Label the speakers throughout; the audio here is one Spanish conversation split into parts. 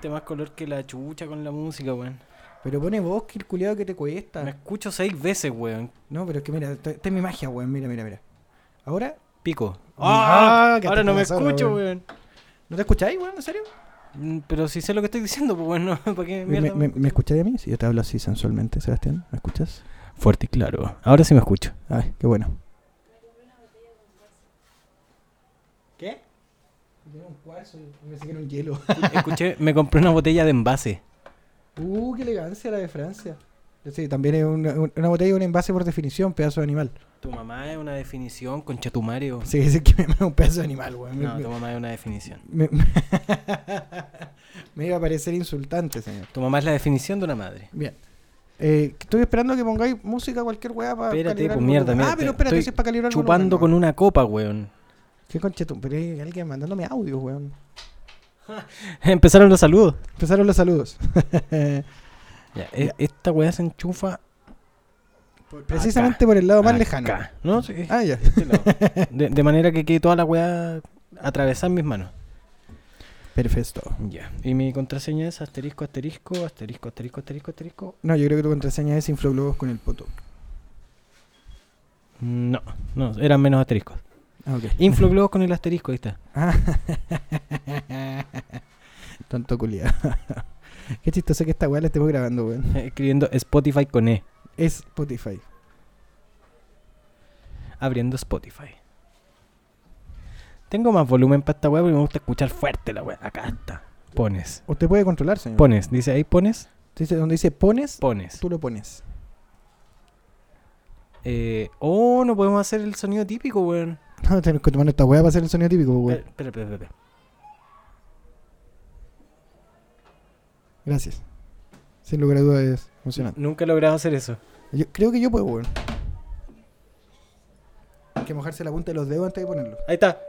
Speaker 1: Este más color que la chucha con la música, weón.
Speaker 2: Pero pone vos que el culiado que te cuesta.
Speaker 1: Me escucho seis veces, weón.
Speaker 2: No, pero es que mira, esta esta es mi magia, weón. Mira, mira, mira. Ahora,
Speaker 1: Pico.
Speaker 2: Ah,
Speaker 1: ¡Ah!
Speaker 2: que
Speaker 1: ahora
Speaker 2: te
Speaker 1: no me
Speaker 2: pasaron,
Speaker 1: escucho,
Speaker 2: weón.
Speaker 1: weón.
Speaker 2: ¿no te escucháis, weón? ¿En serio?
Speaker 1: Mm, Pero si sé lo que estoy diciendo, pues bueno, ¿para qué
Speaker 2: ¿Me,
Speaker 1: mierda?
Speaker 2: me, me- me escucháis a mí? Si yo te hablo así sensualmente, Sebastián. ¿Me escuchas?
Speaker 1: Fuerte y claro. Ahora sí me escucho.
Speaker 2: Ay, qué bueno. ¿Qué? un cuarzo, pensé que era un hielo.
Speaker 1: Escuché, me compré una botella de envase.
Speaker 2: Uh, qué elegancia la de Francia. Sí, también es una, un- una botella y un envase por definición, pedazo de animal.
Speaker 1: Tu mamá es una definición, concha tu Mario.
Speaker 2: Sí, dice que me es un pedazo de animal, weón.
Speaker 1: No,
Speaker 2: Me-
Speaker 1: tu mamá es una definición.
Speaker 2: me, me iba a parecer insultante, señor.
Speaker 1: Tu mamá es la definición de una madre.
Speaker 2: Bien. Eh, estoy esperando que pongáis música cualquier weá para
Speaker 1: Espérate,
Speaker 2: calibrar
Speaker 1: pues,
Speaker 2: el
Speaker 1: mierda,
Speaker 2: volumen.
Speaker 1: mierda.
Speaker 2: Ah, pero espérate,
Speaker 1: Estoy
Speaker 2: si es para calibrar el
Speaker 1: Chupando con
Speaker 2: volumen,
Speaker 1: una copa, weón.
Speaker 2: ¿no? Qué conchetum, pero hay alguien mandándome audio, weón.
Speaker 1: Empezaron los saludos.
Speaker 2: Empezaron los saludos.
Speaker 1: Ya, e- Esta weá se enchufa.
Speaker 2: Precisamente por el lado más
Speaker 1: acá.
Speaker 2: lejano.
Speaker 1: No, sí.
Speaker 2: Ah, ya.
Speaker 1: este lado. De, de manera que quede toda la weá atravesar mis manos.
Speaker 2: Perfecto.
Speaker 1: Ya. Y mi contraseña es asterisco, asterisco, asterisco, asterisco, asterisco, asterisco.
Speaker 2: No, yo creo que tu contraseña es Infloglobos con el poto.
Speaker 1: No, no, eran menos asteriscos.
Speaker 2: Ah, ok.
Speaker 1: Infloglobos con el asterisco, ahí está.
Speaker 2: Ah. Tonto culiado. Qué chistoso que esta weá la estemos grabando, weón.
Speaker 1: Escribiendo Spotify con E.
Speaker 2: Es Spotify.
Speaker 1: Abriendo Spotify. Tengo más volumen para esta web porque me gusta escuchar fuerte la web. Acá está. Pones.
Speaker 2: Usted puede controlar, señor.
Speaker 1: Pones. Dice ahí pones.
Speaker 2: Dice- donde dice pones,
Speaker 1: Pones.
Speaker 2: tú lo pones.
Speaker 1: Eh, oh, no podemos hacer el sonido típico, weón. Eh,
Speaker 2: No, tenemos que tomar esta weá para hacer el sonido típico, weón.
Speaker 1: Espera, espera, espera, espera.
Speaker 2: Gracias. Sin lugar a dudas es emocionante.
Speaker 1: Nunca he logrado hacer eso.
Speaker 2: Yo creo que yo puedo, weón. Hay que mojarse la punta de los dedos antes de ponerlo.
Speaker 1: Ahí está.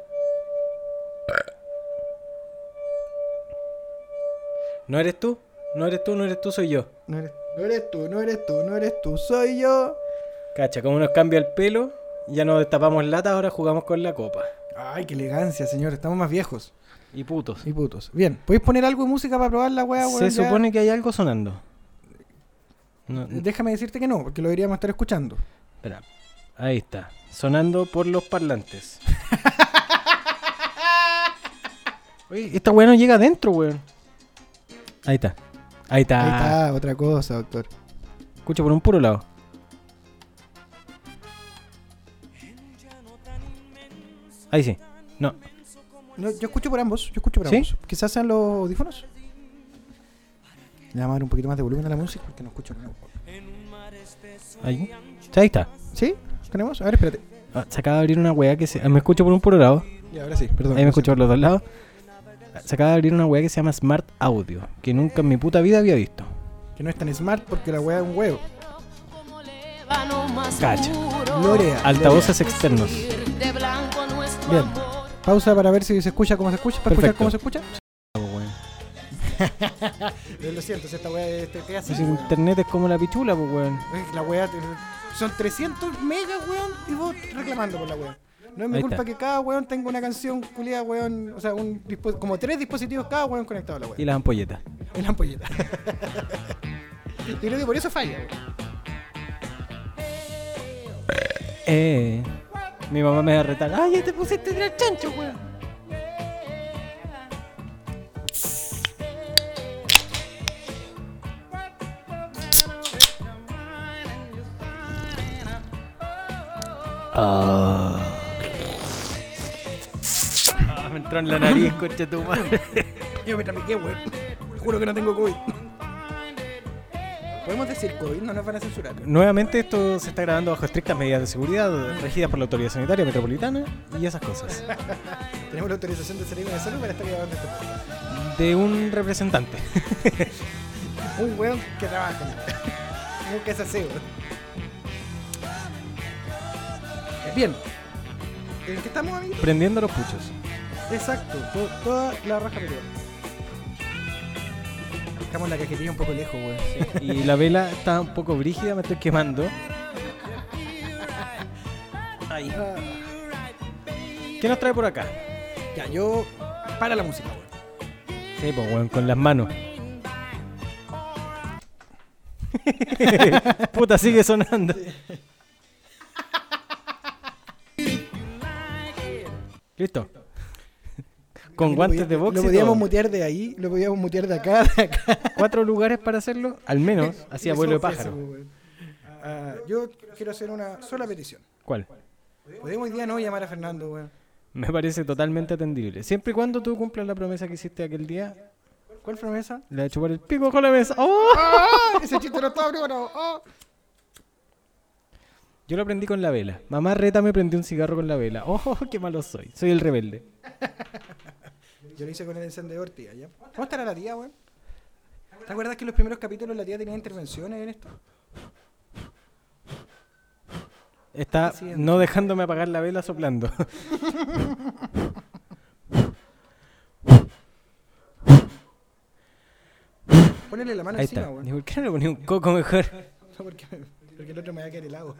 Speaker 1: ¿No eres tú? ¿No eres tú? ¿No eres tú? Soy yo.
Speaker 2: No eres, no eres tú, no eres tú, no eres tú, soy yo.
Speaker 1: Cacha, como nos cambia el pelo, ya nos destapamos lata, ahora jugamos con la copa.
Speaker 2: Ay, qué elegancia, señor. Estamos más viejos
Speaker 1: Y putos.
Speaker 2: y putos. Bien, ¿podéis poner algo de música para probar la weá, weón?
Speaker 1: Se
Speaker 2: Ya.
Speaker 1: supone que hay algo sonando. No, n-
Speaker 2: Déjame decirte que no, porque lo deberíamos estar escuchando.
Speaker 1: espera. Ahí está. Sonando por los parlantes. Oye, esta weá no llega adentro, weón. Ahí está. Ahí está.
Speaker 2: Ahí está, otra cosa, doctor.
Speaker 1: Escucha por un puro lado. Ahí sí. No.
Speaker 2: No, yo escucho por ambos, yo escucho por
Speaker 1: ¿Sí?
Speaker 2: ambos. Quizás sean los audífonos. Le vamos a dar un poquito más de volumen a la música porque no escucho nada.
Speaker 1: Ahí. Ahí está.
Speaker 2: ¿Sí? ¿Tenemos? A ver, espérate.
Speaker 1: Ah, se acaba de abrir una weá que se... ah, Me escucho por un puro lado.
Speaker 2: Ya, ahora sí, perdón.
Speaker 1: Ahí me
Speaker 2: lo
Speaker 1: escucho por los dos lados. Ah, Se acaba de abrir una weá que se llama Smart Audio, que nunca en mi puta vida había visto.
Speaker 2: siento. Que no es tan smart porque la weá es un huevo.
Speaker 1: Cacha.
Speaker 2: Gloria.
Speaker 1: Altavoces externos.
Speaker 2: Bien. Pausa para ver si se escucha cómo se escucha. ¿Para
Speaker 1: Perfecto.
Speaker 2: escuchar cómo se escucha?
Speaker 1: Ah, weón.
Speaker 2: Eh, Lo siento, si esta weá es te, te hace.
Speaker 1: Y si
Speaker 2: weón.
Speaker 1: internet es como la pichula, pues weón.
Speaker 2: Eh, La weá te- son 300 megas, weón, y vos reclamando por la weá. No es mi
Speaker 1: Ahí
Speaker 2: culpa
Speaker 1: está.
Speaker 2: que cada weón tenga una canción culiada, weón. O sea, un dispo- como tres dispositivos cada weón conectado a la
Speaker 1: Y
Speaker 2: weá.
Speaker 1: las ampolletas.
Speaker 2: En la ampolleta. Yo creo que por eso falla, weón.
Speaker 1: Eh. Mi mamá me va a retar. ¡Ay, ya te pusiste el chancho, weón! Ah, me entró en la nariz, coche tu madre.
Speaker 2: Yo me tramiqué, weón. Juro que no tengo COVID. Podemos decir COVID, no nos van a censurar.
Speaker 1: Nuevamente esto se está grabando bajo estrictas medidas de seguridad regidas por la Autoridad Sanitaria Metropolitana y esas cosas.
Speaker 2: Tenemos la autorización de salir de salud para estar grabando este podcast.
Speaker 1: De un representante.
Speaker 2: Un weón que trabaja. Nunca es así, weón. Eh, Bien. ¿En qué estamos, amiguitos?
Speaker 1: Prendiendo los puchos.
Speaker 2: Exacto. to- toda la raja peluda. Dejamos la cajetilla un poco lejos, weón.
Speaker 1: Y la vela está un poco brígida, me estoy quemando. Ahí.
Speaker 2: Ah,
Speaker 1: ¿Qué nos trae por acá?
Speaker 2: ya, yo... Para la música, weón.
Speaker 1: Sí, pues, weón, con las manos. Puta, sigue sonando. Listo. Con
Speaker 2: Lo
Speaker 1: guantes
Speaker 2: podía-
Speaker 1: de box.
Speaker 2: Lo podíamos mutear de ahí, lo podíamos mutear de acá, de acá.
Speaker 1: Cuatro lugares para hacerlo, al menos, hacía
Speaker 2: Eso
Speaker 1: vuelo de
Speaker 2: fue
Speaker 1: pájaro.
Speaker 2: eso, weón. Ah, yo quiero hacer una sola petición.
Speaker 1: ¿Cuál?
Speaker 2: Podemos hoy día no llamar a Fernando, weón.
Speaker 1: Me parece totalmente atendible. Siempre y cuando tú cumplas la promesa que hiciste aquel día,
Speaker 2: ¿Cuál promesa?
Speaker 1: la de chupar el pico con la mesa. ¡Oh!
Speaker 2: ¡Ah! Ese chiste no estaba preparado. ¡Ah!
Speaker 1: Yo lo aprendí con la vela. Mamá reta me prendió un cigarro con la vela. ¡Oh, qué malo soy! Soy el rebelde.
Speaker 2: Yo lo hice con el encendedor, tía. ¿ya? ¿Cómo estará la tía, weón? ¿Te acuerdas que en los primeros capítulos la tía tenía intervenciones en esto?
Speaker 1: Está
Speaker 2: Siguiente.
Speaker 1: no dejándome apagar la vela soplando.
Speaker 2: Ponele la mano
Speaker 1: Ahí
Speaker 2: encima,
Speaker 1: está.
Speaker 2: weón.
Speaker 1: Digo, ¿Por qué no le ponía un coco mejor?
Speaker 2: No, porque, porque el otro me va a caer el agua.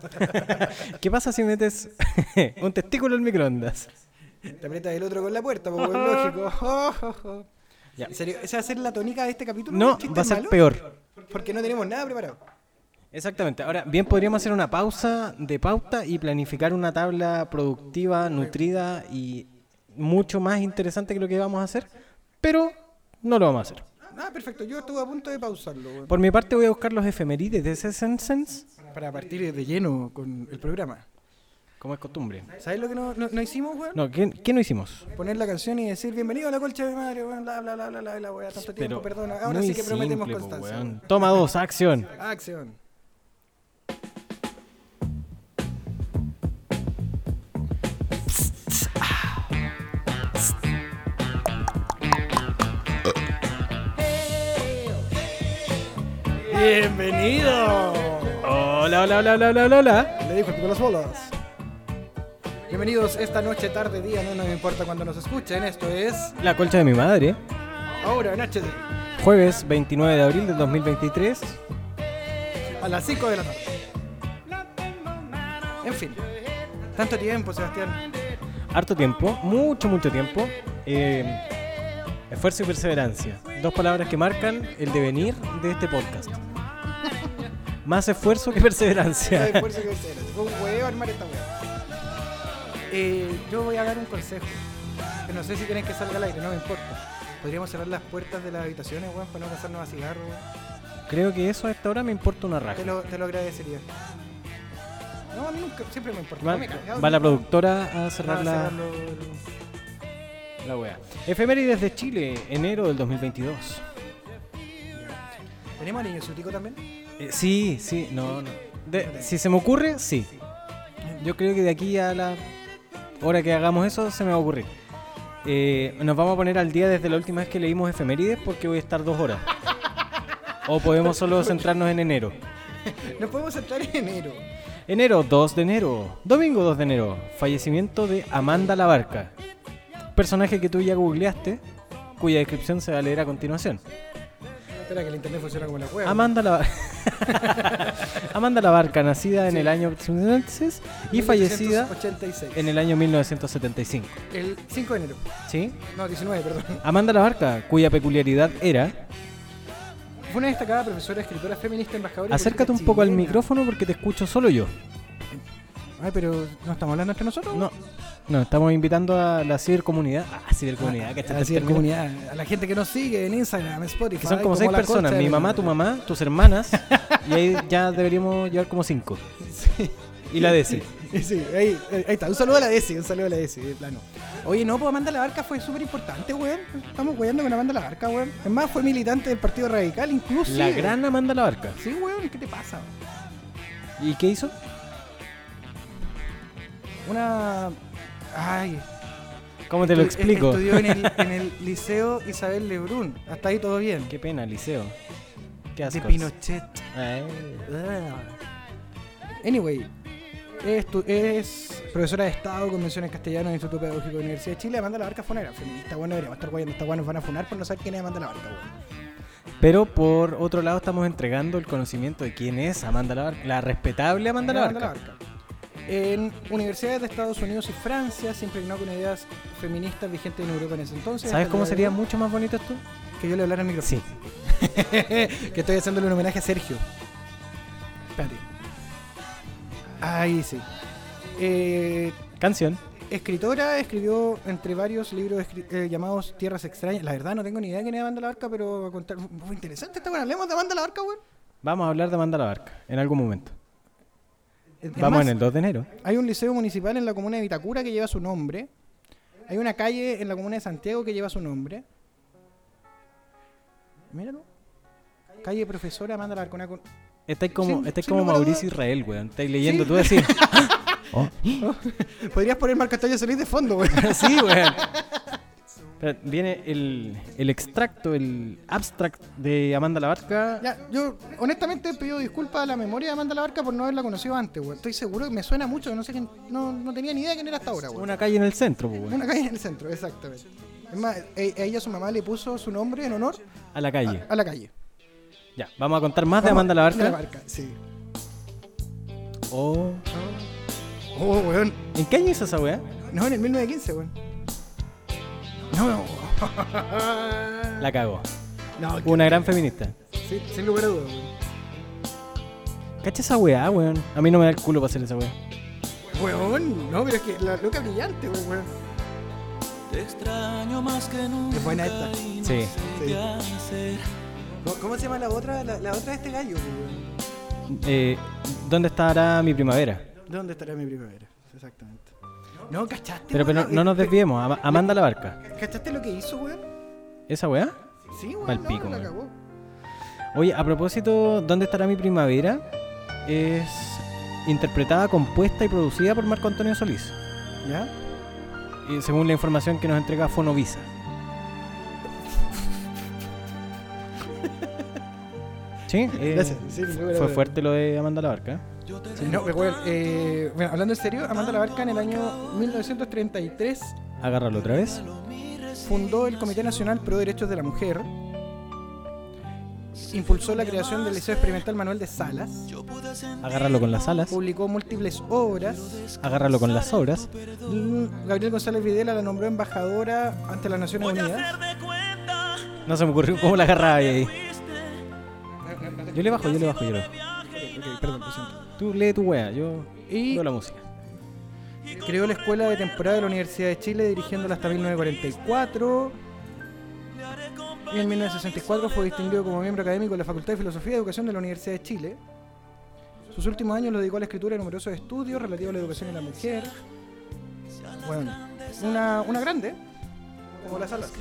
Speaker 1: ¿Qué pasa si metes un testículo en microondas?
Speaker 2: Te aprietas el otro con la puerta, pues, weón, lógico. Oh, oh, oh.
Speaker 1: Ya.
Speaker 2: ¿En serio? ¿Esa va a ser la tónica de este capítulo?
Speaker 1: No,
Speaker 2: ¿Un chiste
Speaker 1: va a ser
Speaker 2: malo?
Speaker 1: peor.
Speaker 2: Porque no tenemos nada preparado.
Speaker 1: Exactamente. Ahora, bien, podríamos hacer una pausa de pauta y planificar una tabla productiva, nutrida y mucho más interesante que lo que vamos a hacer, pero no lo vamos a hacer.
Speaker 2: Ah, perfecto. Yo estuve a punto de pausarlo, weón.
Speaker 1: Por mi parte, voy a buscar los efemérides de Sensens,
Speaker 2: Para partir de lleno con el programa.
Speaker 1: como es costumbre.
Speaker 2: ¿Sabes lo que no, no- no hicimos, weón?
Speaker 1: No, ¿qué, qué no hicimos?
Speaker 2: Poner la canción y decir bienvenido a la colcha de madre, weón, bla, bla, bla, bla, bla, bla, weón, tanto tiempo, perdona. Ahora
Speaker 1: muy
Speaker 2: sí que prometemos
Speaker 1: simple, po,
Speaker 2: constancia.
Speaker 1: weón. Toma dos, acción.
Speaker 2: Acción. Bienvenido.
Speaker 1: Hola, hola, hola, hola, hola, hola, hola.
Speaker 2: Le dijo el pico las bolas. Bienvenidos esta noche, tarde, día, no nos importa cuando nos escuchen. Esto es
Speaker 1: La colcha de mi madre.
Speaker 2: ahora en HD
Speaker 1: Jueves 29 de abril del 2023.
Speaker 2: a las 5 de la tarde. En fin, tanto tiempo, Sebastián.
Speaker 1: Harto tiempo, mucho, mucho tiempo. Eh, esfuerzo y perseverancia. Dos palabras que marcan el devenir de este podcast. Más esfuerzo que perseverancia.
Speaker 2: Esfuerzo que hacer. Fue un huevo armar esta hueá. Eh, yo voy a dar un consejo. Que no sé si quieren que salga al aire, no me importa. Podríamos cerrar las puertas de las habitaciones, weón, para no casarnos a cigarros. weón.
Speaker 1: Creo que eso a esta hora me importa una
Speaker 2: Te
Speaker 1: raja.
Speaker 2: lo, te lo agradecería. No, a mí nunca, siempre me importa.
Speaker 1: Va,
Speaker 2: me he cagado.
Speaker 1: va la productora a cerrar
Speaker 2: No,
Speaker 1: la,
Speaker 2: cerrarlo, Ah, lo-
Speaker 1: la wea. Efemérides de Chile, enero del 2022.
Speaker 2: ¿Tenemos niño Zutico también?
Speaker 1: Eh, sí, sí, no, no. De- si se me ocurre, sí. Yo creo que de aquí a la hora que hagamos eso se me va a ocurrir. Eh, nos vamos a poner al día desde la última vez que leímos efemérides porque voy a estar dos horas. O podemos solo centrarnos en enero.
Speaker 2: Nos podemos entrar en enero.
Speaker 1: Enero 2 de enero. Domingo 2 de enero. Fallecimiento de Amanda Labarca. Personaje que tú ya googleaste, cuya descripción se va a leer a continuación.
Speaker 2: Espera que el internet funciona como la cueva.
Speaker 1: Amanda la Amanda Labarca, nacida en el año y fallecida
Speaker 2: 86.
Speaker 1: en el año 1975.
Speaker 2: El 5 de enero.
Speaker 1: ¿Sí?
Speaker 2: No, 19, perdón.
Speaker 1: Amanda Labarca, cuya peculiaridad era
Speaker 2: Fue una destacada profesora, escritora, feminista, embajadora. y
Speaker 1: acércate un
Speaker 2: política
Speaker 1: poco al
Speaker 2: chilena.
Speaker 1: micrófono porque te escucho solo yo.
Speaker 2: Ay, pero ¿no estamos hablando entre nosotros?
Speaker 1: No, no estamos invitando a la cibercomunidad, ah, cibercomunidad, que
Speaker 2: Así es, comunidad. A la gente que nos sigue en Instagram, Spotify.
Speaker 1: que son como seis
Speaker 2: Ah, la
Speaker 1: personas,
Speaker 2: concha de
Speaker 1: mi mamá,
Speaker 2: madre.
Speaker 1: tu mamá, tus hermanas y ahí ya deberíamos llevar como cinco.
Speaker 2: Sí.
Speaker 1: Y la Desi.
Speaker 2: Y Sí, ahí, ahí está. Un saludo a la Desi, un saludo a la Desi, de plano. Oye, no, pues Amanda La Barca fue súper importante, weón. Estamos weyando con Amanda La Barca, weón. Es más, fue militante del Partido Radical, incluso.
Speaker 1: La gran Amanda Labarca.
Speaker 2: Sí, weón, ¿qué te pasa?
Speaker 1: ¿Y qué hizo?
Speaker 2: Una. Ay.
Speaker 1: ¿Cómo te lo
Speaker 2: estu-
Speaker 1: explico?
Speaker 2: Estudió en el, en el Liceo Isabel Lebrun. Hasta ahí todo bien.
Speaker 1: Qué pena, Liceo. Qué Eh.
Speaker 2: de
Speaker 1: asco.
Speaker 2: Pinochet.
Speaker 1: Ay.
Speaker 2: Ugh. Ah. Anyway. Es, tu- es profesora de Estado, Convención en Castellano, Instituto Pedagógico de la Universidad de Chile. Amanda La Barca fue una gran feminista. Bueno, deberíamos estar guayando. Esta weón nos van a funar por no saber quién es Amanda La Barca, weón.
Speaker 1: Pero por otro lado estamos entregando el conocimiento de quién es Amanda Labarca, la respetable Amanda
Speaker 2: Amanda
Speaker 1: Labarca.
Speaker 2: Labarca. En universidades de Estados Unidos y Francia se impregnó con ideas feministas vigentes en Europa en ese entonces.
Speaker 1: ¿Sabes
Speaker 2: Hasta el
Speaker 1: cómo
Speaker 2: día de
Speaker 1: sería
Speaker 2: hoy.
Speaker 1: mucho más bonito esto?
Speaker 2: que yo le hablara al micrófono.
Speaker 1: Sí.
Speaker 2: que estoy haciéndole un homenaje a Sergio. Espérate. Ahí sí. Eh,
Speaker 1: Canción.
Speaker 2: escritora, escribió entre varios libros escri- eh, llamados Tierras Extrañas. La verdad, no tengo ni idea de quién es Amanda la Barca, pero va a contar. Muy interesante esta weá. Hablemos de Amanda la Barca, weón.
Speaker 1: Vamos a hablar de Amanda la Barca en algún momento.
Speaker 2: Es
Speaker 1: Vamos
Speaker 2: más,
Speaker 1: en el 2 de enero.
Speaker 2: Hay un liceo municipal en la comuna de Vitacura que lleva su nombre. Hay una calle en la comuna de Santiago que lleva su nombre. Míralo. Calle Profesora Amanda Larcona. Con...
Speaker 1: Estáis como,
Speaker 2: Sin-
Speaker 1: estáis
Speaker 2: sin
Speaker 1: como
Speaker 2: lugar a
Speaker 1: Mauricio
Speaker 2: dudas.
Speaker 1: Israel, weón. Estáis leyendo
Speaker 2: Sí.
Speaker 1: tú así. Oh.
Speaker 2: Podrías poner Marco Antonio Solís de fondo, güey.
Speaker 1: sí, weón. Espera, Viene el, el extracto, el abstract de Amanda la Barca.
Speaker 2: Ya, yo honestamente pido disculpas a la memoria de Amanda Larca por no haberla conocido antes, güey. Estoy seguro que me suena mucho, no sé quién- no, no tenía ni idea quién era hasta ahora, güey.
Speaker 1: Una calle en el centro, pues, weón.
Speaker 2: Una calle en el centro, exactamente. Es más, e- a ella su mamá le puso su nombre en honor
Speaker 1: A la calle.
Speaker 2: a la calle.
Speaker 1: Ya, vamos a contar más de
Speaker 2: Vamos,
Speaker 1: Amanda la Barca.
Speaker 2: sí.
Speaker 1: Oh.
Speaker 2: Oh, weón.
Speaker 1: ¿En qué año hizo esa weá?
Speaker 2: No, en el 1915, weón. No.
Speaker 1: La cagó.
Speaker 2: No,
Speaker 1: Una gran feminista.
Speaker 2: sin, sin lugar a dudas, weón.
Speaker 1: Cacha esa weá, weón. A mí no me da el culo para hacer esa weá.
Speaker 2: Weón, no, pero es que la loca brillante, weón, weón.
Speaker 3: Te extraño más que nunca.
Speaker 2: Es buena esta.
Speaker 3: y no
Speaker 1: Sí.
Speaker 3: sé qué hacer.
Speaker 2: ¿Cómo- ¿Cómo se llama la otra, la, la otra de este gallo, weón?
Speaker 1: Eh, ¿Dónde estará mi primavera?
Speaker 2: ¿Dónde estará mi primavera? Exactamente. No, ¿cachaste?
Speaker 1: Pero,
Speaker 2: weón?
Speaker 1: pero no, no nos
Speaker 2: Eh,
Speaker 1: desviemos. Ama- Amanda la Barca.
Speaker 2: eh, ¿Cachaste lo que hizo, weón?
Speaker 1: ¿Esa weá?
Speaker 2: Sí, weón,
Speaker 1: Pal
Speaker 2: no,
Speaker 1: pico,
Speaker 2: la
Speaker 1: weón.
Speaker 2: cagó.
Speaker 1: Oye, a propósito, ¿Dónde estará mi primavera? Es interpretada, compuesta y producida por Marco Antonio Solís.
Speaker 2: ¿Ya?
Speaker 1: Y según la información que nos entrega Fonovisa. Sí, eh,
Speaker 2: Gracias. Sí, sin lugar a
Speaker 1: fue
Speaker 2: dudas.
Speaker 1: fuerte lo de Amanda la Barca.
Speaker 3: Yo te
Speaker 2: Sí, no, pero, weón, eh, bueno, hablando en serio, Amanda Labarca en el año 1933
Speaker 1: Agárralo otra vez.
Speaker 2: fundó el Comité Nacional Pro Derechos de la Mujer, impulsó la creación del Liceo Experimental Manuel de Salas,
Speaker 1: Agárralo con las alas.
Speaker 2: publicó múltiples obras,
Speaker 1: Agárralo con las obras.
Speaker 2: mm, Gabriel González Videla la nombró embajadora ante las Naciones Unidas.
Speaker 1: No se me ocurrió cómo la agarraba ahí. Yo le bajo, yo le bajo, yo le bajo.
Speaker 2: Ok, perdón, lo siento.
Speaker 1: Tú lee tu wea, yo
Speaker 2: Y
Speaker 1: veo la música.
Speaker 2: creó la Escuela de Temporada de la Universidad de Chile, dirigiéndola hasta 1944. Y en 1964 fue distinguido como miembro académico de la Facultad de Filosofía y Educación de la Universidad de Chile. Sus últimos años los dedicó a la escritura de numerosos estudios relativos a la educación de la mujer. Bueno, una, una grande, como las alas.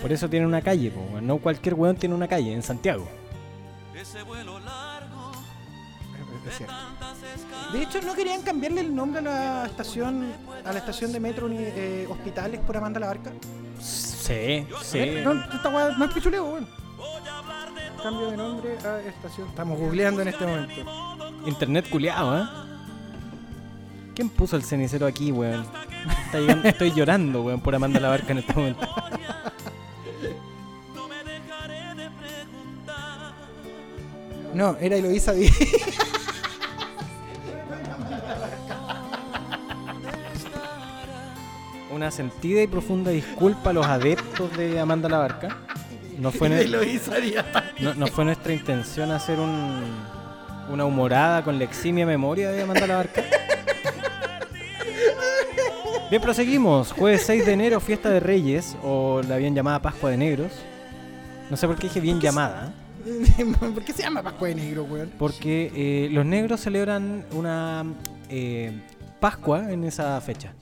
Speaker 1: Por eso tiene una calle, po, weón. no cualquier weón tiene una calle en Santiago.
Speaker 3: Ese vuelo largo.
Speaker 2: De hecho, no querían cambiarle el nombre a la estación, a la estación de metro uni- eh, Hospitales por Amanda la Barca.
Speaker 1: Sí, sí.
Speaker 2: No, esta weá no es pichuleo, weón. Cambio de nombre a estación. Estamos googleando en este momento.
Speaker 1: Internet culeado, ¿eh? ¿Quién puso el cenicero aquí, weón? Está llegando- estoy llorando, weón, por Amanda la Barca en este momento.
Speaker 2: No, era Eloisa Díaz.
Speaker 1: Una sentida y profunda disculpa a los adeptos de Amanda la Barca. No fue, nue-
Speaker 2: Eloisa Díaz.
Speaker 1: no- no fue nuestra intención hacer un- una humorada con la eximia memoria de Amanda la Barca. Bien, proseguimos. Jueves 6 de enero, fiesta de Reyes, o la bien llamada Pascua de Negros. No sé por qué dije bien llamada. ¿eh?
Speaker 2: ¿Por qué se llama Pascua de Negro, weón?
Speaker 1: Porque eh, los negros celebran una eh, Pascua en esa fecha.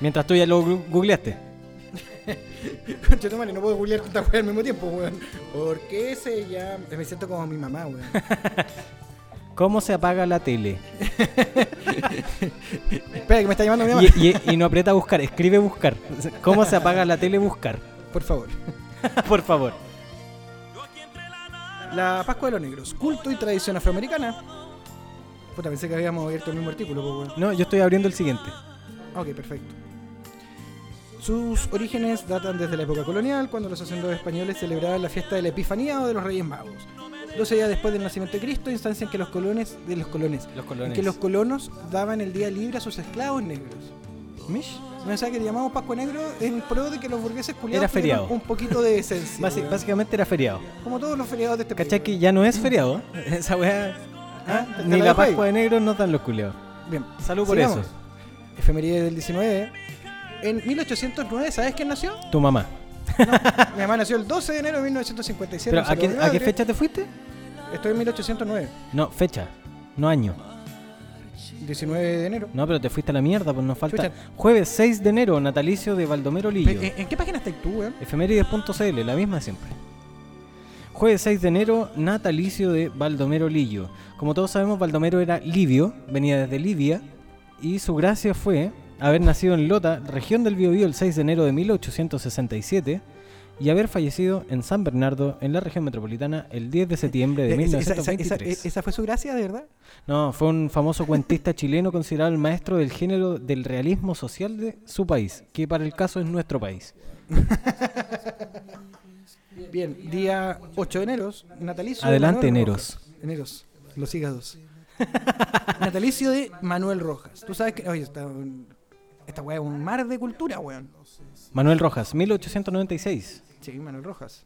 Speaker 1: Mientras tú ya lo gu- googleaste.
Speaker 2: Concha tu madre, no puedo googlear tanta weón al mismo tiempo, weón. ¿Por qué se llama? Me siento como mi mamá, weón.
Speaker 1: ¿Cómo se apaga la tele?
Speaker 2: Espera, que me está llamando mi mamá.
Speaker 1: Y, y- y no aprieta buscar, escribe buscar. ¿Cómo se apaga la tele buscar?
Speaker 2: Por favor.
Speaker 1: Por favor.
Speaker 2: La Pascua de los Negros, culto y tradición afroamericana. Puta, pensé que habíamos abierto el mismo artículo, pues, weón.
Speaker 1: No, yo estoy abriendo el siguiente.
Speaker 2: Ok, perfecto. Sus orígenes datan desde la época colonial, cuando los hacendados españoles celebraban la fiesta de la Epifanía o de los Reyes Magos. 12 días después del nacimiento de Cristo, instancia en que los colones de los colones,
Speaker 1: Los
Speaker 2: en
Speaker 1: colones.
Speaker 2: que los colonos daban el día libre a sus esclavos negros.
Speaker 1: Mish.
Speaker 2: No sé, que le llamamos Pascua Negro en pro de que los burgueses culiados
Speaker 1: Era
Speaker 2: tuvieran
Speaker 1: feriado.
Speaker 2: un poquito de esencia.
Speaker 1: Basi-
Speaker 2: weón.
Speaker 1: básicamente era feriado.
Speaker 2: Como todos los feriados de este país.
Speaker 1: ¿Cachai que ya no es feriado? Esa weá.
Speaker 2: Ah, te- te
Speaker 1: Ni
Speaker 2: la
Speaker 1: la
Speaker 2: dejo ahí.
Speaker 1: Pascua de Negro nos dan los culeos.
Speaker 2: Bien.
Speaker 1: Salud por
Speaker 2: sigamos.
Speaker 1: eso.
Speaker 2: Efeméride del 19. En 1809, ¿sabes quién nació?
Speaker 1: Tu mamá.
Speaker 2: Mi mamá nació el 12 de enero de 1957.
Speaker 1: ¿Pero
Speaker 2: un
Speaker 1: a qué,
Speaker 2: saludo
Speaker 1: a qué
Speaker 2: madre.
Speaker 1: fecha te fuiste?
Speaker 2: Estoy en 1809.
Speaker 1: No, fecha. No año.
Speaker 2: 19 de enero.
Speaker 1: No, pero te fuiste a la mierda, pues nos falta.
Speaker 2: Chucha.
Speaker 1: Jueves 6 de enero, natalicio de Baldomero Lillo.
Speaker 2: Pe- ¿En, en qué página estás tú, weón?
Speaker 1: Efemérides.cl, la misma siempre. Jueves 6 de enero, natalicio de Baldomero Lillo. Como todos sabemos, Baldomero era libio, venía desde Libia, y su gracia fue haber nacido en Lota, región del Biobío, el 6 de enero de 1867, y haber fallecido en San Bernardo, en la región metropolitana, el 10 de septiembre de
Speaker 2: Eh, esa- esa- esa-
Speaker 1: 1923.
Speaker 2: esa- esa fue su gracia, de verdad.
Speaker 1: No, fue un famoso cuentista chileno considerado el maestro del género del realismo social de su país, que para el caso es nuestro país.
Speaker 2: Bien, día 8 de enero, natalicio. de
Speaker 1: Adelante,
Speaker 2: Manuel
Speaker 1: eneros.
Speaker 2: Rojas. Eneros, los hígados. natalicio de Manuel Rojas. Tú sabes que. Oye, esta, esta weá es un mar de cultura, weón.
Speaker 1: Manuel Rojas, 1896.
Speaker 2: Sí, Manuel Rojas.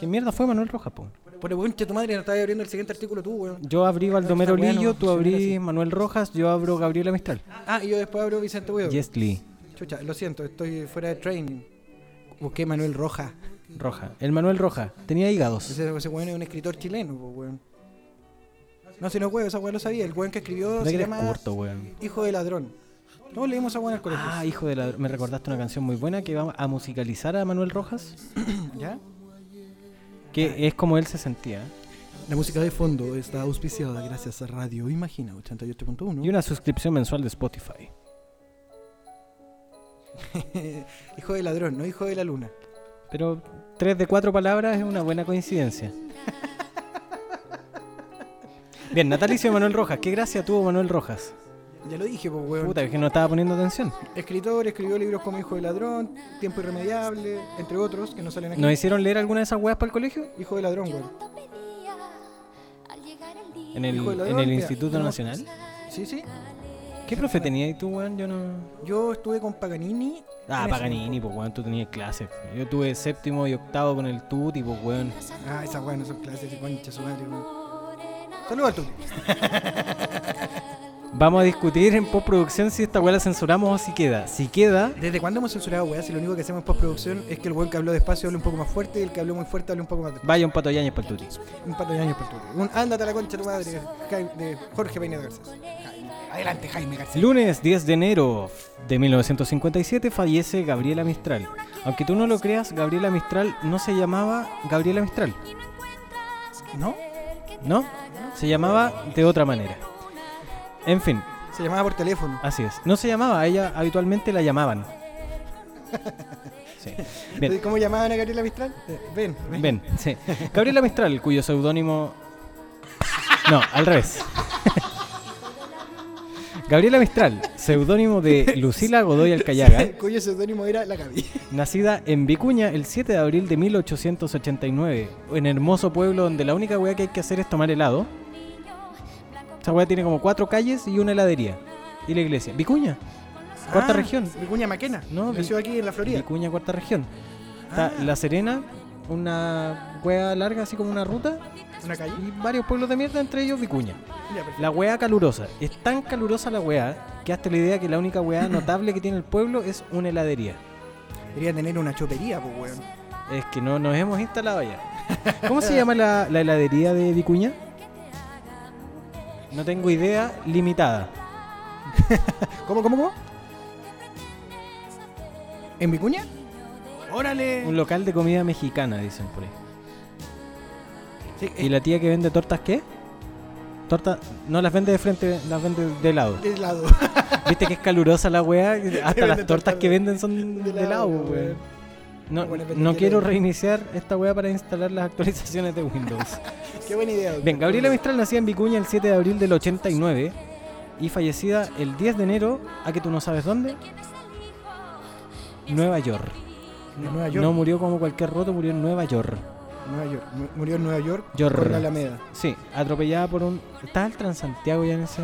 Speaker 1: ¿Qué mierda fue Manuel Rojas, po?
Speaker 2: Pero weón, che, tu madre no estaba abriendo el siguiente artículo tú, weón.
Speaker 1: Yo abrí Baldomero
Speaker 2: Está bueno,
Speaker 1: Lillo, tú
Speaker 2: sí,
Speaker 1: abrí
Speaker 2: gracias.
Speaker 1: Manuel Rojas, yo abro Gabriela Mistral.
Speaker 2: Ah, y yo después abro Vicente Weón.
Speaker 1: Yes, Lee.
Speaker 2: Chucha, lo siento, estoy fuera de training. Busqué Manuel Rojas.
Speaker 1: Roja. El Manuel Rojas. Tenía hígados.
Speaker 2: Ese, ese weón es un escritor chileno, po, weón. No, si no, weón, esa weón lo sabía. El weón que escribió
Speaker 1: No
Speaker 2: se
Speaker 1: que eres
Speaker 2: llama
Speaker 1: corto, weón.
Speaker 2: Hijo de Ladrón. Todos leímos a weón en el colegio.
Speaker 1: Ah, hijo de la... Me recordaste una canción muy buena que va a musicalizar a Manuel Rojas,
Speaker 2: ¿Ya?
Speaker 1: que es como él se sentía.
Speaker 2: La música de fondo está auspiciada gracias a Radio Imagina 88.1.
Speaker 1: Y una suscripción mensual de Spotify.
Speaker 2: hijo de ladrón, no hijo de la luna.
Speaker 1: Pero tres de cuatro palabras es una buena coincidencia. Bien, natalicio de Manuel Rojas. ¿Qué gracia tuvo Manuel Rojas?
Speaker 2: Ya lo dije, pues, weón.
Speaker 1: Puta, es que no estaba poniendo atención.
Speaker 2: Escritor, escribió libros como Hijo de ladrón, Tiempo irremediable, entre otros que no salen aquí.
Speaker 1: ¿Nos hicieron leer alguna de esas weas para el colegio?
Speaker 2: Hijo de ladrón, weón.
Speaker 1: En el,
Speaker 2: Hijo de ladrón,
Speaker 1: en el
Speaker 2: mira,
Speaker 1: Instituto
Speaker 2: no.
Speaker 1: Nacional.
Speaker 2: Sí, sí.
Speaker 1: ¿Qué profe tenías tú, weón? Yo no.
Speaker 2: Yo estuve con Paganini. en
Speaker 1: Ah,
Speaker 2: ese
Speaker 1: Paganini,
Speaker 2: tiempo.
Speaker 1: pues weón, tú tenías clases. Yo tuve séptimo y octavo con el Tuti, pues weón.
Speaker 2: Ah, esas weón no son clases de concha su madre, weón. Saludos al tuyo.
Speaker 1: Vamos a discutir en postproducción si esta wea la censuramos o si queda. Si queda,
Speaker 2: ¿Desde cuándo hemos censurado, weón? Si lo único que hacemos en postproducción es que el weón que habló despacio hable un poco más fuerte y el que habló muy fuerte hable un poco más despacio.
Speaker 1: vaya un pato Yáñez para el Tuti.
Speaker 2: Un pato de años por tu- Un ándate a la concha de tu madre Jaime- de Jorge Peinedo Garcés. Jaime. Adelante, Jaime Garcés.
Speaker 1: Lunes 10 de enero de 1957 fallece Gabriela Mistral. Aunque tú no lo creas, Gabriela Mistral no se llamaba Gabriela Mistral,
Speaker 2: ¿No?
Speaker 1: ¿no? Se llamaba de otra manera. En fin,
Speaker 2: Se llamaba por teléfono.
Speaker 1: así es. No se llamaba, a ella habitualmente la llamaban. Sí. Bien,
Speaker 2: ¿Cómo llamaban a Gabriela Mistral? Eh, Ven, ven.
Speaker 1: bien, sí. Gabriela Mistral, cuyo seudónimo... No, al revés. Gabriela Mistral, seudónimo de Lucila Godoy Alcayaga.
Speaker 2: Cuyo seudónimo era la Gaby.
Speaker 1: Nacida en Vicuña el 7 de abril de 1889, en hermoso pueblo donde la única weá que hay que hacer es tomar helado. Esa weá tiene como cuatro calles y una heladería. Y la iglesia. Vicuña, cuarta
Speaker 2: Ah,
Speaker 1: región.
Speaker 2: Vicuña Maquena.
Speaker 1: No,
Speaker 2: Nació
Speaker 1: Vi-
Speaker 2: aquí en la Florida.
Speaker 1: Vicuña, cuarta región. Está
Speaker 2: Ah.
Speaker 1: La Serena, una weá larga, así como una ruta,
Speaker 2: Una calle.
Speaker 1: y varios pueblos de mierda, entre ellos Vicuña.
Speaker 2: Ya, perfecto.
Speaker 1: La weá calurosa. Es tan calurosa la weá que hasta la idea que la única weá notable que tiene el pueblo es una heladería.
Speaker 2: Debería tener una chopería, pues, weón.
Speaker 1: Es que no nos hemos instalado allá. ¿Cómo se llama la, la heladería de Vicuña? No tengo idea, limitada.
Speaker 2: ¿Cómo, cómo, cómo? ¿En Vicuña? ¡Órale!
Speaker 1: Un local de comida mexicana, dicen por ahí.
Speaker 2: Sí,
Speaker 1: ¿Y la tía que vende tortas qué? Tortas, no las vende de frente, las vende de lado.
Speaker 2: de este lado.
Speaker 1: Viste que es calurosa la weá, hasta
Speaker 2: vende
Speaker 1: las tortas
Speaker 2: tortas
Speaker 1: que
Speaker 2: de-
Speaker 1: venden son de lado, weón. No,
Speaker 2: Buena
Speaker 1: no
Speaker 2: pendejería.
Speaker 1: quiero reiniciar esta weá para instalar las actualizaciones de Windows.
Speaker 2: Qué buena idea. weón.
Speaker 1: Bien, Gabriela Mistral nacía en Vicuña el 7 de abril del 89 y fallecida el 10 de enero, a que tú no sabes dónde, Nueva York.
Speaker 2: En Nueva York.
Speaker 1: No murió como cualquier roto, murió en Nueva York.
Speaker 2: Nueva York. Mu- Murió en Nueva York.
Speaker 1: York.
Speaker 2: Por la Alameda.
Speaker 1: Sí, atropellada por un... ¿Está el Transantiago ya en ese...?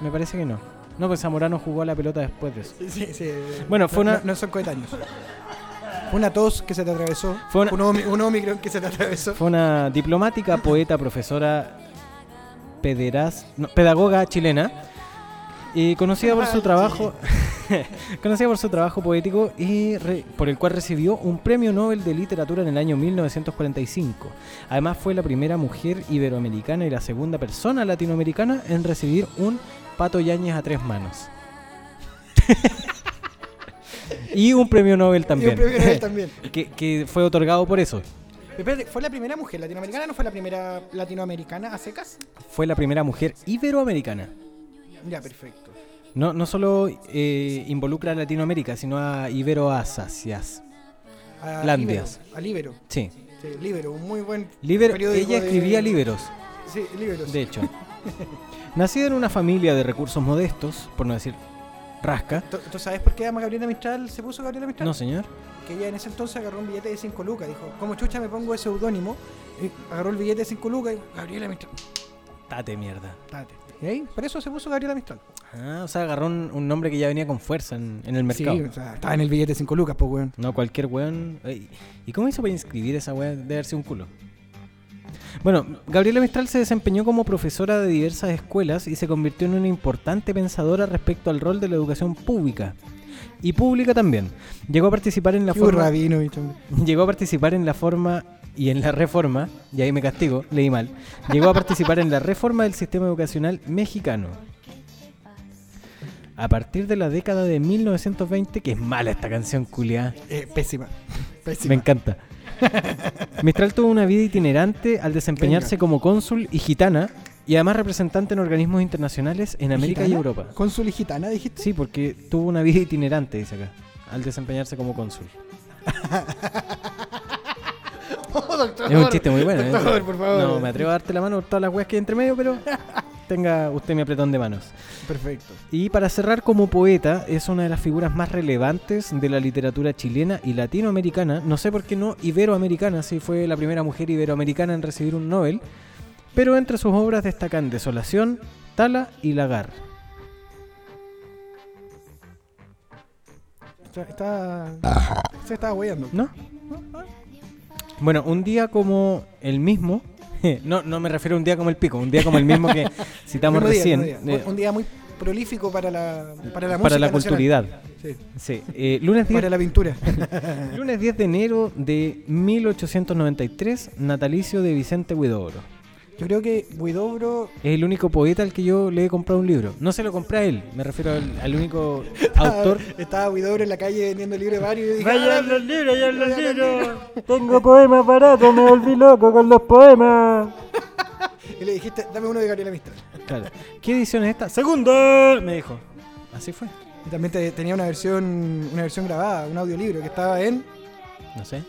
Speaker 1: Me parece que no. No, pues Zamorano jugó a la pelota después de eso.
Speaker 2: Sí, sí.
Speaker 1: Bueno, fue
Speaker 2: No-
Speaker 1: una-
Speaker 2: No, no son coetáneos. Fue una tos que se te atravesó.
Speaker 1: Fue
Speaker 2: Fue
Speaker 1: una-
Speaker 2: un, omi- un Omicron que se te atravesó.
Speaker 1: Fue una diplomática, poeta, profesora, pederaz- no, pedagoga chilena. Y conocida por
Speaker 2: Ah,
Speaker 1: su trabajo. conocida por su trabajo poético y re- por el cual recibió un premio Nobel de Literatura en el año 1945. Además fue la primera mujer iberoamericana y la segunda persona latinoamericana en recibir un Pato Yáñez a tres manos. y un premio Nobel también.
Speaker 2: Y un premio Nobel también.
Speaker 1: que, que fue otorgado por eso.
Speaker 2: Espérate, ¿fue la primera mujer latinoamericana no fue la primera latinoamericana a secas?
Speaker 1: fue la primera mujer iberoamericana.
Speaker 2: Ya, perfecto.
Speaker 1: No, no solo eh, involucra a Latinoamérica, sino a Iberoasasias.
Speaker 2: A
Speaker 1: Landias.
Speaker 2: Libero, a Libero.
Speaker 1: Sí.
Speaker 2: Sí, Libero, un muy buen
Speaker 1: Liber-
Speaker 2: periódico
Speaker 1: ella
Speaker 2: de-
Speaker 1: escribía liberos,
Speaker 2: Sí, Liberos.
Speaker 1: de hecho. Nacida en una familia de recursos modestos, por no decir rasca.
Speaker 2: ¿Tú, tú sabes por qué ama Gabriela Mistral se puso Gabriela Mistral?
Speaker 1: No, señor.
Speaker 2: Que ella en ese entonces agarró un billete de 5 lucas. Dijo, como chucha me pongo ese seudónimo. Y Agarró el billete de 5 lucas y dijo, Gabriela Mistral.
Speaker 1: Tate mierda.
Speaker 2: Tate. Y ahí, por eso se puso Gabriela Mistral.
Speaker 1: Ah, o sea, agarró un, un nombre que ya venía con fuerza en, en el mercado.
Speaker 2: Sí, o sea, estaba en el billete de 5 lucas, pues, weón.
Speaker 1: No, cualquier weón. Ey, ¿Y cómo hizo para inscribir esa weón? Debe darse un culo. Bueno, Gabriela Mistral se desempeñó como profesora de diversas escuelas y se convirtió en una importante pensadora respecto al rol de la educación pública. Y pública también. Llegó a participar en la
Speaker 2: Qué
Speaker 1: forma.
Speaker 2: rabino, bicho.
Speaker 1: Llegó a participar en la forma y en la reforma, y ahí me castigo, leí mal. Llegó a participar en la reforma del sistema educacional mexicano. A partir de la década de 1920, que es mala esta canción, culiá.
Speaker 2: Eh, pésima. Pésima.
Speaker 1: Me encanta. Mistral tuvo una vida itinerante al desempeñarse
Speaker 2: Venga.
Speaker 1: como cónsul y gitana y además representante en organismos internacionales en América y
Speaker 2: ¿Gitana?
Speaker 1: Europa.
Speaker 2: ¿Cónsul y gitana, dijiste?
Speaker 1: Sí, porque tuvo una vida itinerante, dice acá, al desempeñarse como cónsul. Es un chiste muy bueno. ¿eh?
Speaker 2: Oh, Doctor, por favor.
Speaker 1: No, me atrevo a darte la mano por todas las weas que hay entre medio, pero tenga usted mi apretón de manos.
Speaker 2: Perfecto.
Speaker 1: Y para cerrar, como poeta, es una de las figuras más relevantes de la literatura chilena y latinoamericana. No sé por qué no iberoamericana, si fue la primera mujer iberoamericana en recibir un Nobel. Pero entre sus obras destacan Desolación, Tala y Lagar.
Speaker 2: Está, está- Se estaba hueando.
Speaker 1: ¿No? Bueno, un día como el mismo. No, no me refiero a un día como el pico, un día como el mismo que citamos
Speaker 2: Mismo día,
Speaker 1: recién.
Speaker 2: mismo día.
Speaker 1: eh,
Speaker 2: Un día muy prolífico para la, para
Speaker 1: para la
Speaker 2: la música nacional.
Speaker 1: culturalidad.
Speaker 2: Sí,
Speaker 1: Sí. eh, lunes 10
Speaker 2: para la pintura.
Speaker 1: Lunes 10 de enero de 1893, natalicio de Vicente Huidobro.
Speaker 2: Yo creo que Guidobro
Speaker 1: Es el único poeta al que yo le he comprado un libro. No se lo compré a él, me refiero al, al único autor.
Speaker 2: Estaba Guidobro en la calle vendiendo el libro de Mario y yo dije, "Ah,
Speaker 1: Vayan los libros, vayan los libros. Tengo poemas baratos, me volví loco con los poemas.
Speaker 2: Y le dijiste, dame uno de Gabriela Mistral.
Speaker 1: Claro. ¿Qué edición es esta? Segunda, me dijo. Así fue.
Speaker 2: Y también te- tenía una versión, una versión grabada, un audiolibro que estaba en.
Speaker 1: No sé.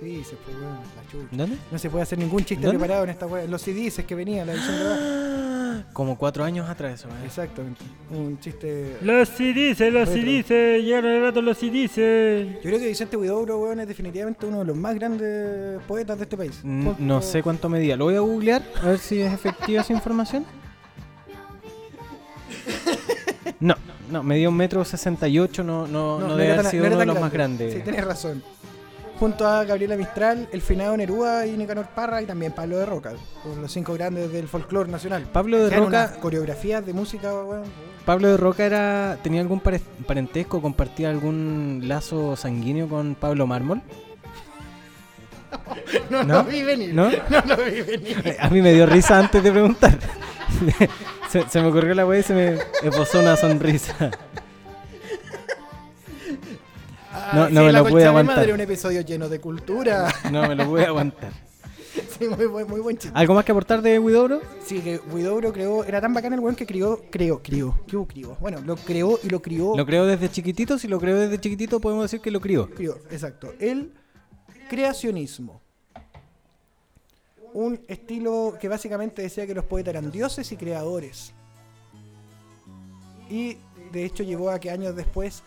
Speaker 2: Sí, se fue, weón, la chucha.
Speaker 1: ¿Dónde?
Speaker 2: No se puede hacer ningún chiste
Speaker 1: ¿Dónde?
Speaker 2: preparado en esta wea. Los CDs es que venía la versión grabada. Ah.
Speaker 1: Como cuatro años atrás. eso, ¿eh?
Speaker 2: Exactamente. Un chiste.
Speaker 4: Los si dice, los eh, si
Speaker 2: Retro.
Speaker 4: dice, llegaron el rato los eh. si dice.
Speaker 2: Yo creo que Vicente Huidobro, weón, es definitivamente uno de los más grandes poetas de este país.
Speaker 1: N- No sé cuánto medía. Lo voy a googlear a ver si es efectiva esa información. No, no, medía un metro sesenta y ocho, no, no, no, debe
Speaker 2: era
Speaker 1: haber
Speaker 2: tan-
Speaker 1: sido
Speaker 2: no era
Speaker 1: uno de
Speaker 2: tan
Speaker 1: los más
Speaker 2: grande.
Speaker 1: grandes.
Speaker 2: Sí, tenés razón. Junto a Gabriela Mistral, El Finado Neruda y Nicanor Parra y también Pablo de Roca, con los cinco grandes del folclore nacional.
Speaker 1: Pablo de
Speaker 2: Hacían unas
Speaker 1: Roca,
Speaker 2: coreografías de música, weón.
Speaker 1: Pablo de Roca era, tenía algún pare- parentesco, compartía algún lazo sanguíneo con Pablo Mármol.
Speaker 2: No,
Speaker 1: ¿No?
Speaker 2: lo vi venir.
Speaker 1: ¿No?
Speaker 2: lo vi venir.
Speaker 1: A mí me dio risa antes de preguntar. se, se me ocurrió la wea y se me esbozó una sonrisa.
Speaker 2: Ah,
Speaker 1: No, no me
Speaker 2: la
Speaker 1: lo
Speaker 2: concha
Speaker 1: pude
Speaker 2: de mi
Speaker 1: aguantar.
Speaker 2: Madre, un episodio lleno de cultura.
Speaker 1: No me lo voy a aguantar.
Speaker 2: sí, muy, buen- muy buen chiste.
Speaker 1: ¿Algo más que aportar de Huidobro?
Speaker 2: Sí, que Huidobro creó, era tan bacán el weón que crió, creó, crió, ¿qué hubo crió? Bueno, lo creó y lo crió.
Speaker 1: Lo creo desde chiquitito, si lo creo desde chiquitito podemos decir que lo crió.
Speaker 2: Crió, exacto. El creacionismo. Un estilo que básicamente decía que los poetas eran dioses y creadores. Y de hecho llevó a que años después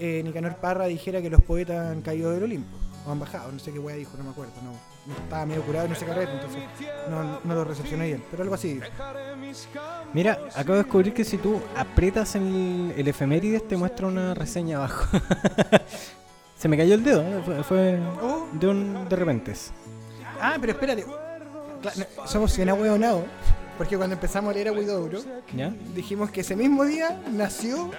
Speaker 2: eh, Nicanor Parra dijera que los poetas han caído del Olimpo. O han bajado, no sé qué wea dijo, no me acuerdo. No, no estaba medio curado y no sé qué red, entonces no, no lo recepcioné bien. Pero algo así.
Speaker 1: Mira, acabo de descubrir que si tú aprietas el, el efemérides te muestra una reseña abajo. Se me cayó el dedo, ¿eh? fue, fue
Speaker 2: Oh.
Speaker 1: de un de repente.
Speaker 2: Ah, pero espérate. Cla- no, somos bien ahueonados. Porque cuando empezamos a leer a Huidobro,
Speaker 1: ¿Ya?
Speaker 2: dijimos que ese mismo día nació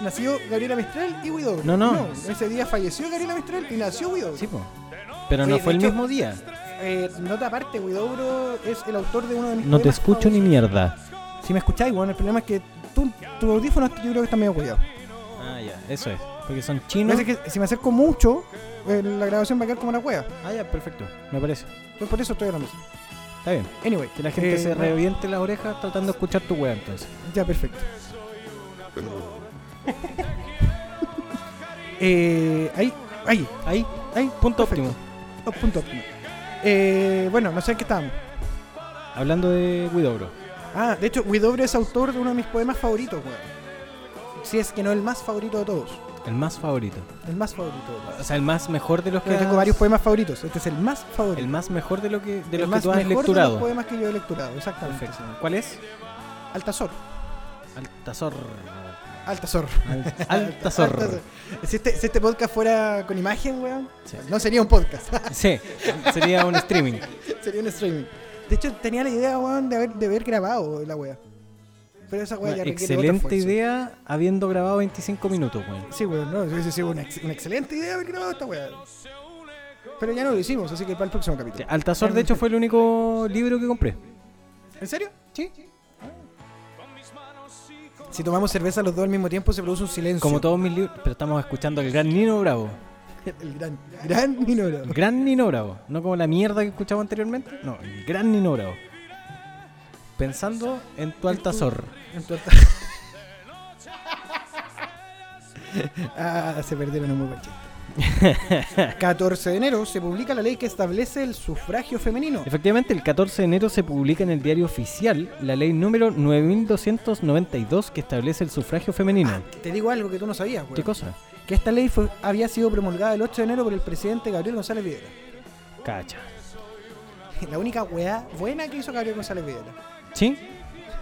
Speaker 2: nació Gabriela Mistral y Huidobro.
Speaker 1: No, no.
Speaker 2: ese día falleció Gabriela Mistral y nació Huidobro.
Speaker 1: Sí, po. Pero
Speaker 2: Oye,
Speaker 1: no
Speaker 2: de
Speaker 1: fue el
Speaker 2: hecho-
Speaker 1: mismo día.
Speaker 2: Eh, nota aparte, Huidobro es el autor de uno de mis
Speaker 1: No te
Speaker 2: poemas
Speaker 1: escucho ni
Speaker 2: favoritos.
Speaker 1: mierda.
Speaker 2: Si me escucháis, bueno, el problema es que tú, tu audífono yo creo que está medio cuidado.
Speaker 1: Ah, ya, eso es. Porque son
Speaker 2: Me
Speaker 1: chinos.
Speaker 2: parece que si me acerco mucho, eh, la grabación va a quedar como una cueva.
Speaker 1: Ah, ya, perfecto. Me parece.
Speaker 2: Entonces por eso estoy hablando así.
Speaker 1: Está bien.
Speaker 2: Anyway.
Speaker 1: Que la gente
Speaker 2: eh,
Speaker 1: se reviente las orejas tratando de escuchar tu wea entonces.
Speaker 2: Ya, perfecto. eh, ahí, ahí,
Speaker 1: Ahí,
Speaker 2: ahí,
Speaker 1: punto
Speaker 2: Perfecto.
Speaker 1: óptimo.
Speaker 2: oh, punto óptimo. Eh, bueno, no sé en qué estábamos.
Speaker 1: Hablando de Widobro.
Speaker 2: Ah, de hecho, Widobre es autor de uno de mis poemas favoritos, weón. Si es que no el más favorito de todos.
Speaker 1: El más favorito.
Speaker 2: El más favorito de todos.
Speaker 1: O sea, el más mejor de los que
Speaker 2: Yo Eh, tengo
Speaker 1: has-
Speaker 2: varios poemas favoritos. Este es el más favorito.
Speaker 1: El más mejor de lo que de
Speaker 2: El
Speaker 1: los que
Speaker 2: más
Speaker 1: tú has
Speaker 2: mejor De los
Speaker 1: lecturado.
Speaker 2: poemas que yo he lecturado, exactamente.
Speaker 1: Perfecto. ¿Cuál es?
Speaker 2: Altazor.
Speaker 1: Altazor.
Speaker 2: Altazor.
Speaker 1: Alt- Altazor.
Speaker 2: Si este, si este podcast fuera con imagen, weón,
Speaker 1: Sí.
Speaker 2: no sería un podcast.
Speaker 1: Sí, sería un streaming.
Speaker 2: Sería un streaming. De hecho, tenía la idea, weón, de haber, de haber grabado la wea. Pero esa wea
Speaker 1: Una
Speaker 2: ya requiere otro
Speaker 1: excelente
Speaker 2: esfuerzo.
Speaker 1: idea habiendo grabado 25 minutos, weón.
Speaker 2: Sí, weón, no, hubiese sido una, ex- una excelente idea haber grabado esta wea. Pero ya no lo hicimos, así que para el próximo capítulo.
Speaker 1: Altazor,
Speaker 2: Em,
Speaker 1: de hecho, fue el único libro que compré.
Speaker 2: ¿En serio? Sí. Si tomamos cerveza los dos al mismo tiempo, se produce un silencio.
Speaker 1: Como todos mis libros. Pero estamos escuchando al gran Nino Bravo.
Speaker 2: El gran, gran minoro.
Speaker 1: Gran Nino Bravo. No como la mierda que escuchaba anteriormente. No, el gran Nino Bravo. Pensando en tu Altazor.
Speaker 2: En tu alta- ah, se perdieron un muy buen chiste. 14 de enero se publica la ley que establece el sufragio femenino.
Speaker 1: Efectivamente, el 14 de enero se publica en el diario oficial la ley número 9292 que establece el sufragio femenino.
Speaker 2: Ah, Te digo algo que tú no sabías, güey.
Speaker 1: ¿Qué cosa?
Speaker 2: Que esta ley fue- había sido promulgada el 8 de enero por el presidente Gabriel González Videla.
Speaker 1: Cacha.
Speaker 2: La única weá buena que hizo Gabriel González Videla.
Speaker 1: ¿Sí?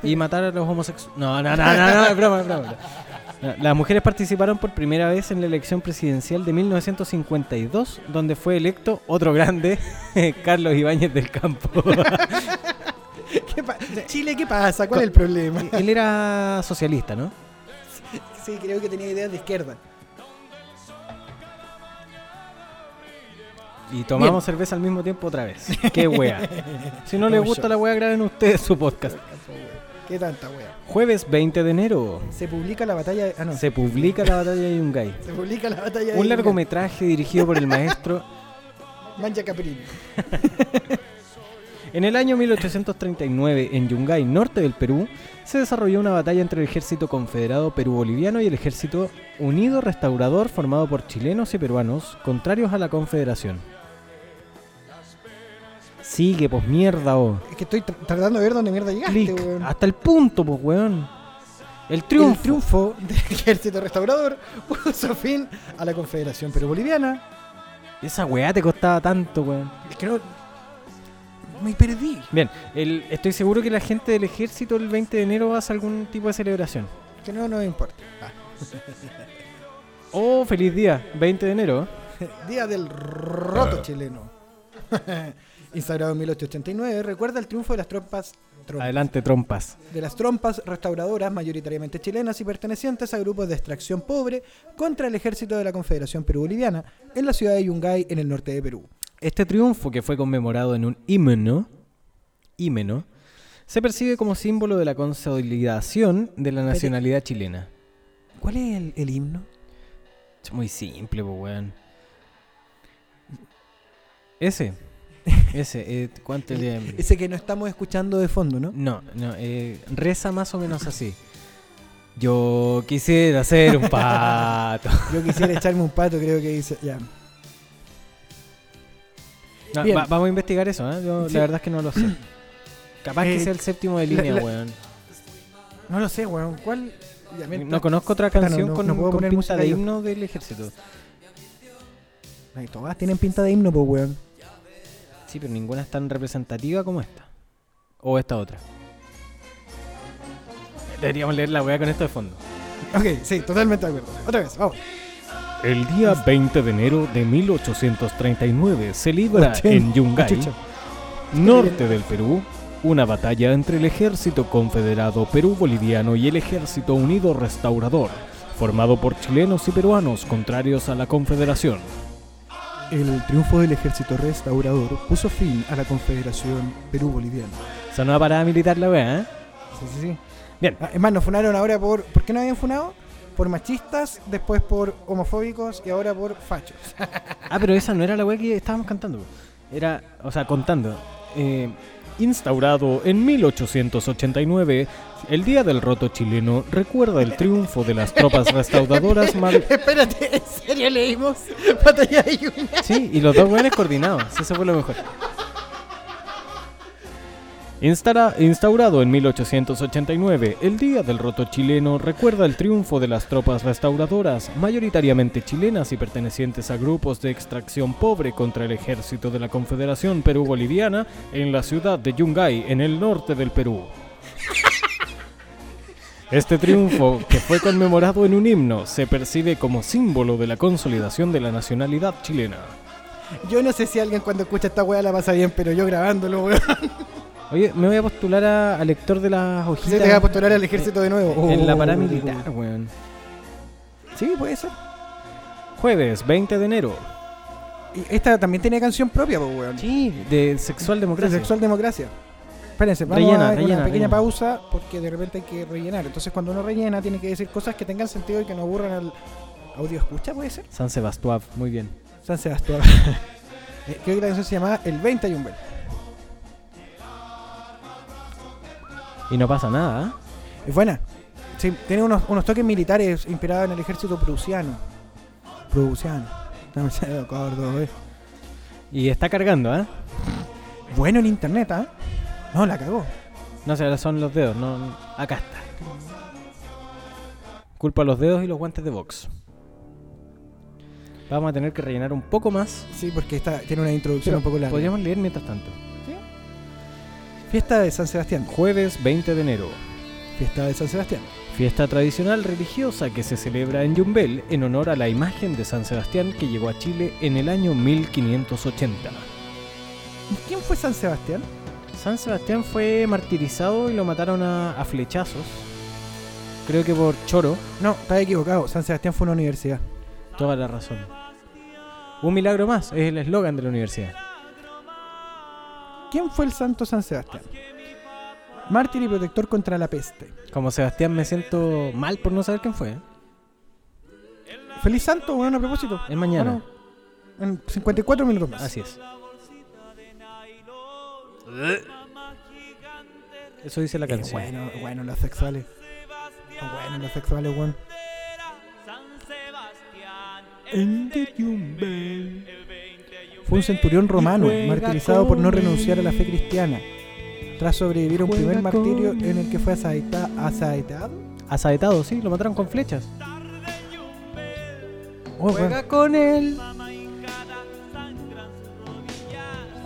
Speaker 1: Y matar a los homosexuales. No, no, no, no, no, es broma, es broma. No, Las mujeres participaron por primera vez en la elección presidencial de 1952, donde fue electo otro grande, Carlos Ibáñez del Campo.
Speaker 2: ¿Qué pa- Chile, ¿qué pasa? ¿Cuál es el problema?
Speaker 1: Él era socialista, ¿no?
Speaker 2: Sí, creo que tenía ideas de izquierda.
Speaker 1: Y tomamos cerveza al mismo tiempo otra vez. Qué wea. Si no les
Speaker 2: Vamos
Speaker 1: gusta
Speaker 2: shots.
Speaker 1: la wea, graben ustedes su podcast.
Speaker 2: ¿Qué tanta weá?
Speaker 1: Jueves 20 de enero
Speaker 2: Se publica la batalla. Ah, no. Se,
Speaker 1: se publica La Batalla de Yungay.
Speaker 2: publica la batalla.
Speaker 1: Un
Speaker 2: de-
Speaker 1: largometraje dirigido por el maestro
Speaker 2: Mancha Caprín.
Speaker 1: En el año 1839, en Yungay, norte del Perú, se desarrolló una batalla entre el ejército confederado perú-boliviano y el ejército unido restaurador formado por chilenos y peruanos contrarios a la confederación. Sigue, pues mierda, oh.
Speaker 2: Es que estoy tra- tratando de ver dónde mierda llegaste,
Speaker 1: Clic,
Speaker 2: weón.
Speaker 1: hasta el punto, pues, weón. El triunfo.
Speaker 2: El Ah, triunfo del ejército restaurador puso fin a la Confederación Perú-Boliviana.
Speaker 1: Esa weá te costaba tanto, weón.
Speaker 2: Es que no. Me perdí.
Speaker 1: Bien, el- estoy seguro que la gente del ejército el 20 de enero hace algún tipo de celebración.
Speaker 2: Que no, no me importa.
Speaker 1: Oh, feliz día, 20 de enero.
Speaker 2: Día del roto chileno. Instaurado en 1889, recuerda el triunfo de las tropas. trom-
Speaker 1: Adelante, trompas.
Speaker 2: de las trompas restauradoras mayoritariamente chilenas y pertenecientes a grupos de extracción pobre contra el ejército de la Confederación Perú-Boliviana en la ciudad de Yungay, en el norte de Perú.
Speaker 1: Este triunfo, que fue conmemorado en un himno, himno, se percibe como símbolo de la consolidación de la nacionalidad chilena.
Speaker 2: ¿Cuál es el, el himno?
Speaker 1: Es muy simple, po, weón. Ese, ese, eh, ¿cuánto le-
Speaker 2: Ese que no estamos escuchando de fondo, ¿no?
Speaker 1: No, no, eh, reza más o menos así. Yo quisiera ser un pato.
Speaker 2: Yo quisiera echarme un pato, creo que dice. Ya.
Speaker 1: No,
Speaker 2: Bien.
Speaker 1: va- vamos a investigar eso, ¿eh? Yo,
Speaker 2: Sí.
Speaker 1: La verdad es que no lo sé. Capaz que
Speaker 2: Eh,
Speaker 1: sea el séptimo de
Speaker 2: la-
Speaker 1: línea,
Speaker 2: la-
Speaker 1: weón.
Speaker 2: No lo sé, weón. ¿Cuál? Ya, mientras-
Speaker 1: No conozco otra
Speaker 2: Puta, no-
Speaker 1: canción
Speaker 2: no-
Speaker 1: con,
Speaker 2: no puedo
Speaker 1: con
Speaker 2: poner
Speaker 1: pinta
Speaker 2: música
Speaker 1: de
Speaker 2: yo.
Speaker 1: himno del ejército.
Speaker 2: Ay, Todas tienen pinta de himno, pues, weón.
Speaker 1: Sí, pero ninguna es tan representativa como esta. O esta otra. Deberíamos leer la weá con esto de fondo.
Speaker 2: Ok, sí, totalmente de acuerdo. Otra vez, vamos.
Speaker 1: El día 20 de enero de 1839 se libra
Speaker 2: Ochen,
Speaker 1: en Yungay,
Speaker 2: ochicho.
Speaker 1: norte del Perú, una batalla entre el Ejército Confederado Perú-Boliviano y el Ejército Unido Restaurador, formado por chilenos y peruanos contrarios a la Confederación.
Speaker 2: El triunfo del ejército restaurador puso fin a la confederación Perú-Boliviana.
Speaker 1: Sonaba parada militar la weá, ¿eh?
Speaker 2: Sí, sí, sí.
Speaker 1: Bien.
Speaker 2: Ah, es más, nos funaron ahora por... ¿Por qué no habían funado? Por machistas, después por homofóbicos y ahora por fachos.
Speaker 1: Ah, pero esa no era la weá que estábamos cantando. Era, o sea, contando. Eh, instaurado en 1889, el Día del Roto Chileno recuerda el triunfo de las tropas restauradoras mal...
Speaker 2: Espérate, ¿en serio leímos Batalla de Yuna?
Speaker 1: Sí, y los dos weones coordinados, eso fue lo mejor. Instara- instaurado en 1889, el Día del Roto Chileno recuerda el triunfo de las tropas restauradoras, mayoritariamente chilenas y pertenecientes a grupos de extracción pobre contra el ejército de la Confederación Perú-Boliviana en la ciudad de Yungay, en el norte del Perú. Este triunfo, que fue conmemorado en un himno, se percibe como símbolo de la consolidación de la nacionalidad chilena.
Speaker 2: Yo no sé si alguien cuando escucha esta weá la pasa bien, pero yo grabándolo, weón.
Speaker 1: Oye, me voy a postular a, a lector de las
Speaker 2: Se
Speaker 1: hojitas.
Speaker 2: te va a postular al ejército de nuevo.
Speaker 1: En la
Speaker 2: parada
Speaker 1: paramilitar, weón.
Speaker 2: Sí, puede ser.
Speaker 1: Jueves 20 de enero.
Speaker 2: Y esta también tiene canción propia, pues, weón.
Speaker 1: Sí, de sexual democracia.
Speaker 2: Sexual democracia. Espérense, vamos
Speaker 1: Rellena,
Speaker 2: a hacer
Speaker 1: rellena,
Speaker 2: una pequeña
Speaker 1: rellena.
Speaker 2: pausa porque de repente hay que rellenar. Entonces, cuando uno rellena, tiene que decir cosas que tengan sentido y que no aburran al audio escucha, puede ser.
Speaker 1: San Sebastián, muy bien.
Speaker 2: San Sebastián. Eh, Creo que la canción se llamaba El 20 y un bel.
Speaker 1: Y no pasa nada, ¿eh?
Speaker 2: Es buena. Sí, tiene unos, unos toques militares inspirados en el ejército prusiano. Prusiano. No me sale de acuerdo, eh.
Speaker 1: Y está cargando, ¿eh?
Speaker 2: Bueno en internet, ¿ah? No, la cagó.
Speaker 1: No sé, ahora son los dedos, no. no- Acá está. Culpa a los dedos y los guantes de box. Vamos a tener que rellenar un poco más.
Speaker 2: Sí, porque está, tiene una introducción
Speaker 1: pero
Speaker 2: un poco larga.
Speaker 1: Podríamos leer mientras tanto.
Speaker 2: Fiesta de San Sebastián.
Speaker 1: Jueves 20 de enero.
Speaker 2: Fiesta de San Sebastián.
Speaker 1: Fiesta tradicional religiosa que se celebra en Yumbel en honor a la imagen de San Sebastián que llegó a Chile en el año 1580.
Speaker 2: ¿Quién fue San Sebastián?
Speaker 1: San Sebastián fue martirizado y lo mataron a, a flechazos, creo que por choro,
Speaker 2: No, estaba equivocado. San Sebastián fue una universidad.
Speaker 1: toda la razón. Un milagro más, es el eslogan de la universidad.
Speaker 2: ¿Quién fue el santo San Sebastián? Mártir y protector contra la peste.
Speaker 1: Como Sebastián me siento mal por no saber quién fue. ¿eh?
Speaker 2: Feliz santo, bueno, a propósito.
Speaker 1: Es mañana. Ah,
Speaker 2: Bueno, pues. en 54 minutos más.
Speaker 1: Así es. Eso dice la
Speaker 2: Eh,
Speaker 1: canción.
Speaker 2: bueno, bueno, los sexuales. Bueno, los sexuales, bueno. Fue un centurión romano, martirizado por no renunciar a la fe cristiana. Tras sobrevivir a un primer martirio en el que fue asaita- asaetado.
Speaker 1: Asaetado, sí, lo mataron con flechas.
Speaker 2: Oh, bueno,
Speaker 1: Juega con él.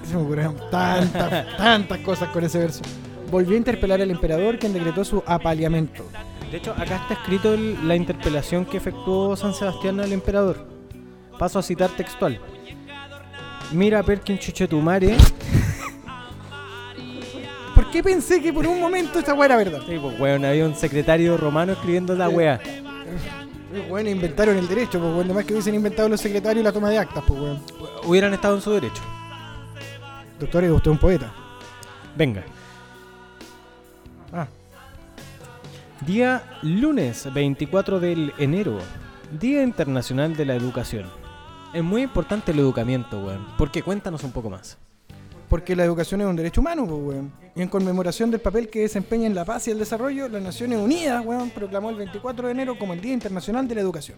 Speaker 2: se me ocurrieron tantas, tantas cosas con ese verso. Volvió a interpelar al emperador, quien decretó su apaleamiento.
Speaker 1: De hecho, acá está escrito el- la interpelación que efectuó San Sebastián al emperador. Paso a citar textual. Mira, Perkin Chuchetumare.
Speaker 2: ¿Por qué pensé que por un momento esta weá era verdad?
Speaker 1: Sí, pues, weón, había un secretario romano escribiendo la wea.
Speaker 2: Eh, Bueno, inventaron el derecho, pues bueno, más que hubiesen inventado los secretarios y la toma de actas, pues bueno.
Speaker 1: Hubieran estado en su derecho.
Speaker 2: Doctor, es usted un poeta.
Speaker 1: Venga.
Speaker 2: Ah,
Speaker 1: Día lunes 24 del enero, Día Internacional de la Educación. Es muy importante el educamiento, weón. Porque cuéntanos un poco más.
Speaker 2: porque la educación es un derecho humano, pues weón. Y en conmemoración del papel que desempeña en la paz y el desarrollo, las Naciones Unidas, weón, proclamó el 24 de enero como el Día Internacional de la Educación.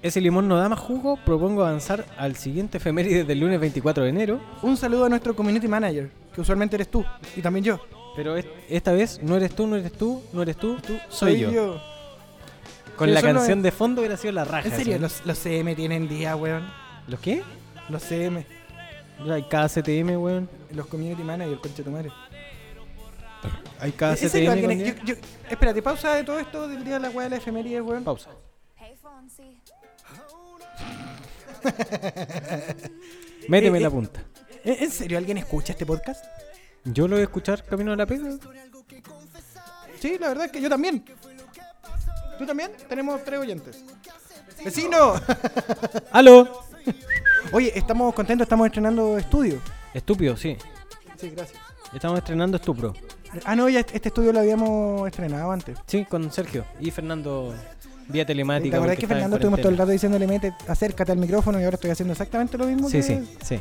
Speaker 1: Ese limón no da más jugo, propongo avanzar al siguiente efeméride del lunes 24 de enero.
Speaker 2: Un saludo a nuestro community manager, que usualmente eres tú, y también yo.
Speaker 1: Pero es- esta vez no eres tú, no eres tú, no eres tú, tú soy, yo. Con
Speaker 2: Sí,
Speaker 1: la
Speaker 2: eso no
Speaker 1: canción
Speaker 2: es-
Speaker 1: de fondo hubiera sido la raja.
Speaker 2: En serio,
Speaker 1: eso.
Speaker 2: los, los CM tienen día, weón.
Speaker 1: ¿Los qué?
Speaker 2: Los CM,
Speaker 1: Mira, Hay cada CTM, weón.
Speaker 2: los community manager, concha de tu madre.
Speaker 1: Hay cada
Speaker 2: Ese
Speaker 1: CTM.
Speaker 2: iba a
Speaker 1: con
Speaker 2: tener-
Speaker 1: diez.
Speaker 2: yo- yo- espérate, pausa de todo esto del día de la weá de la efemería, weón.
Speaker 1: Pausa.
Speaker 5: Hey, Fonzie.
Speaker 1: Méteme
Speaker 2: Eh,
Speaker 1: la
Speaker 2: eh.
Speaker 1: punta.
Speaker 2: ¿En en serio alguien escucha este podcast?
Speaker 1: Yo lo voy a escuchar camino a la pega.
Speaker 2: Sí, la verdad es que yo también. ¿Tú también? Tenemos tres oyentes. ¡Vecino!
Speaker 1: ¡Aló!
Speaker 2: Oye, estamos contentos, estamos estrenando estudio.
Speaker 1: Estúpido, sí.
Speaker 2: Sí, gracias.
Speaker 1: Estamos estrenando Estupro.
Speaker 2: Ah, no, ya este estudio lo habíamos estrenado antes.
Speaker 1: Sí, con Sergio y Fernando vía
Speaker 2: ¿Te
Speaker 1: telemática.
Speaker 2: acordás
Speaker 1: porque
Speaker 2: que
Speaker 1: estaba en
Speaker 2: Fernando estuvimos todo el
Speaker 1: cuarentena.
Speaker 2: rato diciéndole, mete, acércate al micrófono y ahora estoy haciendo exactamente lo mismo?
Speaker 1: Sí,
Speaker 2: que-
Speaker 1: sí, sí.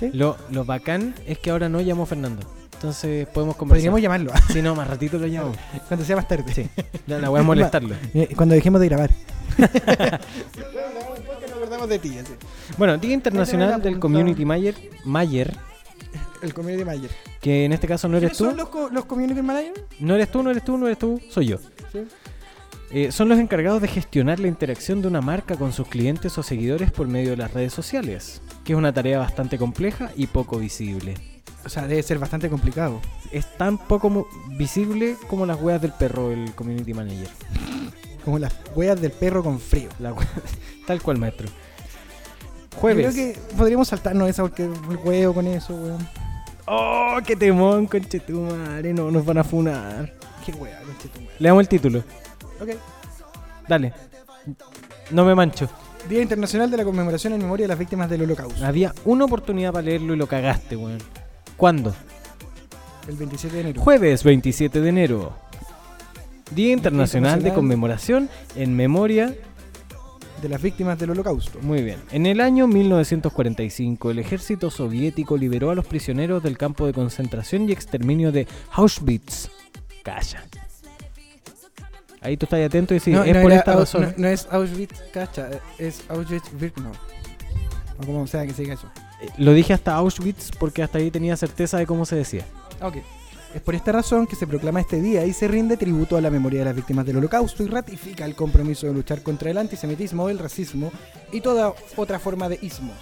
Speaker 2: ¿Sí?
Speaker 1: Lo, lo bacán es que ahora no llamo Fernando. Entonces podemos conversar.
Speaker 2: Podríamos llamarlo
Speaker 1: Sí, no, más ratito lo llamo.
Speaker 2: cuando sea más tarde. Sí.
Speaker 1: Ya la voy a molestarlo.
Speaker 2: Eh, Cuando dejemos de grabar. Nos acordamos de ti, así.
Speaker 1: Bueno, Día Internacional
Speaker 2: Méteme la
Speaker 1: del
Speaker 2: punta.
Speaker 1: Community Mayer, Mayer,
Speaker 2: El community manager.
Speaker 1: que en este caso no eres
Speaker 2: ¿Quiénes
Speaker 1: tú.
Speaker 2: son los, co- los community managers?
Speaker 1: No eres tú, no eres tú, no eres tú, soy yo.
Speaker 2: Sí.
Speaker 1: Eh, son los encargados de gestionar la interacción de una marca con sus clientes o seguidores por medio de las redes sociales, que es una tarea bastante compleja y poco visible.
Speaker 2: O sea, debe ser bastante complicado.
Speaker 1: Es tan poco mu- visible como las hueas del perro, el community manager.
Speaker 2: Como las huellas del perro con frío.
Speaker 1: La hue- Tal cual, maestro. Jueves.
Speaker 2: Yo Creo que podríamos saltarnos esa porque el huevo con eso, weón.
Speaker 1: ¡Oh, qué temón, conchetumare! No, nos van a funar.
Speaker 2: Qué hueá, conchetumare.
Speaker 1: Le damos el título.
Speaker 2: Ok.
Speaker 1: Dale. No me mancho.
Speaker 2: Día Internacional de la Conmemoración en Memoria de las Víctimas del Holocausto.
Speaker 1: Había una oportunidad para leerlo y lo cagaste, weón. ¿Cuándo?
Speaker 2: El 27 de enero.
Speaker 1: Jueves 27 de enero. Día Internacional de
Speaker 2: Internacional.
Speaker 1: Conmemoración en memoria.
Speaker 2: de las Víctimas del Holocausto.
Speaker 1: Muy bien. En el año 1945, el ejército soviético liberó a los prisioneros del campo de concentración y exterminio de Auschwitz. Calla. Ahí tú estás atento y si es por
Speaker 2: era
Speaker 1: esta
Speaker 2: Au-
Speaker 1: razón.
Speaker 2: no- no es Auschwitz Cacha, es Auschwitz Birkenau. O como sea que se diga eso.
Speaker 1: Eh, Lo dije hasta Auschwitz porque hasta ahí tenía certeza de cómo se decía.
Speaker 2: Ah, Ok. Es por esta razón que se proclama este día y se rinde tributo a la memoria de las víctimas del holocausto y ratifica el compromiso de luchar contra el antisemitismo, el racismo y toda otra forma de ismos.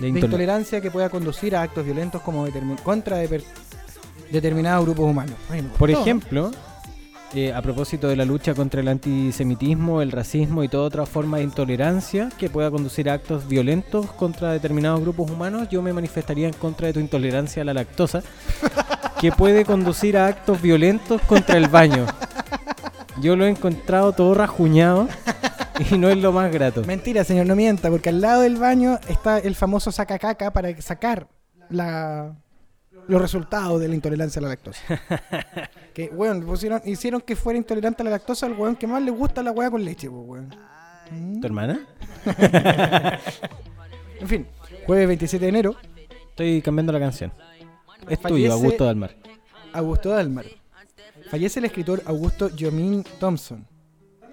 Speaker 1: De
Speaker 2: De
Speaker 1: intoler-
Speaker 2: intolerancia que pueda conducir a actos violentos como determin- contra deper- determinados grupos humanos. Ay, me
Speaker 1: Por
Speaker 2: gustó.
Speaker 1: ejemplo, eh, a propósito de la lucha contra el antisemitismo, el racismo y toda otra forma de intolerancia que pueda conducir a actos violentos contra determinados grupos humanos, yo me manifestaría en contra de tu intolerancia a la lactosa, que puede conducir a actos violentos contra el baño. Yo lo he encontrado todo rajuñado y no es lo más grato.
Speaker 2: Mentira, señor, no mienta, porque al lado del baño está el famoso sacacaca para sacar la, los resultados de la intolerancia a la lactosa. que, weón, pusieron- hicieron que fuera intolerante a la lactosa al weón que más le gusta la weá con leche, pues, weón. Mm.
Speaker 1: ¿Tu hermana?
Speaker 2: En fin, jueves 27 de enero,
Speaker 1: Estoy cambiando la canción. Es
Speaker 2: Fallece-
Speaker 1: tuyo, Augusto Dalmar.
Speaker 2: Augusto Dalmar. Fallece el escritor Augusto Jomin Thompson,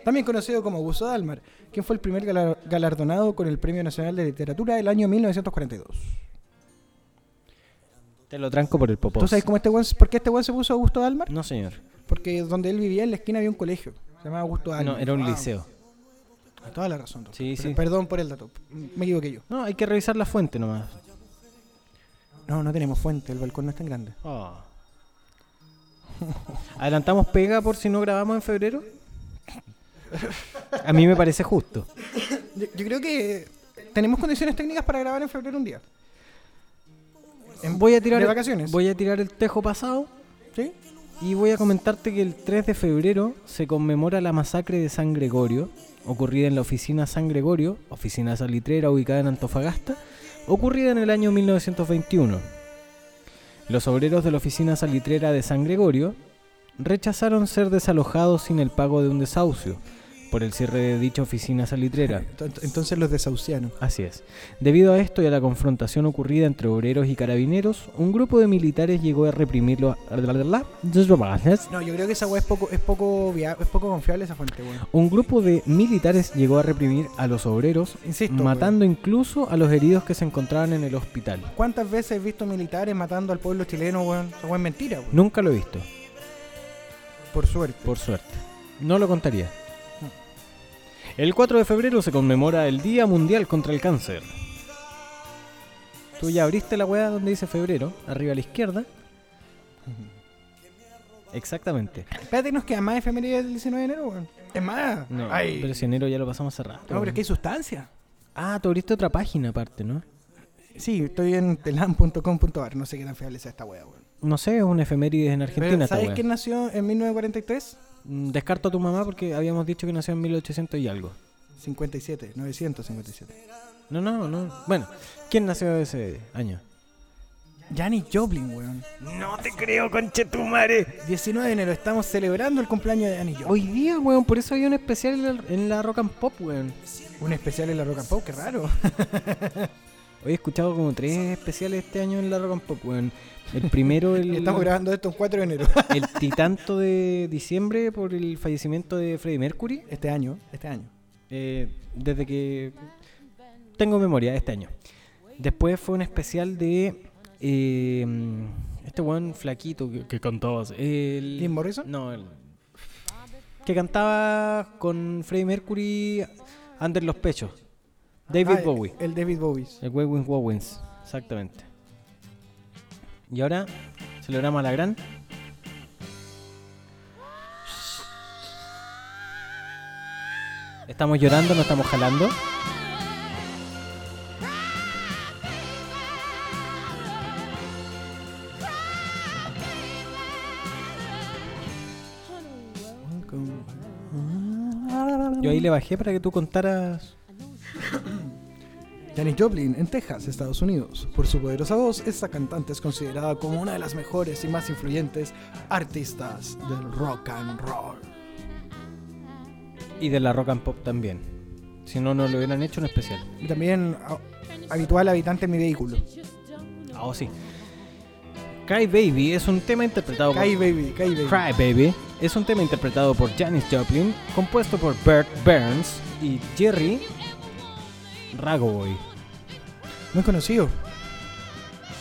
Speaker 2: también conocido como Augusto Dalmar, quien fue el primer galar- galardonado con el Premio Nacional de Literatura del año 1942.
Speaker 1: Te lo tranco por el popó.
Speaker 2: ¿Tú sabes cómo este weón, por qué este weón se puso Augusto Dalmar?
Speaker 1: No, señor.
Speaker 2: Porque donde él vivía en la esquina había un colegio. Se llamaba Augusto Dalmar.
Speaker 1: No, era un liceo.
Speaker 2: Ah, Toda la razón. Roberto.
Speaker 1: Sí,
Speaker 2: Pero
Speaker 1: sí.
Speaker 2: Perdón por el dato. Me equivoqué yo.
Speaker 1: No, hay que revisar la fuente nomás.
Speaker 2: No, no tenemos fuente. El balcón no es tan grande.
Speaker 1: Oh. ¿Adelantamos pega por si no grabamos en febrero? A mí me parece justo.
Speaker 2: Yo, yo creo que tenemos condiciones técnicas para grabar en febrero un día. En-
Speaker 1: Voy a tirar
Speaker 2: de
Speaker 1: el-
Speaker 2: vacaciones.
Speaker 1: Voy a tirar el tejo pasado
Speaker 2: ¿Sí?
Speaker 1: y voy a comentarte que el 3 de febrero se conmemora la masacre de San Gregorio, ocurrida en la oficina San Gregorio, oficina salitrera ubicada en Antofagasta, ocurrida en el año 1921. Los obreros de la oficina salitrera de San Gregorio rechazaron ser desalojados sin el pago de un desahucio por el cierre de dicha oficina salitrera.
Speaker 2: Ent- Entonces los desahuciaron.
Speaker 1: Así es. Debido a esto y a la confrontación ocurrida entre obreros y carabineros, un grupo de militares llegó a reprimirlo.
Speaker 2: No, yo creo que esa weá es poco, es poco via- es poco confiable esa fuente, weón.
Speaker 1: Un grupo de militares llegó a reprimir a los obreros,
Speaker 2: Insisto,
Speaker 1: matando incluso a los heridos que se encontraban en el hospital.
Speaker 2: weón. ¿Cuántas veces he visto militares matando al pueblo chileno, weón? Esa weá es mentira, weón.
Speaker 1: Nunca lo he visto,
Speaker 2: Por suerte.
Speaker 1: por suerte. No lo contaría. El 4 de febrero se conmemora el Día Mundial contra el Cáncer. Tú ya abriste la weá donde dice febrero, arriba a la izquierda. Exactamente.
Speaker 2: Espérate, nos queda más efemérides del 19 de enero, weón. Es más.
Speaker 1: No,
Speaker 2: Ay.
Speaker 1: pero si enero ya lo pasamos cerrado.
Speaker 2: No, pero es que hay sustancia.
Speaker 1: Ah, tú abriste otra página aparte, ¿no?
Speaker 2: Sí, estoy en telam.com.ar. No sé qué tan fiable sea esta wea, weón.
Speaker 1: No sé, es una efeméride en Argentina.
Speaker 2: Pero,
Speaker 1: esta
Speaker 2: ¿Sabes
Speaker 1: weá.
Speaker 2: quién nació en 1943?
Speaker 1: Mm, Descarto a tu mamá porque habíamos dicho que nació en 1800 y algo.
Speaker 2: 57, 957.
Speaker 1: No, no, no. Bueno, ¿quién nació ese año?
Speaker 2: Janis Joplin, weón.
Speaker 1: No te creo, conchetumare.
Speaker 2: 19 de enero, estamos celebrando el cumpleaños de Janis Joplin.
Speaker 1: Hoy día, weón, por eso había un especial en la, en la Rock and Pop, weón.
Speaker 2: Un especial en la Rock and Pop, qué raro.
Speaker 1: Hoy he escuchado como tres especiales este año en la Rock and Pop, weón. El primero, el,
Speaker 2: Estamos grabando esto el 4 de enero.
Speaker 1: el titanto de diciembre por el fallecimiento de Freddie Mercury.
Speaker 2: Este año, este año.
Speaker 1: eh, desde que tengo memoria, este año. Después fue un especial de eh, este weón flaquito que, que cantaba. El,
Speaker 2: ¿Jim Morrison?
Speaker 1: No, el- que cantaba con Freddie Mercury under los pechos. David
Speaker 2: Ah, el-
Speaker 1: Bowie.
Speaker 2: El David Bowie.
Speaker 1: El Wewin Wowens, exactamente. Y ahora celebramos a la gran. Estamos llorando, no estamos jalando. Yo ahí le bajé para que tú contaras.
Speaker 2: Janis Joplin, en Texas, Estados Unidos. Por su poderosa voz, esta cantante es considerada como una de las mejores y más influyentes artistas del rock and roll.
Speaker 1: Y de la rock and pop también. Si no, no lo hubieran hecho en especial.
Speaker 2: Y también a- habitual habitante en mi vehículo.
Speaker 1: Ah, oh, sí. Cry Baby es un tema interpretado
Speaker 2: Kai Baby, Kai Baby.
Speaker 1: por Cry Baby es un tema interpretado por Janis Joplin, compuesto por Bert Burns y Jerry Ragovoy.
Speaker 2: Muy conocido.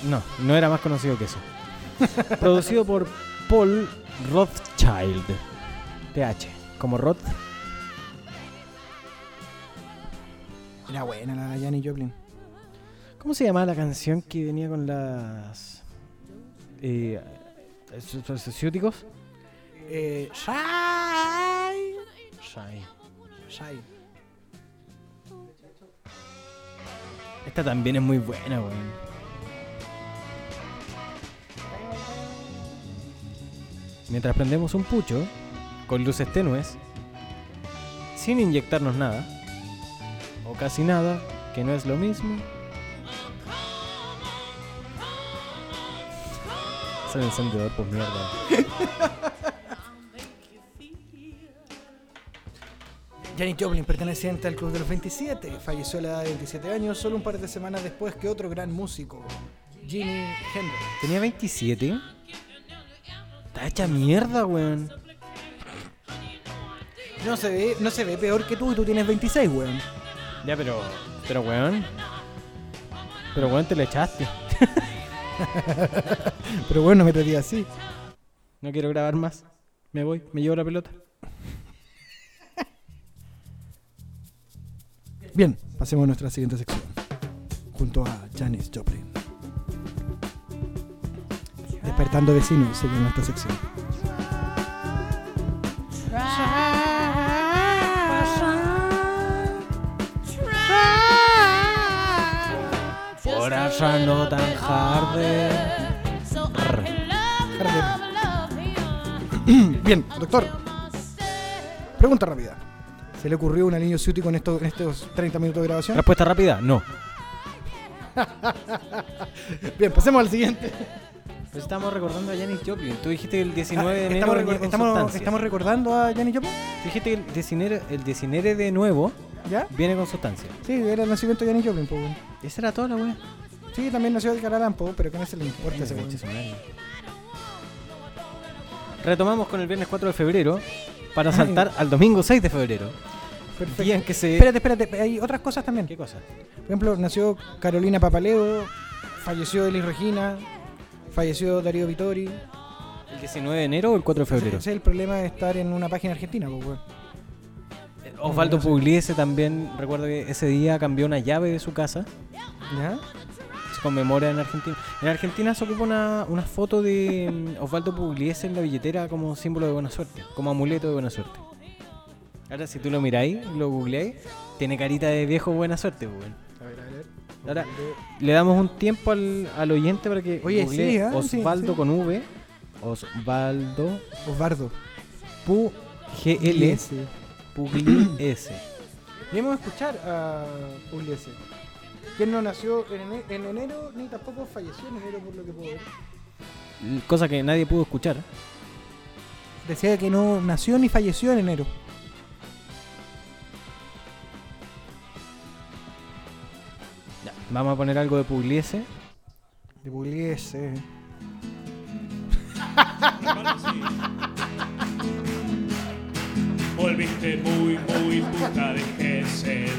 Speaker 1: No, no era más conocido que eso. Producido por Paul Rothschild. TH, como Roth.
Speaker 2: Era buena la Janis Joplin.
Speaker 1: ¿Cómo se llamaba la canción que venía con las eh, farmacéuticos?
Speaker 2: Eh, shy.
Speaker 1: Shine.
Speaker 2: Shy.
Speaker 1: Esta también es muy buena, weón. Mientras prendemos un pucho, con luces tenues, sin inyectarnos nada, o casi nada, que no es lo mismo. Es el encendedor, pues mierda.
Speaker 2: Janis Joplin, perteneciente al Club de los 27, falleció a la edad de 27 años solo un par de semanas después que otro gran músico, Jimi Hendrix.
Speaker 1: Tenía 27. Está hecha mierda, weón.
Speaker 2: No se ve, no se ve peor que tú y tú tienes 26, weón.
Speaker 1: Ya, pero. Pero, weón. Pero, weón, te le echaste.
Speaker 2: Pero bueno, me traté así.
Speaker 1: No quiero grabar más. Me voy, me llevo la pelota.
Speaker 2: Bien, pasemos a nuestra siguiente sección. Junto a Janis Joplin. Despertando vecinos se llama esta sección.
Speaker 1: Por allá no tan tarde.
Speaker 2: Bien, doctor. Pregunta rápida. ¿Se le ocurrió un alivio ciútico en, esto- en estos 30 minutos de grabación?
Speaker 1: Respuesta rápida, no.
Speaker 2: Bien, pasemos al siguiente.
Speaker 1: Pues estamos recordando a Janis Joplin. Tú dijiste que el 19 de
Speaker 2: Ah,
Speaker 1: enero.
Speaker 2: estamos,
Speaker 1: venía
Speaker 2: recor-
Speaker 1: con
Speaker 2: estamos,
Speaker 1: sustancias.
Speaker 2: estamos recordando a Janis Joplin.
Speaker 1: Dijiste que el 19, el 19 de nuevo
Speaker 2: ¿Ya?
Speaker 1: viene con sustancia.
Speaker 2: Sí, era el nacimiento de Janis Joplin, po, weón.
Speaker 1: Esa era toda la weá.
Speaker 2: Sí, también nació Edgar Allan Poe, pero que no se le importa ese weón.
Speaker 1: Retomamos con el viernes 4 de febrero para saltar al domingo 6 de febrero.
Speaker 2: Perfecto.
Speaker 1: Día en que se.
Speaker 2: Espérate, espérate, hay otras cosas también.
Speaker 1: ¿Qué cosa?
Speaker 2: Por ejemplo, nació Carolina Papaleo, falleció Elis Regina, falleció Darío Vittori.
Speaker 1: ¿El 19 de enero o el 4 de
Speaker 2: Ese
Speaker 1: febrero?
Speaker 2: es el problema de estar en una página argentina, pues, weón.
Speaker 1: Osvaldo Pugliese también, recuerdo que ese día cambió una llave de su casa.
Speaker 2: ¿Ya?
Speaker 1: Se conmemora en Argentina. En Argentina se ocupa una, una foto de mm, Osvaldo Pugliese en la billetera como símbolo de buena suerte, como amuleto de buena suerte. Ahora, si tú lo miráis, lo googleáis, tiene carita de viejo buena suerte, pues, weón.
Speaker 2: A ver, a ver.
Speaker 1: Ahora, le damos un tiempo al, al oyente para que
Speaker 2: Oye, sí, ah, sí,
Speaker 1: Osvaldo
Speaker 2: sí.
Speaker 1: con V. Osvaldo
Speaker 2: Osvaldo.
Speaker 1: Pu GL
Speaker 2: Pugliese.
Speaker 1: Pugliese.
Speaker 2: Debemos escuchar a Pugliese. Quien no nació en, ene- en enero ni tampoco falleció en enero, por lo que puedo ver.
Speaker 1: Cosa que nadie pudo escuchar.
Speaker 2: Decía que no nació ni falleció en enero.
Speaker 1: Ya, Vamos a poner algo de Pugliese.
Speaker 2: De Pugliese.
Speaker 5: Volviste muy, muy puta de Gesell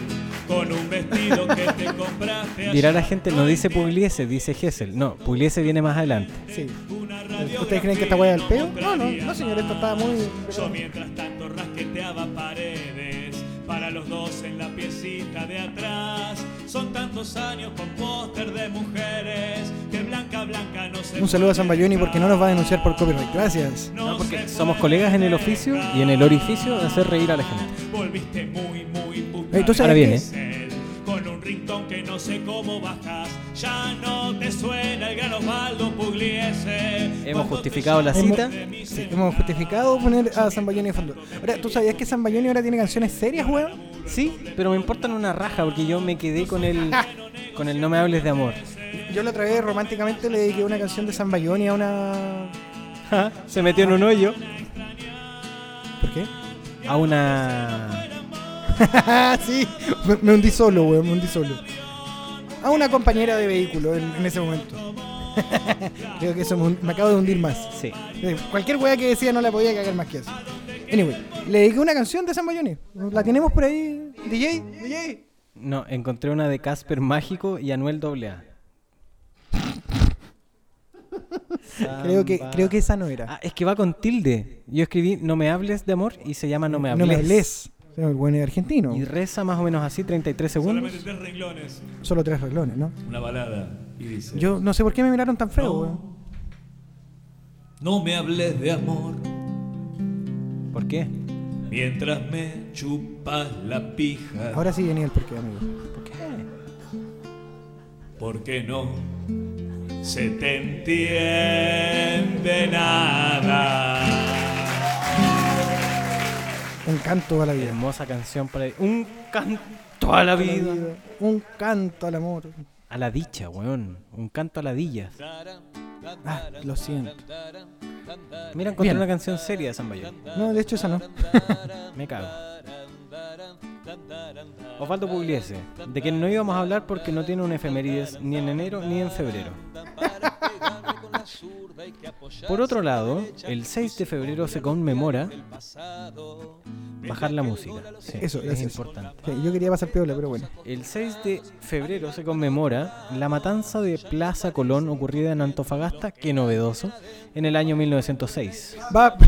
Speaker 5: Con un vestido que te compraste
Speaker 1: Dirá la gente, no dice Pugliese, dice Gessel. No, Pugliese viene más adelante.
Speaker 2: Sí. ¿Ustedes creen que esta weá es al peo? No, no, no, señor, esto está muy.
Speaker 5: Yo mientras tanto rasqueteaba paredes Para los dos en la piecita de atrás Son tantos años con póster de mujeres Que blanca, blanca no se
Speaker 2: Un saludo a San
Speaker 5: puede
Speaker 2: Bayoni porque no nos va a
Speaker 5: dejar.
Speaker 2: denunciar por copyright. Gracias.
Speaker 1: No, porque
Speaker 5: se
Speaker 1: somos
Speaker 5: puede
Speaker 1: colegas en el
Speaker 5: dejar.
Speaker 1: oficio y en el orificio de hacer reír a la gente.
Speaker 5: Volviste muy, muy puta.
Speaker 2: Entonces-
Speaker 5: de
Speaker 1: ahora viene.
Speaker 5: Gesell, Con un ringtone que no sé cómo bajas. Ya no te suena el gran Osvaldo Pugliese.
Speaker 1: Hemos justificado la
Speaker 2: Hemos-
Speaker 1: cita.
Speaker 2: Sí, hemos justificado poner a San Bayoni de fondo. Ahora, ¿tú sabías que San Bayoni ahora tiene canciones serias, weón?
Speaker 1: Sí, pero me importan una raja porque yo me quedé con el, con el no me hables de amor.
Speaker 2: Yo la otra vez románticamente le dediqué una canción de San Bayoni a una. Ah.
Speaker 1: Se metió en un hoyo.
Speaker 2: ¿Por qué?
Speaker 1: A una...
Speaker 2: sí, me, me hundí solo, weón, me hundí solo. A una compañera de vehículo en, en ese momento. Creo que eso me, hun- me acabo de hundir más.
Speaker 1: Sí.
Speaker 2: Eh, Cualquier weá que decía no la podía cagar más que eso. Anyway, le dediqué una canción de San Bayoni. La tenemos por ahí. DJ, DJ.
Speaker 1: No, encontré una de Casper Mágico y Anuel AA.
Speaker 2: Creo que, creo que esa no era.
Speaker 1: Ah, es que va con tilde. Yo escribí No me hables de amor y se llama No me hables.
Speaker 2: No me hables. O sea, El buen es argentino.
Speaker 1: Y reza más o menos así, 33 segundos.
Speaker 5: Solamente tres renglones.
Speaker 2: Solo tres reglones, ¿no?
Speaker 5: Una balada. Y dice:
Speaker 2: Yo no sé por qué me miraron tan feo, weón.
Speaker 5: No me hables de amor
Speaker 1: ¿Por qué?
Speaker 5: mientras me chupas la pija.
Speaker 2: Ahora sí venía el porqué, amigo.
Speaker 1: ¿Por qué?
Speaker 5: Porque no se te entiende nada.
Speaker 2: Un canto a la vida.
Speaker 1: Hermosa canción para... Un canto a la vida.
Speaker 2: Un canto al amor.
Speaker 1: A la dicha, weón. Un canto a la dilla.
Speaker 2: Ah, lo siento.
Speaker 1: Mira, encontré una canción seria de San Bayón.
Speaker 2: No, de hecho esa no.
Speaker 1: Me cago. Osvaldo Pugliese, de quien no íbamos a hablar porque no tiene un efemérides ni en enero ni en febrero. Por otro lado, el 6 de febrero se conmemora bajar la música. Sí,
Speaker 2: Eso,
Speaker 1: es
Speaker 2: gracias.
Speaker 1: importante.
Speaker 2: Sí, yo quería pasar piola, pero bueno.
Speaker 1: El 6 de febrero se conmemora la matanza de Plaza Colón ocurrida en Antofagasta, qué novedoso, en el año 1906.
Speaker 2: Va.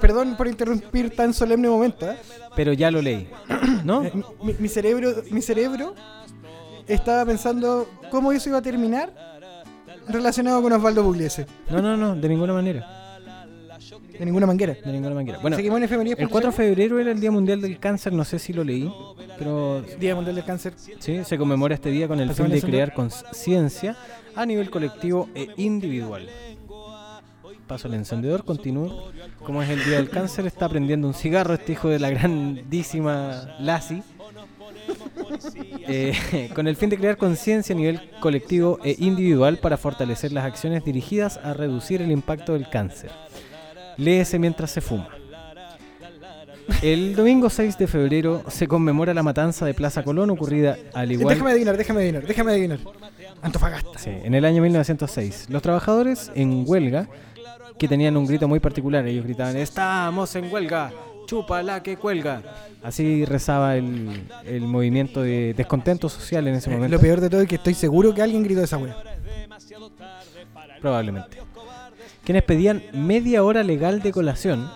Speaker 2: Perdón por interrumpir tan solemne momento. ¿eh?
Speaker 1: Pero ya lo leí, ¿no?
Speaker 2: Eh, Mi, mi cerebro, mi cerebro estaba pensando cómo eso iba a terminar relacionado con Osvaldo Pugliese.
Speaker 1: No, no, no, de ninguna manera.
Speaker 2: De ninguna manguera.
Speaker 1: De ninguna manera. Bueno,
Speaker 2: Seguimos en efemerías
Speaker 1: El
Speaker 2: por
Speaker 1: 4 de febrero era el Día Mundial del Cáncer, no sé si lo leí, pero
Speaker 2: Día Mundial del Cáncer.
Speaker 1: sí, se conmemora este día con el fin
Speaker 2: Pasemos al
Speaker 1: de
Speaker 2: asunto.
Speaker 1: crear conciencia a nivel colectivo e individual. Paso el encendedor, continúo. Como es el Día del Cáncer, está prendiendo un cigarro este hijo de la grandísima Lassie. Eh, con el fin de crear conciencia a nivel colectivo e individual para fortalecer las acciones dirigidas a reducir el impacto del cáncer. Léese mientras se fuma. El domingo 6 de febrero se conmemora la matanza de Plaza Colón ocurrida al igual
Speaker 2: Déjame adivinar, déjame adivinar, déjame adivinar. Antofagasta.
Speaker 1: Sí, en el año 1906. Los trabajadores en huelga, que tenían un grito muy particular, ellos gritaban, estamos en huelga, chúpala que cuelga. Así rezaba el, el movimiento de descontento social en ese
Speaker 2: Eh,
Speaker 1: momento,
Speaker 2: Lo peor de todo es que estoy seguro que alguien gritó esa wea.
Speaker 1: probablemente. Quienes pedían media hora legal de colación,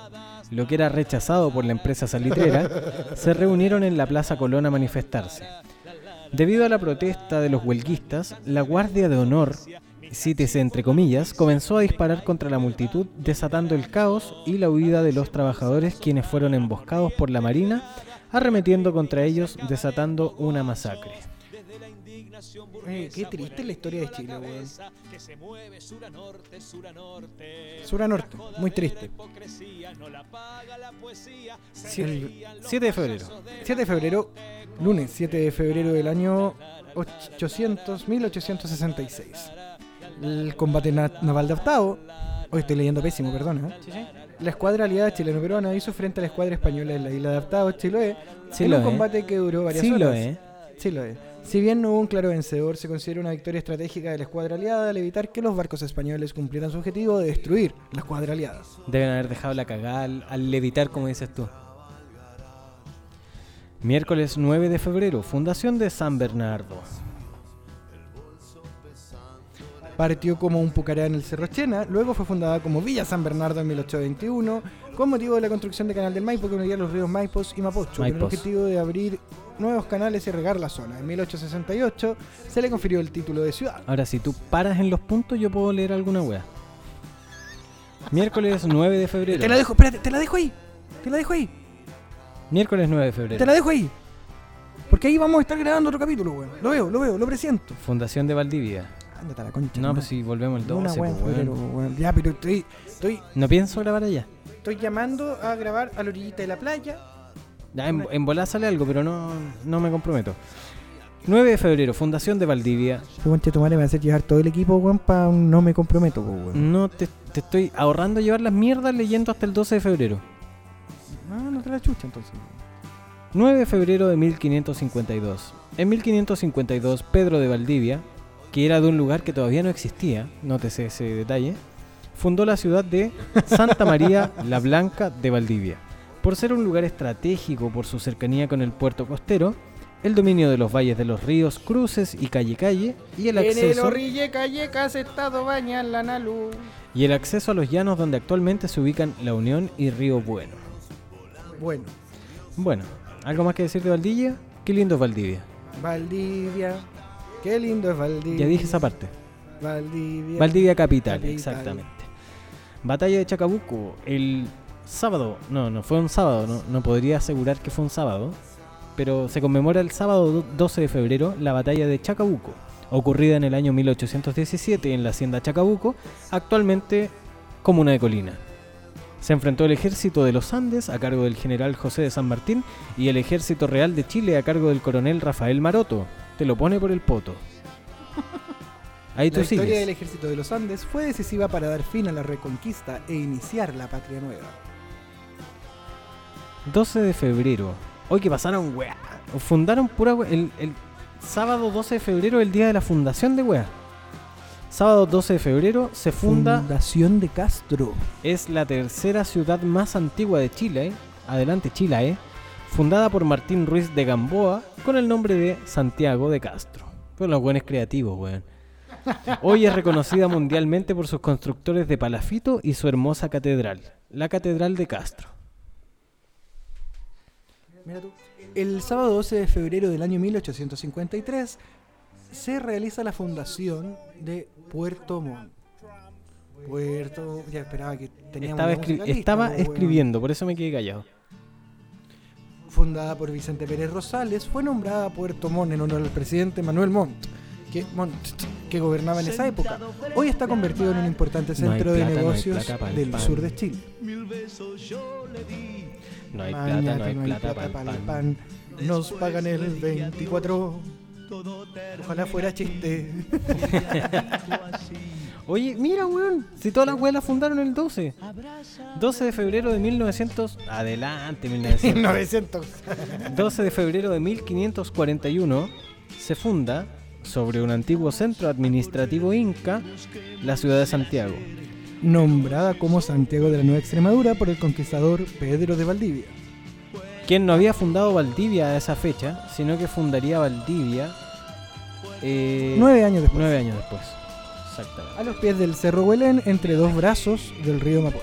Speaker 1: lo que era rechazado por la empresa salitrera, se reunieron en la Plaza Colón a manifestarse. Debido a la protesta de los huelguistas, la Guardia de Honor, cítese entre comillas, comenzó a disparar contra la multitud, desatando el caos y la huida de los trabajadores quienes fueron emboscados por la Marina, arremetiendo contra ellos, desatando una masacre.
Speaker 2: Oye, qué triste la historia de Chile, weón. Sur a norte, muy triste.
Speaker 1: Sie- el 7 de febrero.
Speaker 2: 7 de febrero, lunes 7 de febrero del año 800, 1866. El combate na- naval de Octavo, hoy estoy leyendo pésimo, perdona. ¿eh? La escuadra aliada chileno-peruana hizo frente a la escuadra española en la isla de Octavo, Chiloé, en
Speaker 1: Chiloé.
Speaker 2: un combate que duró varias
Speaker 1: Sí lo
Speaker 2: horas.
Speaker 1: es.
Speaker 2: Sí lo es. Si bien no hubo un claro vencedor, se considera una victoria estratégica de la escuadra aliada al evitar que los barcos españoles cumplieran su objetivo de destruir la escuadra aliada.
Speaker 1: Deben haber dejado la cagada al, al levitar, como dices tú. Miércoles 9 de febrero, fundación de San Bernardo.
Speaker 2: Partió como un pucará en el Cerro Chena, luego fue fundada como Villa San Bernardo en 1821, con motivo de la construcción del Canal del Maipo que unía los ríos Maipos y Mapocho, con el
Speaker 1: Maipos.
Speaker 2: objetivo de abrir nuevos canales y regar la zona. En 1868 se le confirió el título de ciudad.
Speaker 1: Ahora, si tú paras en los puntos, yo puedo leer alguna wea. Miércoles 9 de febrero.
Speaker 2: Te la dejo, espérate, te la dejo ahí, te la dejo ahí,
Speaker 1: Miércoles 9 de febrero.
Speaker 2: te la dejo ahí. Porque ahí vamos a estar grabando otro capítulo, weón. Lo veo, lo veo, lo presiento.
Speaker 1: Fundación de Valdivia.
Speaker 2: Ándate a la concha.
Speaker 1: No,
Speaker 2: madre.
Speaker 1: pues si volvemos el
Speaker 2: Una
Speaker 1: 12.
Speaker 2: weá en
Speaker 1: pues, weón.
Speaker 2: febrero, weón. Ya, pero estoy, estoy,
Speaker 1: No pienso grabar allá.
Speaker 2: estoy llamando a grabar a la orillita de la playa.
Speaker 1: Ya, en, en volada sale algo, pero no, no me comprometo. 9 de febrero, Fundación de Valdivia.
Speaker 2: Este conche tu madre me va a hacer llevar todo el equipo, weón, pa' un no me comprometo, po, weón.
Speaker 1: No te, te estoy ahorrando llevar las mierdas leyendo hasta el 12 de febrero. Mm.
Speaker 2: Ah, No, no te la chucha entonces.
Speaker 1: 9 de febrero de 1552. En 1552, Pedro de Valdivia, que era de un lugar que todavía no existía, nótese ese detalle, fundó la ciudad de Santa María la Blanca de Valdivia. Por ser un lugar estratégico por su cercanía con el puerto costero, el dominio de los valles de los ríos, cruces y calle calle, y el acceso,
Speaker 2: orille callecas estado baña la nalu.
Speaker 1: y el acceso a los llanos donde actualmente se ubican La Unión y Río Bueno.
Speaker 2: Bueno,
Speaker 1: Bueno, ¿algo más que decir de Valdivia? Qué lindo es Valdivia.
Speaker 2: Valdivia. Qué lindo es Valdivia.
Speaker 1: Ya dije esa parte.
Speaker 2: Valdivia.
Speaker 1: Valdivia Capital,
Speaker 2: Capital.
Speaker 1: exactamente. Batalla de Chacabuco, el sábado, no, no fue un sábado, no, no podría asegurar que fue un sábado, pero se conmemora el sábado do- 12 de febrero la batalla de Chacabuco, ocurrida en el año 1817 en la hacienda Chacabuco, actualmente comuna de Colina. Se enfrentó el ejército de los Andes a cargo del general José de San Martín y el ejército real de Chile a cargo del coronel Rafael Maroto. Te lo pone por el poto. Ahí
Speaker 2: La
Speaker 1: tú
Speaker 2: historia
Speaker 1: sigues.
Speaker 2: del ejército de los Andes fue decisiva para dar fin a la reconquista e iniciar la patria nueva.
Speaker 1: 12 de febrero. Hoy que pasaron, weá. Fundaron pura weá. El, el sábado 12 de febrero, el día de la fundación de weá. Sábado 12 de febrero se funda.
Speaker 2: Fundación de Castro.
Speaker 1: Es la tercera ciudad más antigua de Chile. eh. Adelante, Chile, ¿eh? Fundada por Martín Ruiz de Gamboa con el nombre de Santiago de Castro. Fueron los buenos creativos, weón. Hoy es reconocida mundialmente por sus constructores de palafito y su hermosa catedral, la Catedral de Castro.
Speaker 2: Mira tú. El sábado 12 de febrero del año 1853 se realiza la fundación de Puerto Montt. Puerto, ya esperaba que teníamos
Speaker 1: Estaba,
Speaker 2: la
Speaker 1: escri-
Speaker 2: música lista,
Speaker 1: estaba
Speaker 2: po, pues, weón.
Speaker 1: escribiendo, por eso me quedé callado.
Speaker 2: Fundada por Vicente Pérez Rosales, fue nombrada Puerto Montt en honor al presidente Manuel Montt, que, Montt, que gobernaba en esa época. Hoy está convertido en un importante
Speaker 1: No hay
Speaker 2: centro de
Speaker 1: plata, no hay
Speaker 2: negocios
Speaker 1: plata pa'l
Speaker 2: del
Speaker 1: pan.
Speaker 2: sur de Chile.
Speaker 1: No hay plata,
Speaker 2: Mañana
Speaker 1: no hay plata, pa'l
Speaker 2: pa'l
Speaker 1: pan.
Speaker 2: pan. Nos pagan el 24. Ojalá fuera chiste.
Speaker 1: Oye, mira, weón. Si todas las weas las fundaron el 12. 12 de febrero de 1900. Adelante, 1900.
Speaker 2: 900.
Speaker 1: 12 de febrero de 1541 se funda, sobre un antiguo centro administrativo inca, la ciudad de Santiago.
Speaker 2: Nombrada como Santiago de la Nueva Extremadura por el conquistador Pedro de Valdivia.
Speaker 1: Quien no había fundado Valdivia a esa fecha, sino que fundaría Valdivia. eh,
Speaker 2: Nueve años después.
Speaker 1: nueve años después. Exactamente.
Speaker 2: A los pies del Cerro Huelén, entre dos brazos del río Mapocho.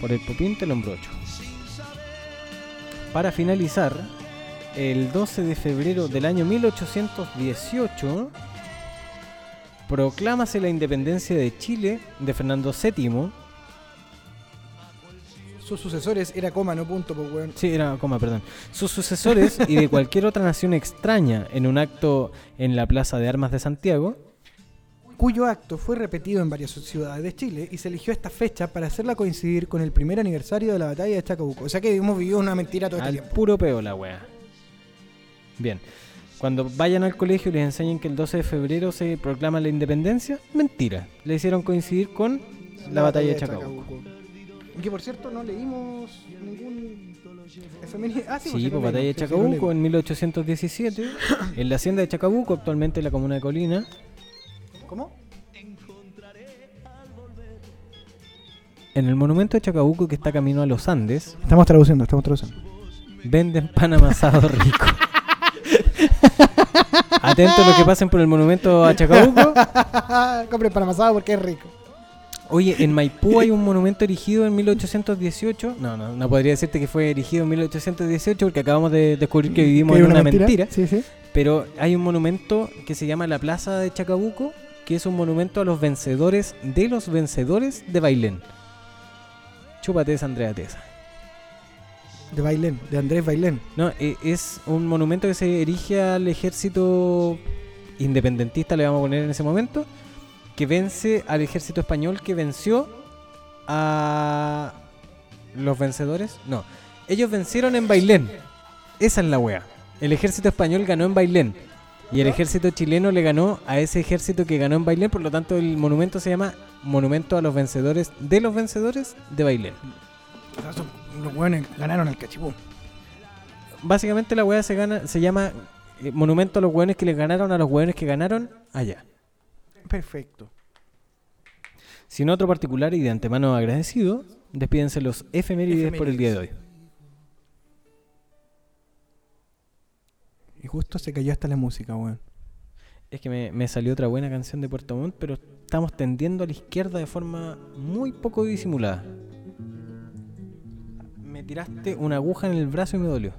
Speaker 1: por el popín te lo embrocho. Para finalizar, el 12 de febrero del año 1818 proclámase la independencia de Chile de Fernando VII.
Speaker 2: Sus sucesores era coma, no punto, pues, weón.
Speaker 1: Sí, era coma, perdón. Sus sucesores y de cualquier otra nación extraña en un acto en la Plaza de Armas de Santiago.
Speaker 2: Cuyo acto fue repetido en varias ciudades de Chile y se eligió esta fecha para hacerla coincidir con el primer aniversario de la batalla de Chacabuco. O sea que hemos vivido una mentira todo este
Speaker 1: Al
Speaker 2: tiempo.
Speaker 1: puro peo la wea. Bien. Cuando vayan al colegio y les enseñen que el 12 de febrero se proclama la independencia, mentira. Le hicieron coincidir con la, batalla de Chacabuco.
Speaker 2: Y Que por cierto no leímos ningún efeméride. Ah, sí,
Speaker 1: Sí,
Speaker 2: no
Speaker 1: por batalla de
Speaker 2: leímos, sí, sí, no
Speaker 1: Chacabuco
Speaker 2: leímos.
Speaker 1: en 1817, en la hacienda de Chacabuco, actualmente en la comuna de Colina.
Speaker 2: ¿Cómo?
Speaker 1: En el monumento de Chacabuco que está camino a los Andes,
Speaker 2: Estamos traduciendo, estamos traduciendo.
Speaker 1: venden pan amasado rico. Atento a lo que pasen por el monumento a Chacabuco.
Speaker 2: Compren para amasado porque es rico.
Speaker 1: Oye, en Maipú hay un monumento erigido en 1818. No, no, no podría decirte que fue erigido en 1818 porque acabamos de descubrir que vivimos
Speaker 2: ¿Que
Speaker 1: en
Speaker 2: hay
Speaker 1: una, mentira.
Speaker 2: Sí, sí.
Speaker 1: Pero hay un monumento que se llama la Plaza de Chacabuco, que es un monumento a los vencedores de los vencedores de Bailén. Chúpate esa, Andrea Tesa.
Speaker 2: De Bailén, de Andrés Bailén.
Speaker 1: No, e- es un monumento que se erige al ejército independentista, le vamos a poner en ese momento, que vence al ejército español que venció a los vencedores. No, ellos vencieron en Bailén. Esa es la wea. El ejército español ganó en Bailén. Y el ejército chileno le ganó a ese ejército que ganó en Bailén, por lo tanto el monumento se llama Monumento a los Vencedores de los Vencedores de Bailén.
Speaker 2: O sea, son- los hueones ganaron el cachipú.
Speaker 1: básicamente la weá se gana, se llama eh, Monumento a los hueones que les ganaron a los hueones que ganaron allá.
Speaker 2: Perfecto.
Speaker 1: Sin otro particular y de antemano agradecido, despídense los efemérides, por el día de hoy.
Speaker 2: Y justo se cayó hasta la música, weón.
Speaker 1: Es que me, me salió otra buena canción de Puerto Montt, pero estamos tendiendo a la izquierda de forma muy poco disimulada. Me tiraste una aguja en el brazo y me dolió.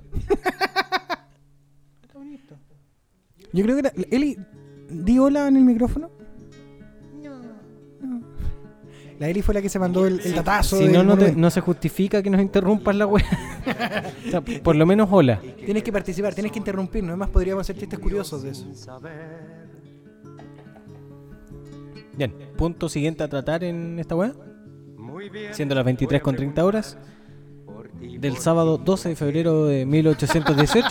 Speaker 2: Yo creo que era. Eli, di hola en el micrófono. No. La Eli fue la que se mandó el, el datazo.
Speaker 1: Si
Speaker 2: del
Speaker 1: no, no, te-
Speaker 2: monumento.
Speaker 1: no se justifica que nos interrumpas la weá. O sea, por lo menos hola.
Speaker 2: Tienes que participar, tienes que interrumpirnos. Además, podríamos hacer chistes curiosos de eso.
Speaker 1: Bien, punto siguiente a tratar en esta weá. Siendo las 23 con 30 horas del sábado 12 de febrero de 1818.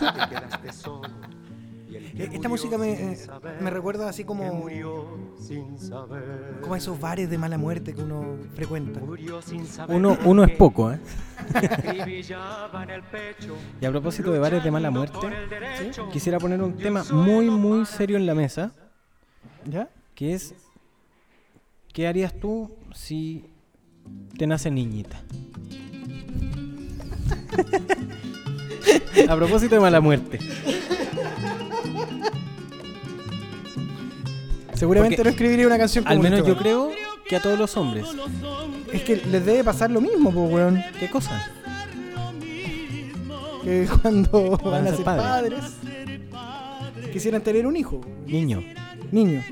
Speaker 2: Eh, Esta música me, eh, me recuerda así como. Como a esos bares de mala muerte que uno frecuenta.
Speaker 1: Uno, uno es poco, ¿eh? Y a propósito de bares de mala muerte, quisiera poner un tema muy, muy serio en la mesa,
Speaker 2: ¿Ya?
Speaker 1: que es, ¿qué harías tú si te nace niñita? A propósito de mala muerte.
Speaker 2: Seguramente
Speaker 1: Porque-
Speaker 2: no escribiría una canción como
Speaker 1: Al menos
Speaker 2: esta,
Speaker 1: yo
Speaker 2: weón.
Speaker 1: creo que a todos los hombres.
Speaker 2: Es que les debe pasar lo mismo, pues, weón.
Speaker 1: ¿Qué cosa?
Speaker 2: que cuando van,
Speaker 1: a
Speaker 2: a
Speaker 1: ser
Speaker 2: ser
Speaker 1: padres.
Speaker 2: padres, quisieran tener un hijo,
Speaker 1: Niño.
Speaker 2: niño.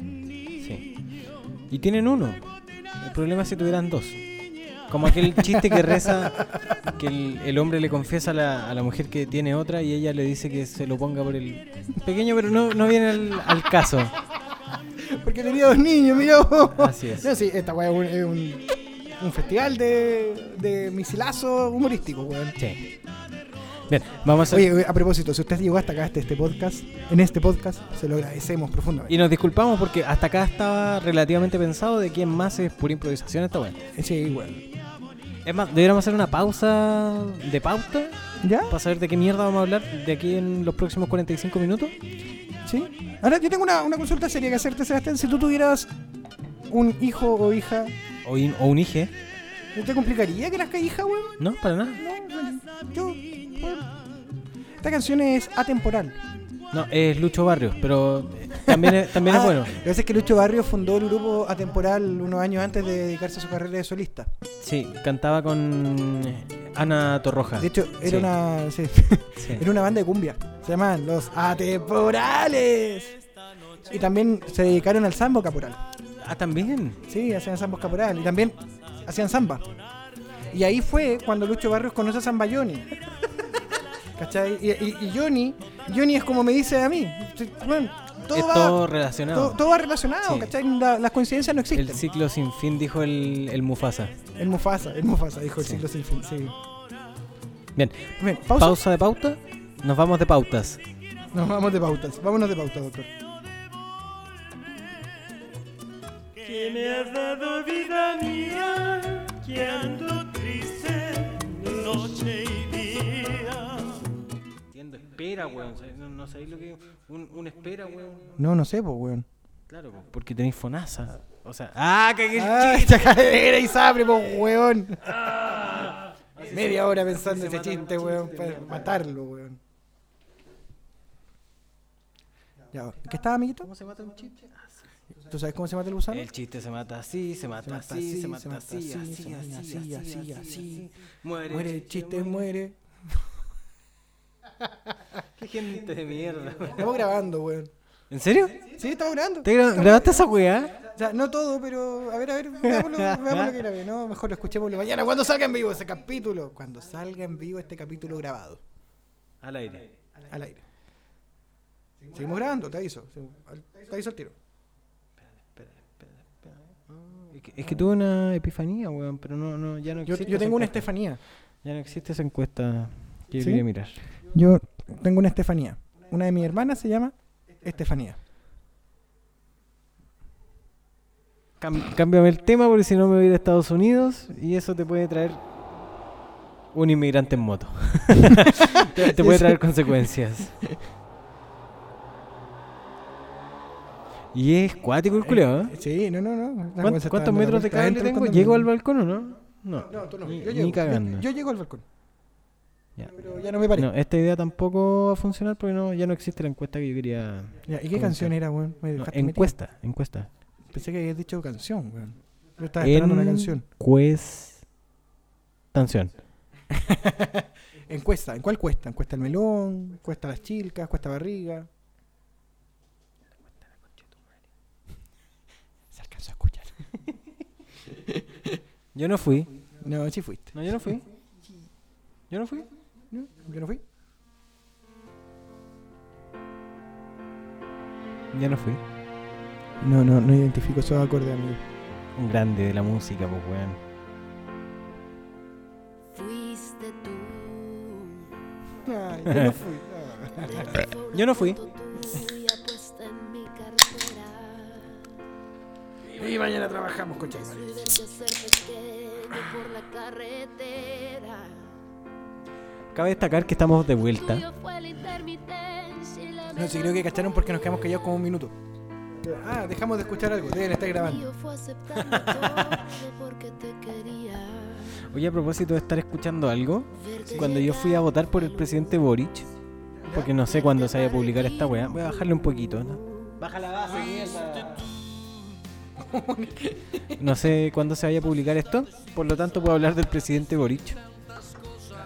Speaker 1: Sí. Y tienen uno. El problema es si tuvieran dos. Como aquel chiste que reza que el, el hombre le confiesa a la, a la mujer que tiene otra y ella le dice que se lo ponga por el pequeño, pero no, no viene al, al caso.
Speaker 2: Porque tenía dos niños, mira. vos.
Speaker 1: Así es.
Speaker 2: No, sí, esta weá es un, es un- un festival de, de misilazo humorístico, weón.
Speaker 1: Sí. Bien, vamos a...
Speaker 2: Oye, oye, a propósito, si usted llegó hasta acá, este, este podcast, en este podcast, se lo agradecemos profundamente.
Speaker 1: y nos disculpamos porque hasta acá estaba relativamente pensado de quién más es pura improvisación esta bueno.
Speaker 2: Sí, weón.
Speaker 1: Es más, deberíamos hacer una pausa de pauta
Speaker 2: ¿Ya?
Speaker 1: para saber de qué mierda vamos a hablar de aquí en los próximos 45 minutos.
Speaker 2: ¿Sí? Ahora, yo tengo una, una consulta seria que hacerte, Sebastián. Si tú tuvieras un hijo o hija,
Speaker 1: O, in- o un IGE.
Speaker 2: ¿no te complicaría que nazca hija, weón?
Speaker 1: No, para nada.
Speaker 2: No, yo. bueno. Esta canción es atemporal.
Speaker 1: No, es Lucho Barrios, pero eh, también es, también es
Speaker 2: Ah,
Speaker 1: bueno.
Speaker 2: Lo que pasa es que Lucho Barrio fundó el grupo atemporal unos años antes de dedicarse a su carrera de solista.
Speaker 1: Sí, cantaba con eh, Ana Torroja.
Speaker 2: De hecho, era
Speaker 1: Ah. Sí.
Speaker 2: una. sí.
Speaker 1: Sí.
Speaker 2: Era una banda de cumbia. Se llamaban Los Atemporales. Y también se dedicaron al sambo caporal.
Speaker 1: Ah, también.
Speaker 2: Sí, hacían sambos caporal. Y también hacían samba. Y ahí fue cuando Lucho Barrios conoce a Samba Johnny. ¿Cachai? Y, y- y Johnny, Johnny es como me dice a mí. Sí, bueno, todo,
Speaker 1: es
Speaker 2: va,
Speaker 1: todo
Speaker 2: todo-
Speaker 1: relacionado.
Speaker 2: todo va relacionado,
Speaker 1: Sí.
Speaker 2: ¿cachai? La- las coincidencias no existen.
Speaker 1: el ciclo sin fin, dijo el, el Mufasa.
Speaker 2: El Mufasa, el Mufasa, dijo
Speaker 1: Sí.
Speaker 2: el siglo sin fin. Sí.
Speaker 1: Bien,
Speaker 2: Bien,
Speaker 1: pausa.
Speaker 2: pausa.
Speaker 1: de pauta. Nos vamos de pautas.
Speaker 2: Nos vamos de pautas. Vámonos de pautas, doctor.
Speaker 4: Que me has dado vida mía, que ando triste noche y día.
Speaker 1: Entiendo, espera, weón. No, sabéis lo que un, espera, weón.
Speaker 2: No, no sé, pues, weón.
Speaker 1: Claro, porque tenéis fonasa. O sea, ¡ah, que
Speaker 2: Ay, chacarera y sabre, po, weón. Media hora pensando ese chiste, weón, para matarlo, weón. Ya, ¿qué estaba, amiguito?
Speaker 1: ¿Cómo se mata un chiste? Ah, sí.
Speaker 2: ¿Tú sabes cómo se mata el gusano?
Speaker 1: El chiste se mata así, se mata,
Speaker 2: mata
Speaker 1: así,
Speaker 2: así,
Speaker 1: se mata
Speaker 2: se mata
Speaker 1: así,
Speaker 2: así,
Speaker 1: así,
Speaker 2: se
Speaker 1: así,
Speaker 2: mata
Speaker 1: así, así, así,
Speaker 2: así.
Speaker 1: Muere,
Speaker 2: Muere el chiste, muere.
Speaker 1: Qué gente de mierda, weón.
Speaker 2: Estamos grabando, weón.
Speaker 1: ¿En serio?
Speaker 2: Sí, estamos grabando.
Speaker 1: ¿Te gra- grabaste esa weá?
Speaker 2: O sea, no todo, pero a ver, a ver, veámoslo, veámoslo que grabé. No, mejor lo escuchémoslo mañana. Cuando salga en vivo ese capítulo. Cuando salga en vivo este capítulo grabado.
Speaker 1: Al aire.
Speaker 2: Al aire. Seguimos grabando, te aviso. Te aviso al tiro.
Speaker 1: Es que, es que tuve una epifanía, weón, pero no, no, ya no
Speaker 2: Yo,
Speaker 1: existe.
Speaker 2: yo
Speaker 1: esa
Speaker 2: tengo una
Speaker 1: encuesta.
Speaker 2: Estefanía.
Speaker 1: Ya no existe esa encuesta que yo
Speaker 2: ¿Sí?
Speaker 1: quería mirar.
Speaker 2: Yo tengo una Estefanía. Una de mis hermanas se llama Estefanía.
Speaker 1: Cam- cámbiame el tema porque si no me voy a ir a Estados Unidos y eso te puede traer un inmigrante en moto. te, te puede traer consecuencias. Y es cuático el culeo, ¿eh?
Speaker 2: Sí, no, no, no. La
Speaker 1: ¿Cuán-
Speaker 2: cosa está
Speaker 1: ¿Cuántos
Speaker 2: dando
Speaker 1: metros de
Speaker 2: vueltas
Speaker 1: cable
Speaker 2: dentro del
Speaker 1: tengo?
Speaker 2: condominio.
Speaker 1: ¿Llego al balcón o no? No,
Speaker 2: No, tú no.
Speaker 1: Ni-
Speaker 2: Yo,
Speaker 1: ni
Speaker 2: llego,
Speaker 1: cagando.
Speaker 2: Yo, yo llego al balcón.
Speaker 1: Ya.
Speaker 2: Pero ya no me paré.
Speaker 1: No, esta idea tampoco va a funcionar porque no, ya no existe la encuesta que yo quería.
Speaker 2: Ya, ¿Y qué
Speaker 1: comentar.
Speaker 2: canción era, weón? Me
Speaker 1: No,
Speaker 2: dejaste metido.
Speaker 1: encuesta, encuesta.
Speaker 2: Pensé que habías dicho canción, weón. Yo estaba esperando una canción.
Speaker 1: Encuest- Canción.
Speaker 2: Encuesta, ¿en cuál cuesta? ¿Encuesta el melón? ¿Cuesta las chilcas? ¿Cuesta barriga? Se alcanzó a escuchar.
Speaker 1: Yo no fui.
Speaker 2: No, sí fuiste.
Speaker 1: No, yo no fui. Yo no fui.
Speaker 2: No, Yo no fui.
Speaker 1: Yo no fui.
Speaker 2: No, no, no identifico esos acordes, amigo.
Speaker 1: Un grande de la música, pues, weón.
Speaker 6: Fuiste tú.
Speaker 2: Ay, yo no fui. Ah.
Speaker 1: Yo no fui.
Speaker 6: Tuya puesta en mi cartera.
Speaker 2: Y mañana trabajamos con Chayma.
Speaker 6: Soy verte hacer pequeño por la carretera.
Speaker 1: Cabe destacar que estamos de
Speaker 6: Tuyo
Speaker 1: vuelta.
Speaker 6: fue la intermitencia y la
Speaker 2: No, sí creo que cacharon porque nos quedamos callados como un minuto. Ah, dejamos de escuchar algo. Deben estar grabando.
Speaker 6: Tuyo fue aceptarme todo porque te quería.
Speaker 1: Oye, a propósito de estar escuchando algo,
Speaker 6: Verte
Speaker 1: cuando yo fui a
Speaker 6: llegar
Speaker 1: votar por el presidente Boric, porque no sé cuándo se vaya a publicar esta weá, voy a bajarle un poquito, ¿no? Baja la base, No sé cuándo se vaya a publicar esto, por lo tanto puedo hablar del presidente Boric.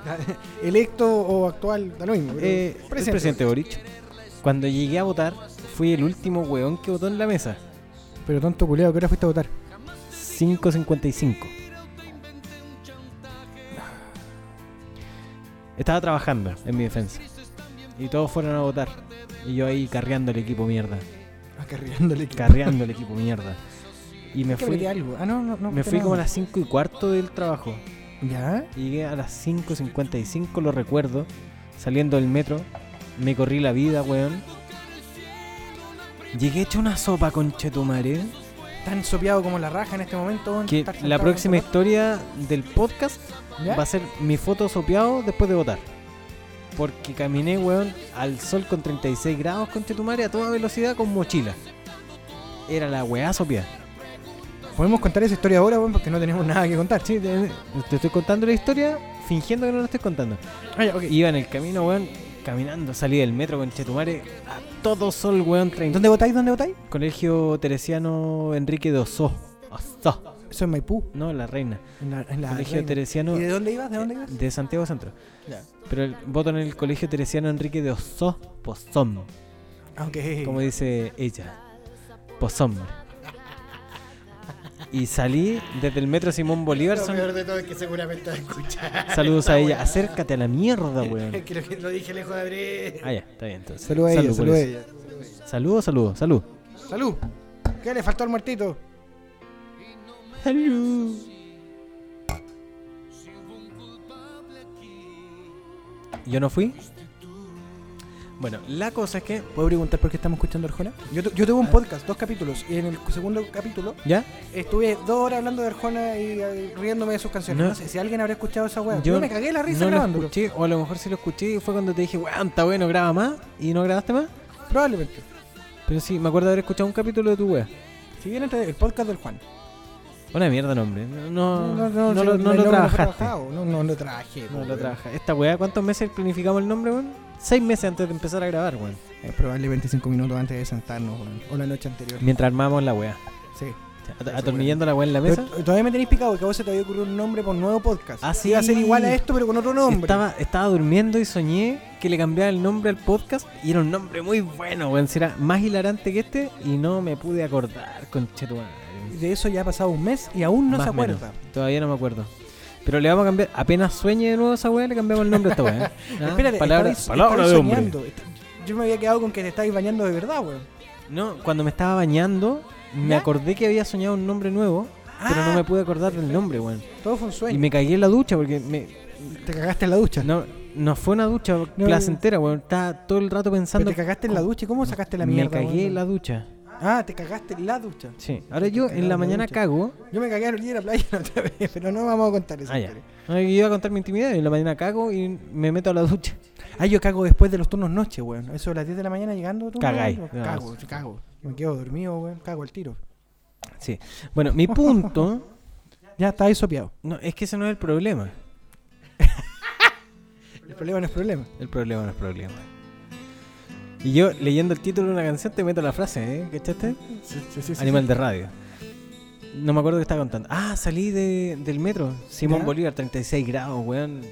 Speaker 2: Electo o actual, da lo mismo. pero
Speaker 1: Eh, el presidente Boric. Cuando llegué a votar, fui el último weón que votó en la mesa.
Speaker 2: Pero tonto culiado, ¿qué hora fuiste a votar?
Speaker 1: 5.55. Estaba trabajando en mi defensa. Y todos fueron a votar. Y yo ahí carreando el equipo mierda.
Speaker 2: Acarreándole.
Speaker 1: Carreando el equipo mierda. Y me
Speaker 2: Ah, que metí
Speaker 1: fui,
Speaker 2: algo. Ah, no, no, no.
Speaker 1: me
Speaker 2: que
Speaker 1: fui
Speaker 2: no.
Speaker 1: como a las 5 y cuarto del trabajo.
Speaker 2: ¿Ya?
Speaker 1: Llegué a las 5.55, lo recuerdo. Saliendo del metro. Me corrí la vida, weón. Llegué hecho una sopa con chetumare.
Speaker 2: Tan sopeado como la raja en este momento. weón,
Speaker 1: Que
Speaker 2: estar sentado
Speaker 1: la próxima
Speaker 2: tanto
Speaker 1: historia del podcast
Speaker 2: rato. ¿Ya?
Speaker 1: va a ser mi foto sopeado después de votar. Porque caminé, weón, al sol con 36 grados con Chetumare a toda velocidad con mochila. Era la weá sopeada.
Speaker 2: Podemos contar esa historia ahora, weón, porque no tenemos nada que contar.
Speaker 1: Sí, te, te estoy contando la historia fingiendo que no la estoy contando.
Speaker 2: Ah, ya, ok.
Speaker 1: Iba en el camino, weón, caminando, salí del metro con Chetumare a todo sol, weón, 30.
Speaker 2: ¿Dónde votáis? ¿Dónde votáis?
Speaker 1: Colegio Teresiano Enrique Dosó. Oso.
Speaker 2: Eso es Maipú.
Speaker 1: No, la reina.
Speaker 2: En la, en la
Speaker 1: Colegio
Speaker 2: reina.
Speaker 1: Teresiano.
Speaker 2: ¿Y de dónde ibas? ¿De dónde ibas?
Speaker 1: Eh, De Santiago Centro.
Speaker 2: Ya.
Speaker 1: Pero el voto en el colegio teresiano Enrique de Osos Pozón,
Speaker 2: Aunque.
Speaker 1: como dice ella. Pozón. Y salí desde el metro Simón Bolívar.
Speaker 7: Lo
Speaker 1: son-
Speaker 7: peor de todo es que seguramente va a escuchar.
Speaker 1: Saludos a ella. Acércate a la mierda, weón.
Speaker 7: que lo, que- lo dije lejos de abrir.
Speaker 1: Ah, ya, está bien entonces.
Speaker 2: Salud a ella,
Speaker 1: Salud,
Speaker 2: salud a
Speaker 1: por
Speaker 2: ella.
Speaker 1: eso. Salud, salud, salud.
Speaker 2: Salud. ¿Qué le faltó al muertito?
Speaker 1: Yo no fui. Bueno, la cosa es que.
Speaker 2: ¿Puedo preguntar por qué estamos escuchando Arjona? Yo, tu- yo
Speaker 1: Ah.
Speaker 2: tuve un podcast, dos capítulos, y en el segundo capítulo
Speaker 1: ¿Ya?
Speaker 2: estuve dos horas hablando de Arjona y eh, riéndome de sus canciones.
Speaker 1: No.
Speaker 2: No, sé si alguien habrá escuchado esa weá.
Speaker 1: Yo
Speaker 2: Yo me cagué la risa
Speaker 1: no lo
Speaker 2: grabándolo.
Speaker 1: escuché, o a lo mejor sí lo escuché y fue cuando te dije, weón, está bueno, graba más. Y no grabaste más.
Speaker 2: Probablemente.
Speaker 1: Pero sí, me acuerdo de haber escuchado un capítulo de tu wea.
Speaker 2: Si bien entre el podcast del Juan.
Speaker 1: Una mierda, nombre. No, no, no,
Speaker 2: si
Speaker 1: lo,
Speaker 2: el
Speaker 1: no lo
Speaker 2: nombre fue
Speaker 1: trabajaste.
Speaker 2: trabajado. No, no lo trabajé.
Speaker 1: No
Speaker 2: pues,
Speaker 1: lo
Speaker 2: weón.
Speaker 1: trabajaste. Esta wea, ¿cuántos meses planificamos el nombre, weón? Seis meses antes de empezar a grabar, weón.
Speaker 2: Eh, probablemente cinco minutos antes de sentarnos, weón. O la noche anterior.
Speaker 1: Mientras armábamos la wea.
Speaker 2: Sí.
Speaker 1: At- Atornillando la wea en la
Speaker 2: Pero
Speaker 1: mesa.
Speaker 2: t- todavía me tenéis picado porque a vos se te había ocurrido un nombre por un nuevo podcast.
Speaker 1: Ah, sí.
Speaker 2: Iba a ser igual a esto, pero con otro nombre.
Speaker 1: Estaba, estaba durmiendo y soñé que le cambiaba el nombre al podcast y era un nombre muy bueno, weón. Si Era más hilarante que este y no me pude acordar, conchetumadre.
Speaker 2: De eso ya ha pasado un mes y aún no
Speaker 1: Más
Speaker 2: se
Speaker 1: o menos.
Speaker 2: acuerda.
Speaker 1: Todavía no me acuerdo. Pero le vamos a cambiar, apenas sueñe de nuevo esa weá, le cambiamos el nombre a esta weá. ¿eh? Ah,
Speaker 2: Espérate,
Speaker 1: palabra,
Speaker 2: estabais-
Speaker 1: palabra
Speaker 2: estabais
Speaker 1: de hombre.
Speaker 2: soñando. Est- Yo me había quedado con que te estáis bañando de verdad, weón.
Speaker 1: No, cuando me estaba bañando, me
Speaker 2: ¿Ya? Ah.
Speaker 1: acordé que había soñado un nombre nuevo, pero no me pude acordar del nombre, weón.
Speaker 2: Todo fue un
Speaker 1: Y
Speaker 2: sueño.
Speaker 1: me cagué en la ducha porque me,
Speaker 2: Te cagaste en la ducha.
Speaker 1: no, no fue una ducha placentera, weón. Estaba todo el rato
Speaker 2: Pero
Speaker 1: pensando.
Speaker 2: te cagaste en la ducha. ¿Y cómo sacaste la mierda?
Speaker 1: Me cagué
Speaker 2: weón?
Speaker 1: en la ducha.
Speaker 2: Ah, te cagaste en la ducha.
Speaker 1: Sí. Ahora yo en la mañana cago.
Speaker 2: Yo me cagué a la orilla de la playa la otra vez, pero no vamos a contar eso.
Speaker 1: Ah, ya. No, yo iba a contar mi intimidad. En la mañana cago y me meto a la ducha.
Speaker 2: Ah, yo cago después de los turnos noche, weón. Eso a las 10 de la mañana llegando. tú,
Speaker 1: Cagáis.
Speaker 2: weón. Cago, yo cago. Me quedo dormido, weón. Cago al tiro.
Speaker 1: Sí. Bueno, mi punto.
Speaker 2: Ya está ahí sopeado.
Speaker 1: No, es que ese no es el problema.
Speaker 2: El problema no es problema.
Speaker 1: El problema no es problema. Y yo leyendo el título de una canción te meto la frase, ¿eh? ¿Cachaste? Animal de radio. No me acuerdo qué estaba contando. Ah, salí de- del metro. Simón
Speaker 2: Ya.
Speaker 1: Bolívar, 36 grados, weón.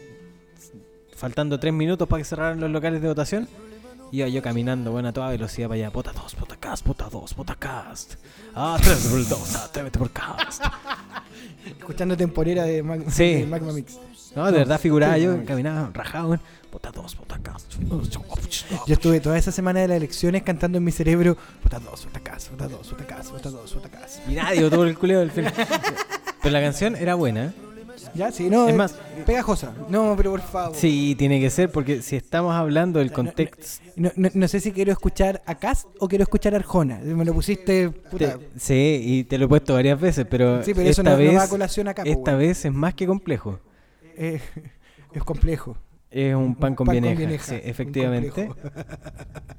Speaker 1: Faltando 3 minutos para que cerraran los locales de votación. Iba yo caminando, weón, a toda velocidad para allá. Bota 2, bota cast, bota 2, bota cast. Ah, 3 por 2, atrévete por cast.
Speaker 2: Escuchando temporera de, Mag-
Speaker 1: Sí.
Speaker 2: de Magma Mix.
Speaker 1: No, de verdad figuraba
Speaker 2: sí,
Speaker 1: yo,
Speaker 2: no.
Speaker 1: caminaba rajado, weón. Bota 2, bota cast.
Speaker 2: Yo estuve toda esa semana de las elecciones cantando en mi cerebro: vota dos, vota casa, vota dos, vota casa, vota dos, vota casa.
Speaker 1: Y nadie votó por el culeo del final. Pero la canción era buena. ¿eh?
Speaker 2: Ya, sí, no.
Speaker 1: Es
Speaker 2: eh,
Speaker 1: más-
Speaker 2: Pegajosa. No, pero por favor.
Speaker 1: Sí, tiene que ser, porque si estamos hablando del contexto.
Speaker 2: No, no- no sé si quiero escuchar a Cass o quiero escuchar a Arjona. Me lo pusiste. Puta.
Speaker 1: te- sí, y te lo he puesto varias veces, pero,
Speaker 2: Sí, pero eso
Speaker 1: esta,
Speaker 2: no- no
Speaker 1: vez,
Speaker 2: va a colación acá, po,
Speaker 1: esta
Speaker 2: weón.
Speaker 1: vez es más que complejo.
Speaker 2: Eh, es complejo.
Speaker 1: Es un pan con
Speaker 2: pan con
Speaker 1: vieneja,
Speaker 2: vieneja,
Speaker 1: sí,
Speaker 2: un
Speaker 1: efectivamente.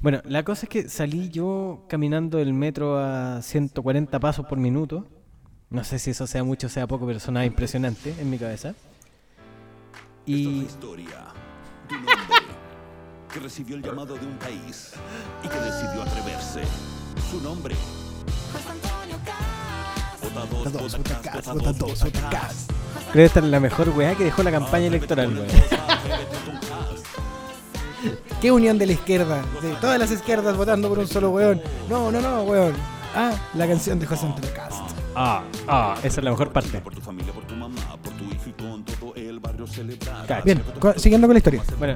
Speaker 1: Bueno, la cosa es que salí yo caminando del metro a 140 pasos por minuto. No sé si eso sea mucho o sea poco, pero sonaba impresionante en mi cabeza. Y
Speaker 8: historia de un hombre que recibió el llamado de un país y que decidió atreverse. Su nombre. Vota dos,
Speaker 2: Vota dos,
Speaker 8: vota
Speaker 2: vota Cass,
Speaker 8: cas, vota
Speaker 2: vota
Speaker 8: dos,
Speaker 2: dos,
Speaker 8: vota
Speaker 2: vota
Speaker 8: cas.
Speaker 2: Cass.
Speaker 1: creo esta es la mejor weá que dejó la
Speaker 8: Ah,
Speaker 1: campaña electoral,
Speaker 8: Atrévete
Speaker 1: weón.
Speaker 8: con el dos, atrévete con cas.
Speaker 2: ¿Qué unión de la izquierda? De todas las izquierdas votando por un solo weón. No, no, no, weón. Ah, la canción de José Antonio Cast.
Speaker 1: Ah, ah, esa es la mejor parte.
Speaker 8: Por tu familia, por tu mamá, por tu hijo y con todo el barrio celebrar.
Speaker 1: Cacha.
Speaker 2: Bien, co- siguiendo con la historia.
Speaker 1: Bueno,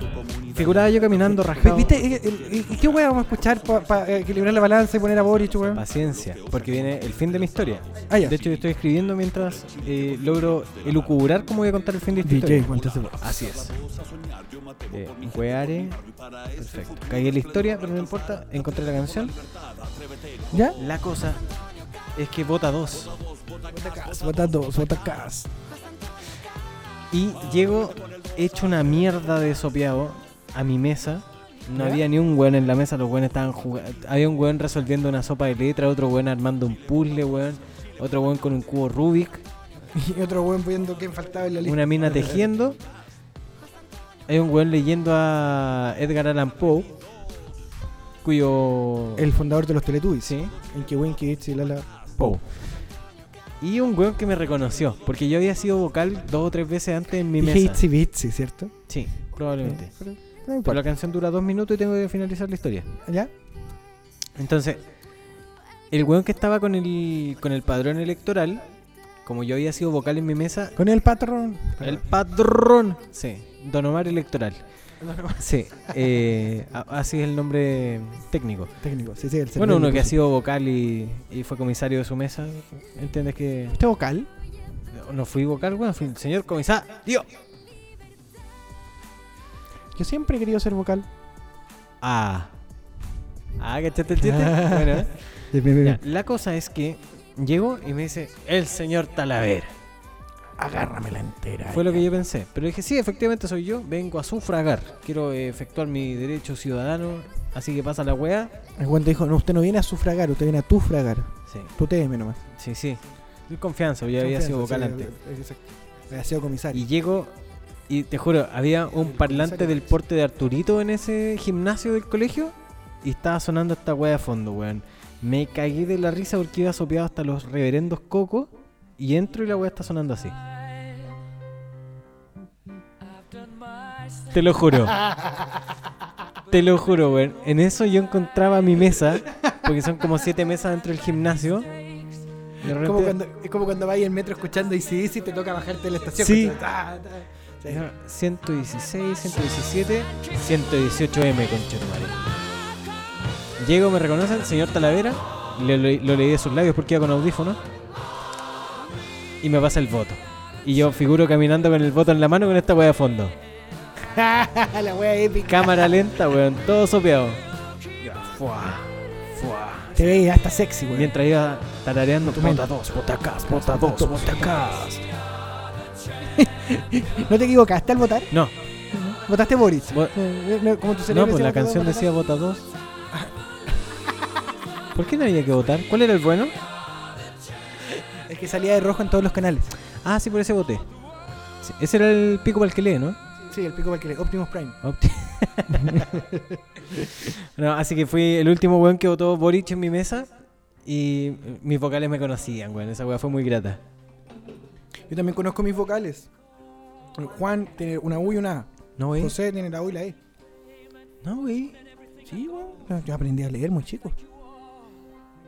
Speaker 1: figuraba yo caminando
Speaker 2: Ve-
Speaker 1: rajado.
Speaker 2: ¿Viste? Eh, eh, eh, ¿Qué weón vamos a escuchar para equilibrar la balanza y poner a Boric, weón?
Speaker 1: Paciencia, porque viene el fin de mi historia.
Speaker 2: Ah, ya.
Speaker 1: De hecho, yo estoy escribiendo mientras eh, logro elucubrar cómo voy a contar el fin de esta
Speaker 2: DJ,
Speaker 1: historia.
Speaker 2: cuéntese vos.
Speaker 1: ah, Así es. Eh, weare. Perfecto. Caí en la historia, pero no importa. Encontré la canción.
Speaker 2: ¿Ya?
Speaker 1: La cosa es que vota dos.
Speaker 2: Vota Cast, vota dos, vota Cast.
Speaker 1: Y llego hecho una mierda de sopeado a mi mesa. No
Speaker 2: ¿Ya?
Speaker 1: había ni un weón en la mesa, los weones estaban jugando. Había un weón resolviendo una sopa de letra, otro weón armando un puzzle, weón. Otro weón con un cubo Rubik.
Speaker 2: Y otro weón viendo quién faltaba en la lista.
Speaker 1: una mina tejiendo. Hay un weón leyendo a Edgar Allan Poe, cuyo.
Speaker 2: El fundador de los Teletubbies.
Speaker 1: Sí.
Speaker 2: Inky Winky, Itzy, Lala.
Speaker 1: Poe. Y un weón que me reconoció, porque yo había sido vocal dos o tres veces antes en mi
Speaker 2: Dije
Speaker 1: mesa.
Speaker 2: Itsy Bitsy, ¿cierto?
Speaker 1: Sí, probablemente.
Speaker 2: Pero no
Speaker 1: Pero
Speaker 2: importa.
Speaker 1: la canción dura dos minutos y tengo que finalizar la historia.
Speaker 2: ¿Ya?
Speaker 1: Entonces, el weón que estaba con el, con el padrón electoral, como yo había sido vocal en mi mesa,
Speaker 2: Con el patrón.
Speaker 1: el padrón, sí, Don Omar Electoral. Sí, eh, a- así es el nombre técnico.
Speaker 2: técnico. Sí, sí, el
Speaker 1: bueno, uno
Speaker 2: servidor
Speaker 1: que ha
Speaker 2: puso.
Speaker 1: sido vocal y, y fue comisario de su mesa, ¿entiendes que
Speaker 2: ¿Este vocal?
Speaker 1: no fui vocal? Bueno, fui el señor comisario.
Speaker 2: Yo siempre he querido ser vocal.
Speaker 1: Ah. Ah, ¿cachaste el chiste? Bueno, ¿eh?
Speaker 2: Bien, bien, bien,
Speaker 1: Ya,
Speaker 2: bien.
Speaker 1: la cosa es que llego y me dice, el señor Talavera.
Speaker 2: Agárramela entera.
Speaker 1: Fue lo que yo pensé. Pero dije, sí, efectivamente soy yo, vengo a sufragar. Quiero eh, efectuar mi derecho ciudadano, así que pasa la weá.
Speaker 2: El guante dijo, no, usted no viene a sufragar, usted viene a tufragar.
Speaker 1: Sí,
Speaker 2: Tuteeme nomás.
Speaker 1: sí, sí. Doy confianza, yo había sido vocal antes.
Speaker 2: Había sido comisario.
Speaker 1: Y llego y te juro, había un parlante del porte de Arturito en ese gimnasio del colegio y estaba sonando esta weá de fondo, weón. Me cagué de la risa porque iba sopeado hasta los reverendos cocos y entro y la weá está sonando así. Te lo juro. Te lo juro, weón. En eso yo encontraba mi mesa, porque son como siete mesas dentro del gimnasio. De
Speaker 2: Es
Speaker 1: repente-
Speaker 2: como cuando, es como cuando vas en metro escuchando y si te toca bajarte de la estación.
Speaker 1: Sí.
Speaker 2: Con- ta, ta. Sí.
Speaker 1: Era 116, 117, 118M, conchetumare. Llego, me reconocen, señor Talavera. le- le- lo leí de sus labios porque iba con audífono. Y me pasa el voto. Y yo figuro caminando con el voto en la mano con esta weá de fondo.
Speaker 2: Ah, la wea épica.
Speaker 1: Cámara lenta, weón, todo sopeado. Yo, fuá, fuá.
Speaker 2: Te veía hasta sexy, weón.
Speaker 1: Mientras iba tarareando,
Speaker 2: mente.
Speaker 1: vota dos, vota acá, vota dos, vota acá.
Speaker 2: ¿No te equivocaste al votar?
Speaker 1: No,
Speaker 2: ¿Votaste Boris?
Speaker 1: Bo-
Speaker 2: Eh, no, como tu
Speaker 1: No,
Speaker 2: cerebro
Speaker 1: pues la
Speaker 2: decía, "Voto,
Speaker 1: canción
Speaker 2: voto,
Speaker 1: decía vota 2. ¿Por qué no había que votar? ¿Cuál era el bueno?
Speaker 2: voto". El que salía de rojo en todos los canales.
Speaker 1: Ah, sí, por ese voté. Sí, ese era el pico para el que lee, ¿no?
Speaker 2: Sí, el pico para el que le- Optimus Prime.
Speaker 1: Opti- no, así que fui el último weón que votó Boric en mi mesa y eh, mis vocales me conocían, weón. Esa weá fue muy grata.
Speaker 2: Yo también conozco mis vocales. Juan tiene una U y una A.
Speaker 1: No, wey.
Speaker 2: José tiene la U y la E.
Speaker 1: No, wey.
Speaker 2: Sí, weón. Yo aprendí a leer muy chico.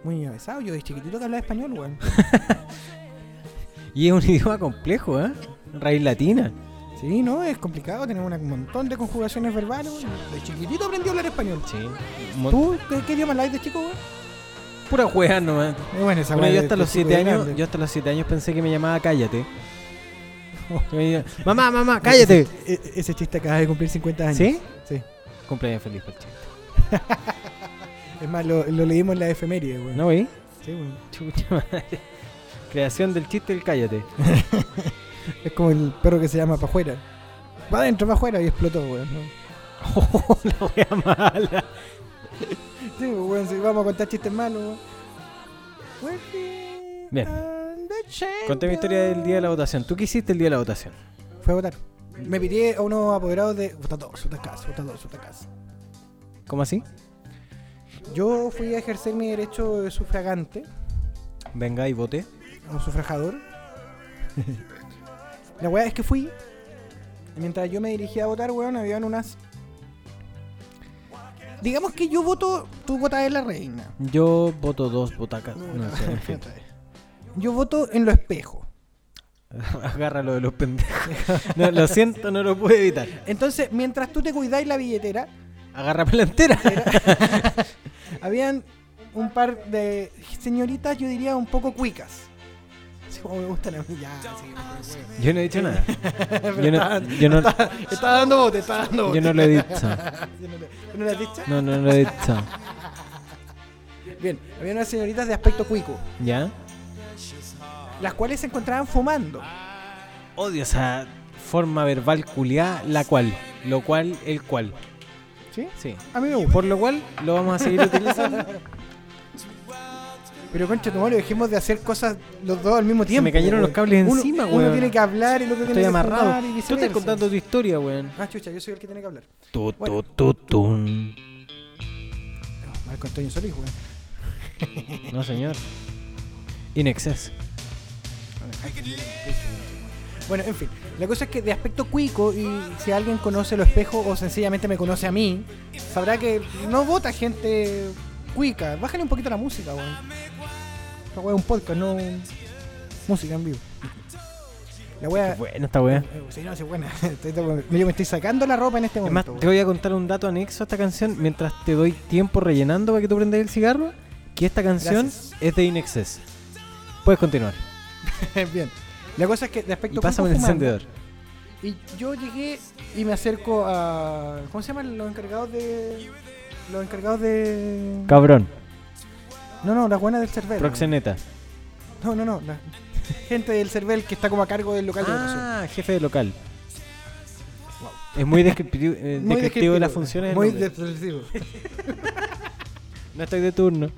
Speaker 2: Muy avesado. Yo de chiquitito que hablaba español, weón.
Speaker 1: Y es un idioma complejo, ¿eh? Raíz latina.
Speaker 2: Sí, no, es complicado. Tenemos una- un montón de conjugaciones verbales, weón. De chiquitito aprendí a hablar español.
Speaker 1: Sí. Mo-
Speaker 2: ¿Tú qué, qué idioma hablabas de chico, weón?
Speaker 1: Pura weá nomás.
Speaker 2: Eh, bueno, esa
Speaker 1: Bueno,
Speaker 2: weá
Speaker 1: yo
Speaker 2: de-
Speaker 1: hasta
Speaker 2: de
Speaker 1: los 7
Speaker 2: chico de
Speaker 1: años,
Speaker 2: grande.
Speaker 1: yo hasta los siete años pensé que me llamaba Cállate. Yo me decía, mamá, mamá, cállate.
Speaker 2: E- e- ese chiste acaba de cumplir 50 años.
Speaker 1: ¿Sí?
Speaker 2: Sí.
Speaker 1: Cumpleaños feliz, por chico.
Speaker 2: Es más, lo, lo leímos en la efeméride, weón.
Speaker 1: ¿No vi?
Speaker 2: Sí, weón.
Speaker 1: Chucha madre. Creación del chiste el cállate.
Speaker 2: Es como el perro que se llama Pajuera. Va adentro, pa' afuera y explotó, weón. ¿no?
Speaker 1: Oh, la wea mala.
Speaker 2: Sí, weón, si vamos a contar chistes malos, weón. We're here
Speaker 1: Bien.
Speaker 2: and the champions.
Speaker 1: Conté mi historia del día de la votación. ¿Tú qué hiciste el día de la votación?
Speaker 2: Fue a votar. Me pidí a unos apoderados de. Vota todos, vota casa, vota todos, vota casa.
Speaker 1: ¿Cómo así?
Speaker 2: Yo fui a ejercer mi derecho de sufragante,
Speaker 1: Venga y voté.
Speaker 2: o sufragador. La weá es que fui. y Mientras yo me dirigía a votar, weón, habían unas. Digamos que yo voto, tú votas en la reina.
Speaker 1: Yo voto dos botacas. No sé, en fin.
Speaker 2: Yo voto en lo espejo.
Speaker 1: Agárralo de los pendejos. No, lo siento, no lo pude evitar.
Speaker 2: Entonces, mientras tú te cuidáis la billetera,
Speaker 1: Agarra la entera.
Speaker 2: habían un par de señoritas, yo diría, un poco cuicas. Así como me gustan a mí, ya, así que me fue, güey.
Speaker 1: Yo no he dicho nada. Yo no, yo no,
Speaker 7: Está dando bote, está dando bote.
Speaker 1: yo no lo he dicho.
Speaker 2: Yo no le- yo no las dicho?
Speaker 1: No, no lo he dicho.
Speaker 2: Bien, había unas señoritas de aspecto cuico,
Speaker 1: ¿Ya?
Speaker 2: las cuales se encontraban fumando.
Speaker 1: Odio esa forma verbal culiada, la cual, lo cual, el cual.
Speaker 2: ¿Sí?
Speaker 1: Sí.
Speaker 2: A mí me gusta.
Speaker 1: Por lo cual, lo vamos a seguir utilizando.
Speaker 2: Pero concha tu madre, dejemos de hacer cosas los dos al mismo
Speaker 1: Se
Speaker 2: tiempo.
Speaker 1: me cayeron los
Speaker 2: güey.
Speaker 1: cables
Speaker 2: Uno-
Speaker 1: encima,
Speaker 2: Uno
Speaker 1: weón.
Speaker 2: tiene que hablar, el otro tiene
Speaker 1: Estoy
Speaker 2: que
Speaker 1: amarrado.
Speaker 2: fumar y
Speaker 1: Tú estás
Speaker 2: viceversa.
Speaker 1: contando tu historia, weón.
Speaker 2: Ah, chucha, yo soy el que tiene que hablar.
Speaker 1: Tu,
Speaker 2: Bueno.
Speaker 1: tu, tu, tun.
Speaker 2: No, Marco Antonio Solís, weón.
Speaker 1: No, señor. In excess.
Speaker 2: Bueno, en fin. La cosa es que de aspecto cuico, y si alguien conoce los espejos o sencillamente me conoce a mí, sabrá que no vota gente cuica. Bájale un poquito la música, weón. Esta weá es un podcast, no música en vivo. La weá.
Speaker 1: Bueno, esta weá.
Speaker 2: Eh, Sí, no, sí, buena. Estoy- estoy- Yo me estoy sacando la ropa en este
Speaker 1: Es más,
Speaker 2: momento.
Speaker 1: te voy a contar un dato anexo a esta canción mientras te doy tiempo rellenando para que tú prendas el cigarro. Que esta canción
Speaker 2: Gracias.
Speaker 1: es de Inexcess. Puedes continuar.
Speaker 2: weón. Bien. La cosa es que de
Speaker 1: Y
Speaker 2: aspecto
Speaker 1: pásame el
Speaker 2: cuico, fumando,
Speaker 1: encendedor.
Speaker 2: Y yo llegué y me acerco a. ¿Cómo se llaman los encargados de. Los encargados de.
Speaker 1: Cabrón.
Speaker 2: No, no, las buenas del Cervel.
Speaker 1: Proxeneta.
Speaker 2: No, no, no. La gente del Cervel que está como a cargo del local de educación.
Speaker 1: Ah, jefe de local.
Speaker 2: Wow.
Speaker 1: Es muy descriptivo, eh,
Speaker 2: Muy
Speaker 1: descriptivo de las funciones. del
Speaker 2: Muy
Speaker 1: nombre.
Speaker 2: descriptivo.
Speaker 1: No estoy de turno.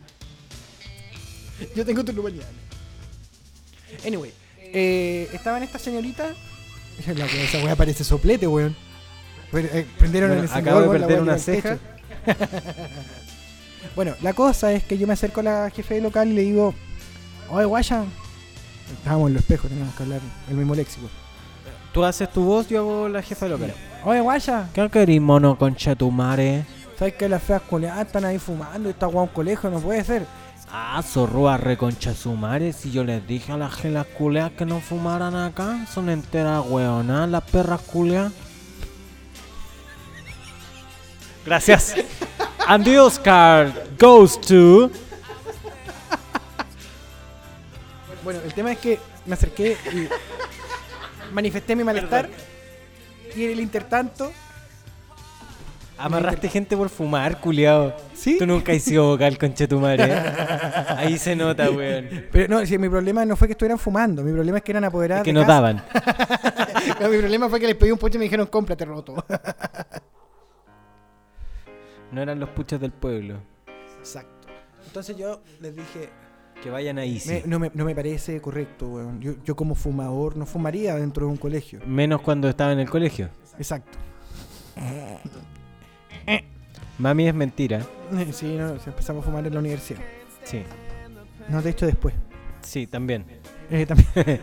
Speaker 2: Yo tengo tu lugar ya. Anyway, eh, estaban estas señoritas. La wea- esa wea parece soplete, weón. Pero, eh, prendieron
Speaker 1: Bueno,
Speaker 2: el
Speaker 1: acabo de
Speaker 2: encendedor, weón, la
Speaker 1: perder
Speaker 2: wea
Speaker 1: una
Speaker 2: que va al techo. bueno, la cosa es que yo me acerco a la jefe de local y le digo: Oye, guaya. Estábamos en los espejos, teníamos que hablar el mismo léxico.
Speaker 1: Tú haces tu voz, yo hago la jefa de local.
Speaker 2: Oye, guaya.
Speaker 1: ¿Qué querís, mono conchetumare?
Speaker 2: ¿Sabes que las feas culeadas están ahí fumando? y Está guau un colegio, no puede ser.
Speaker 1: Ah, zorrúa reconchazumare, si yo les dije a las gelas culeas que no fumaran acá, son enteras weonas las perras culeas. Gracias. And the Oscar goes to...
Speaker 2: Bueno, el tema es que me acerqué y manifesté mi malestar. Y en el intertanto,
Speaker 1: Amarraste gente por fumar, culeado.
Speaker 2: ¿Sí?
Speaker 1: Tú nunca hiciste vocal, conchetumare. Ahí se nota, weón.
Speaker 2: pero no, si mi problema no fue que estuvieran fumando, mi problema es que eran apoderadas.
Speaker 1: Que
Speaker 2: Ah, de
Speaker 1: no
Speaker 2: casa.
Speaker 1: daban.
Speaker 2: No, mi problema fue que les pedí un pucho y me dijeron, cómprate roto.
Speaker 1: No eran los puchos del pueblo.
Speaker 2: Exacto. Entonces yo les dije,
Speaker 1: Que vayan ahí,
Speaker 2: me- no, me, no me parece correcto, weón. Yo, yo como fumador no fumaría dentro de un colegio.
Speaker 1: Menos cuando estaba en el colegio.
Speaker 2: Exacto.
Speaker 1: Mami es mentira.
Speaker 2: Sí, no, si empezamos a fumar en la universidad.
Speaker 1: Sí.
Speaker 2: No, de hecho después.
Speaker 1: Sí, también.
Speaker 2: Eh, también.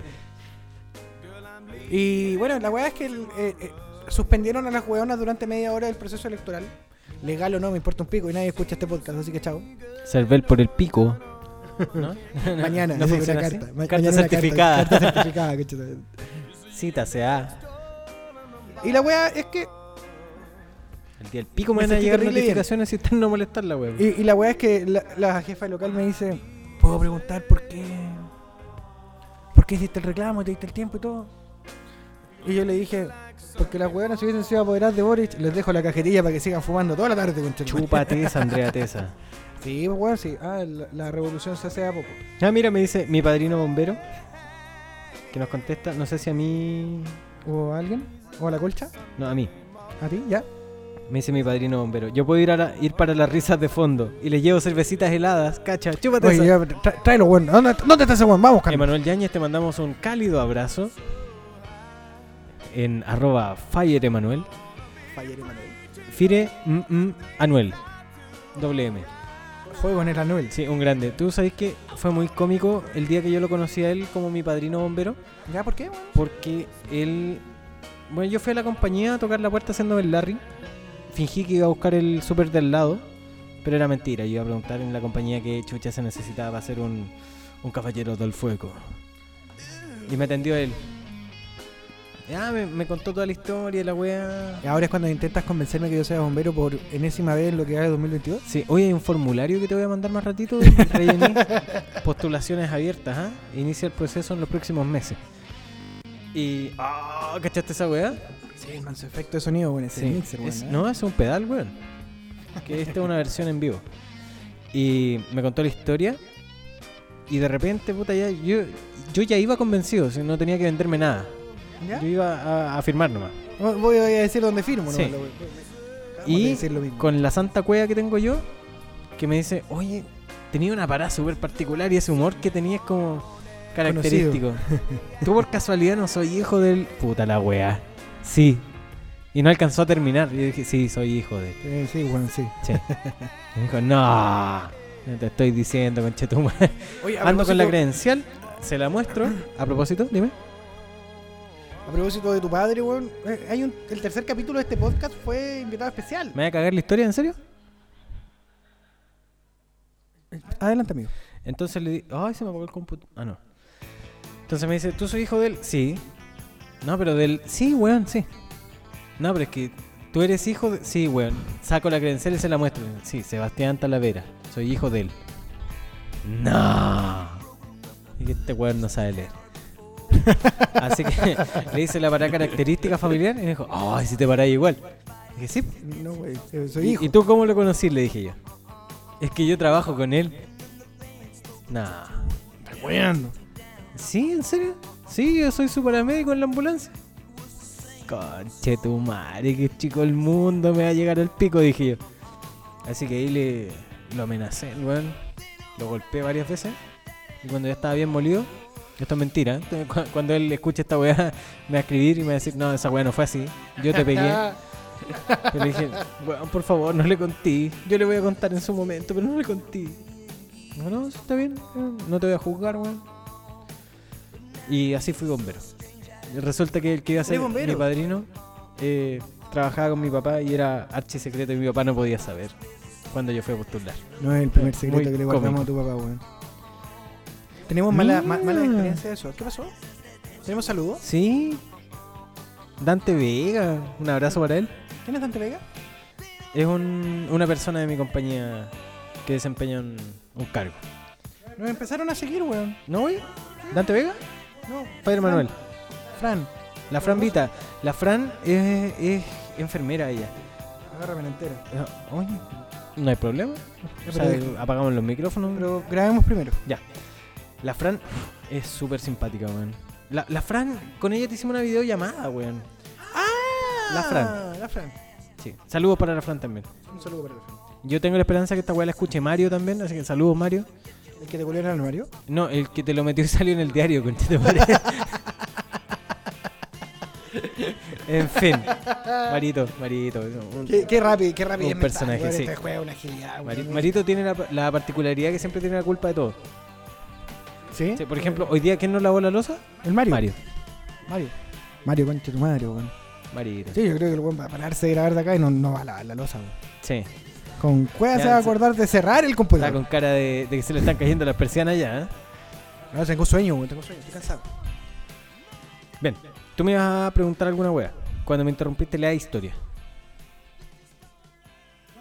Speaker 2: y bueno, la weá es que el- eh, eh, suspendieron a las weonas durante media hora del proceso electoral. Legal o no, me importa un pico y nadie escucha este podcast, así que chao.
Speaker 1: Cervel por el pico. ¿No?
Speaker 2: Mañana,
Speaker 1: no
Speaker 2: sí,
Speaker 1: funciona
Speaker 2: una
Speaker 1: así.
Speaker 2: carta. Ma-
Speaker 1: Carta
Speaker 2: mañana una
Speaker 1: certificada.
Speaker 2: Carta, carta certificada, coche tu madre.
Speaker 1: Cita sea.
Speaker 2: Y la weá es que.
Speaker 1: El día del pico me
Speaker 2: Me
Speaker 1: van a
Speaker 2: sentí
Speaker 1: llegar
Speaker 2: terrible bien.
Speaker 1: notificaciones si están no molestar la web.
Speaker 2: Y, y la weá es que la, la jefa local me dice: ¿Puedo preguntar por qué? ¿Por qué hiciste el reclamo? ¿Te diste el tiempo y todo? Y yo le dije: Porque las weonas si hubiesen sido apoderadas de Boric, les dejo la cajetilla para que sigan fumando toda la tarde, concha tu madre".
Speaker 1: Chupa tesa, Andrea Tesa.
Speaker 2: Sí, pues, weón, sí. Ah, la, la revolución se hace a poco.
Speaker 1: Ah, mira, me dice mi padrino bombero. Que nos contesta, no sé si a mí.
Speaker 2: ¿O a alguien? ¿O a la colcha?
Speaker 1: No, a mí.
Speaker 2: ¿A ti? ¿Ya?
Speaker 1: Me dice mi padrino bombero. Yo puedo ir, a la- ir para las risas de fondo. Y le llevo cervecitas heladas, cacha. Chúpate
Speaker 2: Oye,
Speaker 1: esa.
Speaker 2: ya, tra- tráelo, weón. ¿Dónde, dónde está ese weón? Vamos, Carlos.
Speaker 1: Emanuel Yáñez, te mandamos un cálido abrazo. En arroba fire Emanuel. Fire Emanuel. Fire mm, mm, Anuel. Doble M.
Speaker 2: Fuego en el anuel.
Speaker 1: Sí, un grande. Tú sabes que fue muy cómico el día que yo lo conocí a él como mi padrino bombero,
Speaker 2: ¿Ya por qué, weón?
Speaker 1: porque él. Bueno, yo fui a la compañía a tocar la puerta haciendo el Larry. Fingí que iba a buscar el súper del lado, pero era mentira. Yo iba a preguntar en la compañía qué chucha se necesitaba para hacer un, un caballero del fuego. Y me atendió él. Ah, me, me contó toda la historia, la wea.
Speaker 2: Y ahora es cuando intentas convencerme que yo sea bombero por enésima vez en lo que va de 2022.
Speaker 1: Sí, hoy hay un formulario que te voy a mandar más ratito. Rellení postulaciones abiertas, ¿ah? Inicia el proceso en los próximos meses. Y. ah, ¿Cachaste esa weá?
Speaker 2: Sí, man, su efecto de sonido, weón. Ese mixer, weón.
Speaker 1: Es-
Speaker 2: ¿eh?
Speaker 1: No, es un pedal, weón. Que esta es una versión en vivo. Y me contó la historia. Y de repente, puta, ya, yo, yo ya iba convencido, si no tenía que venderme nada.
Speaker 2: ¿Ya?
Speaker 1: Yo iba a, a firmar nomás.
Speaker 2: Voy voy a decir dónde firmo,
Speaker 1: Sí.
Speaker 2: ¿no? Lo- Vamos a
Speaker 1: Y
Speaker 2: decir lo mismo.
Speaker 1: con la santa cueva que tengo yo, que me dice, oye, tenía una parada súper particular y ese humor que tenías como característico. Tú por casualidad no soy hijo del... Puta la wea. Sí. Y no alcanzó a terminar. Y yo dije, sí, soy hijo de...
Speaker 2: Eh, sí, weón, sí.
Speaker 1: Sí. Y me dijo, no. No te estoy diciendo, conchetumar.
Speaker 2: Oye, a
Speaker 1: Ando con la
Speaker 2: propósito-
Speaker 1: credencial. se la muestro. A propósito, dime.
Speaker 2: A propósito de tu padre, weón, eh, hay un, el tercer capítulo de este podcast fue invitado especial.
Speaker 1: ¿Me voy a cagar la historia, en serio?
Speaker 2: Adelante, amigo.
Speaker 1: Entonces le di, ay, se me apagó el computador. Ah, no. Entonces me dice, ¿tú sos hijo del? Sí. No, pero del, sí, weón, sí. No, pero es que tú eres hijo de, sí, weón. Saco la credencial y se la muestro. Sí, Sebastián Talavera. Soy hijo de él. No. Y que este weón no sabe leer. Así que le hice la pará característica familiar y me dijo, ay, si te parás igual. Y dije, sí.
Speaker 2: No, güey,
Speaker 1: ¿Y-
Speaker 2: soy hijo.
Speaker 1: ¿Y tú cómo lo conocí? Le dije yo. Es que yo trabajo con él. Nah. ¿Sí? ¿En serio? Sí, yo soy su paramédico en la ambulancia. Conche tu madre, que chico el mundo me va a llegar al pico, dije yo. Así que ahí le lo amenacé, el weón. Lo golpeé varias veces. Y cuando ya estaba bien molido, esto es mentira. ¿eh? Cu- Cuando él escuche esta weá, me va a escribir y me va a decir, no, esa weá no fue así. Yo te pegué. Pero le dije, weón, por favor, no le conté. Yo le voy a contar en su momento, pero no le conté. No, no, sí, está bien. eh, No te voy a juzgar, weón. Y así fui bombero. Resulta que el que iba a ser
Speaker 2: ¿Eres bombero?
Speaker 1: mi padrino eh, trabajaba con mi papá y era archisecreto y mi papá no podía saber cuando yo fui a postular.
Speaker 2: No es el primer secreto
Speaker 1: Muy
Speaker 2: que le guardamos a tu papá, weón. Tenemos mala, ma- mala
Speaker 1: Mm.
Speaker 2: experiencia de eso. ¿Qué pasó? ¿Tenemos saludos?
Speaker 1: Sí. Dante Vega, un abrazo para él.
Speaker 2: ¿Quién es Dante Vega?
Speaker 1: Es un- una persona de mi compañía que desempeña un, un cargo.
Speaker 2: Nos empezaron a seguir, weón.
Speaker 1: ¿No, güey? ¿Dante Vega?
Speaker 2: No,
Speaker 1: Padre Manuel.
Speaker 2: Fran,
Speaker 1: La Fran Vita. La Fran es, es enfermera ella.
Speaker 2: agárrame la entera.
Speaker 1: Eh, Oye, no hay problema. O sea,
Speaker 2: pero-
Speaker 1: apagamos los micrófonos.
Speaker 2: Pero grabemos primero.
Speaker 1: Ya. La Fran es súper simpática, weón. La, la Fran, con ella te hicimos una videollamada, weón. La Fran.
Speaker 2: Ah, La Fran.
Speaker 1: Sí. Saludos para la Fran también.
Speaker 2: Un saludo para la Fran.
Speaker 1: Yo tengo la esperanza que esta weá la escuche Mario también, así que saludos Mario.
Speaker 2: ¿El que te culió en el armario?
Speaker 1: No, el que te lo metió y salió en el diario, conchetumare. en fin. Marito, Marito. un-
Speaker 2: Qué, qué rápido, qué rápido.
Speaker 1: Un
Speaker 2: es mental,
Speaker 1: personaje,
Speaker 2: weón,
Speaker 1: sí.
Speaker 2: Este juego es una agilidad, weón.
Speaker 1: Mari- Marito tiene la, la particularidad que siempre tiene la culpa de todo.
Speaker 2: ¿Sí?
Speaker 1: Sí, por ejemplo, hoy día, ¿quién no lavó la losa?
Speaker 2: El Mario.
Speaker 1: Mario.
Speaker 2: Mario. Mario, concha tu madre, weón.
Speaker 1: Marito. Sí.
Speaker 2: Sí, yo creo que el weón va a pararse de grabar de acá y no, no va a lavar la losa, weón. Con cueva se va a acordar de cerrar el
Speaker 1: Está
Speaker 2: computador.
Speaker 1: con cara de, de que se le están cayendo las persianas ya. ¿eh?
Speaker 2: No, Ah, tengo sueño, weón, tengo sueño, estoy cansado.
Speaker 1: Bien, tú me ibas a preguntar alguna wea. Cuando me interrumpiste, lea historia.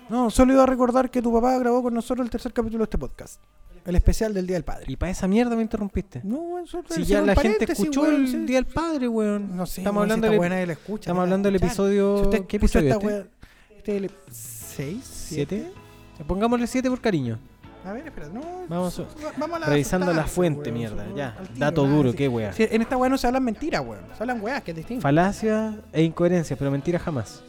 Speaker 2: No, solo iba a recordar que tu papá grabó con nosotros el tercer capítulo de este podcast. El especial del Día del Padre.
Speaker 1: Y para esa mierda me interrumpiste.
Speaker 2: No, weón, solo
Speaker 1: Si
Speaker 2: hicieron
Speaker 1: ya
Speaker 2: un
Speaker 1: la gente
Speaker 2: paréntesis,
Speaker 1: escuchó
Speaker 2: weón,
Speaker 1: el
Speaker 2: sí.
Speaker 1: Día del Padre, weón.
Speaker 2: No sé,
Speaker 1: estamos
Speaker 2: weón, si
Speaker 1: hablando
Speaker 2: está
Speaker 1: del-
Speaker 2: buena, él escucha,
Speaker 1: estamos
Speaker 2: la
Speaker 1: hablando del
Speaker 2: escucharon.
Speaker 1: episodio-
Speaker 2: Si usted
Speaker 1: ¿qué
Speaker 2: escuchó
Speaker 1: episodio
Speaker 2: esta
Speaker 1: este?
Speaker 2: weón- Este es el 6, 7.
Speaker 1: ¿Siete? Pongámosle siete por cariño.
Speaker 2: A ver, espera, no.
Speaker 1: Vamos
Speaker 2: su- va- vamos a la
Speaker 1: Revisando la
Speaker 2: sustancia,
Speaker 1: fuente,
Speaker 2: weón,
Speaker 1: mierda.
Speaker 2: su-
Speaker 1: Ya,
Speaker 2: al tiro,
Speaker 1: dato
Speaker 2: nada,
Speaker 1: duro,
Speaker 2: sí.
Speaker 1: qué wea.
Speaker 2: Sí, en esta weá no se hablan mentiras, weón. Se hablan weas, que es distinto.
Speaker 1: Falacias e incoherencias, pero mentiras jamás.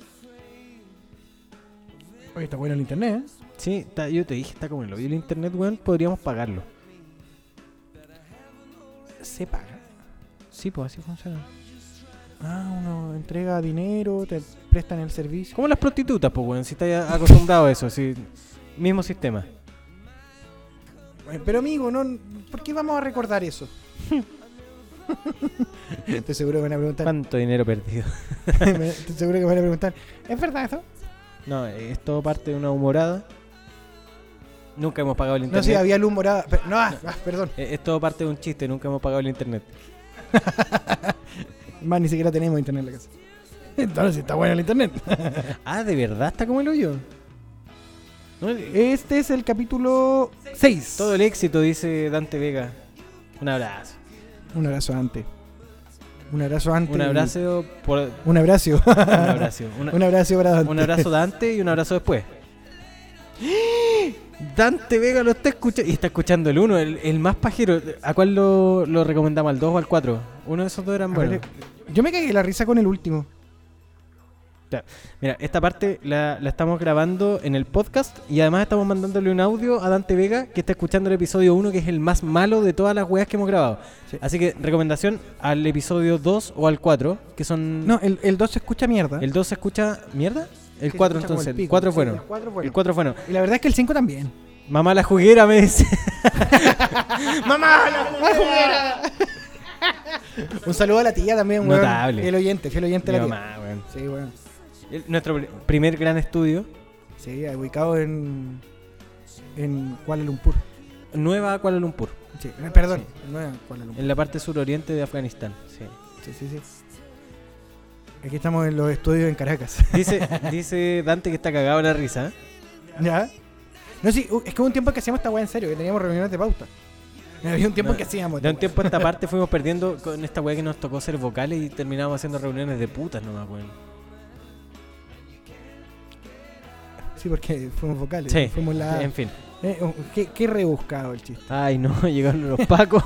Speaker 2: Oye, está bueno el internet, ¿eh?
Speaker 1: Sí, está- yo te dije, está como el hoyo el internet, weón. Podríamos pagarlo.
Speaker 2: Se paga.
Speaker 1: Sí, pues así funciona.
Speaker 2: Ah, uno entrega dinero, te prestan el servicio.
Speaker 1: Como las prostitutas, pues, weón. Si estás acostumbrado a eso, si... mismo sistema.
Speaker 2: Eh, Pero amigo, no, ¿por qué vamos a recordar eso? Estoy seguro que van a preguntar.
Speaker 1: ¿Cuánto dinero perdido?
Speaker 2: me- Estoy seguro que van a preguntar. ¿Es verdad eso?
Speaker 1: No, eh, es todo parte de una humorada. Nunca hemos pagado el
Speaker 2: No,
Speaker 1: internet.
Speaker 2: sí, había luz morada. Pe- No, ah, ah, perdón.
Speaker 1: Eh, Es todo parte de un chiste, nunca hemos pagado el internet.
Speaker 2: Más ni siquiera tenemos internet en la casa. Entonces está bueno el internet.
Speaker 1: Ah, ¿de verdad está como el hoyo? No, eh,
Speaker 2: Este es el capítulo 6.
Speaker 1: todo el éxito, dice Dante Vega. Un abrazo.
Speaker 2: Un abrazo antes. Un abrazo antes.
Speaker 1: Un abrazo por... Un
Speaker 2: Un abrazo.
Speaker 1: abrazo. Una-
Speaker 2: un abrazo para Dante.
Speaker 1: Un abrazo Dante y un abrazo después. Dante Vega lo está escuchando. Y está escuchando el 1, el, el más pajero. ¿A cuál lo, lo recomendamos? ¿Al 2 o al 4? Uno de esos dos eran
Speaker 2: A
Speaker 1: buenos.
Speaker 2: ver, Yo me cagué la risa con el último.
Speaker 1: Mira, esta parte la, la estamos grabando en el podcast y además estamos mandándole un audio a Dante Vega que está escuchando el episodio 1, que es el más malo de todas las weas que hemos grabado.
Speaker 2: Sí.
Speaker 1: Así que recomendación al episodio 2 o al 4, que son...
Speaker 2: No, el, el 2 se escucha mierda.
Speaker 1: El 2 se escucha mierda. El
Speaker 2: Sí, se
Speaker 1: 4
Speaker 2: escucha como
Speaker 1: entonces.
Speaker 2: el
Speaker 1: El
Speaker 2: pico.
Speaker 1: 4
Speaker 2: Sí,
Speaker 1: bueno.
Speaker 2: el cuatro es bueno.
Speaker 1: El 4 bueno.
Speaker 2: Y la verdad es que el 5 también.
Speaker 1: Mamá la juguera me dice.
Speaker 2: ¡Mamá, la juguera! Un saludo a la tía también, weón.
Speaker 1: Notable.
Speaker 2: El oyente, fiel oyente de
Speaker 1: Mi
Speaker 2: la
Speaker 1: mamá, weón.
Speaker 2: tía. Sí, weón.
Speaker 1: El- Nuestro pr- primer gran estudio.
Speaker 2: Sí, ubicado en. en Kuala Lumpur.
Speaker 1: Nueva Kuala Lumpur.
Speaker 2: Sí, eh, perdón, no en Kuala Lumpur.
Speaker 1: En la parte suroriente de Afganistán. sí.
Speaker 2: Sí, sí, sí. Aquí estamos en los estudios en Caracas.
Speaker 1: Dice, dice Dante que está cagado la risa. ¿eh?
Speaker 2: ¿Ya? No, sí, u- es que hubo un tiempo que hacíamos esta weá en serio, que teníamos reuniones de pauta. Había un tiempo
Speaker 1: No,
Speaker 2: que hacíamos.
Speaker 1: De
Speaker 2: esta
Speaker 1: un tiempo a esta parte fuimos perdiendo con esta weá que nos tocó ser vocales y terminábamos haciendo reuniones de putas nomás, weón.
Speaker 2: weá. Sí, porque fuimos vocales.
Speaker 1: Sí.
Speaker 2: Fuimos la.
Speaker 1: En fin.
Speaker 2: eh, oh, qué, qué rebuscado el chiste.
Speaker 1: Ay, no, llegaron los pacos.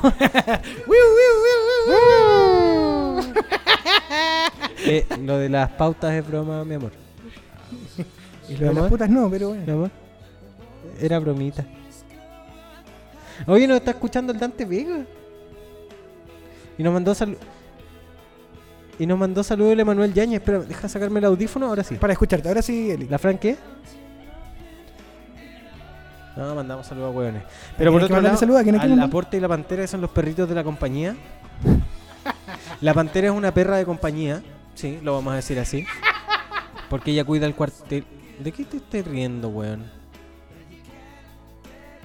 Speaker 1: Eh, lo de las pautas es broma, mi amor.
Speaker 2: Y lo de las putas no, pero bueno.
Speaker 1: Mi amor. pues. Era bromita. Oye, nos está escuchando el Dante Vega. Y nos mandó salud. Y nos mandó saludos el Emanuel Yañez. Espera, deja sacarme el audífono, ahora sí.
Speaker 2: Para escucharte, ahora sí, Eli.
Speaker 1: ¿La Fran qué? No, mandamos saludos a hueones. Pero por
Speaker 2: quién hay que
Speaker 1: otro
Speaker 2: mandarle
Speaker 1: lado,
Speaker 2: saludos? ¿A quién hay que
Speaker 1: al
Speaker 2: mandar?
Speaker 1: aporte y la pantera, que son los perritos de la compañía. La pantera es una perra de compañía, sí, lo vamos a decir así. Porque ella cuida el cuartel. ¿De qué te estás riendo, weón?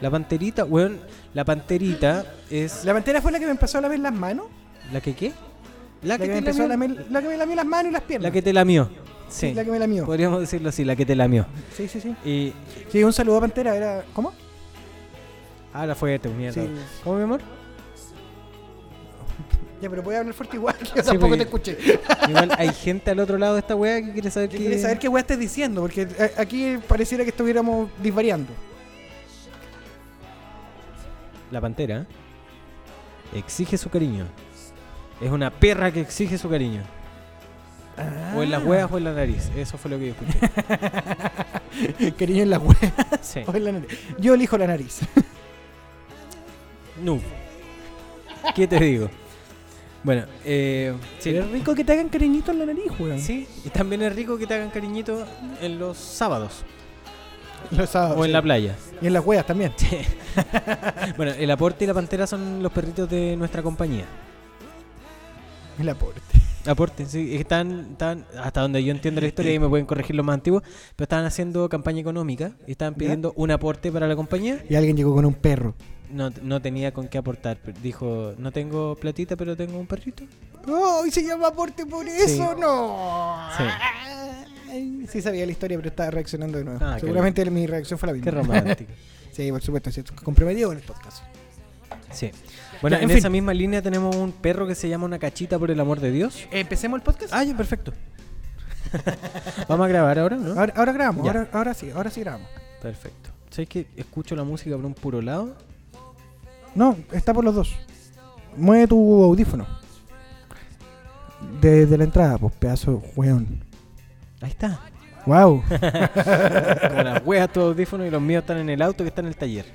Speaker 1: La panterita, weón, la panterita es...
Speaker 2: La pantera fue la que me empezó a lamer las manos.
Speaker 1: ¿La que qué?
Speaker 2: La que, me empezó a
Speaker 1: lamió-
Speaker 2: lamer- la que me lamió las manos y las piernas.
Speaker 1: La que te lamió. Sí,
Speaker 2: Sí, Pues- la que me lamió.
Speaker 1: podríamos decirlo así, la que te lamió.
Speaker 2: Sí, sí, sí.
Speaker 1: Y...
Speaker 2: Sí, un saludo a Pantera, era. ¿Cómo?
Speaker 1: Ah, la fue mierda.
Speaker 2: Sí.
Speaker 1: ¿Cómo, mi amor?
Speaker 2: Ya, pero voy a hablar fuerte igual, que yo tampoco
Speaker 1: porque-
Speaker 2: te escuché.
Speaker 1: Igual hay gente al otro lado de esta weá que quiere saber
Speaker 2: Yo
Speaker 1: qué.
Speaker 2: quería saber qué weá estás diciendo, porque eh, aquí pareciera que estuviéramos disvariando.
Speaker 1: La pantera exige su cariño. Es una perra que exige su cariño. O
Speaker 2: Ah.
Speaker 1: en las weas o en la nariz. Eso fue lo que yo escuché.
Speaker 2: Cariño en la weá.
Speaker 1: Sí.
Speaker 2: o en la nariz. Yo elijo la nariz.
Speaker 1: No. ¿Qué te digo? Bueno, eh, sí.
Speaker 2: Pero es rico que te hagan cariñito en la nariz, weón.
Speaker 1: Sí, y también es rico que te hagan cariñito en los sábados
Speaker 2: Los sábados.
Speaker 1: o en
Speaker 2: Ah, sí.
Speaker 1: la playa.
Speaker 2: Y en las weas también.
Speaker 1: Bueno, el aporte y la pantera son los perritos de nuestra compañía.
Speaker 2: El aporte.
Speaker 1: Aporte, sí, están, están, hasta donde yo entiendo la historia, y me pueden corregir los más antiguos, pero estaban haciendo campaña económica y estaban pidiendo un aporte para la compañía.
Speaker 2: Y alguien llegó con un perro.
Speaker 1: No, no tenía con qué aportar, pero dijo, no tengo platita, pero tengo un perrito.
Speaker 2: ¡Oh! y se llama aporte por eso! ¡No!
Speaker 1: Sí.
Speaker 2: Ay, Sí sabía la historia, pero estaba reaccionando de nuevo.
Speaker 1: Ah, qué
Speaker 2: Seguramente mi reacción fue la misma.
Speaker 1: Qué romántico.
Speaker 2: Sí, por supuesto, sí, comprometido con el podcast.
Speaker 1: Sí. Bueno, en,
Speaker 2: Ya, en fin.
Speaker 1: esa misma línea tenemos un perro que se llama una cachita por el amor de Dios.
Speaker 2: ¿Empecemos el podcast?
Speaker 1: Ah, ya, perfecto. Ah. Vamos a grabar ahora, ¿no?
Speaker 2: Ahora, ahora grabamos,
Speaker 1: Ya.
Speaker 2: ahora, ahora sí, ahora sí grabamos.
Speaker 1: Perfecto. ¿Sabes que escucho la música por un puro lado?
Speaker 2: No, está por los dos. Mueve tu audífono. Desde la entrada, pues pedazo, weón.
Speaker 1: Ahí está.
Speaker 2: ¡Wow!
Speaker 1: Con las weas tu audífono y los míos están en el auto que está en el taller.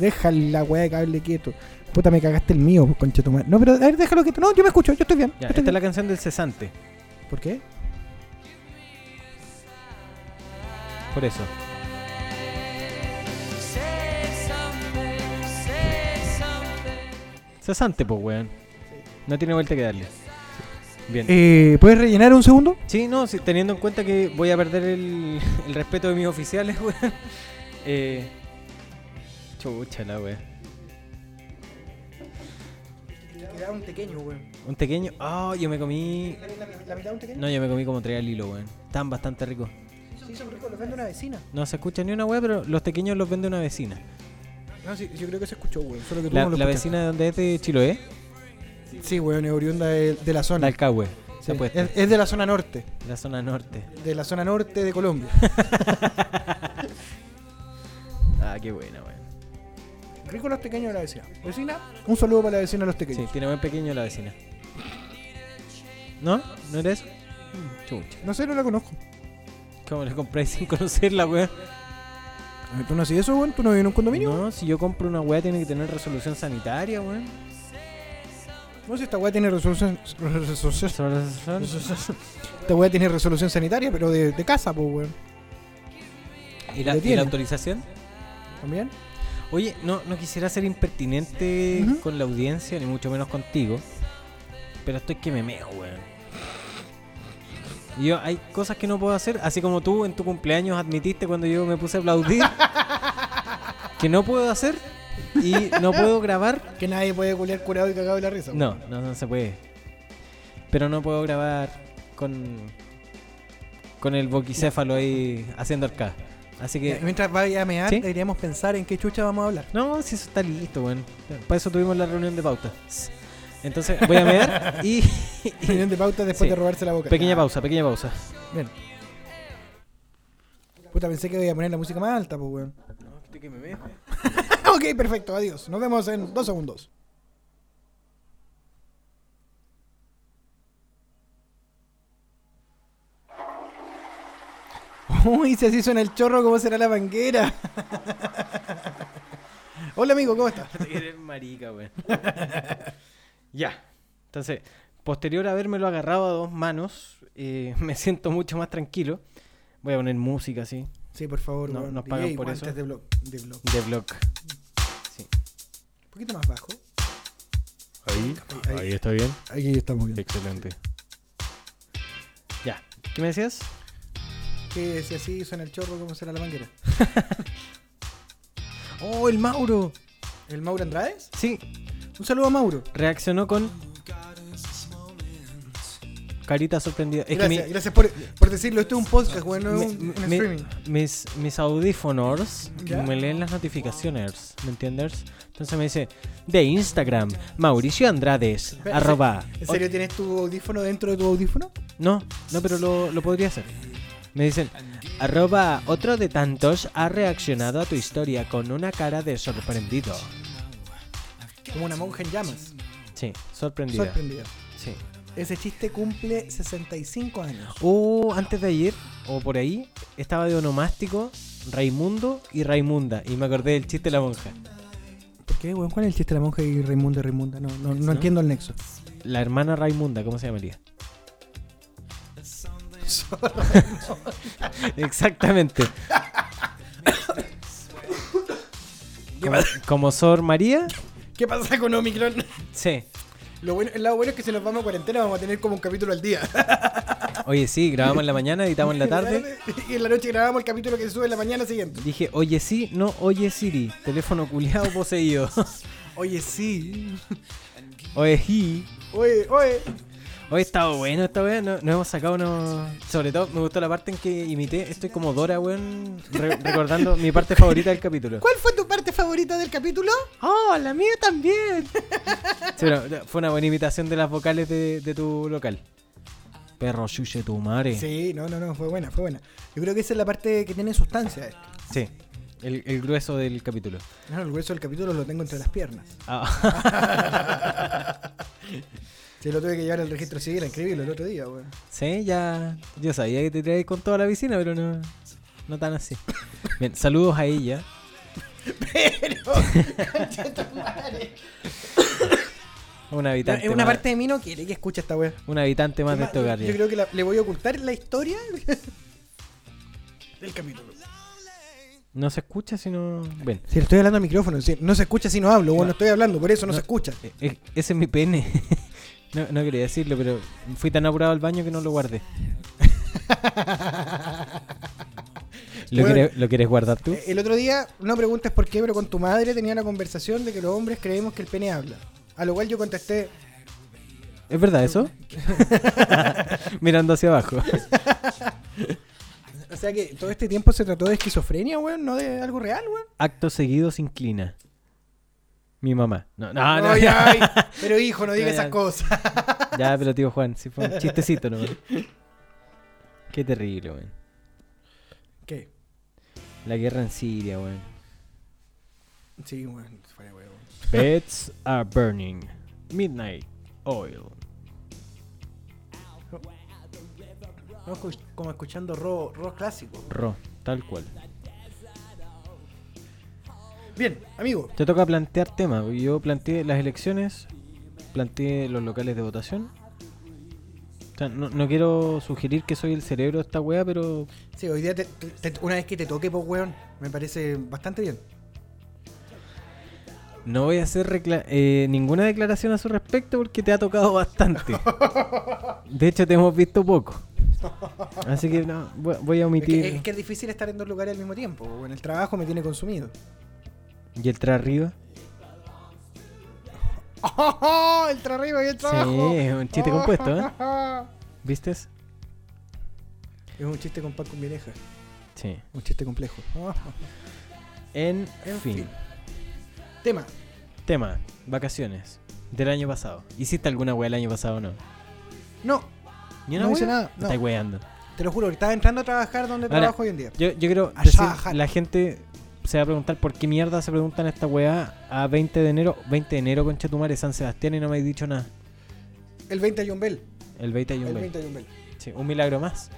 Speaker 2: Deja la weá de cable quieto. Puta, me cagaste el mío, pues, concha tu madre. No, pero a ver, déjalo quieto. No, yo me escucho, yo estoy bien.
Speaker 1: Ya,
Speaker 2: yo
Speaker 1: esta
Speaker 2: estoy
Speaker 1: es la
Speaker 2: bien.
Speaker 1: canción del cesante.
Speaker 2: ¿Por qué?
Speaker 1: Por eso. Cesante, pues, weón. No tiene vuelta que darle. Bien.
Speaker 2: Eh, ¿Puedes rellenar un segundo?
Speaker 1: Sí, no, sí, teniendo en cuenta que voy a perder el, el respeto de mis oficiales, weón. Eh, chucha la weón.
Speaker 2: Queda un pequeño, weón.
Speaker 1: Un pequeño. Ah, yo me comí.
Speaker 2: La mitad un pequeño.
Speaker 1: No, yo me comí como tres al hilo, weón. Están bastante ricos.
Speaker 2: Sí, son ricos, los vende una vecina.
Speaker 1: No se escucha ni una weón, pero los pequeños los vende una vecina.
Speaker 2: No, sí, yo creo que se escuchó, weón. Solo que tú
Speaker 1: La,
Speaker 2: no lo
Speaker 1: la
Speaker 2: escuchaste.
Speaker 1: vecina de donde es de Chiloé,
Speaker 2: Sí, weón, es oriunda de, de la
Speaker 1: de
Speaker 2: zona.
Speaker 1: Alcahue. Se
Speaker 2: Sí,
Speaker 1: ha puesto.
Speaker 2: es, es de la zona norte.
Speaker 1: La zona norte.
Speaker 2: De la zona norte de Colombia.
Speaker 1: Ah, qué buena, weón.
Speaker 2: Rico los pequeños de la vecina. Vecina, un saludo para la vecina de los pequeños.
Speaker 1: Sí, tiene buen pequeño la vecina. ¿No? ¿No era eso? Chucha.
Speaker 2: No sé, no la conozco.
Speaker 1: ¿Cómo le compráis sin conocerla, weón?
Speaker 2: Eh, ¿Tú no hacías eso, weón? ¿Tú no vives en un condominio?
Speaker 1: No, si yo compro una weá tiene que tener resolución sanitaria, weón.
Speaker 2: No sé, esta weá tiene resolución. resolución- Esta weá tiene resolución sanitaria, pero de, de casa, pues, weón.
Speaker 1: ¿Y la,
Speaker 2: Lo
Speaker 1: y la
Speaker 2: tiene.
Speaker 1: autorización?
Speaker 2: ¿También?
Speaker 1: Oye, no, no quisiera ser impertinente
Speaker 2: Ujú.
Speaker 1: con la audiencia, ni mucho menos contigo. Pero estoy que me meo, weón. Y Yo, hay cosas que no puedo hacer, así como tú en tu cumpleaños admitiste cuando yo me puse a aplaudir que no puedo hacer y no puedo grabar
Speaker 2: Que nadie puede culiar curado y cagado de la risa.
Speaker 1: No, no, no se puede. Pero no puedo grabar con con el boquicéfalo ahí haciendo arcada. Así
Speaker 2: Ya,
Speaker 1: que
Speaker 2: Eh, Mientras vaya a mear,
Speaker 1: ¿Sí?
Speaker 2: deberíamos pensar en qué chucha vamos a hablar.
Speaker 1: no, si eso está listo, weón. Para eso tuvimos la reunión de pauta. Entonces voy a mear y
Speaker 2: Reunión de pauta después
Speaker 1: Sí.
Speaker 2: de robarse la boca.
Speaker 1: pequeña
Speaker 2: Ah,
Speaker 1: pausa, pequeña pausa.
Speaker 2: Bien. Puta, pensé que iba a poner la música más alta, pues, weón. ok, perfecto, adiós. Nos vemos en dos segundos. Uy, si así suena el chorro, ¿cómo será la banquera? Hola, amigo, ¿cómo estás?
Speaker 1: Eres marica, weón. ya. Entonces, posterior a habérmelo agarrado a dos manos, eh, me siento mucho más tranquilo. Voy a poner música así,
Speaker 2: Sí, por favor,
Speaker 1: No,
Speaker 2: weón.
Speaker 1: nos pagan
Speaker 2: DJ,
Speaker 1: por
Speaker 2: guantes
Speaker 1: eso.
Speaker 2: De blog, de blog.
Speaker 1: de blog.
Speaker 2: Un poquito más bajo.
Speaker 1: Ahí,
Speaker 2: Ahí. ahí
Speaker 1: está bien.
Speaker 2: Aquí estamos bien.
Speaker 1: Excelente. Ya. ¿Qué me decías?
Speaker 2: Que si así suena el chorro, ¿cómo será la banquera?
Speaker 1: ¡Oh, el Mauro!
Speaker 2: ¿El Mauro Andrades?
Speaker 1: Sí,
Speaker 2: Un saludo a Mauro.
Speaker 1: reaccionó con. Carita sorprendida. Es
Speaker 2: gracias,
Speaker 1: que mi-
Speaker 2: gracias por, por decirlo. Esto es un podcast, güey, no es
Speaker 1: mi-
Speaker 2: un, un
Speaker 1: mi-
Speaker 2: streaming.
Speaker 1: mis, mis audífonos
Speaker 2: ¿Ya?
Speaker 1: me leen las notificaciones, ¿me entiendes? Entonces me dice, de Instagram, Mauricio Andrades,
Speaker 2: Espera,
Speaker 1: arroba.
Speaker 2: ¿En serio tienes tu audífono dentro de tu audífono?
Speaker 1: No, no, pero lo, lo podría hacer. Me dicen, arroba, otro de tantos ha reaccionado a tu historia con una cara de sorprendido.
Speaker 2: Como una monja en llamas.
Speaker 1: Sí, sorprendida.
Speaker 2: Sorprendida.
Speaker 1: sí.
Speaker 2: Ese chiste cumple 65 años.
Speaker 1: O Uh, antes de ayer, o por ahí, estaba de onomástico Raimundo y Raimunda. Y me acordé del chiste de la monja.
Speaker 2: ¿Por qué, güey? ¿Cuál es el chiste de la monja y Raimundo y Raimunda? No, no, no,
Speaker 1: ¿No?
Speaker 2: entiendo el nexo.
Speaker 1: La hermana Raimunda, ¿cómo se llamaría? Exactamente. como, como Sor María,
Speaker 2: ¿Qué pasa con Omicron?
Speaker 1: sí.
Speaker 2: Lo bueno, el lado bueno es que si nos vamos a cuarentena vamos a tener como un capítulo al día.
Speaker 1: Oye, sí, grabamos en la mañana, editamos en la tarde.
Speaker 2: y en la noche grabamos el capítulo que se sube en la mañana siguiente.
Speaker 1: Dije, oye sí, no, oye Siri. Teléfono culiado poseído.
Speaker 2: Oye, sí.
Speaker 1: Oye, sí.
Speaker 2: Oye, oye.
Speaker 1: Hoy está bueno esta weá, no- nos hemos sacado unos. Sobre todo me gustó la parte en que imité, estoy como Dora, weón, re- recordando mi parte favorita del capítulo.
Speaker 2: ¿Cuál fue tu parte favorita del capítulo?
Speaker 1: ¡Oh, la mía también! Sí, pero fue una buena imitación de las vocales de, de tu local. Perro chuche tu madre. Sí.
Speaker 2: Sí, no, no, no, fue buena, fue buena. Yo creo que esa es la parte que tiene sustancia. esto.
Speaker 1: El, el grueso del capítulo.
Speaker 2: Claro, el grueso del capítulo lo tengo entre las piernas.
Speaker 1: Ah,
Speaker 2: Se lo tuve que llevar al registro civil a inscribirlo el otro día, weón.
Speaker 1: sí, ya. Yo sabía que te traías con toda la piscina, pero no. No tan así. Bien, saludos a ella. Pero. un habitante.
Speaker 2: Es una
Speaker 1: más-
Speaker 2: parte de mí no quiere que escuche esta weón.
Speaker 1: Un habitante más de este hogar.
Speaker 2: Yo
Speaker 1: ya.
Speaker 2: creo que la- le voy a ocultar la historia del capítulo.
Speaker 1: No se escucha sino. Bueno,
Speaker 2: Si le estoy hablando al micrófono, si no se escucha si no hablo, bueno, estoy hablando, por eso no,
Speaker 1: No.
Speaker 2: se escucha.
Speaker 1: e- e- ese es mi pene. no, no quería decirlo, pero fui tan apurado al baño que no lo guardé. ¿Lo,
Speaker 2: Bueno.
Speaker 1: quieres, ¿Lo quieres guardar tú?
Speaker 2: Eh, El otro día, no preguntes por qué, pero con tu madre tenía una conversación de que los hombres creemos que el pene habla. A lo cual yo contesté,
Speaker 1: ¿Es verdad eso? Mirando hacia abajo.
Speaker 2: o sea que todo este tiempo se trató de esquizofrenia, weón, no de algo real, weón.
Speaker 1: Acto seguido se inclina. Mi mamá. No, Ah, no, no.
Speaker 2: Ay,
Speaker 1: ya.
Speaker 2: ay, pero hijo, no diga
Speaker 1: Ya, ya.
Speaker 2: esas cosas.
Speaker 1: Ya, pero tío Juan, sí fue un chistecito nomás. Qué terrible, weón.
Speaker 2: ¿Qué?
Speaker 1: La guerra en Siria, weón.
Speaker 2: Sí, weón, fuera, de huevo.
Speaker 1: Beds are burning. Midnight oil.
Speaker 2: No, escu- como escuchando rock, rock clásico.
Speaker 1: Ro, tal cual.
Speaker 2: Bien, amigo.
Speaker 1: Te toca plantear temas. Yo planteé las elecciones, planteé los locales de votación. O sea, no, no quiero sugerir que soy el cerebro de esta wea, pero
Speaker 2: Sí, hoy día, te- te- te- una vez que te toque, pues, weón, me parece bastante bien.
Speaker 1: no voy a hacer recla- eh, ninguna declaración a su respecto porque te ha tocado bastante. De hecho, te hemos visto poco. Así que no, voy- voy a
Speaker 2: Es
Speaker 1: omitir.
Speaker 2: que, es que es difícil estar en dos lugares al mismo tiempo. pues, weón. el trabajo me tiene consumido.
Speaker 1: ¿Y el tra arriba?
Speaker 2: ¡Oh, el tra arriba y el
Speaker 1: Sí, es un chiste compuesto, ¿eh? ¿Vistes?
Speaker 2: Es un chiste con pan con vieja.
Speaker 1: Sí.
Speaker 2: Un chiste complejo.
Speaker 1: En,
Speaker 2: En
Speaker 1: fin.
Speaker 2: fin. Tema.
Speaker 1: Tema, vacaciones. Del año pasado. ¿Hiciste alguna wea el año pasado o no?
Speaker 2: No,
Speaker 1: Ni
Speaker 2: No hice
Speaker 1: wea?
Speaker 2: nada,
Speaker 1: Me
Speaker 2: no.
Speaker 1: estáis weando.
Speaker 2: te lo juro, que estaba entrando a trabajar donde
Speaker 1: Ahora,
Speaker 2: trabajo hoy en día.
Speaker 1: Yo, yo quiero
Speaker 2: Allá,
Speaker 1: decir,
Speaker 2: ajá.
Speaker 1: la gente se va a preguntar por qué mierda se preguntan esta weá a 20 de enero. 20 de enero, con Chetumare, San Sebastián y no me habéis dicho nada.
Speaker 2: El 20 de John Bell.
Speaker 1: El 20 y un
Speaker 2: El
Speaker 1: 20.
Speaker 2: 20 de John Bell.
Speaker 1: Sí, un milagro más.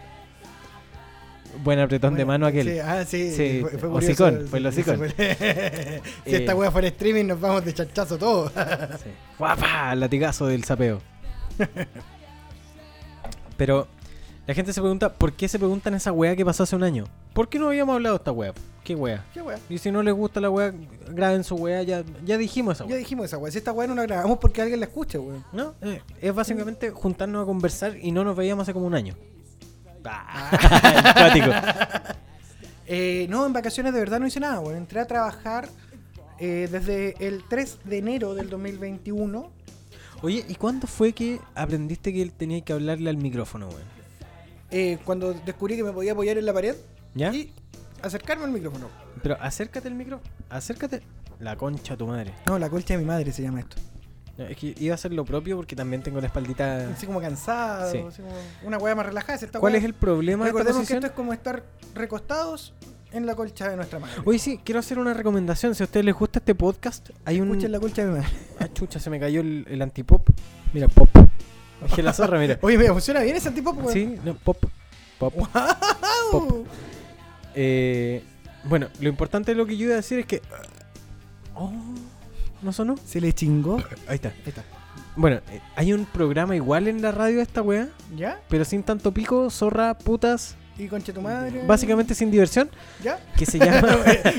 Speaker 1: Buen apretón de
Speaker 2: Bueno,
Speaker 1: mano aquel.
Speaker 2: Sí, ah, sí.
Speaker 1: Sí,
Speaker 2: fue, fue
Speaker 1: hocicón,
Speaker 2: curioso.
Speaker 1: fue el
Speaker 2: Sí,
Speaker 1: hocicón.
Speaker 2: sí, fue- si
Speaker 1: Eh.
Speaker 2: esta wea fuera streaming, nos vamos de chachazo todos.
Speaker 1: Sí. ¡Guapa! Latigazo del sapeo. Pero la gente se pregunta, ¿por qué se preguntan esa weá que pasó hace un año? ¿Por qué no habíamos hablado de esta weá? ¿Qué weá?
Speaker 2: Qué wea.
Speaker 1: Y si no les gusta la weá, graben su weá, ya, ya dijimos esa
Speaker 2: Ya
Speaker 1: weá.
Speaker 2: dijimos esa wea. Si esta wea no la grabamos porque alguien la escuche, weón.
Speaker 1: ¿No? Eh, Es básicamente juntarnos a conversar y no nos veíamos hace como un año. Ah, cuático.
Speaker 2: Eh, no, en vacaciones de verdad no hice nada, bueno, entré a trabajar eh, desde el 3 de enero del 2021.
Speaker 1: Oye, ¿y cuándo fue que aprendiste que tenía que hablarle al micrófono, weón?
Speaker 2: eh, cuando descubrí que me podía apoyar en la pared
Speaker 1: ¿Ya?
Speaker 2: y acercarme al micrófono.
Speaker 1: Pero acércate al micro, acércate. La concha de tu madre.
Speaker 2: No, la colcha de mi madre se llama esto.
Speaker 1: No, es que iba a hacer lo propio porque también tengo la espaldita.
Speaker 2: Así como cansado,
Speaker 1: Ah. Sí.
Speaker 2: así como una hueá más relajada. ¿cierta
Speaker 1: ¿Cuál
Speaker 2: hueá?
Speaker 1: es el problema de esta
Speaker 2: Recordemos que
Speaker 1: posición?
Speaker 2: esto es como estar recostados en la colcha de nuestra madre.
Speaker 1: Oye, sí, quiero hacer una recomendación. Si a ustedes les gusta este podcast, hay un.
Speaker 2: Escuchen la colcha de mi madre.
Speaker 1: Ah, chucha, se me cayó el, el antipop. Mira, pop. Dije la zorra, mira.
Speaker 2: Oye, mira, funciona bien ese tipo. pues, uh, weón.
Speaker 1: Sí, no, pop. Pop. pop. Eh, bueno, lo importante de lo que yo iba a decir es que. Oh, ¿No sonó?
Speaker 2: Se le chingó.
Speaker 1: Ahí está.
Speaker 2: Ahí está.
Speaker 1: Bueno, eh, hay un programa igual en la radio de esta weá,
Speaker 2: ¿Ya?
Speaker 1: pero sin tanto pico, zorra, putas.
Speaker 2: Y concha tu madre.
Speaker 1: Básicamente sin diversión,
Speaker 2: ¿Ya?
Speaker 1: que se llama.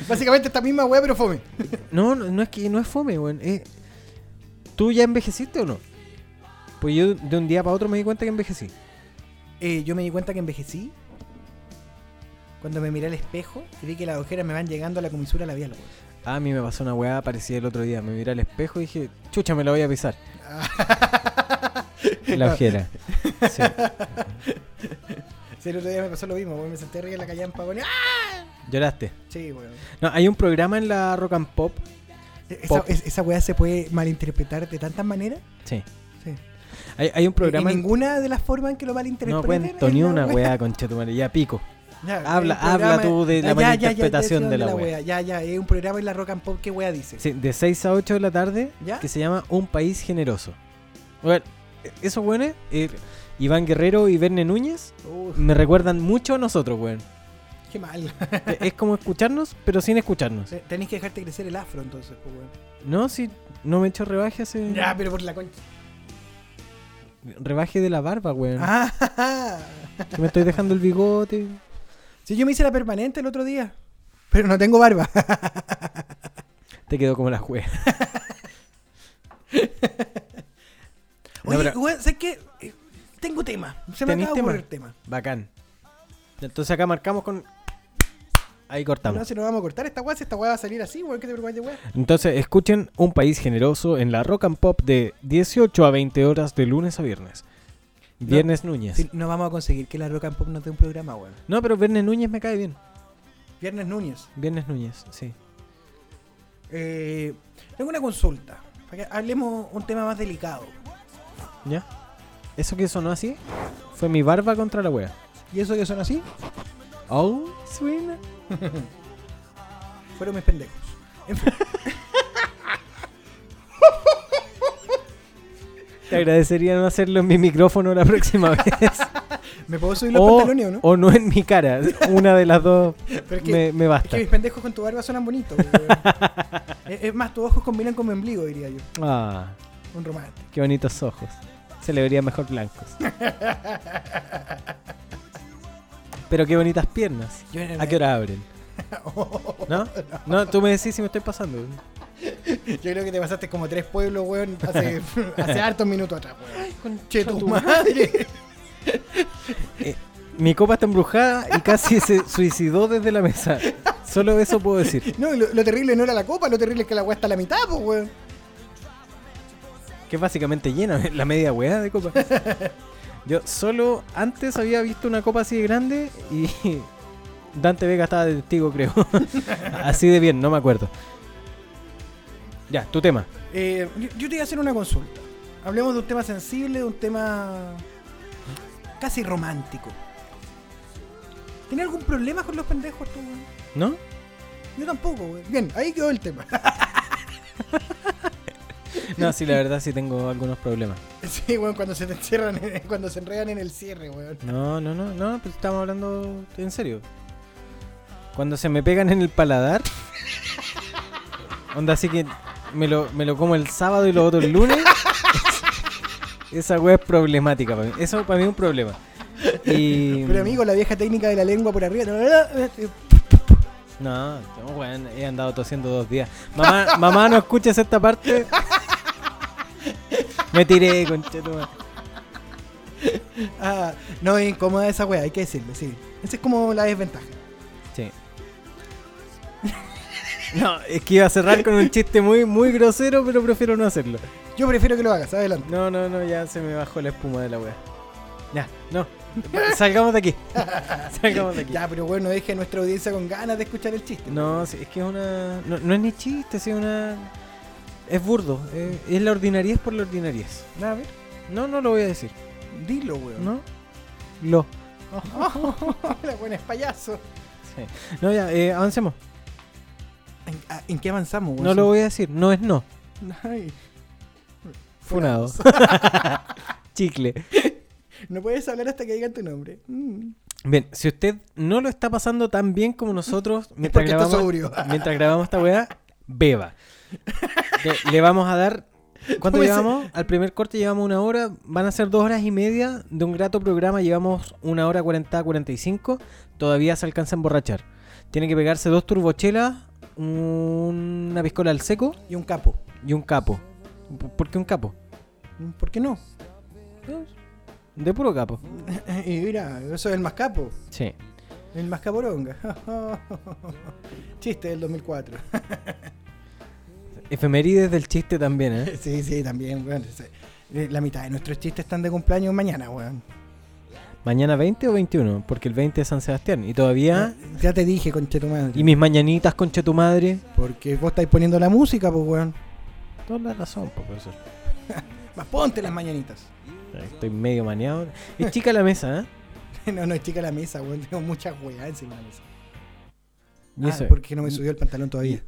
Speaker 2: Básicamente esta misma hueá, pero fome.
Speaker 1: No, no, no es que no es fome, weón. Eh, ¿Tú ya envejeciste o no? Pues yo de un día para otro me di cuenta que envejecí.
Speaker 2: Eh, yo me di cuenta que envejecí cuando me miré al espejo y vi que las ojeras me van llegando a la comisura labial. weón.
Speaker 1: A mí me pasó una weá parecida el otro día. Me miré al espejo y dije, chucha, me la voy a pisar. la ojera. Sí.
Speaker 2: Sí, el otro día me pasó lo mismo, weón, me senté arriba de la calle en Pagón. ¡Ah!
Speaker 1: Lloraste.
Speaker 2: Sí, weón.
Speaker 1: No, hay un programa en la Rock and Pop.
Speaker 2: Esa,
Speaker 1: Pop.
Speaker 2: es- esa weá se puede malinterpretar de tantas maneras.
Speaker 1: Sí.
Speaker 2: Sí.
Speaker 1: Hay, hay un programa.
Speaker 2: Y ninguna de las formas en que lo malinterpretan.
Speaker 1: No cuento ni una weá, conchetumare. Ya pico. Habla- habla tú de la malinterpretación de la weá.
Speaker 2: Ya, ya, es un programa en la rock and pop. ¿Qué weá dice?
Speaker 1: Sí, de 6 a 8 de la tarde,
Speaker 2: ¿Ya?
Speaker 1: que se llama Un País Generoso. Bueno, esos weones, eh, Iván Guerrero y Verne Núñez,
Speaker 2: Uf,
Speaker 1: me recuerdan mucho a nosotros, weón.
Speaker 2: qué mal.
Speaker 1: Eh, es como escucharnos, pero sin escucharnos.
Speaker 2: Tenés que dejarte crecer el afro entonces, pues, weón.
Speaker 1: No, si no me he hecho rebaje hace.
Speaker 2: Ya, pero por la concha.
Speaker 1: Rebaje de la barba, weón.
Speaker 2: Ah,
Speaker 1: Que me estoy dejando el bigote.
Speaker 2: Sí, yo me hice la permanente el otro día. Pero no tengo barba.
Speaker 1: Te quedó como la juega. No,
Speaker 2: Oye,
Speaker 1: pero-
Speaker 2: weón, ¿sabes qué? Eh, Tengo tema. Se me
Speaker 1: ¿Tenís
Speaker 2: acaba de ocurrir tema.
Speaker 1: Bacán. Entonces acá marcamos con. Ahí cortamos.
Speaker 2: No, si nos vamos a cortar esta weá, si esta weá va a salir así, weón, que te preocupes de weá.
Speaker 1: Entonces, escuchen Un País Generoso en la Rock and Pop de 18 a 20 horas de lunes a viernes. Viernes Núñez.
Speaker 2: Sí, no vamos a conseguir que la Rock and Pop nos dé un programa, weón.
Speaker 1: No, pero Viernes Núñez me cae bien.
Speaker 2: Viernes Núñez.
Speaker 1: Viernes Núñez, sí.
Speaker 2: Eh, tengo una consulta. Para que hablemos un tema más delicado.
Speaker 1: ¿Ya? ¿Eso que sonó así? Fue mi barba contra la wea.
Speaker 2: ¿Y eso que son así?
Speaker 1: Oh, suena.
Speaker 2: Fueron mis pendejos. En fin,
Speaker 1: Te agradecería no hacerlo en mi micrófono la próxima vez.
Speaker 2: ¿Me puedo subir los
Speaker 1: o,
Speaker 2: pantalones o no?
Speaker 1: o no en mi cara. Una de las dos
Speaker 2: Pero es que-
Speaker 1: me, me
Speaker 2: Es que
Speaker 1: basta.
Speaker 2: mis pendejos con tu barba suenan bonitos. weón. es, es más, tus ojos combinan con mi ombligo, diría yo.
Speaker 1: Ah,
Speaker 2: Un romántico.
Speaker 1: qué bonitos ojos. se le verían mejor blancos. Pero qué bonitas piernas.
Speaker 2: Yo en el
Speaker 1: ¿A qué hora abren?
Speaker 2: Oh.
Speaker 1: ¿No? No, tú me decís si me estoy pasando.
Speaker 2: Yo creo que te pasaste como tres pueblos, weón, hace, hace hartos minutos atrás, weón. Conche tu
Speaker 1: tu
Speaker 2: madre.
Speaker 1: Mi copa está embrujada y casi se suicidó desde la mesa. Solo eso puedo decir.
Speaker 2: No, y lo, lo terrible no era la copa, lo terrible es que la weá está a la mitad, pues, weón.
Speaker 1: Que es básicamente llena, la media weá de copa. Yo solo antes había visto una copa así de grande y Dante Vega estaba de testigo, creo. Así de bien, no me acuerdo. Ya, tu tema.
Speaker 2: Eh, yo yo te voy a hacer una consulta. Hablemos de un tema sensible, de un tema casi romántico. ¿Tienes algún problema con los pendejos tú, weón?
Speaker 1: ¿No?
Speaker 2: Yo tampoco, weón. Bien, ahí quedó el tema.
Speaker 1: No, sí, la verdad sí tengo algunos problemas.
Speaker 2: Sí, weón, cuando se te encierran, en- cuando se enredan en el cierre, weón.
Speaker 1: No, no, no, no, pero estamos hablando en serio. Cuando se me pegan en el paladar. Onda, así que me lo, me lo como el sábado y lo otro el lunes. Esa wea es problemática para mí. Eso para mí es un problema. Y.
Speaker 2: Pero amigo, la vieja técnica de la lengua por arriba. No,
Speaker 1: No, no, weón, he andado tosiendo dos días. Mamá, mamá, no escuches esta parte. Me tiré, conchetumare.
Speaker 2: ah, no es incómoda esa weá, hay que decirlo, sí. Esa es como la desventaja.
Speaker 1: Sí. No, es que iba a cerrar con un chiste muy, muy grosero, pero prefiero no hacerlo.
Speaker 2: Yo prefiero que lo hagas, adelante.
Speaker 1: No, no, no, ya se me bajó la espuma de la wea. Ya, no. Salgamos de aquí. Salgamos de aquí.
Speaker 2: Ya, pero bueno, deje a nuestra audiencia con ganas de escuchar el chiste.
Speaker 1: No, sí, es que es una. No, no es ni chiste, sí, es una. Es burdo. eh, es la ordinariez por la ordinariez.
Speaker 2: Nada, a ver,
Speaker 1: No, no lo voy a decir.
Speaker 2: dilo, weón.
Speaker 1: ¿No? Lo.
Speaker 2: la buena es payaso.
Speaker 1: Sí. No, ya, eh, avancemos.
Speaker 2: ¿En, a- en qué avanzamos, weón?
Speaker 1: No lo voy a decir. No es no.
Speaker 2: Ay,
Speaker 1: Funado. Chicle.
Speaker 2: no puedes hablar hasta que digan tu nombre. Mm.
Speaker 1: Bien, si usted no lo está pasando tan bien como nosotros mientras,
Speaker 2: porque está
Speaker 1: grabamos,
Speaker 2: sobrio.
Speaker 1: mientras grabamos esta weá, beba. Le, le vamos a dar. ¿Cuánto
Speaker 2: Tómese-
Speaker 1: llevamos? Al primer corte llevamos una hora. Van a ser dos horas y media de un grato programa. Llevamos una hora 40 45. Todavía se alcanza a emborrachar. Tiene que pegarse dos turbochelas, una piscola al seco
Speaker 2: Y un capo.
Speaker 1: y un capo. ¿Por qué un capo?
Speaker 2: Mm, ¿Por qué no?
Speaker 1: De puro capo.
Speaker 2: y mira, eso es el más capo.
Speaker 1: Sí.
Speaker 2: El más caporonga. Chiste del 2004.
Speaker 1: Efemérides del chiste también, ¿eh?
Speaker 2: sí, sí, también, weón. sí. Eh, La mitad de nuestros chistes están de cumpleaños mañana, weón.
Speaker 1: ¿Mañana 20 o 21? Porque el 20 es San Sebastián. Y todavía.
Speaker 2: Ya te dije, conche tu madre.
Speaker 1: Ah. Y mis mañanitas, concha tu madre.
Speaker 2: Porque vos estáis poniendo la música, pues, weón.
Speaker 1: Toda la razón, po, profesor.
Speaker 2: Más ponte las mañanitas.
Speaker 1: Eh, Estoy medio maneado. Es chica la mesa, ¿eh?
Speaker 2: no, no, chica la mesa, weón. Tengo muchas weas encima de la mesa.
Speaker 1: Y
Speaker 2: Ah,
Speaker 1: eso-
Speaker 2: porque no me subió el pantalón todavía.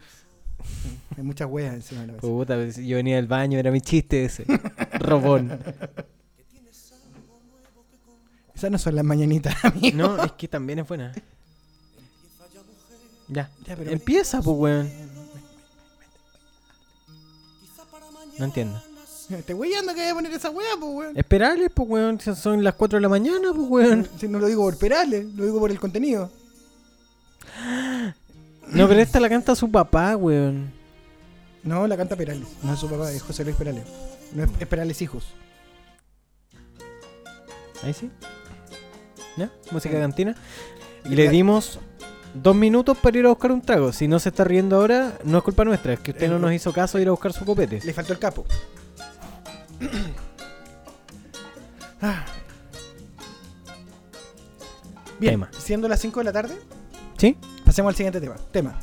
Speaker 2: Hay muchas weas encima de la mesa.
Speaker 1: Puta, pues, yo venía del baño, era mi chiste ese. Robón.
Speaker 2: Esas no son las mañanitas, amigo.
Speaker 1: No, es que también es buena. Ya.
Speaker 2: Ya, pero-
Speaker 1: Empieza, pues, weón. No entiendo.
Speaker 2: Te weyando que voy a poner esa wea, pues, weón.
Speaker 1: Esperarles, pues, weón. si Son las 4 de la mañana, pues, weón.
Speaker 2: Si no lo digo por perales, lo digo por el contenido.
Speaker 1: No, pero esta la canta su papá, weón.
Speaker 2: No, la canta Perales. No es su papá, es José Luis Perales. No es, es Perales Hijos.
Speaker 1: Ahí sí. ¿Ya? Música de cantina. Y
Speaker 2: Y
Speaker 1: le
Speaker 2: la-
Speaker 1: dimos dos minutos para ir a buscar un trago. Si no se está riendo ahora, no es culpa nuestra. Es que usted
Speaker 2: Eh,
Speaker 1: no
Speaker 2: no.
Speaker 1: nos hizo caso de ir a buscar su copete.
Speaker 2: Le faltó el capo. Ah. Bien,
Speaker 1: Tema.
Speaker 2: siendo las 5 de la tarde,
Speaker 1: ¿Sí?
Speaker 2: pasemos al siguiente tema. Tema.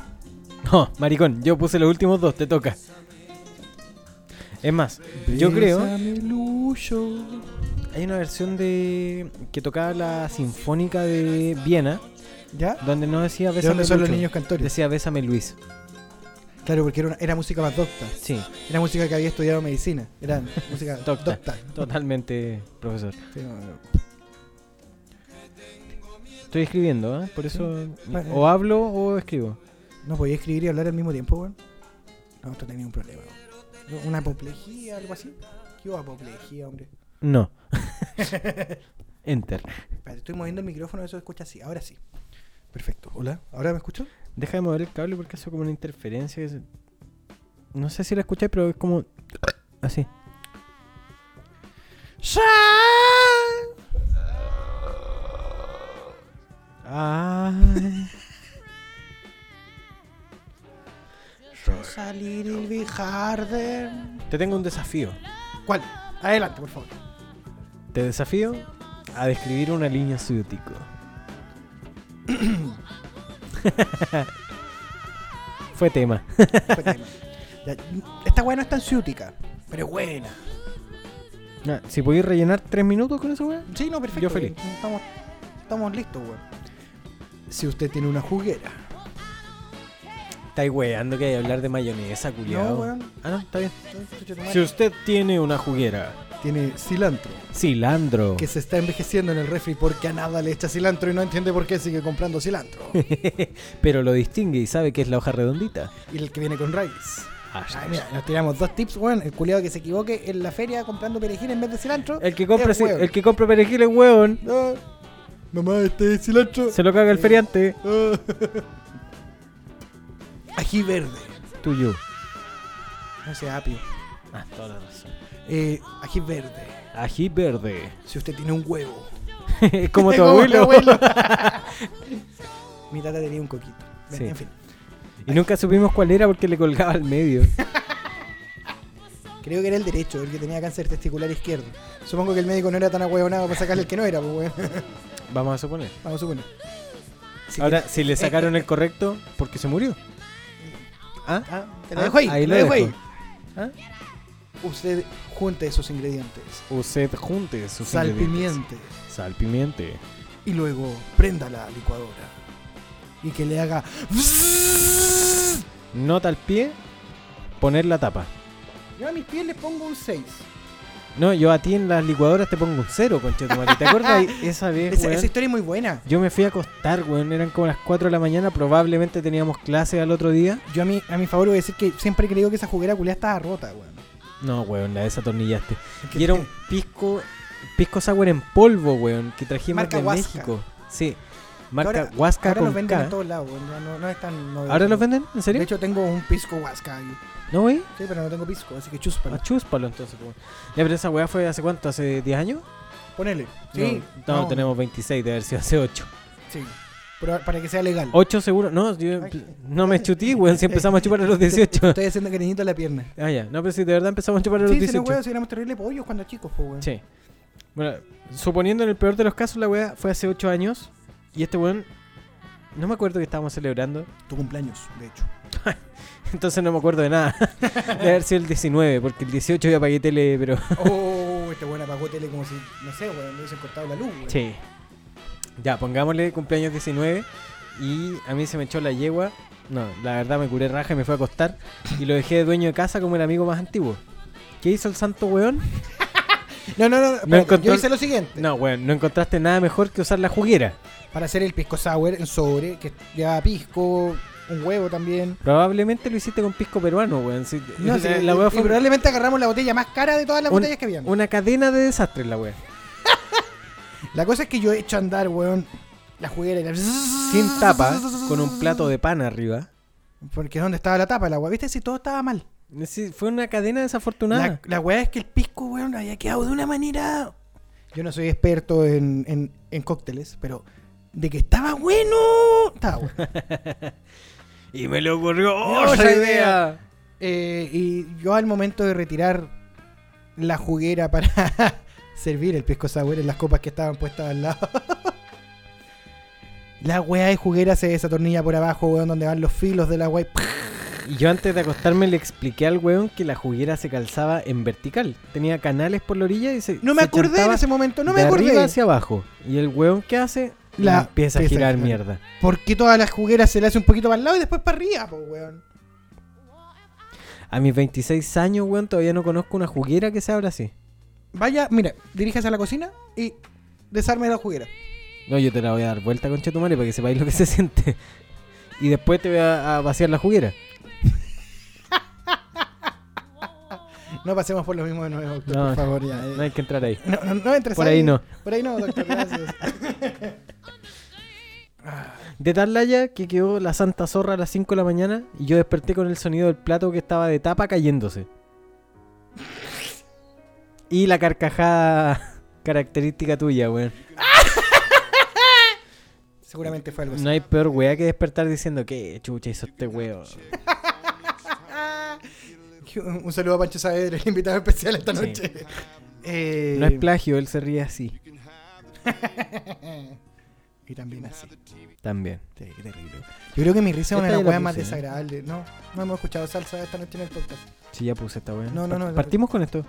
Speaker 1: No, maricón, yo puse los últimos dos, te toca. Es más, yo creo. Hay una versión de. que tocaba la Sinfónica de Viena,
Speaker 2: ¿Ya?
Speaker 1: donde no decía
Speaker 2: ¿De
Speaker 1: Bésame
Speaker 2: dónde son los
Speaker 1: Lucho,
Speaker 2: niños cantores?
Speaker 1: Decía Bésame Luis.
Speaker 2: Claro, porque era, una- era música más docta.
Speaker 1: Sí,
Speaker 2: Era música que había estudiado medicina. Era música
Speaker 1: Docta.
Speaker 2: docta.
Speaker 1: totalmente, profesor.
Speaker 2: Sí, no, no.
Speaker 1: Estoy escribiendo, ¿eh? Por eso.
Speaker 2: Vale.
Speaker 1: O hablo o escribo.
Speaker 2: No podía escribir y hablar al mismo tiempo, weón. No, esto tenía un problema, weón. Una apoplejía, algo así. ¿Qué hubo apoplejía, hombre?
Speaker 1: No. Enter.
Speaker 2: Espérate, estoy moviendo el micrófono, eso se escucha así. Ahora sí. Perfecto. Hola, ¿ahora me escucho?
Speaker 1: Deja de mover el cable porque hace como una interferencia. que se- No sé si la escuché, pero es como. Así. Ay.
Speaker 2: Salir el Harden.
Speaker 1: Te tengo un desafío.
Speaker 2: ¿Cuál? Adelante, por favor.
Speaker 1: Te desafío a describir una línea ciútico. Fue tema.
Speaker 2: Fue tema. Ya, Esta weá no es tan ciútica, pero es buena.
Speaker 1: Ah, si podéis rellenar tres minutos con esa weá.
Speaker 2: Sí, no, perfecto.
Speaker 1: Yo feliz.
Speaker 2: weón. Estamos, estamos listos, weón. Si usted tiene una juguera.
Speaker 1: Estáis weando que hay que hablar de mayonesa, culiao.
Speaker 2: No, weón.
Speaker 1: Ah, no, está bien. Si
Speaker 2: Si
Speaker 1: usted tiene una juguera,
Speaker 2: tiene cilantro.
Speaker 1: cilantro.
Speaker 2: Que se está envejeciendo en el refri porque a nada le echa cilantro y no entiende por qué sigue comprando cilantro.
Speaker 1: Pero lo distingue y sabe que es la hoja redondita.
Speaker 2: y el que viene con raíz.
Speaker 1: Ah, ya,
Speaker 2: Ay,
Speaker 1: ya.
Speaker 2: mira, nos tiramos dos tips, weón. El culiado que se equivoque en la feria comprando perejil en vez de cilantro.
Speaker 1: El que compra,
Speaker 2: es
Speaker 1: ci-
Speaker 2: weón.
Speaker 1: el que compra perejil es huevón.
Speaker 2: Ah, mamá, este es cilantro.
Speaker 1: Se lo caga el feriante.
Speaker 2: Ah. Ají verde.
Speaker 1: Tuyo.
Speaker 2: No sea apio.
Speaker 1: Ah, toda la razón.
Speaker 2: Eh, ají verde.
Speaker 1: Ají verde.
Speaker 2: Si usted tiene un huevo.
Speaker 1: Es como tu
Speaker 2: Como mi
Speaker 1: abuelo.
Speaker 2: abuelo. Mi tata tenía un coquito. Ven,
Speaker 1: Sí.
Speaker 2: En fin.
Speaker 1: Y nunca supimos cuál era porque le colgaba al medio.
Speaker 2: Creo que era el derecho, el que tenía cáncer testicular izquierdo. Supongo que el médico no era tan ahueonado para sacarle el que no era, pues, weón.
Speaker 1: Vamos a suponer.
Speaker 2: Vamos a suponer. Eh, Si
Speaker 1: Ahora,
Speaker 2: tiene-
Speaker 1: si le sacaron el correcto, porque se murió. ¿Ah?
Speaker 2: Ah, te lo
Speaker 1: Ah,
Speaker 2: dejo ahí, te
Speaker 1: ahí
Speaker 2: lo
Speaker 1: lo
Speaker 2: dejo ahí.
Speaker 1: dejo. ¿Ah?
Speaker 2: eh, Usted junte esos ingredientes.
Speaker 1: Usted junte sus
Speaker 2: Sal,
Speaker 1: ingredientes.
Speaker 2: pimienta.
Speaker 1: Sal, pimiente.
Speaker 2: Y luego prenda la licuadora. Y que le haga.
Speaker 1: Nota al pie, poner la tapa.
Speaker 2: Yo a mis pies le pongo un 6.
Speaker 1: No, yo a ti en las licuadoras te pongo un cero, conchetumare. ¿Te acuerdas
Speaker 2: Ah,
Speaker 1: esa vez,
Speaker 2: Esa,
Speaker 1: weón?
Speaker 2: esa historia es muy buena.
Speaker 1: Yo me fui a acostar, weón. Eran como las 4 de la mañana. Probablemente teníamos clase al otro día.
Speaker 2: Yo a mi, a mi favor voy a decir que siempre he creído que esa juguera culiada estaba rota, weón.
Speaker 1: No, weón, la desatornillaste.
Speaker 2: Es que-
Speaker 1: Y era un pisco, pisco sour en polvo, weón, que trajimos
Speaker 2: Marca
Speaker 1: de
Speaker 2: Huasca.
Speaker 1: México. Sí.
Speaker 2: que
Speaker 1: Marca Huasca
Speaker 2: ahora
Speaker 1: con
Speaker 2: los venden
Speaker 1: K.
Speaker 2: en todos lados, weón. ya No, no es tan novedoso.
Speaker 1: ¿Ahora los venden? ¿En serio?
Speaker 2: De hecho, tengo un pisco Huasca ahí.
Speaker 1: ¿No, wey?
Speaker 2: Sí, pero no tengo pisco, así que chúspalo.
Speaker 1: A chúspalo entonces, weón. Ya, pero esa weá fue hace cuánto, hace 10 años?
Speaker 2: Ponele. Sí.
Speaker 1: No, no, tenemos 26, de haber sido hace 8.
Speaker 2: Sí. Pero para que sea legal.
Speaker 1: 8 seguro. No, yo
Speaker 2: Ay.
Speaker 1: no me chutí, weón. Si empezamos a chupar a los
Speaker 2: Te- te
Speaker 1: 18.
Speaker 2: Estoy haciendo cariñito a la pierna.
Speaker 1: Ah, ya. No, pero si de verdad empezamos a chupar a los
Speaker 2: Sí, si no,
Speaker 1: 18.
Speaker 2: weón, si éramos terrible pollos cuando chicos, pues, po, weón.
Speaker 1: Sí. Bueno, suponiendo en el peor de los casos, la weá fue hace 8 años. Y este weón. No me acuerdo que estábamos celebrando.
Speaker 2: Tu cumpleaños, de hecho.
Speaker 1: Entonces no me acuerdo de nada. De haber sido el 19, porque el 18 ya pagué tele, pero.
Speaker 2: Oh, este weón apagó tele como si, no sé, weón, le hubiesen cortado la luz, weón.
Speaker 1: Sí. Ya, pongámosle cumpleaños 19. Y a mí se me echó la yegua. No, la verdad me curé raja y me fue a acostar. Y lo dejé de dueño de casa como el amigo más antiguo. ¿Qué hizo el santo weón?
Speaker 2: No, no, no, espérate,
Speaker 1: encontró-
Speaker 2: yo hice lo siguiente.
Speaker 1: No, weón, no encontraste nada mejor que usar la juguera.
Speaker 2: Para hacer el pisco sour en sobre, que lleva pisco, un huevo también.
Speaker 1: Probablemente lo hiciste con pisco peruano, weón. Sí,
Speaker 2: No,
Speaker 1: la,
Speaker 2: sí,
Speaker 1: la
Speaker 2: y-
Speaker 1: weá
Speaker 2: y
Speaker 1: fue
Speaker 2: probablemente agarramos la botella más cara de todas las
Speaker 1: un-
Speaker 2: botellas que habían.
Speaker 1: una cadena de desastres, la weón.
Speaker 2: La cosa es que yo he hecho andar, weón, la juguera y la...
Speaker 1: Sin tapa, con un plato de pan arriba.
Speaker 2: Porque ¿dónde estaba la tapa, la weón? ¿Viste? Si todo estaba mal.
Speaker 1: Sí, fue una cadena desafortunada.
Speaker 2: La, la weá es que el pisco, weón, había quedado de una manera. Yo no soy experto en, en- en cócteles, pero de que estaba bueno. Estaba bueno.
Speaker 1: Y me le ocurrió
Speaker 2: ¡Otra
Speaker 1: otra
Speaker 2: idea!
Speaker 1: idea.
Speaker 2: Eh, y yo al momento de retirar la juguera para servir el pisco sour en las copas que estaban puestas al lado. La weá de juguera se desatornilla por abajo, weón, donde van los filos de la weá. y-
Speaker 1: Y yo antes de acostarme le expliqué al weón que la juguera se calzaba en vertical. Tenía canales por la orilla y se.
Speaker 2: No me
Speaker 1: se
Speaker 2: acordé en
Speaker 1: chantaba
Speaker 2: ese momento, no me
Speaker 1: de
Speaker 2: acordé.
Speaker 1: Arriba hacia abajo. Y el weón que hace.
Speaker 2: La-
Speaker 1: La empieza a
Speaker 2: empieza a
Speaker 1: girar
Speaker 2: girar.
Speaker 1: mierda.
Speaker 2: ¿Por qué todas las jugueras se le hace un poquito para el lado y después para arriba, po, weón?
Speaker 1: A mis 26 años, weón, todavía no conozco una juguera que se abra así.
Speaker 2: Vaya, mira, diríjase a la cocina y desarme la juguera.
Speaker 1: No, yo te la voy a dar vuelta, con tu madre, para que sepáis lo que se siente. Y después te voy a, a vaciar la juguera.
Speaker 2: No pasemos por lo mismo de nuevo, doctor,
Speaker 1: No,
Speaker 2: por favor. Ya, eh.
Speaker 1: No hay que entrar ahí.
Speaker 2: No, no, no entres
Speaker 1: Por ahí no.
Speaker 2: Por ahí no, doctor, gracias.
Speaker 1: De tal laya que quedó la santa zorra a las 5 de la mañana y yo desperté con el sonido del plato que estaba de tapa cayéndose. Y la carcajada característica tuya, weón.
Speaker 2: Seguramente fue algo así.
Speaker 1: No hay peor weá que despertar diciendo que chucha hizo este weón.
Speaker 2: Ah. Un saludo a Pancho Saavedra, el invitado especial esta
Speaker 1: Sí.
Speaker 2: noche. Eh,
Speaker 1: No es plagio, él se ríe así.
Speaker 2: Y también así.
Speaker 1: También.
Speaker 2: Sí, qué terrible. Yo creo que mi risa es una
Speaker 1: Esta
Speaker 2: de las
Speaker 1: ya la
Speaker 2: weas más
Speaker 1: puse, ¿no?
Speaker 2: desagradables. No, no hemos escuchado salsa esta noche en el podcast.
Speaker 1: Sí, ya puse esta weá.
Speaker 2: No, no, no.
Speaker 1: Partimos con esto.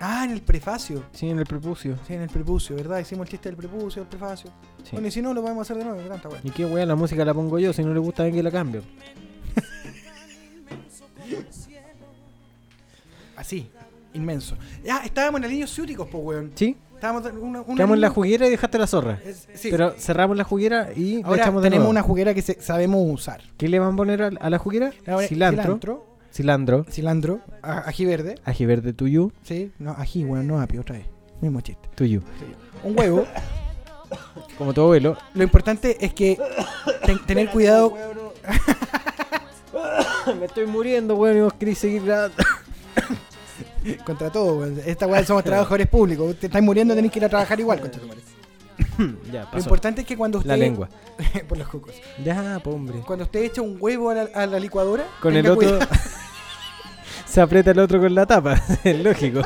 Speaker 2: Ah, en el prefacio.
Speaker 1: Sí, en el prepucio.
Speaker 2: Sí, en el prepucio, ¿verdad? Hicimos el chiste del prepucio, el prefacio.
Speaker 1: Sí.
Speaker 2: Bueno, y si no, lo podemos hacer de nuevo, qué tanta wea.
Speaker 1: ¿Y qué weá? La música la pongo yo. Si no le gusta, ven que la cambio.
Speaker 2: Así, inmenso. Ya, estábamos en alineos ciúticos, po, weón.
Speaker 1: ¿Sí?
Speaker 2: Estábamos en una, una
Speaker 1: Quedamos en la
Speaker 2: línea-
Speaker 1: juguera y dejaste la zorra.
Speaker 2: Es- sí.
Speaker 1: Pero cerramos la juguera y la
Speaker 2: Ahora
Speaker 1: echamos de
Speaker 2: tenemos
Speaker 1: nuevo.
Speaker 2: una juguera que se- sabemos usar.
Speaker 1: ¿Qué le van a poner a, a la juguera?
Speaker 2: Ahora,
Speaker 1: cilantro,
Speaker 2: Cilantro.
Speaker 1: cilantro,
Speaker 2: cilantro, a- ají verde.
Speaker 1: ají verde tuyo,
Speaker 2: Sí, no, ají, weón, no apio, otra vez. Mismo chiste.
Speaker 1: tuyo.
Speaker 2: Un huevo.
Speaker 1: Como tu abuelo.
Speaker 2: Lo importante es que ten- tener cuidado.
Speaker 1: Me estoy muriendo, weón, y vos querés seguir grabando.
Speaker 2: Contra todo, weón. Esta weón somos trabajadores públicos. Usted está muriendo, tenés que ir a trabajar igual, concha tu madre.
Speaker 1: ya,
Speaker 2: Lo
Speaker 1: pasó.
Speaker 2: importante es que cuando usted.
Speaker 1: La lengua.
Speaker 2: por los cocos.
Speaker 1: Ya, po, hombre.
Speaker 2: Cuando usted echa un huevo a la, a la licuadora.
Speaker 1: Con
Speaker 2: tenga
Speaker 1: el otro...
Speaker 2: cuidado.
Speaker 1: Se aprieta el otro con la tapa, es lógico.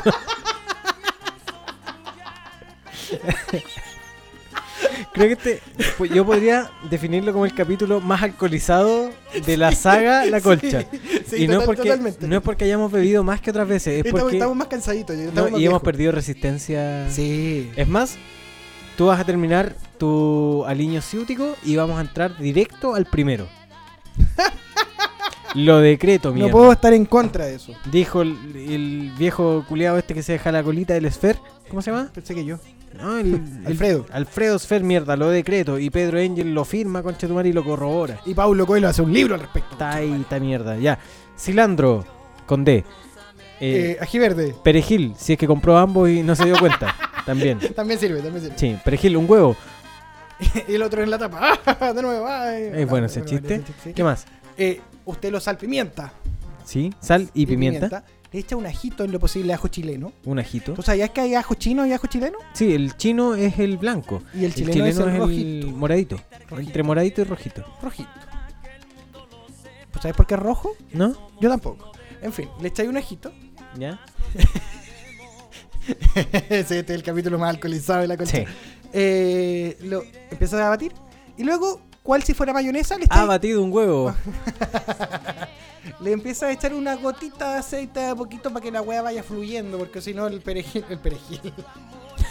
Speaker 1: Creo que este, pues yo podría definirlo como el capítulo más alcoholizado de la saga La Colcha.
Speaker 2: sí,
Speaker 1: y no,
Speaker 2: total-
Speaker 1: es porque,
Speaker 2: totalmente.
Speaker 1: no es porque hayamos bebido más que otras veces, es
Speaker 2: Estamos,
Speaker 1: porque
Speaker 2: estamos más cansaditos. ya,
Speaker 1: no,
Speaker 2: estamos
Speaker 1: y
Speaker 2: más
Speaker 1: hemos
Speaker 2: viejos.
Speaker 1: perdido resistencia.
Speaker 2: Sí.
Speaker 1: Es más, tú vas a terminar tu aliño ciútico y vamos a entrar directo al primero. Lo decreto, mierda.
Speaker 2: No puedo estar en contra de eso.
Speaker 1: Dijo el, el viejo culiado este que se deja la colita del Sfer. ¿Cómo se llama?
Speaker 2: Pensé que yo.
Speaker 1: No, el, el-
Speaker 2: Alfredo.
Speaker 1: Alfredo Sfer, mierda, lo decreto. Y Pedro Engel lo firma, conchetumar, y lo corrobora.
Speaker 2: Y Paulo Coelho hace un libro al respecto.
Speaker 1: Está ahí, está mierda. Ya. Cilantro, con D. Eh,
Speaker 2: Eh, ají verde.
Speaker 1: Perejil, si es que compró ambos y no se dio cuenta. También.
Speaker 2: También sirve, también sirve.
Speaker 1: Sí, perejil, un huevo.
Speaker 2: Y el otro en la tapa. ¡Ah, de nuevo. ay!
Speaker 1: Es Eh, bueno ese chiste.
Speaker 2: Sí.
Speaker 1: ¿Qué más?
Speaker 2: Eh, usted lo salpimienta.
Speaker 1: Sí, sal y pimienta.
Speaker 2: Le echa un ajito en lo posible ajo chileno.
Speaker 1: Un ajito.
Speaker 2: ¿Tú sabías que hay ajo chino y ajo chileno?
Speaker 1: Sí, el chino es el blanco.
Speaker 2: Y el chileno es el rojito.
Speaker 1: moradito. Entre moradito y rojito.
Speaker 2: Rojito. Pues, ¿Sabes por qué es rojo?
Speaker 1: ¿No?
Speaker 2: Yo tampoco. En fin, le echáis un ajito.
Speaker 1: ¿Ya?
Speaker 2: Ese este es el capítulo más alcoholizado de la concha.
Speaker 1: Sí.
Speaker 2: Eh, lo empiezas a batir. Y luego, cual si fuera mayonesa, le,
Speaker 1: Ha
Speaker 2: echáis-
Speaker 1: batido un
Speaker 2: Ah,
Speaker 1: huevo.
Speaker 2: le empiezas a echar una gotita de aceite de a poquito para que la hueá vaya fluyendo. Porque si no, el perejil. El perejil.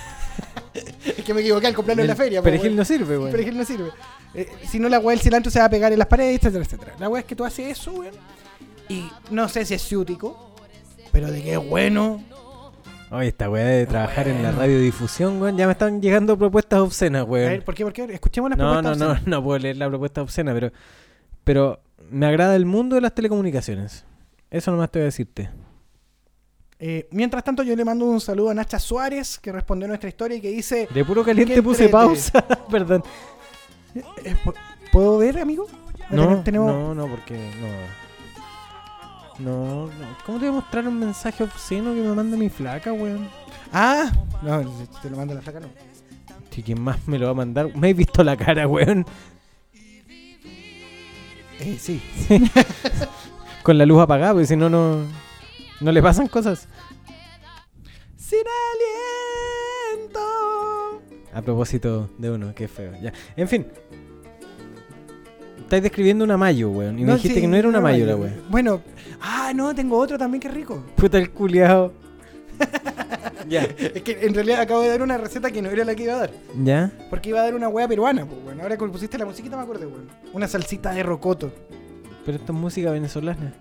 Speaker 2: es que me equivoqué al comprarlo en la
Speaker 1: El
Speaker 2: feria. po,
Speaker 1: Perejil
Speaker 2: weón.
Speaker 1: no sirve,
Speaker 2: El
Speaker 1: weón.
Speaker 2: perejil no sirve. Eh, si no, la hueá del cilantro se va a pegar en las paredes, etcétera, etcétera. La hueá es que tú haces eso, weón. Y no sé si es ciútico, pero de que es bueno.
Speaker 1: Oye, esta weá de trabajar en la radiodifusión, weón. Ya me están llegando propuestas obscenas,
Speaker 2: A ver,
Speaker 1: weón.
Speaker 2: ¿por qué? ¿Por qué? Escuchemos las
Speaker 1: No, no,
Speaker 2: propuestas.
Speaker 1: no, no puedo leer la propuesta obscena, pero. Pero me agrada el mundo de las telecomunicaciones. Eso nomás te voy a decirte.
Speaker 2: Eh, mientras tanto, yo le mando un saludo a Nacha Suárez, que respondió a nuestra historia y que dice:
Speaker 1: De puro caliente
Speaker 2: Qué
Speaker 1: puse
Speaker 2: entrete.
Speaker 1: pausa. Perdón.
Speaker 2: eh, ¿pu- ¿Puedo ver, amigo?
Speaker 1: No,
Speaker 2: Ah, tenemos.
Speaker 1: no, no, porque no. No, no. ¿Cómo te voy a mostrar un mensaje obsceno que me manda mi flaca, weón?
Speaker 2: Ah, no, si te lo mando la flaca, no.
Speaker 1: Sí, ¿quién más me lo va a mandar? Me he visto la cara, weón.
Speaker 2: Eh, sí.
Speaker 1: Con la luz apagada, porque si no, no. No le pasan cosas.
Speaker 2: Sin aliento.
Speaker 1: A propósito de uno, qué feo. Ya. En fin. Estáis describiendo una mayo, weón. Y me
Speaker 2: No,
Speaker 1: dijiste
Speaker 2: sí,
Speaker 1: que no era una mayo la
Speaker 2: mayo.
Speaker 1: weón.
Speaker 2: Bueno, ah, no, tengo otro también que rico.
Speaker 1: Puta el culiao. ya.
Speaker 2: Es que en realidad acabo de dar una receta que no era la que iba a dar.
Speaker 1: ¿Ya?
Speaker 2: Porque iba a dar una hueá peruana, pues, bueno. Ahora que pusiste la musiquita me acordé, bueno. Una salsita de rocoto.
Speaker 1: Pero esto es música venezolana.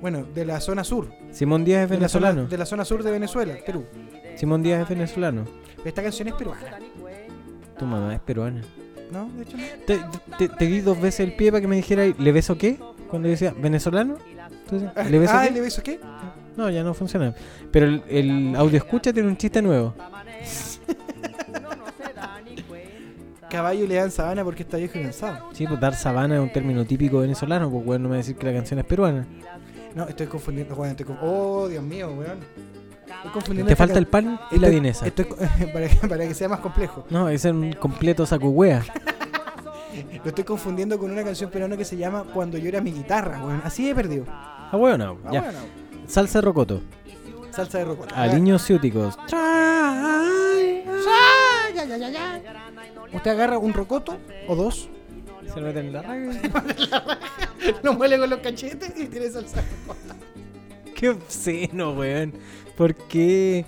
Speaker 2: Bueno, de la zona sur.
Speaker 1: Simón Díaz es
Speaker 2: De la zona-
Speaker 1: venezolano.
Speaker 2: de la zona sur de Venezuela, Perú.
Speaker 1: Simón Díaz es venezolano.
Speaker 2: Esta canción es peruana.
Speaker 1: Tu mamá es peruana.
Speaker 2: No, de hecho no.
Speaker 1: Te, te- te di dos veces el pie para que me dijeras, ¿le beso qué? Cuando yo decía, ¿venezolano? Entonces, ¿le ves
Speaker 2: ah,
Speaker 1: aquí?
Speaker 2: ¿le beso qué?
Speaker 1: No, ya no funciona. Pero el, el audio escucha tiene un chiste nuevo.
Speaker 2: Caballo le dan sabana porque está viejo y cansado.
Speaker 1: Sí, pues dar sabana es un término típico venezolano, pues weón, no me va a decir que la canción es peruana.
Speaker 2: No, estoy confundiendo, weón. Estoy conf- Oh, Dios mío, weón. Estoy confundiendo.
Speaker 1: Te
Speaker 2: esta
Speaker 1: falta el
Speaker 2: can-
Speaker 1: pan y la
Speaker 2: estoy-
Speaker 1: vienesa.
Speaker 2: estoy co- para, que, para que sea más complejo.
Speaker 1: No, ese es un completo saco hueá.
Speaker 2: Lo estoy confundiendo con una canción peruana que se llama Cuando yo era mi guitarra, weón. Así he perdido.
Speaker 1: Ah, weón, no,
Speaker 2: Ah,
Speaker 1: ya.
Speaker 2: bueno.
Speaker 1: Salsa de rocoto.
Speaker 2: Salsa de rocota.
Speaker 1: Aliños ciúticos.
Speaker 2: Usted agarra un rocoto o dos,
Speaker 1: Se lo meten en la raga.
Speaker 2: lo muele con los cachetes y tiene salsa de rocota.
Speaker 1: Qué obsceno, weón. ¿Por qué?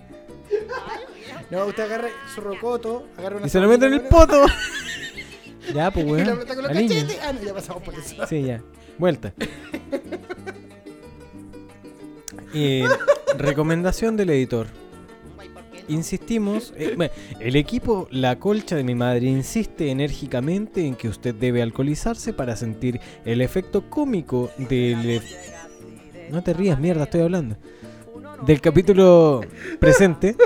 Speaker 2: No, usted agarra su rocoto, agarra una
Speaker 1: Y se lo meten en el
Speaker 2: salsa de
Speaker 1: poto. ya, pues
Speaker 2: rocota, Y lo
Speaker 1: weón.
Speaker 2: mete con los
Speaker 1: Aliño.
Speaker 2: cachetes. Ah, no, ya pasamos por eso.
Speaker 1: Sí, ya. Vuelta. Eh, recomendación del editor. Insistimos, eh, bueno, el equipo La Colcha de mi madre insiste enérgicamente en que usted debe alcoholizarse para sentir el efecto cómico del... eh, No te rías, mierda, estoy hablando. Del capítulo presente.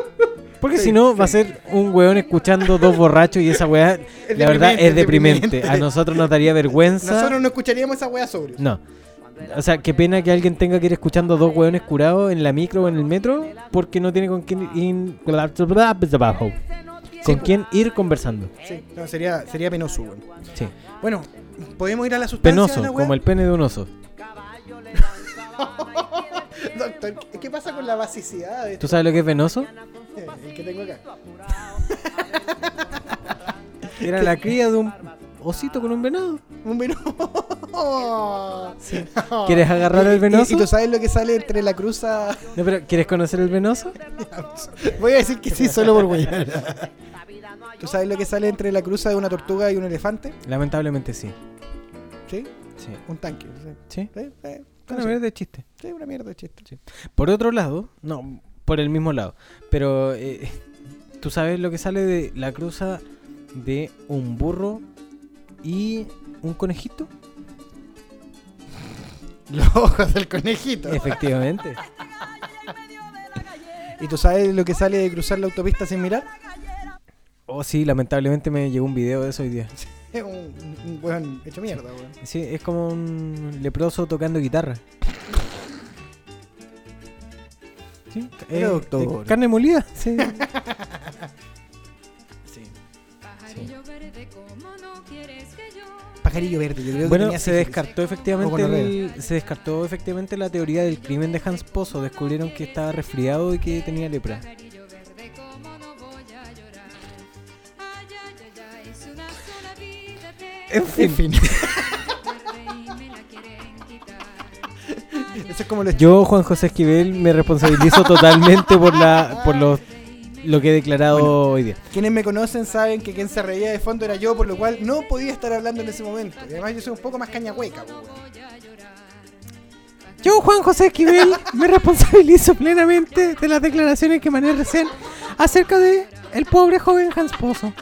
Speaker 1: Porque si no, va a ser un weón escuchando dos borrachos y esa weá, la verdad,
Speaker 2: deprimente,
Speaker 1: es deprimente.
Speaker 2: deprimente.
Speaker 1: A nosotros nos daría vergüenza.
Speaker 2: Nosotros no escucharíamos esa wea sobre.
Speaker 1: No. O sea, qué pena que alguien tenga que ir escuchando dos hueones curados en la micro o en el metro porque no tiene con quién in- con quién ir conversando.
Speaker 2: Sí, no, sería, sería penoso, weón.
Speaker 1: Sí.
Speaker 2: Bueno, podemos ir a la sustancia. de la
Speaker 1: Penoso,
Speaker 2: wea?
Speaker 1: como el pene de un oso.
Speaker 2: Doctor, ¿qué- ¿qué pasa con la basicidad de
Speaker 1: ¿Tú sabes lo que es venoso?
Speaker 2: Eh, el que tengo acá.
Speaker 1: Era la cría de un osito con un venado.
Speaker 2: Un venoso.
Speaker 1: ¿Quieres agarrar el
Speaker 2: ¿Y- y-
Speaker 1: venoso?
Speaker 2: ¿Y, tú sabes lo que sale entre la cruza?
Speaker 1: No, pero ¿quieres conocer el venoso?
Speaker 2: Voy a decir que sí, solo por guayar. ¿Tú sabes lo que sale entre la cruza de una tortuga y un elefante?
Speaker 1: Lamentablemente sí.
Speaker 2: Sí,
Speaker 1: Sí.
Speaker 2: un tanque. Sí,
Speaker 1: Sí.
Speaker 2: sí, sí,
Speaker 1: Una mierda de chiste.
Speaker 2: sí, una mierda de chiste.
Speaker 1: Por otro lado, no, por el mismo lado, pero eh, tú sabes lo que sale de la cruza de un burro y un conejito.
Speaker 2: Los ojos del conejito.
Speaker 1: Efectivamente.
Speaker 2: ¿Y tú sabes lo que sale de cruzar la autopista sin mirar?
Speaker 1: Oh, sí, lamentablemente me llegó un video de eso hoy día.
Speaker 2: Es un, un weón hecho mierda, weón.
Speaker 1: Sí, es como un leproso tocando guitarra. Sí, eh,
Speaker 2: doctor.
Speaker 1: eh, carne molida. Sí.
Speaker 9: Pajarillo verde, ¿cómo no quieres que yo?
Speaker 2: Pajarillo verde, yo creo que
Speaker 1: Bueno,
Speaker 2: tenía
Speaker 1: se
Speaker 2: sífilis.
Speaker 1: descartó
Speaker 2: O
Speaker 1: efectivamente
Speaker 2: gonorrea.
Speaker 1: el- se descartó efectivamente la teoría del crimen de Hans Pozo. Descubrieron que estaba resfriado y que tenía lepra.
Speaker 9: Pajarillo verde, ¿cómo no voy a llorar? Ay, ay, ay, ay, es una sola vida de
Speaker 1: En fin.
Speaker 9: verde y me la quieren quitar.
Speaker 2: Eso es como los
Speaker 1: Yo, Juan José Esquivel, me responsabilizo totalmente por la por los, lo que he declarado hoy día.
Speaker 2: Quienes me conocen saben que quien se reía de fondo era yo, por lo cual no podía estar hablando en ese momento. Y además yo soy un poco más cañahueca, po, weón.
Speaker 1: Yo, Juan José Esquivel, me responsabilizo plenamente de las declaraciones que mané recién acerca de el pobre joven Hans Pozo.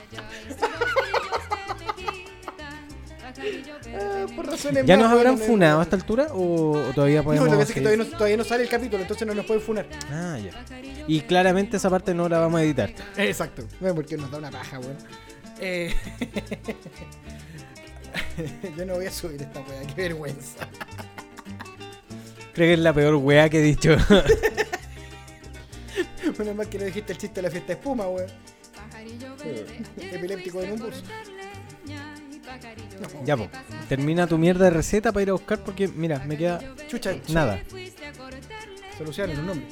Speaker 2: Ah, por razones
Speaker 1: ¿Ya
Speaker 2: más,
Speaker 1: nos habrán
Speaker 2: weón, no-
Speaker 1: funado a esta altura o, o todavía
Speaker 2: No,
Speaker 1: podemos...?
Speaker 2: lo que pasa es que
Speaker 1: seguir?
Speaker 2: todavía no, todavía no sale el capítulo, entonces no nos pueden funar.
Speaker 1: Ah, ya. Y claramente esa parte no la vamos a editar.
Speaker 2: Exacto. No, porque nos da una paja, weón. Eh, yo no voy a subir esta weá, qué vergüenza.
Speaker 1: Creo que es la peor weá que he dicho.
Speaker 2: Menos mal que no dijiste el chiste de la fiesta de espuma, weón. Epiléptico en un bus.
Speaker 1: ya, po. Termina tu mierda de receta para ir a buscar porque, mira, me queda
Speaker 2: Chucha,
Speaker 1: nada.
Speaker 2: solucionen un nombre.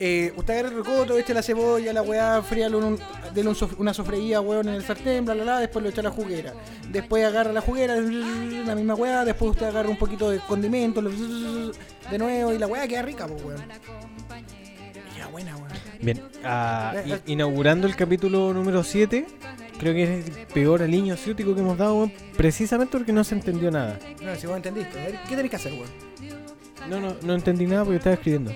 Speaker 2: Eh, usted agarra el rocoto, echa la cebolla, la weá, fríalo en un, dele un sof- una sofreía, weón, en el sartén, bla, bla, bla, después lo echa a la juguera. Después agarra la juguera, la misma weá, después usted agarra un poquito de condimento, lo- de nuevo, y la weá queda rica, pues, weón. Queda buena, weón.
Speaker 1: Bien, ah, i- inaugurando el capítulo número 7, creo que es el peor aliño ciútico que hemos dado, weón, precisamente porque no se entendió nada.
Speaker 2: No, si vos entendiste, a ver, ¿qué tenés que hacer, weón?
Speaker 1: No, no, no entendí nada porque estaba escribiendo.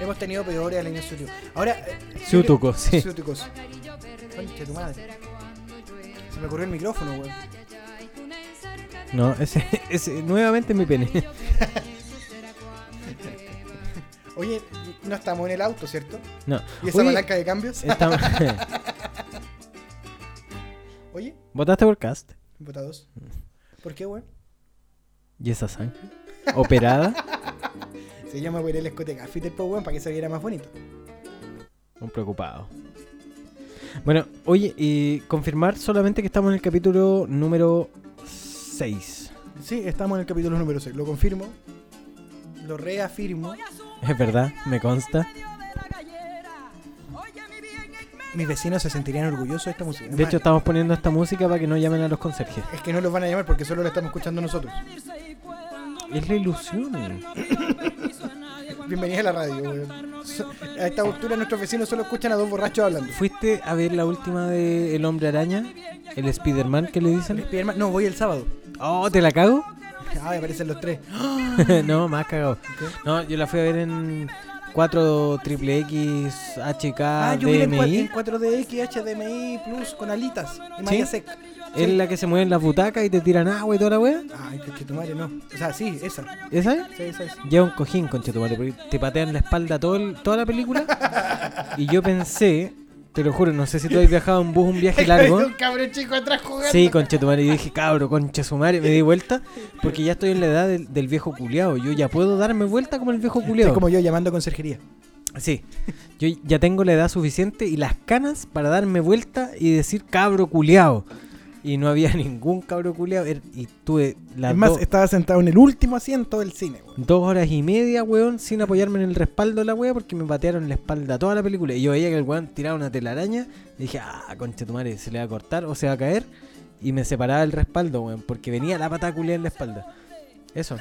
Speaker 2: Hemos tenido peores al año suyo. Ahora. eh,
Speaker 1: Ciútucos, sí.
Speaker 2: Ciútucos. Concha de tu madre. Se me ocurrió el micrófono, weón.
Speaker 1: No, ese, ese nuevamente mi pene.
Speaker 2: Oye, no estamos en el auto, ¿cierto?
Speaker 1: No.
Speaker 2: ¿Y esa
Speaker 1: Oye,
Speaker 2: palanca de cambios?
Speaker 1: estamos-
Speaker 2: Oye,
Speaker 1: ¿Votaste por cast?
Speaker 2: votados. ¿Por qué, weón?
Speaker 1: ¿Y esa sangre? ¿Operada?
Speaker 2: Se llama voy a ir al escote Garfield, po, weón, para que se viera más bonito.
Speaker 1: Un preocupado. Bueno, oye, y confirmar solamente que estamos en el capítulo número 6.
Speaker 2: Sí, estamos en el capítulo número 6. Lo confirmo. Lo reafirmo.
Speaker 1: Es verdad, me consta.
Speaker 2: Mis vecinos se sentirían orgullosos de esta música. Es
Speaker 1: De
Speaker 2: más,
Speaker 1: hecho, estamos poniendo esta música para que no llamen a los conserjes.
Speaker 2: es que no los van a llamar porque solo lo estamos escuchando nosotros.
Speaker 1: Es la ilusión.
Speaker 2: Bienvenidos a la radio, weón. So- A esta altura nuestros vecinos solo escuchan a dos borrachos hablando.
Speaker 1: ¿Fuiste a ver la última de El Hombre Araña? ¿El Spider-Man que le dicen?
Speaker 2: Spiderman- No, voy el sábado.
Speaker 1: Oh, ¿te la cago?
Speaker 2: Ah, me aparecen los tres.
Speaker 1: no, más cagado. No, yo la fui a ver en 4 triple X HK
Speaker 2: Ah, yo vi en cua- en
Speaker 1: DMI.
Speaker 2: 4DX HDMI Plus con alitas y Maya Sec.
Speaker 1: Es la que se mueve en las butacas y te tiran agua y toda la wea.
Speaker 2: Ay, que tu madre no. O sea, sí, esa.
Speaker 1: ¿Esa es?
Speaker 2: Sí, esa es.
Speaker 1: Lleva un cojín, conchetumare, porque te patean la espalda todo el- toda la película. Y yo pensé, te lo juro, no sé si tú has viajado en bus un viaje largo.
Speaker 2: Hay un cabrón chico atrás jugando.
Speaker 1: Sí, conchetumare, y dije, cabro, conchesumare, me di vuelta, porque ya estoy en la edad del, del viejo culiao. Yo ya puedo darme vuelta como el viejo
Speaker 2: Es
Speaker 1: culiao.
Speaker 2: como yo llamando a conserjería.
Speaker 1: Sí, yo ya tengo la edad suficiente y las canas para darme vuelta y decir cabro culiao. Y no había ningún cabro culiao. er- Y tuve las
Speaker 2: es más,
Speaker 1: dos-
Speaker 2: estaba sentado en el último asiento del cine, weón.
Speaker 1: Dos horas y media, weón, sin apoyarme en el respaldo de la wea porque me patearon la espalda toda la película. Y yo veía que el weón tiraba una telaraña. Y dije, ah, concha tu madre, se le va a cortar o se va a caer. Y me separaba el respaldo, weón, porque venía la pata culia en la espalda. Eso.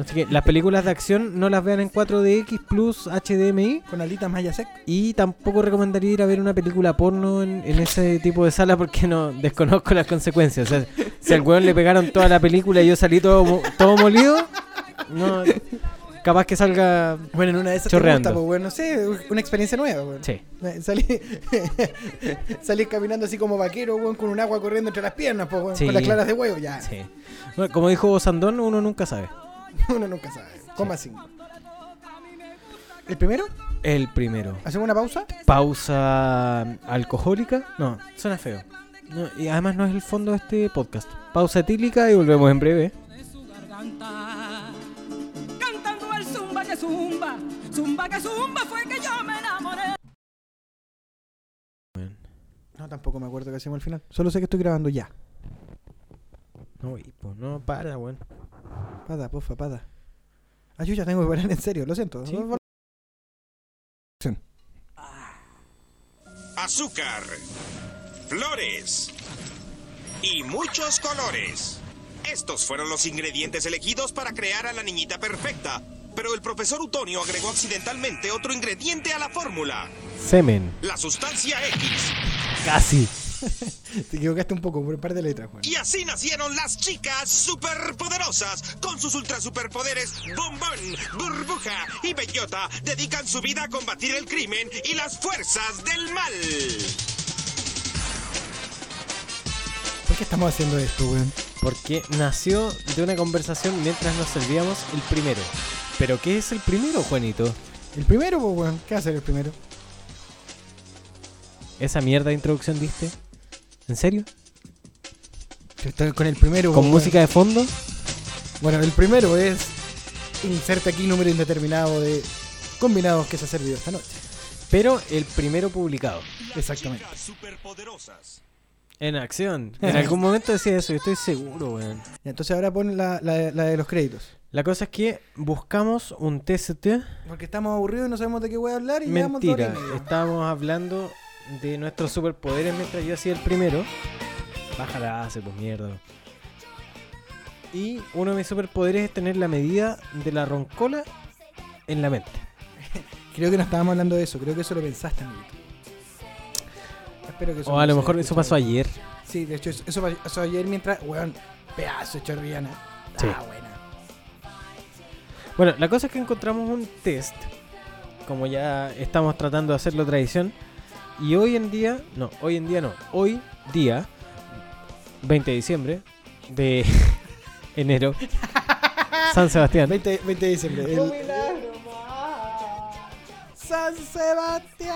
Speaker 1: Así que las películas de acción no las vean en 4DX Plus HDMI.
Speaker 2: Con alitas Maya Sec.
Speaker 1: Y tampoco recomendaría ir a ver una película porno en, en ese tipo de sala porque no desconozco las consecuencias. O sea, si al weón le pegaron toda la película y yo salí todo, mo- todo molido, no, capaz que salga.
Speaker 2: Bueno, en una de esas
Speaker 1: Chorreando.
Speaker 2: te gusta, pues, weón. No sé, una experiencia nueva, weón. Eh,
Speaker 1: Sí.
Speaker 2: Salí, salí caminando así como vaquero, weón, con un agua corriendo entre las piernas, pues, weón,
Speaker 1: Sí.
Speaker 2: con las claras de huevo, ya.
Speaker 1: sí. Bueno, como dijo Sandón, uno nunca sabe.
Speaker 2: Uno nunca sabe. Coma 5. ¿El primero?
Speaker 1: El primero.
Speaker 2: ¿Hacemos una pausa?
Speaker 1: Pausa alcohólica. No, suena feo. No, y además no es el fondo de este podcast. Pausa etílica y volvemos en breve.
Speaker 10: Cantando el zumba que zumba, zumba que zumba fue que yo me enamoré.
Speaker 2: No, tampoco me acuerdo qué hacemos al final. Solo sé que estoy grabando ya.
Speaker 1: No, hipo, no, para, weón.
Speaker 2: Pada, pofa, pada. Ah, yo ya tengo que parar en serio, lo siento.
Speaker 1: Sí,
Speaker 11: azúcar, flores y muchos colores. Estos fueron los ingredientes elegidos para crear a la niñita perfecta, pero el profesor Utonio agregó accidentalmente otro ingrediente a la fórmula,
Speaker 1: Semen.
Speaker 11: la sustancia X.
Speaker 1: Casi.
Speaker 2: Te equivocaste un poco por un par de letras, Juan.
Speaker 11: Y así nacieron las chicas superpoderosas. Con sus ultra superpoderes, bombón, burbuja y bellota, dedican su vida a combatir el crimen y las fuerzas del mal.
Speaker 2: ¿Por qué estamos haciendo esto, weón?
Speaker 1: Porque nació de una conversación mientras nos servíamos el primero. ¿Pero qué es el primero, Juanito?
Speaker 2: El primero, pues, weón. ¿Qué va a ser el primero?
Speaker 1: ¿Esa mierda de introducción diste? ¿En serio?
Speaker 2: Yo estoy con el primero,
Speaker 1: ¿Con
Speaker 2: weón.
Speaker 1: música de fondo?
Speaker 2: Bueno, el primero es. Inserte aquí número indeterminado de combinados que se ha servido esta noche.
Speaker 1: Pero el primero publicado.
Speaker 2: Exactamente.
Speaker 11: Chicas superpoderosas.
Speaker 1: En acción. En algún momento decía eso, yo estoy seguro, weón.
Speaker 2: Ya, Entonces ahora pon la, la- la de los créditos.
Speaker 1: La cosa es que buscamos un TST.
Speaker 2: Porque estamos aburridos y no sabemos de qué voy a hablar y llevamos dos horas
Speaker 1: Mentira.
Speaker 2: y media.
Speaker 1: Estábamos hablando de nuestros superpoderes mientras yo hacía el primero. Bájala, hace pues mierda. Y uno de mis superpoderes es tener la medida de la roncola en la mente.
Speaker 2: Creo que no estábamos hablando de eso, creo que eso lo pensaste, amiguito. Espero que eso
Speaker 1: O
Speaker 2: no
Speaker 1: a lo
Speaker 2: se
Speaker 1: mejor
Speaker 2: haya
Speaker 1: eso pasó
Speaker 2: escuchado.
Speaker 1: ayer.
Speaker 2: Sí, de hecho, eso eso pasó ayer mientras. Weón, pedazo de chorriana.
Speaker 1: Sí.
Speaker 2: Ah, buena.
Speaker 1: Bueno, la cosa es que encontramos un test, como ya estamos tratando de hacerlo tradición, y hoy en día, no, hoy en día no, hoy día, 20 de diciembre de enero. San Sebastián.
Speaker 2: 20, 20 de diciembre. el-
Speaker 4: San Sebastián.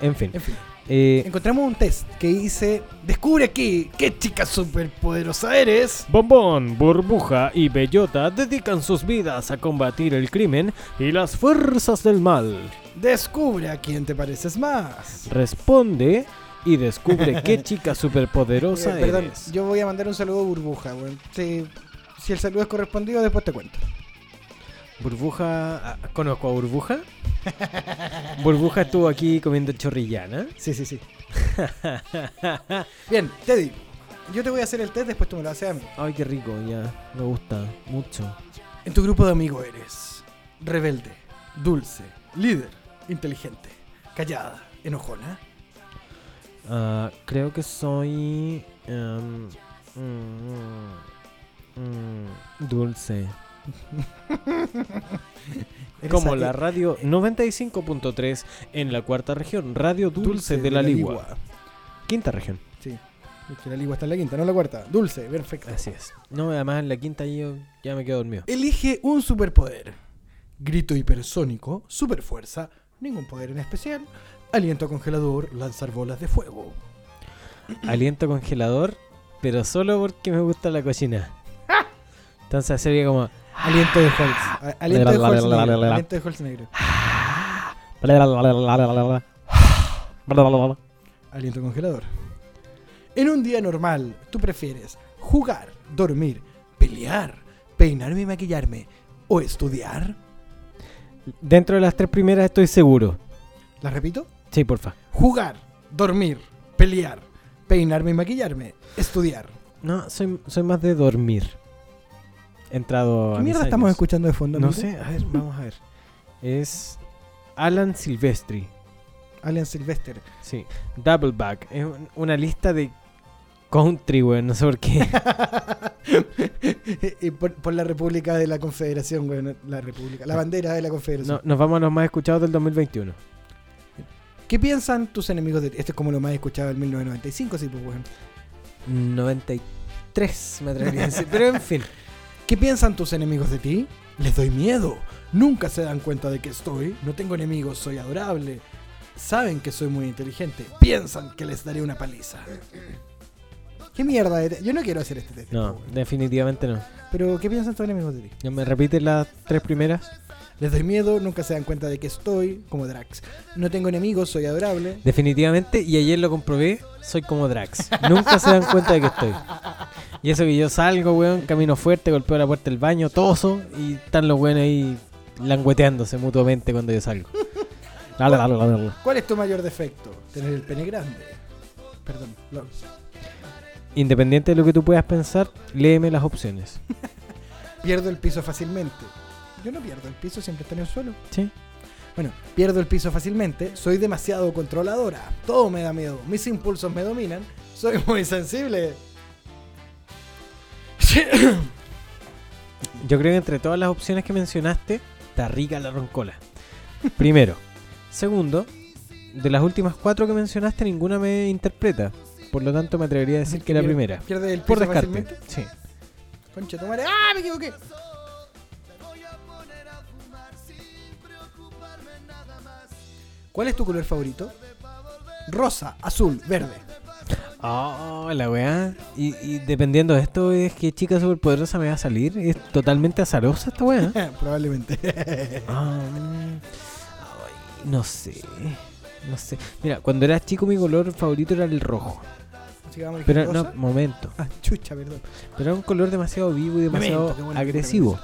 Speaker 1: En fin.
Speaker 2: En fin.
Speaker 1: Eh,
Speaker 2: Encontramos un test que dice: Descubre aquí qué chica superpoderosa eres.
Speaker 1: Bombón, Burbuja y Bellota dedican sus vidas a combatir el crimen y las fuerzas del mal.
Speaker 2: Descubre a quién te pareces más.
Speaker 1: Responde y descubre qué chica
Speaker 2: Eh,
Speaker 1: superpoderosa
Speaker 2: perdón,
Speaker 1: eres.
Speaker 2: yo voy a mandar un saludo a Burbuja. weón. Si, si el saludo es correspondido, después te cuento.
Speaker 1: Burbuja, ah, conozco a Burbuja. Burbuja estuvo aquí comiendo chorrillana.
Speaker 2: Sí, sí, sí. Bien, Teddy, yo te voy a hacer el test, después tú me lo haces a mí.
Speaker 1: Ay, qué rico, ya. Me gusta mucho.
Speaker 2: En tu grupo de amigos eres rebelde, dulce, líder, inteligente, callada, enojona.
Speaker 1: Ah, creo que soy em, mm, mm, mm, dulce.
Speaker 2: Eres
Speaker 1: Como
Speaker 2: a-
Speaker 1: la radio 95.3 en la cuarta región, Radio Dulce, de, la, Ligua. Quinta región.
Speaker 2: Sí. Es que la ligua está en la quinta, no en la cuarta. Dulce, perfecto.
Speaker 1: Así es. No, además en la quinta yo ya me quedo dormido.
Speaker 2: Elige un superpoder. Grito hipersónico, superfuerza, ningún poder en especial, aliento congelador, lanzar bolas de fuego.
Speaker 1: Aliento congelador, pero solo porque me gusta la cocina. Entonces sería como...
Speaker 2: Aliento de Holz. A- Aliento de Holz negro. Aliento de Holz negro. Aliento congelador. En un día normal, tú prefieres jugar, dormir, pelear, peinarme y maquillarme o estudiar.
Speaker 1: Dentro de las tres primeras estoy seguro.
Speaker 2: ¿La repito?
Speaker 1: Sí, porfa.
Speaker 2: Jugar, dormir, pelear, peinarme y maquillarme, estudiar.
Speaker 1: No, soy, soy más de dormir. He entrado a
Speaker 2: ¿Qué
Speaker 1: mis
Speaker 2: mierda estamos
Speaker 1: años.
Speaker 2: escuchando de fondo?
Speaker 1: No
Speaker 2: amigo?
Speaker 1: sé, a ver, vamos a ver. Es Alan Silvestri.
Speaker 2: Alan Sylvester.
Speaker 1: Sí, Doubleback. Es un- una lista de country, weón. No sé por qué.
Speaker 2: Y por, por la República de la Confederación, güey, no, la República, la bandera de la Confederación.
Speaker 1: No, nos vamos a los más escuchados del 2021.
Speaker 2: ¿Qué piensan tus enemigos de ti? Esto es como lo más escuchado del 1995, sí, pues, güey.
Speaker 1: 93, me atrevería a decir. Pero en fin.
Speaker 2: ¿Qué piensan tus enemigos de ti? Les doy miedo. Nunca se dan cuenta de que estoy. No tengo enemigos, soy adorable. Saben que soy muy inteligente. Piensan que les daré una paliza. ¿Qué mierda? eres? Yo no quiero hacer este test.
Speaker 1: No, definitivamente no.
Speaker 2: Pero ¿qué piensan tus enemigos de ti?
Speaker 1: ¿No ¿Me repites las tres primeras?
Speaker 2: Les doy miedo, nunca se dan cuenta de que estoy como Drax. No tengo enemigos, soy adorable.
Speaker 1: Definitivamente, y ayer lo comprobé, soy como Drax. Nunca se dan cuenta de que estoy. Y eso que yo salgo, weón, camino fuerte, golpeo la puerta del baño, toso, y están los weones ahí langueteándose mutuamente cuando yo salgo. La, la, la, la, la, la.
Speaker 2: ¿Cuál es tu mayor defecto? Tener el pene grande. Perdón. lo-
Speaker 1: Independiente de lo que tú puedas pensar, léeme las opciones.
Speaker 2: Pierdo el piso fácilmente. Yo no pierdo el piso, siempre está en el suelo.
Speaker 1: Sí.
Speaker 2: Bueno, pierdo el piso fácilmente, soy demasiado controladora, todo me da miedo, mis impulsos me dominan, soy muy sensible.
Speaker 1: Yo creo que entre todas las opciones que mencionaste, está rica la roncola. Primero. Segundo, de las últimas cuatro que mencionaste, ninguna me interpreta. Por lo tanto, me atrevería a decir que la
Speaker 2: Pier-
Speaker 1: primera.
Speaker 2: Pierde el piso
Speaker 1: Por descarte.
Speaker 2: fácilmente.
Speaker 1: Sí.
Speaker 2: Concha, tu madre. ¡Ah, me equivoqué! ¿Cuál es tu color favorito? Rosa, azul, verde.
Speaker 1: Oh, la weá. Y, y dependiendo de esto, es que chica superpoderosa me va a salir. Es totalmente azarosa esta weá.
Speaker 2: Probablemente.
Speaker 1: Ah, mm. Ay, no sé. No sé. Mira, cuando era chico, mi color favorito era el rojo.
Speaker 2: Así que vamos a elegir
Speaker 1: Pero
Speaker 2: rosa.
Speaker 1: no, momento.
Speaker 2: Ah, chucha, perdón.
Speaker 1: Pero era un color demasiado vivo y demasiado
Speaker 2: Momento, qué bueno que
Speaker 1: agresivo.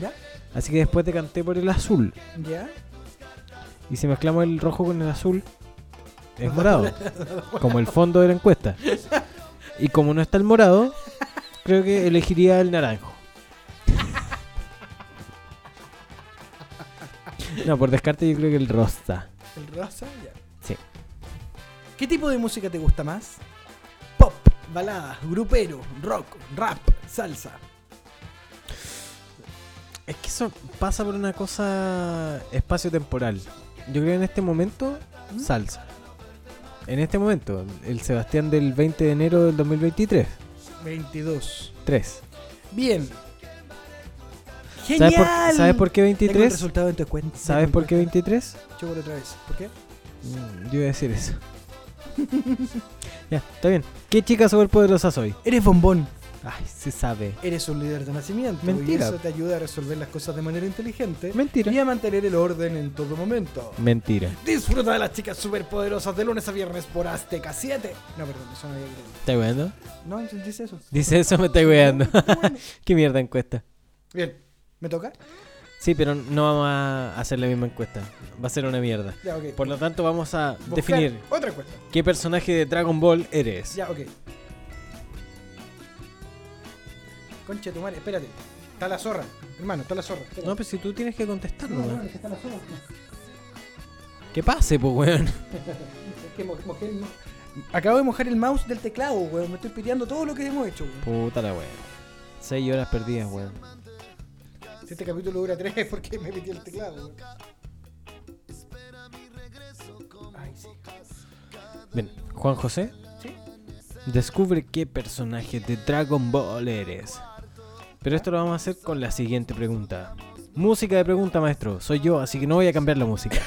Speaker 2: ¿Ya?
Speaker 1: Así que después te canté por el azul.
Speaker 2: ¿Ya?
Speaker 1: Y si mezclamos el rojo con el azul, es morado. Como el fondo de la encuesta. Y como no está el morado, creo que elegiría el naranjo. No, por descarte yo creo que el rosa.
Speaker 2: ¿El rosa? Ya.
Speaker 1: Sí.
Speaker 2: ¿Qué tipo de música te gusta más? Pop, baladas, grupero, rock, rap, salsa.
Speaker 1: Es que eso pasa por una cosa espacio-temporal. Yo creo que en este momento, salsa. En este momento, el Sebastián del 20 de enero del 2023.
Speaker 2: 22.
Speaker 1: 3.
Speaker 2: Bien.
Speaker 1: ¿Sabes por,
Speaker 2: Genial.
Speaker 1: ¿Sabes por qué
Speaker 2: Tengo el
Speaker 1: 23?
Speaker 2: resultado en tu cuenta.
Speaker 1: ¿Sabes por qué 23?
Speaker 2: Chocolo otra vez. ¿Por qué?
Speaker 1: Mm, yo iba a decir eso. ya, está bien. ¿Qué chica superpoderosa soy?
Speaker 2: Eres bombón.
Speaker 1: Ay, se sabe.
Speaker 2: Eres un líder de nacimiento.
Speaker 1: Mentira.
Speaker 2: Y eso te ayuda a resolver las cosas de manera inteligente.
Speaker 1: Mentira.
Speaker 2: Y a mantener el orden en todo momento.
Speaker 1: Mentira.
Speaker 2: Disfruta de las chicas superpoderosas de lunes a viernes por Azteca 7. No, perdón, eso no había creído.
Speaker 1: ¿Estás weando?
Speaker 2: No, dice eso.
Speaker 1: Dice eso, me estoy weando. ¿Qué mierda encuesta?
Speaker 2: Bien, ¿me toca?
Speaker 1: Sí, pero no vamos a hacer la misma encuesta. Va a ser una mierda.
Speaker 2: Ya, ok.
Speaker 1: Por lo tanto, vamos a
Speaker 2: Buscar
Speaker 1: definir
Speaker 2: Otra encuesta.
Speaker 1: qué personaje de Dragon Ball eres.
Speaker 2: Ya, ok. Conche tu madre, espérate. Está la zorra, hermano, está la zorra. espérate.
Speaker 1: No, pero si tú tienes que contestar,
Speaker 2: No, no,
Speaker 1: nomás.
Speaker 2: es que está la zorra.
Speaker 1: Que pase, pues, weón.
Speaker 2: Es que mo- mojé el- Acabo de mojar el mouse del teclado, weón. Me estoy piteando todo lo que hemos hecho, weón.
Speaker 1: Puta la weón. Seis horas perdidas, weón.
Speaker 2: Si este capítulo dura tres es porque me pitié el teclado, weón. Ay, sí.
Speaker 1: Bien, Juan José.
Speaker 2: Sí.
Speaker 1: Descubre qué personaje de Dragon Ball eres. Pero esto lo vamos a hacer con la siguiente pregunta. Música de pregunta, maestro. Soy yo, así que no voy a cambiar la música.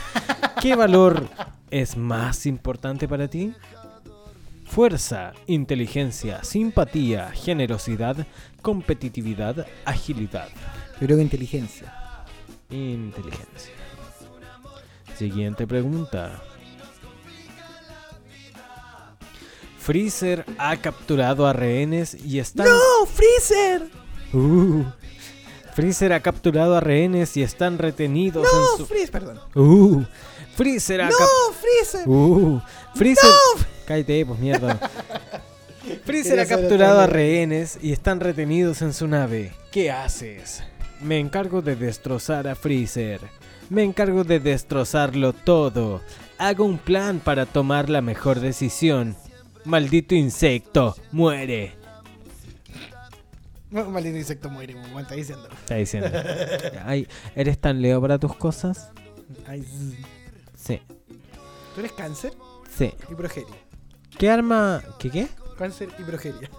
Speaker 1: ¿Qué valor es más importante para ti? Fuerza, inteligencia, simpatía, generosidad, competitividad, agilidad.
Speaker 2: Yo creo que inteligencia.
Speaker 1: Inteligencia. Siguiente pregunta. Freezer ha capturado a rehenes y están...
Speaker 2: ¡No, Freezer!
Speaker 1: Uh. Freezer ha capturado a rehenes y están retenidos
Speaker 2: ¡No,
Speaker 1: en su...
Speaker 2: Freezer! Perdón.
Speaker 1: Uh. Freezer ha cap-
Speaker 2: ¡No, Freezer!
Speaker 1: Uh. Freezer... Cállate, pues mierda. Freezer
Speaker 2: Quería
Speaker 1: ha
Speaker 2: hacer
Speaker 1: capturado
Speaker 2: otra
Speaker 1: a
Speaker 2: vez.
Speaker 1: rehenes y están retenidos en su nave. ¿Qué haces? Me encargo de destrozar a Freezer. Me encargo de destrozarlo todo. Hago un plan para tomar la mejor decisión. Maldito insecto, muere.
Speaker 2: No, Maldito insecto muere, weón. Está diciendo.
Speaker 1: Está diciendo. Ay, ¿Eres tan leo para tus cosas?
Speaker 2: Ay, zzz.
Speaker 1: Sí,
Speaker 2: ¿Tú eres cáncer
Speaker 1: sí.
Speaker 2: y progeria?
Speaker 1: ¿Qué arma? ¿Qué qué?
Speaker 2: Cáncer y progeria.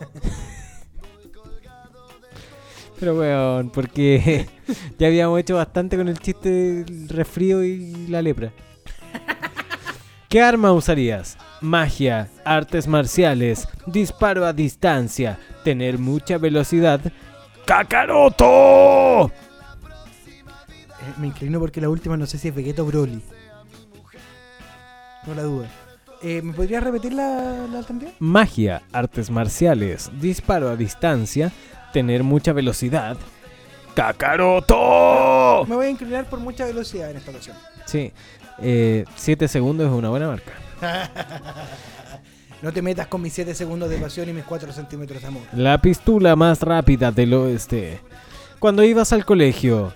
Speaker 1: Pero weón, porque ya habíamos hecho bastante con el chiste del resfrío y la lepra. ¿Qué arma usarías? Magia, artes marciales, disparo a distancia, tener mucha velocidad. ¡Kakaroto!
Speaker 2: Eh, me inclino porque la última no sé si es Vegeta o Broly. No la duda. Eh, ¿Me podrías repetir la, la alternativa?
Speaker 1: Magia, artes marciales, disparo a distancia, tener mucha velocidad. ¡Kakaroto!
Speaker 2: Me voy a inclinar por mucha velocidad en esta ocasión.
Speaker 1: Sí, 7 segundos es una buena marca.
Speaker 2: No te metas con mis 7 segundos de pasión y mis 4 centímetros de amor.
Speaker 1: La pistola más rápida del oeste. Cuando ibas al colegio,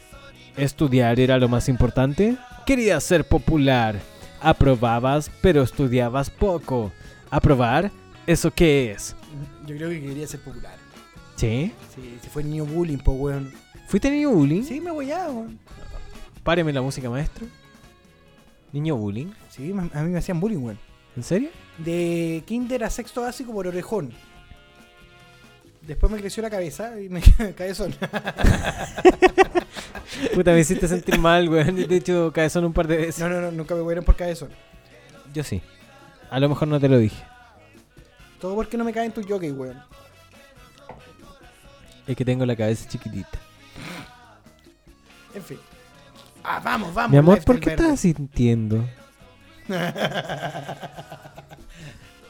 Speaker 1: ¿estudiar era lo más importante? Querías ser popular. Aprobabas, pero estudiabas poco. ¿Aprobar? ¿Eso qué es?
Speaker 2: Yo creo que quería ser popular.
Speaker 1: ¿Sí?
Speaker 2: Sí, si fue niño bullying, po, weón.
Speaker 1: ¿Fuiste niño bullying?
Speaker 2: Sí, me voy a, weón.
Speaker 1: Páreme la música, maestro. ¿Niño bullying?
Speaker 2: Sí, ma- a mí me hacían bullying, weón.
Speaker 1: ¿En serio?
Speaker 2: De kinder a sexto básico por orejón. Después me creció la cabeza y me quedé cabezón.
Speaker 1: Puta, me hiciste sentir mal, weón. De hecho, cabezón un par de veces.
Speaker 2: No, no, no, nunca me fueron por cabezón.
Speaker 1: Yo sí. A lo mejor no te lo dije.
Speaker 2: Todo porque no me caen tus jockey, weón.
Speaker 1: Es que tengo la cabeza chiquitita.
Speaker 2: En fin. Ah, vamos, vamos.
Speaker 1: Mi amor,
Speaker 2: live
Speaker 1: ¿por
Speaker 2: del
Speaker 1: qué
Speaker 2: verde.
Speaker 1: estás sintiendo?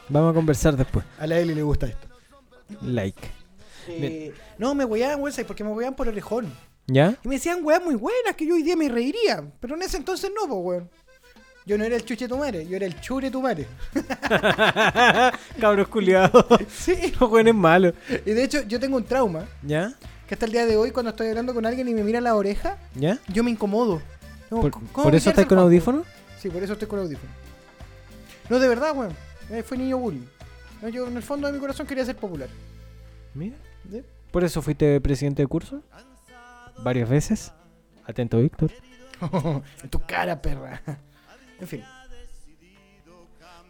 Speaker 1: Vamos a conversar después.
Speaker 2: A la Eli le gusta esto.
Speaker 1: Like.
Speaker 2: Eh, no, me weaban, weón, ¿sabes? porque me weaban por orejón.
Speaker 1: ¿Ya?
Speaker 2: Y me decían weas muy buenas que yo hoy día me reiría. Pero en ese entonces no, po, weón. Yo no era el chuche tu madre, yo era el chure tu madre.
Speaker 1: Cabros culiados.
Speaker 2: Sí.
Speaker 1: Los jóvenes malos.
Speaker 2: Y de hecho, yo tengo un trauma
Speaker 1: ¿Ya?
Speaker 2: que hasta el día de hoy, cuando estoy hablando con alguien y me mira la oreja,
Speaker 1: ¿Ya?
Speaker 2: yo me incomodo. No,
Speaker 1: ¿Por,
Speaker 2: ¿cómo
Speaker 1: por eso
Speaker 2: humillarse
Speaker 1: estás
Speaker 2: al
Speaker 1: con
Speaker 2: Juanjo?
Speaker 1: audífono?
Speaker 2: Sí, por eso estoy con audífono. No, de verdad, weón. Eh, fue niño bullying. No, yo en el fondo de mi corazón quería ser popular.
Speaker 1: Mira.
Speaker 2: ¿Sí?
Speaker 1: ¿Por eso fuiste presidente de curso? Varias veces. Atento, Víctor.
Speaker 2: en tu cara, perra. En fin.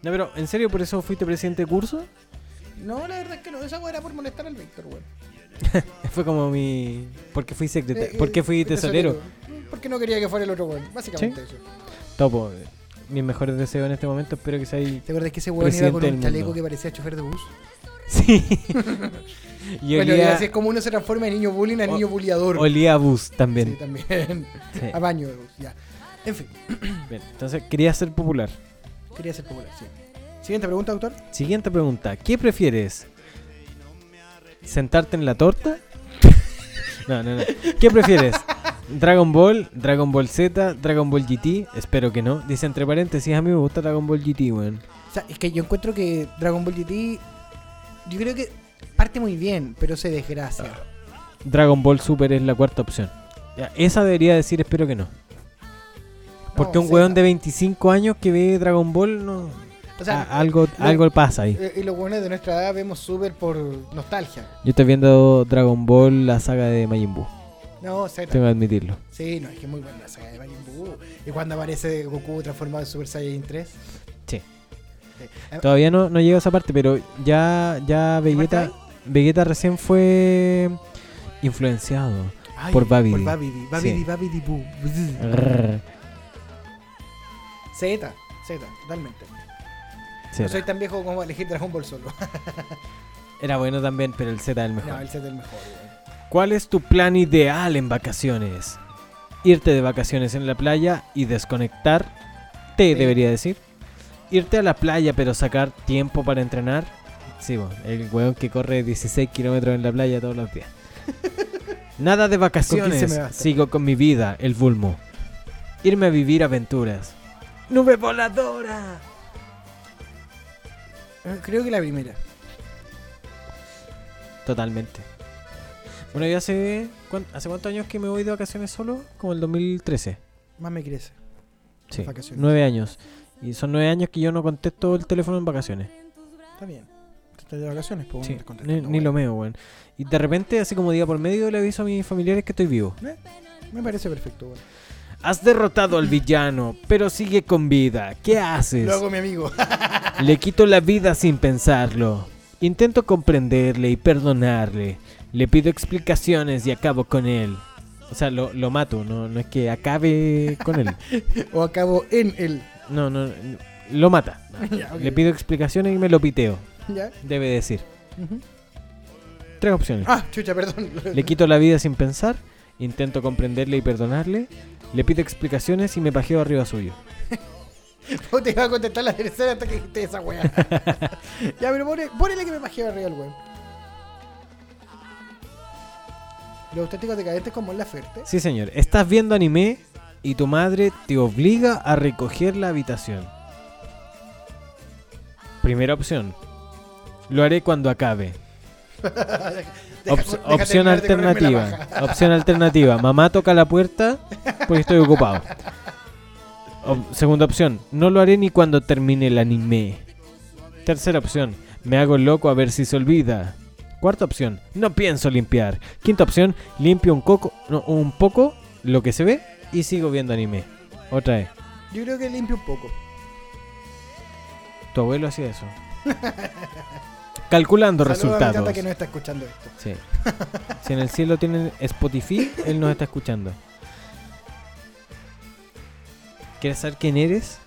Speaker 1: No, pero ¿en serio por eso fuiste presidente de curso?
Speaker 2: No, la verdad es que no. Esa weá era por molestar al Víctor, weón.
Speaker 1: Fue como mi. ¿Por qué fui secretario?
Speaker 2: Eh, eh,
Speaker 1: ¿Por qué fui tesorero?
Speaker 2: Porque no quería que fuera el otro weón. Básicamente eso.
Speaker 1: Topo. eh, Mis mejores deseos en este momento. Espero que seáis.
Speaker 2: ¿Te acuerdas que ese weón iba con
Speaker 1: presidente
Speaker 2: un
Speaker 1: del
Speaker 2: chaleco
Speaker 1: mundo.
Speaker 2: que parecía chofer de bus?
Speaker 1: Sí. Y
Speaker 2: bueno,
Speaker 1: olía-
Speaker 2: así es como uno se transforma de niño bullying a niño bulliador.
Speaker 1: Olía a bus también.
Speaker 2: Sí, también.
Speaker 1: Sí.
Speaker 2: A baño de bus, ya. En fin,
Speaker 1: Bien, entonces quería ser popular.
Speaker 2: quería ser popular, sí. Siguiente pregunta, doctor.
Speaker 1: Siguiente pregunta. ¿Qué prefieres? ¿Sentarte en la torta? No, no, no. ¿Qué prefieres? ¿Dragon Ball? ¿Dragon Ball Z? ¿Dragon Ball GT? Espero que no. Dice entre paréntesis, a mí me gusta Dragon Ball GT, weón.
Speaker 2: O sea, es que yo encuentro que Dragon Ball GT. Yo creo que parte muy bien, pero se desgracia.
Speaker 1: Dragon Ball Super es la cuarta opción. Ya, esa debería decir espero que no. Porque un weón de 25 años que ve Dragon Ball, no...
Speaker 2: O sea,
Speaker 1: a- algo,
Speaker 2: lo-
Speaker 1: algo pasa ahí.
Speaker 2: Eh, Y los buenos de nuestra edad vemos súper por nostalgia.
Speaker 1: Yo estoy viendo Dragon Ball, la saga de Majin Buu.
Speaker 2: No, Z.
Speaker 1: Tengo que admitirlo.
Speaker 2: Sí, no, es que es muy buena la saga de Majin Buu. Y cuando aparece Goku transformado en Super Saiyan Eh, 3.
Speaker 1: Sí.
Speaker 2: Sí. Adem-
Speaker 1: Todavía no, no llego a esa parte, pero ya, ya Vegeta, Vegeta recién fue influenciado
Speaker 2: Ay,
Speaker 1: por Babidi.
Speaker 2: Por Babidi, Babidi,
Speaker 1: Sí.
Speaker 2: Babidi Buu.
Speaker 1: Grrr.
Speaker 2: Z, Z, totalmente.
Speaker 1: Z.
Speaker 2: No soy tan viejo como elegir Dragon Ball solo.
Speaker 1: Era bueno también, pero el Z era el mejor.
Speaker 2: no, el Z es el mejor, weón.
Speaker 1: ¿Cuál es tu plan ideal en vacaciones? Irte de vacaciones en la playa y desconectar. Te debería decir. Irte a la playa pero sacar tiempo para entrenar. Sí, bueno, el weón que corre 16 kilómetros en la playa todos los días. Nada de
Speaker 2: Con 15
Speaker 1: vacaciones.
Speaker 2: me basta.
Speaker 1: Sigo con mi vida, el bulmo. Irme a vivir aventuras. ¡Nube voladora!
Speaker 2: Eh, Creo que la primera.
Speaker 1: Totalmente. Bueno, yo hace, cuán- ¿hace cuántos años que me voy de vacaciones solo? Como el 2013.
Speaker 2: Más me crece.
Speaker 1: Sí,
Speaker 2: Vacaciones.
Speaker 1: nueve años. Y son nueve años que yo no contesto el teléfono en vacaciones.
Speaker 2: Está bien. Estás de vacaciones, pues
Speaker 1: Sí,
Speaker 2: te contestas,
Speaker 1: ni,
Speaker 2: no,
Speaker 1: ni
Speaker 2: weón.
Speaker 1: lo meo, weón. Y de repente, así como día por medio, le aviso a mis familiares que estoy vivo.
Speaker 2: Eh, Me parece perfecto, weón.
Speaker 1: Has derrotado al villano, pero sigue con vida. ¿Qué haces?
Speaker 2: Lo hago mi amigo.
Speaker 1: Le quito la vida sin pensarlo. Intento comprenderle y perdonarle. Le pido explicaciones y acabo con él. O sea, lo, lo mato, no, no es que acabe con él.
Speaker 2: o acabo en el.
Speaker 1: No, no, no, lo mata.
Speaker 2: Ya, ok.
Speaker 1: Le pido explicaciones y me lo piteo.
Speaker 2: Ya.
Speaker 1: Debe decir.
Speaker 2: Ujú.
Speaker 1: Tres opciones.
Speaker 2: Ah, chucha, perdón.
Speaker 1: Le quito la vida sin pensar, intento comprenderle y perdonarle, le pido explicaciones y me pajeo arriba suyo.
Speaker 2: No te iba a contestar la tercera hasta que dijiste esa weá. ya, pero pone- ponele que me bajé arriba el weón. Los auténticos decadentes como la Ferte.
Speaker 1: Sí, señor. Estás viendo anime y tu madre te obliga a recoger la habitación. Primera opción. Lo haré cuando acabe. Ops- opción alternativa. Opción alternativa. Mamá toca la puerta porque estoy ocupado. Op- segunda opción. No lo haré ni cuando termine el anime. Tercera opción. Me hago loco a ver si se olvida. Cuarta opción. No pienso limpiar. Quinta opción. Limpio un, coco, no, un poco lo que se ve y sigo viendo anime. Otra vez.
Speaker 2: Yo creo que limpio un poco.
Speaker 1: Tu abuelo hacía eso. Calculando
Speaker 2: Saludos a mi
Speaker 1: resultados.
Speaker 2: tata que no está escuchando esto.
Speaker 1: Sí. Si en el cielo tienen Spotify, él nos está escuchando. ¿Quieres saber quién eres?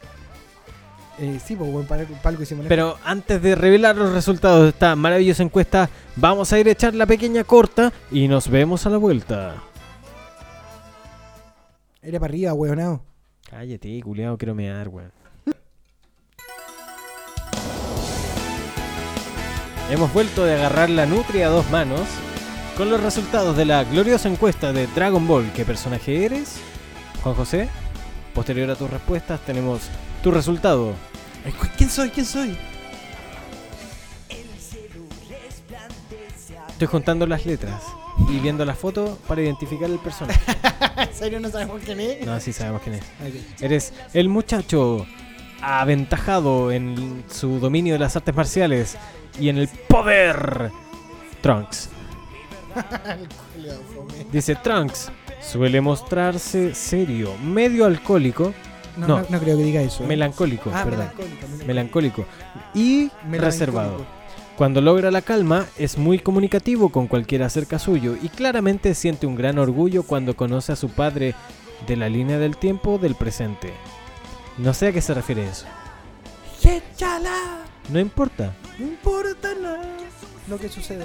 Speaker 2: Eh, sí, pues weón, para, para algo hicimos esto.
Speaker 1: Pero antes de revelar los resultados de esta maravillosa encuesta, vamos a ir a echar la pequeña corta y nos vemos a la vuelta.
Speaker 2: Era para arriba, weonado.
Speaker 1: Cállate, culiao, quiero mear, weón. Hemos vuelto de agarrar la nutria a dos manos con los resultados de la gloriosa encuesta de Dragon Ball. ¿Qué personaje eres? Juan José. Posterior a tus respuestas tenemos tu resultado.
Speaker 2: ¿Quién soy? ¿Quién soy?
Speaker 1: Estoy juntando las letras y viendo la foto para identificar el personaje.
Speaker 2: ¿En serio no sabemos quién es?
Speaker 1: No, sí sabemos quién es.
Speaker 2: Ok.
Speaker 1: Eres el muchacho aventajado en su dominio de las artes marciales y en el poder. Trunks.
Speaker 2: El culiao fome.
Speaker 1: Dice Trunks. Suele mostrarse serio, medio alcohólico.
Speaker 2: No,
Speaker 1: No,
Speaker 2: no, no creo que diga eso. ¿eh?
Speaker 1: melancólico,
Speaker 2: Ah,
Speaker 1: perdón.
Speaker 2: melancólico, melancólico.
Speaker 1: Melancólico. Y
Speaker 2: Melancólico.
Speaker 1: reservado. Cuando logra la calma, es muy comunicativo con cualquiera cerca suyo y claramente siente un gran orgullo cuando conoce a su padre de la línea del tiempo del presente. No sé a qué se refiere eso.
Speaker 2: ¡Échala!
Speaker 1: No importa.
Speaker 2: No importa nada lo que suceda.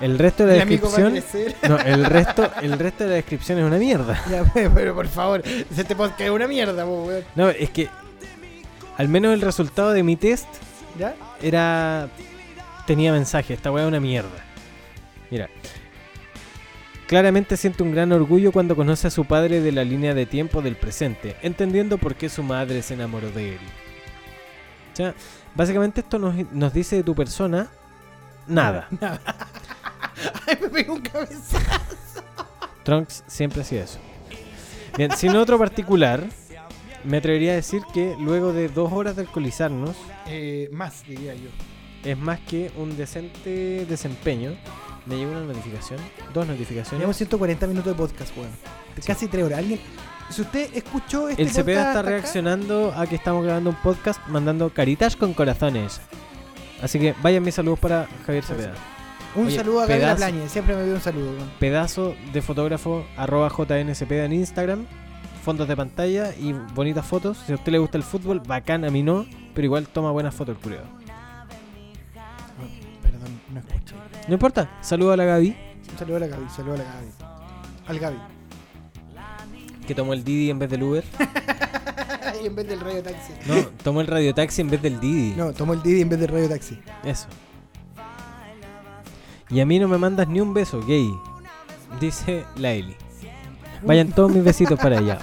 Speaker 1: El resto de la
Speaker 2: Mi amigo va a
Speaker 1: descripción.
Speaker 2: crecer.
Speaker 1: No, el resto, el resto de la descripción es una mierda.
Speaker 2: Ya, pero por favor, este podcast es una mierda, po, weón.
Speaker 1: No, es que al menos el resultado de mi test
Speaker 2: ¿Ya?
Speaker 1: era. tenía mensaje, esta weá es una mierda. Mira. Claramente siente un gran orgullo cuando conoce a su padre de la línea de tiempo del presente, entendiendo por qué su madre se enamoró de él. O sea, básicamente esto nos, nos dice de tu persona nada.
Speaker 2: Ay, me pegó un cabezazo.
Speaker 1: Trunks siempre hacía eso. Bien, sin otro particular, me atrevería a decir que luego de dos horas de alcoholizarnos,
Speaker 2: Eh, más, diría yo.
Speaker 1: es más que un decente desempeño. Me llegó una notificación, dos notificaciones.
Speaker 2: Tenemos 140 minutos de podcast, weón. Casi 3 horas. Alguien. Si usted escuchó este
Speaker 1: El
Speaker 2: podcast.
Speaker 1: Cepeda está
Speaker 2: hasta acá,
Speaker 1: reaccionando a que estamos grabando un podcast mandando caritas con corazones. Así que vayan mis saludos para Javier Cepeda.
Speaker 2: Un
Speaker 1: Oye,
Speaker 2: saludo a Gabriela
Speaker 1: pedazo-
Speaker 2: Plañe. Siempre me pide un saludo, weón.
Speaker 1: pedazo de fotógrafo arroba jnspeda en Instagram, fondos de pantalla y bonitas fotos. Si a usted le gusta el fútbol, bacán, a mí no, pero igual toma buenas fotos el culiao.
Speaker 2: Perdón, no escuché.
Speaker 1: No importa, saludo a la Gaby,
Speaker 2: Un saludo a la Gaby, saludo a la Gaby. Al Gaby.
Speaker 1: que tomó el Didi en vez del Uber.
Speaker 2: y en vez del radio taxi.
Speaker 1: No, tomó el radiotaxi en vez del Didi.
Speaker 2: No, tomó el Didi en vez del radio taxi.
Speaker 1: Eso. Y a mí no me mandas ni un beso, gay. Dice la Eli. Vayan todos mis besitos para ella.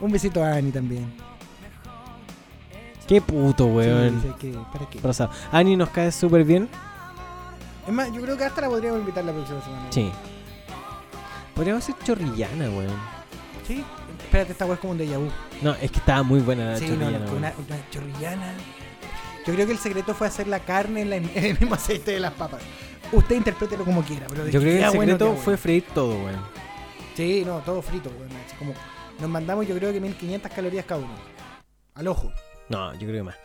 Speaker 2: Un besito a Ani también.
Speaker 1: Qué puto, weón.
Speaker 2: Sí, sí, que- ¿para qué?
Speaker 1: Rosado. Ani nos cae súper bien.
Speaker 2: Es más, yo creo que hasta la podríamos invitar la próxima semana.
Speaker 1: Sí. Podríamos ser chorrillana, weón.
Speaker 2: Sí. Espérate, esta weá es como un déjà vu.
Speaker 1: No, es que estaba muy buena la
Speaker 2: sí, no,
Speaker 1: chorrillana.
Speaker 2: no,
Speaker 1: weón.
Speaker 2: una, una chorrillana. Yo creo que el secreto fue hacer la carne en, la- en el mismo aceite de las papas. Usted interprételo como quiera, pero de
Speaker 1: Yo creo que
Speaker 2: queda
Speaker 1: el
Speaker 2: bueno,
Speaker 1: secreto
Speaker 2: queda
Speaker 1: fue
Speaker 2: bueno.
Speaker 1: freír todo, weón.
Speaker 2: Sí, no, todo frito, weón. Así como nos mandamos yo creo que 1500 calorías cada uno. Al ojo.
Speaker 1: No, yo creo que más.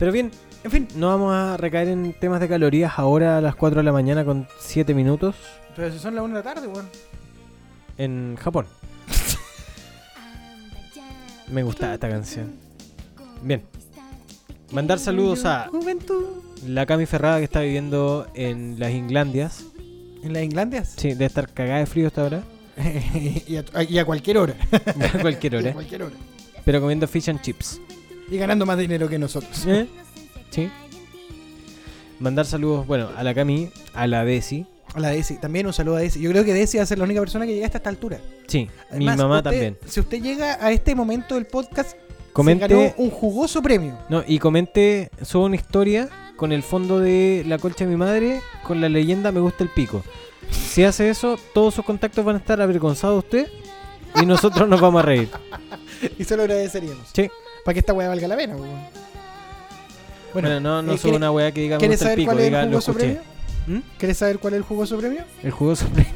Speaker 1: Pero bien, en fin, no vamos a recaer en temas de calorías ahora a las 4 de la mañana con 7 minutos
Speaker 2: Pero si son las 1 de la tarde, weón.
Speaker 1: en Japón. Me gustaba esta canción. Bien. Mandar saludos a
Speaker 2: Juventud.
Speaker 1: la Cami Ferrada que está viviendo en las Inglandias.
Speaker 2: ¿En las Inglandias?
Speaker 1: Sí, debe estar cagada de frío hasta ahora.
Speaker 2: y, a, y a cualquier hora.
Speaker 1: A cualquier
Speaker 2: Y
Speaker 1: hora.
Speaker 2: a cualquier hora.
Speaker 1: Pero comiendo fish and chips.
Speaker 2: Y ganando más dinero que nosotros.
Speaker 1: ¿Eh? Sí. Mandar saludos, bueno, a la Cami, a la Desi.
Speaker 2: A la Desi, también un saludo a Desi. Yo creo que Desi va a ser la única persona que llega hasta esta altura.
Speaker 1: Sí,
Speaker 2: Además,
Speaker 1: mi mamá
Speaker 2: usted-
Speaker 1: también.
Speaker 2: Si usted llega a este momento del podcast,
Speaker 1: Comente-
Speaker 2: se ganó un jugoso premio.
Speaker 1: No, y comenté, subo una historia con el fondo de la colcha de mi madre con la leyenda Me gusta el pico. Si hace eso, todos sus contactos van a estar avergonzados de usted y nosotros nos vamos a reír.
Speaker 2: Y se lo agradeceríamos.
Speaker 1: Sí.
Speaker 2: Para que esta weá valga la pena, weón.
Speaker 1: Bueno, no, no
Speaker 2: eh,
Speaker 1: subo
Speaker 2: ¿quiere-
Speaker 1: una weá que diga Me
Speaker 2: ¿Quieres
Speaker 1: gusta el
Speaker 2: saber
Speaker 1: pico,
Speaker 2: cuál es
Speaker 1: diga
Speaker 2: el
Speaker 1: lo
Speaker 2: jugoso
Speaker 1: escuché. ¿Mm?
Speaker 2: premio? ¿Quieres saber cuál es el jugoso premio?
Speaker 1: El jugoso premio.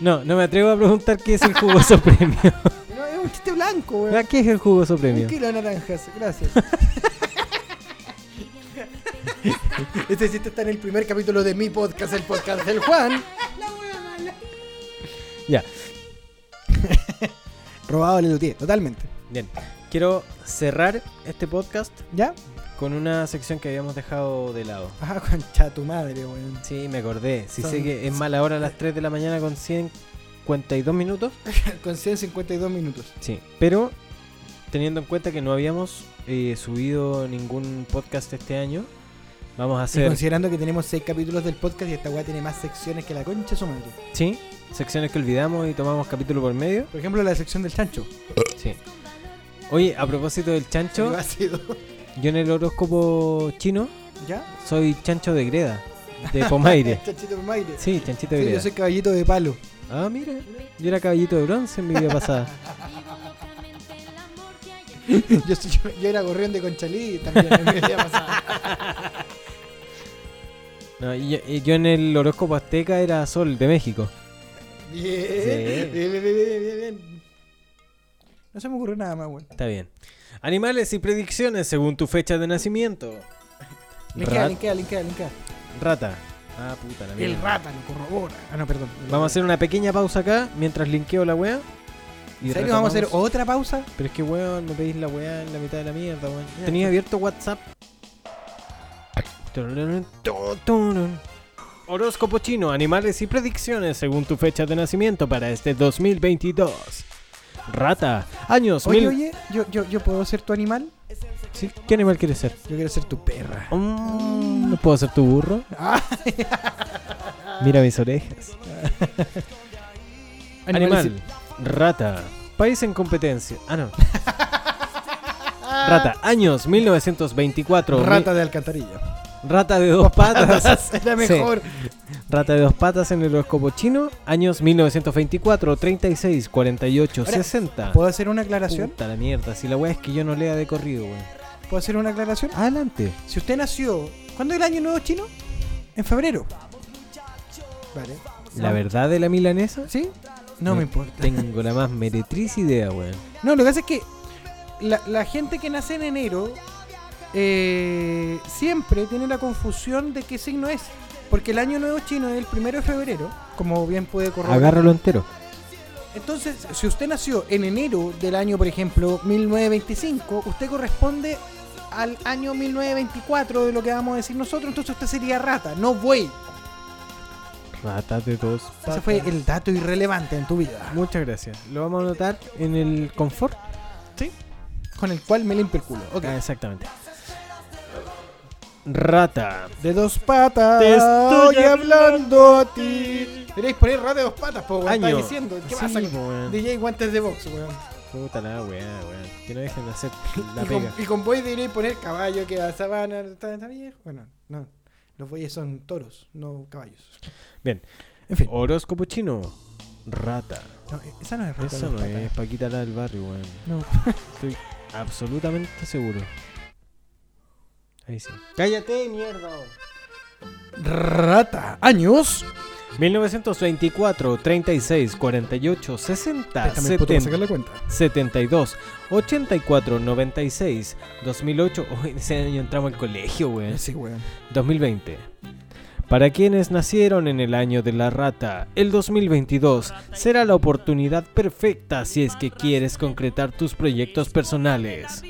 Speaker 1: No, no me atrevo a preguntar qué es el jugoso premio.
Speaker 2: No, es un chiste blanco, weón.
Speaker 1: Ah, ¿Qué es el jugoso
Speaker 2: Un
Speaker 1: premio?
Speaker 2: kilo de naranjas, gracias. este chiste está en el primer capítulo de mi podcast, el podcast del Juan.
Speaker 1: Ya.
Speaker 2: Robado el Lutier, totalmente.
Speaker 1: Bien, quiero cerrar este podcast
Speaker 2: ¿Ya?
Speaker 1: con una sección que habíamos dejado de lado.
Speaker 2: Ah, concha tu madre, weón.
Speaker 1: Sí, me acordé. Si
Speaker 2: Son-
Speaker 1: sé que es mala hora a las 3 de la mañana con 152 minutos.
Speaker 2: Con 152 minutos.
Speaker 1: Sí, pero teniendo en cuenta que no habíamos eh, subido ningún podcast este año, vamos a
Speaker 2: Y
Speaker 1: hacer
Speaker 2: considerando que tenemos 6 capítulos del podcast y esta weá tiene más secciones que la concha de su madre.
Speaker 1: sí, secciones que olvidamos y tomamos capítulo por medio.
Speaker 2: Por ejemplo, la sección del chancho.
Speaker 1: Sí. Oye, a propósito del chancho,
Speaker 2: Yo ha sido.
Speaker 1: yo en el horóscopo chino
Speaker 2: ¿Ya?
Speaker 1: soy chancho de greda, de Pomaire.
Speaker 2: Chanchito de Maire.
Speaker 1: Sí, chanchito de
Speaker 2: Sí,
Speaker 1: greda.
Speaker 2: yo soy caballito de palo.
Speaker 1: Ah, mira, yo era caballito de bronce en mi vida pasada.
Speaker 2: Yo, soy- yo- yo era gorrión de conchalí también en mi vida pasada.
Speaker 1: No, y yo, y yo en el horóscopo azteca era sol de México.
Speaker 2: Bien,
Speaker 1: Sí.
Speaker 2: bien, bien, bien, bien, bien. No se me ocurrió nada más, weón.
Speaker 1: Está bien. Animales y predicciones según tu fecha de nacimiento.
Speaker 2: Linkea,
Speaker 1: Rat-
Speaker 2: linkea, linkea, linkea.
Speaker 1: rata. Ah, puta la
Speaker 2: El
Speaker 1: mierda.
Speaker 2: rata lo corrobora. Ah, no, perdón.
Speaker 1: Vamos a hacer una pequeña pausa acá mientras linkeo la wea.
Speaker 2: ¿En serio vamos a hacer otra pausa?
Speaker 1: Pero es que weón, me pedís la wea en la mitad de la mierda, weón.
Speaker 2: Ya.
Speaker 1: Tenía abierto WhatsApp. Horóscopo chino, animales y predicciones según tu fecha de nacimiento para este 2022. Rata, años
Speaker 2: Oye,
Speaker 1: mil-
Speaker 2: oye, yo, yo, yo puedo ser tu animal.
Speaker 1: ¿Sí? ¿Qué animal quieres ser?
Speaker 2: Yo quiero ser tu perra.
Speaker 1: Mm, ¿No puedo ser tu burro?
Speaker 2: Ah.
Speaker 1: Mira mis orejas.
Speaker 2: Animales
Speaker 1: Animal. Rata. País en competencia. Ah, no. Rata. Años 1924.
Speaker 2: Rata
Speaker 1: Mi-
Speaker 2: de alcantarilla.
Speaker 1: Rata de dos patas.
Speaker 2: patas, era
Speaker 1: Sí.
Speaker 2: mejor.
Speaker 1: Rata de dos patas en el horóscopo chino. Años 1924, 36, 48,
Speaker 2: Ahora,
Speaker 1: 60.
Speaker 2: ¿Puedo hacer una aclaración?
Speaker 1: Puta la mierda. Si la weá es que yo no lea de corrido, weón.
Speaker 2: ¿Puedo hacer una aclaración? Ah,
Speaker 1: Adelante.
Speaker 2: Si usted nació. ¿Cuándo es el año nuevo chino? En febrero. Vale.
Speaker 1: La verdad de la milanesa.
Speaker 2: ¿Sí? No me importa.
Speaker 1: Tengo la más meretriz idea, weón.
Speaker 2: No, lo que pasa es que la, la gente que nace en enero eh, siempre tiene la confusión de qué signo es. Porque el año nuevo chino es el primero de febrero, como bien puede correr.
Speaker 1: Agárralo entero.
Speaker 2: Entonces, si usted nació en enero del año, por ejemplo, 1925, usted corresponde al año 1924 de lo que vamos a decir nosotros, entonces usted sería rata, no buey.
Speaker 1: Rata de dos patas.
Speaker 2: Ese fue el dato irrelevante en tu vida,
Speaker 1: Muchas gracias. Lo vamos a anotar en el confort.
Speaker 2: con el cual me limpio el culo. Ok.
Speaker 1: Ah, exactamente. Rata.
Speaker 2: De dos patas.
Speaker 1: Te estoy
Speaker 2: hablando a ti. Queréis poner rata de dos patas, po, weón.
Speaker 1: Año.
Speaker 2: Estás diciendo. ¿Qué
Speaker 1: Sí,
Speaker 2: pasa?
Speaker 1: po, weón.
Speaker 2: DJ guantes de box, weón.
Speaker 1: Puta la weá, weón. Que no dejen de hacer la
Speaker 2: Y con,
Speaker 1: pega.
Speaker 2: y con boy deberíais poner caballo que a sabana. Está, está bien. Bueno, no. Los boyes son toros, no caballos.
Speaker 1: Bien.
Speaker 2: En fin.
Speaker 1: Horóscopo chino. Rata.
Speaker 2: No, e-, esa no es rata.
Speaker 1: Eso
Speaker 2: de dos
Speaker 1: no
Speaker 2: patas.
Speaker 1: es Paquita la del barrio, weón.
Speaker 2: No.
Speaker 1: Estoy absolutamente seguro. Ahí sí. ¡Cállate, mierda!
Speaker 2: Rata. Años.
Speaker 1: 1924, 36, 48, 60,
Speaker 2: Préstame el poto
Speaker 1: 70.
Speaker 2: para sacar la cuenta.
Speaker 1: 72, 84, 96, 2008. Uy, ese año entramos al colegio, weón.
Speaker 2: Sí, weón.
Speaker 1: 2020. Para quienes nacieron en el año de la rata, el 2022 será la oportunidad perfecta si es que quieres concretar tus proyectos personales.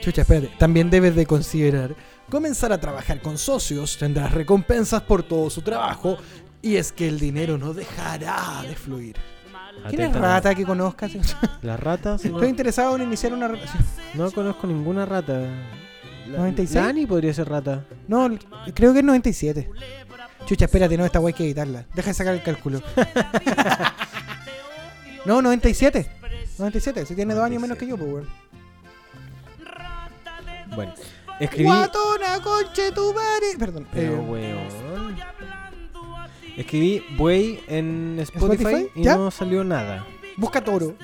Speaker 2: Chucha, espérate. También debes de considerar comenzar a trabajar con socios. Tendrás recompensas por todo su trabajo. Y es que el dinero no dejará de fluir. ¿Tienes
Speaker 1: Atentamente.
Speaker 2: rata que conozcas?
Speaker 1: Las ratas. No,
Speaker 2: Estoy interesado en iniciar una relación.
Speaker 1: no conozco ninguna rata. La-
Speaker 2: 96?
Speaker 1: la Ani podría ser rata.
Speaker 2: No, l- creo que es 97. Chucha, espérate, no, esta guay hay que editarla. Deja de sacar el cálculo. no, 97. 97, si tiene dos años menos que yo, pues, weón.
Speaker 1: Bueno, escribí.
Speaker 2: Guatona, conche tu madre. Perdón.
Speaker 1: Pero,
Speaker 2: eh,
Speaker 1: weón. Escribí buey en Spotify,
Speaker 2: ¿Spotify?
Speaker 1: y
Speaker 2: ¿Ya?
Speaker 1: no salió nada.
Speaker 2: busca toro.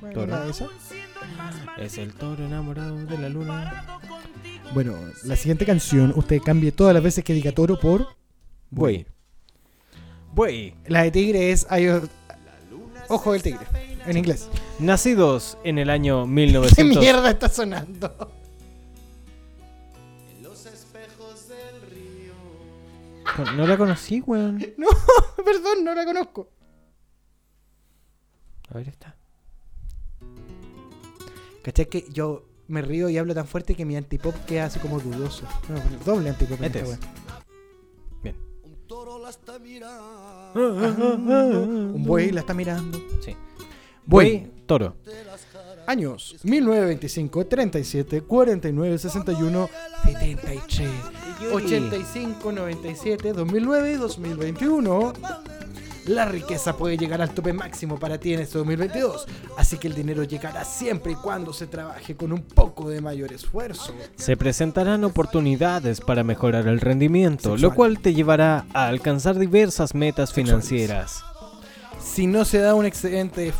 Speaker 2: Bueno,
Speaker 1: Toro.
Speaker 2: nada de eso.
Speaker 1: Es el toro enamorado de la luna.
Speaker 2: Bueno, la siguiente canción, usted cambie todas las veces que diga toro por.
Speaker 1: Buey. Buey.
Speaker 2: La de tigre es. hay o- Ojo del tigre, en inglés.
Speaker 1: Nacidos en el año
Speaker 2: ¿Qué
Speaker 1: 1900.
Speaker 2: mierda está sonando?
Speaker 1: No la conocí, weón.
Speaker 2: No, perdón, no la conozco.
Speaker 1: A ver, está.
Speaker 2: ¿Cachai que yo me río y hablo tan fuerte que mi antipop queda así como dudoso? No, doble antipop en
Speaker 1: Este
Speaker 2: esta
Speaker 1: es.
Speaker 2: wea.
Speaker 1: Bien.
Speaker 2: Un buey la está mirando.
Speaker 1: Sí.
Speaker 2: Buey.
Speaker 1: Buey, toro.
Speaker 2: Años 1925, 37, 49, 61, 73, 85, 97, 2009 y 2021. La riqueza puede llegar al tope máximo para ti en este 2022, así que el dinero llegará siempre y cuando se trabaje con un poco de mayor esfuerzo.
Speaker 1: Se presentarán oportunidades para mejorar el rendimiento,
Speaker 2: Sexual.
Speaker 1: lo cual te llevará a alcanzar diversas metas
Speaker 2: Sexuales.
Speaker 1: financieras.
Speaker 2: Si no se da un excedente,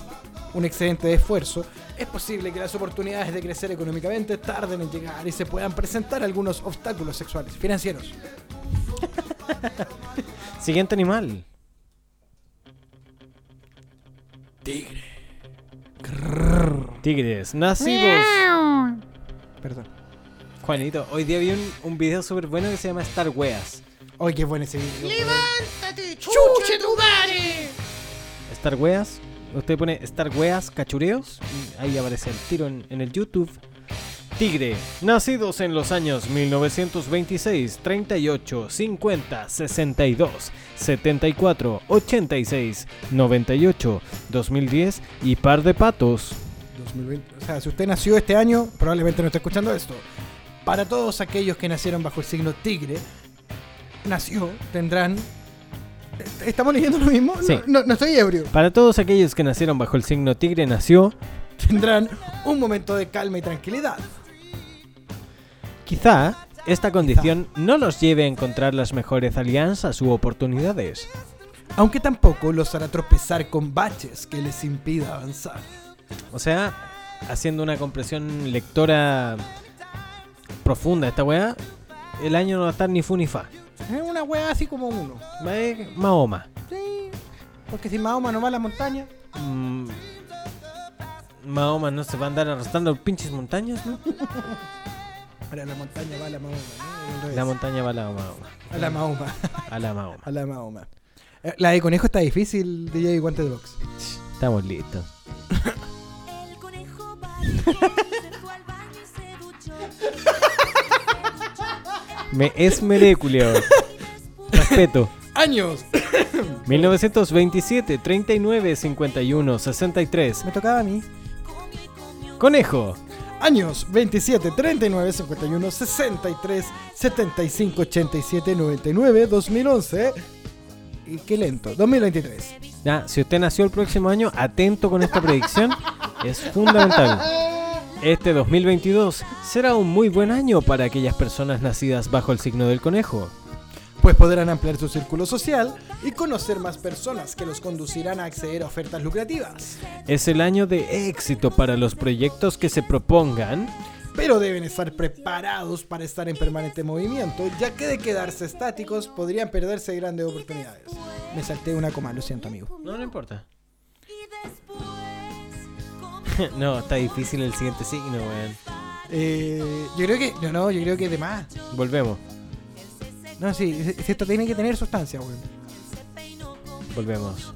Speaker 2: un excedente de esfuerzo, es posible que las oportunidades de crecer económicamente tarden en llegar y se puedan presentar algunos obstáculos sexuales financieros.
Speaker 1: Siguiente animal.
Speaker 2: Grrr.
Speaker 1: Tigres nacidos. Perdón. Juanito, hoy día vi un, un video súper bueno que se llama Star Weas.
Speaker 2: Ay, qué bueno ese video.
Speaker 4: ¡Levántate, chuche tu madre!
Speaker 1: Star Weas. Usted pone Star Weas Cachureos. y Ahí aparece el tiro en, en el YouTube. Tigre, nacidos en los años 1926, 38, 50, 62, 74, 86, 98, 2010 y par de patos.
Speaker 2: 2020. O sea, si usted nació este año, probablemente no está escuchando esto. Para todos aquellos que nacieron bajo el signo tigre, nació, tendrán... ¿Estamos leyendo lo mismo?
Speaker 1: Sí.
Speaker 2: No, no estoy ebrio.
Speaker 1: Para todos aquellos que nacieron bajo el signo tigre, nació
Speaker 2: Tendrán un momento de calma y tranquilidad.
Speaker 1: Quizá esta condición no los lleve a encontrar las mejores alianzas u oportunidades.
Speaker 2: Aunque tampoco los hará tropezar con baches que les impida avanzar.
Speaker 1: O sea, haciendo una compresión lectora profunda esta weá, el año no va a estar ni fu ni fa.
Speaker 2: Es una wea así como uno.
Speaker 1: Eh, Mahoma.
Speaker 2: Sí. Porque si Mahoma no va a la montaña,
Speaker 1: Mm, Mahoma no se va a andar arrastrando pinches montañas, ¿no?
Speaker 2: para la montaña va la Mahoma. ¿no? Al revés.
Speaker 1: La montaña va a la Mahoma.
Speaker 2: A la Mahoma.
Speaker 1: A la Mahoma.
Speaker 2: A la Mahoma. Eh, La de conejo está difícil, DJ Guante de Box.
Speaker 1: Estamos listos. Me esmeré, culio. Respeto.
Speaker 2: Años.
Speaker 1: 1927, 39, 51, 63.
Speaker 2: Me tocaba a mí.
Speaker 1: Conejo.
Speaker 2: Años 27, 39, 51, 63, 75, 87, 99, 2011. Y qué lento. 2023.
Speaker 1: Ya, si usted nació el próximo año, atento con esta predicción. Es fundamental. Este 2022 será un muy buen año para aquellas personas nacidas bajo el signo del conejo.
Speaker 2: Pues podrán ampliar su círculo social y conocer más personas que los conducirán a acceder a ofertas lucrativas.
Speaker 1: Es el año de éxito para los proyectos que se propongan.
Speaker 2: Pero deben estar preparados para estar en permanente movimiento, ya que de quedarse estáticos podrían perderse grandes oportunidades. Me salté una coma, lo siento amigo.
Speaker 1: No, no importa. no, está difícil el siguiente signo, weón.
Speaker 2: Eh, yo creo que, no, no, yo creo que de más.
Speaker 1: Volvemos,
Speaker 2: No, sí, si- si esto tiene que tener sustancia, weón.
Speaker 1: volvemos.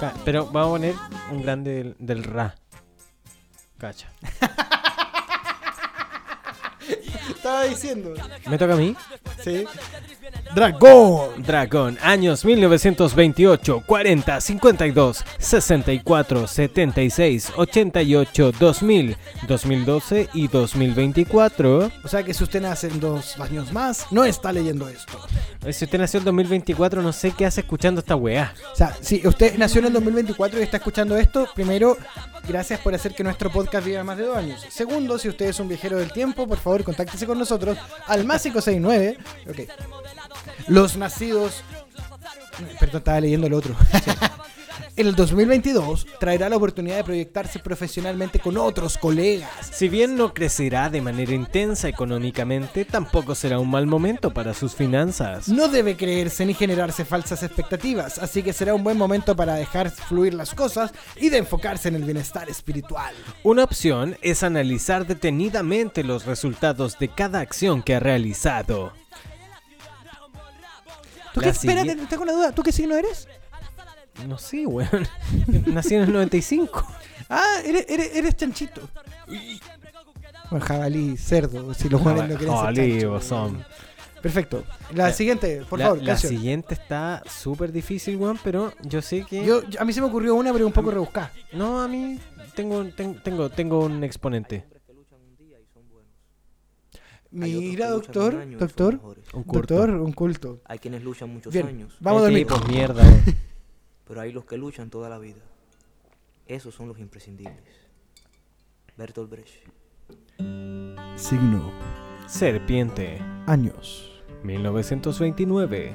Speaker 1: Ca- Pero vamos a poner un grande del, del ra. Cacha.
Speaker 2: Estaba diciendo.
Speaker 1: ¿Me toca a mí?
Speaker 2: Sí. Dragón.
Speaker 1: Dragón, años 1928, 40, 52, 64, 76, 88, 2000, 2012 y 2024.
Speaker 2: O sea que si usted nace en dos años más, no está leyendo esto.
Speaker 1: Ay, Si usted nació en 2024, no sé qué hace escuchando esta weá.
Speaker 2: O sea, si usted nació en el 2024 y está escuchando esto, primero, gracias por hacer que nuestro podcast viva más de dos años. Segundo, si usted es un viajero del tiempo, por favor, contáctese con nosotros al más 569. Ok. Los nacidos. Perdón, estaba leyendo el otro. El 2022 traerá la oportunidad de proyectarse profesionalmente con otros colegas.
Speaker 1: Si bien no crecerá de manera intensa económicamente, tampoco será un mal momento para sus finanzas.
Speaker 2: No debe creerse ni generarse falsas expectativas, así que será un buen momento para dejar fluir las cosas y de enfocarse en el bienestar espiritual.
Speaker 1: Una opción es analizar detenidamente los resultados de cada acción que ha realizado.
Speaker 2: ¿Tú
Speaker 1: La
Speaker 2: qué, espérate,
Speaker 1: siguiente-
Speaker 2: tengo una duda. ¿Tú qué signo eres?
Speaker 1: No sé, weón. Nací en el 95.
Speaker 2: Ah, eres, eres, eres chanchito. Bueno, jabalí, cerdo, si los jóvenes no quieren ser chancho.
Speaker 1: Olivos son.
Speaker 2: Perfecto. La
Speaker 1: La-
Speaker 2: siguiente, por
Speaker 1: la,
Speaker 2: favor,
Speaker 1: la
Speaker 2: canción.
Speaker 1: siguiente está súper difícil, weón, pero yo sé que...
Speaker 2: Yo- yo- a mí se me ocurrió una, pero un poco rebuscada.
Speaker 1: No, a mí tengo, un- ten- tengo, tengo un exponente.
Speaker 2: Mira, doctor, doctor,
Speaker 1: Un curto.
Speaker 2: doctor, un culto.
Speaker 12: Hay quienes luchan muchos
Speaker 2: Bien,
Speaker 12: años,
Speaker 2: vamos a
Speaker 1: Eh,
Speaker 2: dormir.
Speaker 1: pues, mierda, weón.
Speaker 12: pero hay los que luchan toda la vida. Esos son los imprescindibles. Bertolt Brecht.
Speaker 2: Signo,
Speaker 1: Serpiente.
Speaker 2: años,
Speaker 1: 1929,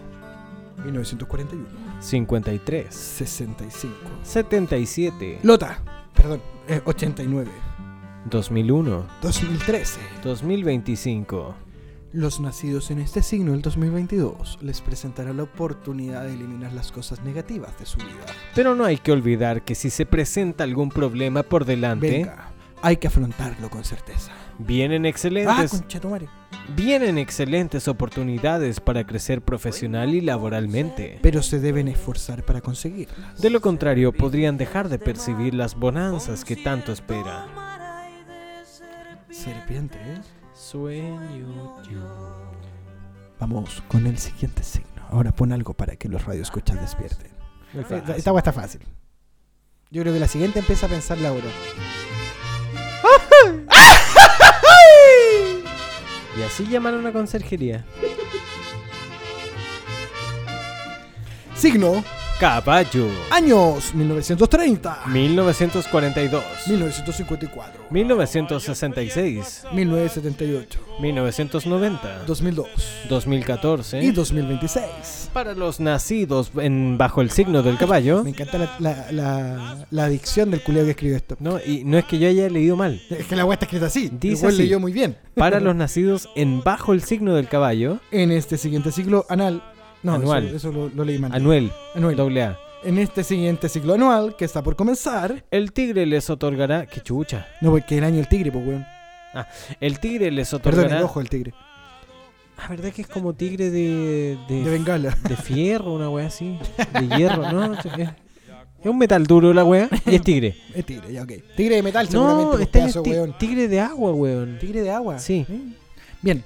Speaker 2: 1941,
Speaker 1: 53,
Speaker 2: 65.
Speaker 1: 77,
Speaker 2: Lota, perdón, eh, 89,
Speaker 1: 2001,
Speaker 2: 2013,
Speaker 1: 2025,
Speaker 2: Los nacidos en este signo del 2022 les presentará la oportunidad de eliminar las cosas negativas de su vida.
Speaker 1: Pero no hay que olvidar que si se presenta algún problema por delante,
Speaker 2: Venga, hay que afrontarlo con certeza.
Speaker 1: vienen
Speaker 2: Ah,
Speaker 1: excelentes,
Speaker 2: conchetumare.
Speaker 1: vienen excelentes oportunidades para crecer profesional y laboralmente.
Speaker 2: Pero se deben esforzar para conseguirla.
Speaker 1: De lo contrario, podrían dejar de percibir las bonanzas que tanto espera.
Speaker 2: Serpientes.
Speaker 1: Sueño yo.
Speaker 2: Vamos con el siguiente signo. Ahora pon algo para que los radioescuchas despierten.
Speaker 1: Muy
Speaker 2: Eh,
Speaker 1: fácil.
Speaker 2: Esta agua está fácil. Yo creo que la siguiente empieza a pensar Laura.
Speaker 1: Y así llamaron a conserjería.
Speaker 2: Signo,
Speaker 1: Caballo.
Speaker 2: años 1930,
Speaker 1: 1942.
Speaker 2: 1954,
Speaker 1: 1966.
Speaker 2: 1978,
Speaker 1: 1990.
Speaker 2: 2002
Speaker 1: 2014.
Speaker 2: y 2026.
Speaker 1: Para los nacidos en bajo el signo del caballo.
Speaker 2: Me encanta la, la, la- la adicción del culiao que escribe esto.
Speaker 1: No, y no es que yo haya leído mal.
Speaker 2: Es que la agua está escrita así.
Speaker 1: Dice
Speaker 2: Igual
Speaker 1: así.
Speaker 2: leyó muy bien.
Speaker 1: Para los nacidos en bajo el signo del caballo.
Speaker 2: En este siguiente ciclo anal. No,
Speaker 1: Anual.
Speaker 2: eso, eso lo, lo leí mal.
Speaker 1: Anuel.
Speaker 2: Anuel.
Speaker 1: Doble A.
Speaker 2: En este siguiente ciclo anual, que está por comenzar.
Speaker 1: El tigre les otorgará. ¡Qué chucha!
Speaker 2: No, porque el año del tigre, pues, weón.
Speaker 1: El tigre les otorgará.
Speaker 2: Perdón, el ojo del tigre.
Speaker 1: Ah, verdad que es como tigre de. de,
Speaker 2: De bengala.
Speaker 1: de fierro, una wea así. De hierro, ¿no? Es, es un metal duro la wea y es tigre.
Speaker 2: Es tigre, ya, ok. Tigre de metal,
Speaker 1: No,
Speaker 2: seguramente.
Speaker 1: este
Speaker 2: No,
Speaker 1: es ti-
Speaker 2: weón.
Speaker 1: tigre de agua, weón.
Speaker 2: Tigre de agua.
Speaker 1: Sí.
Speaker 2: ¿Eh? Bien.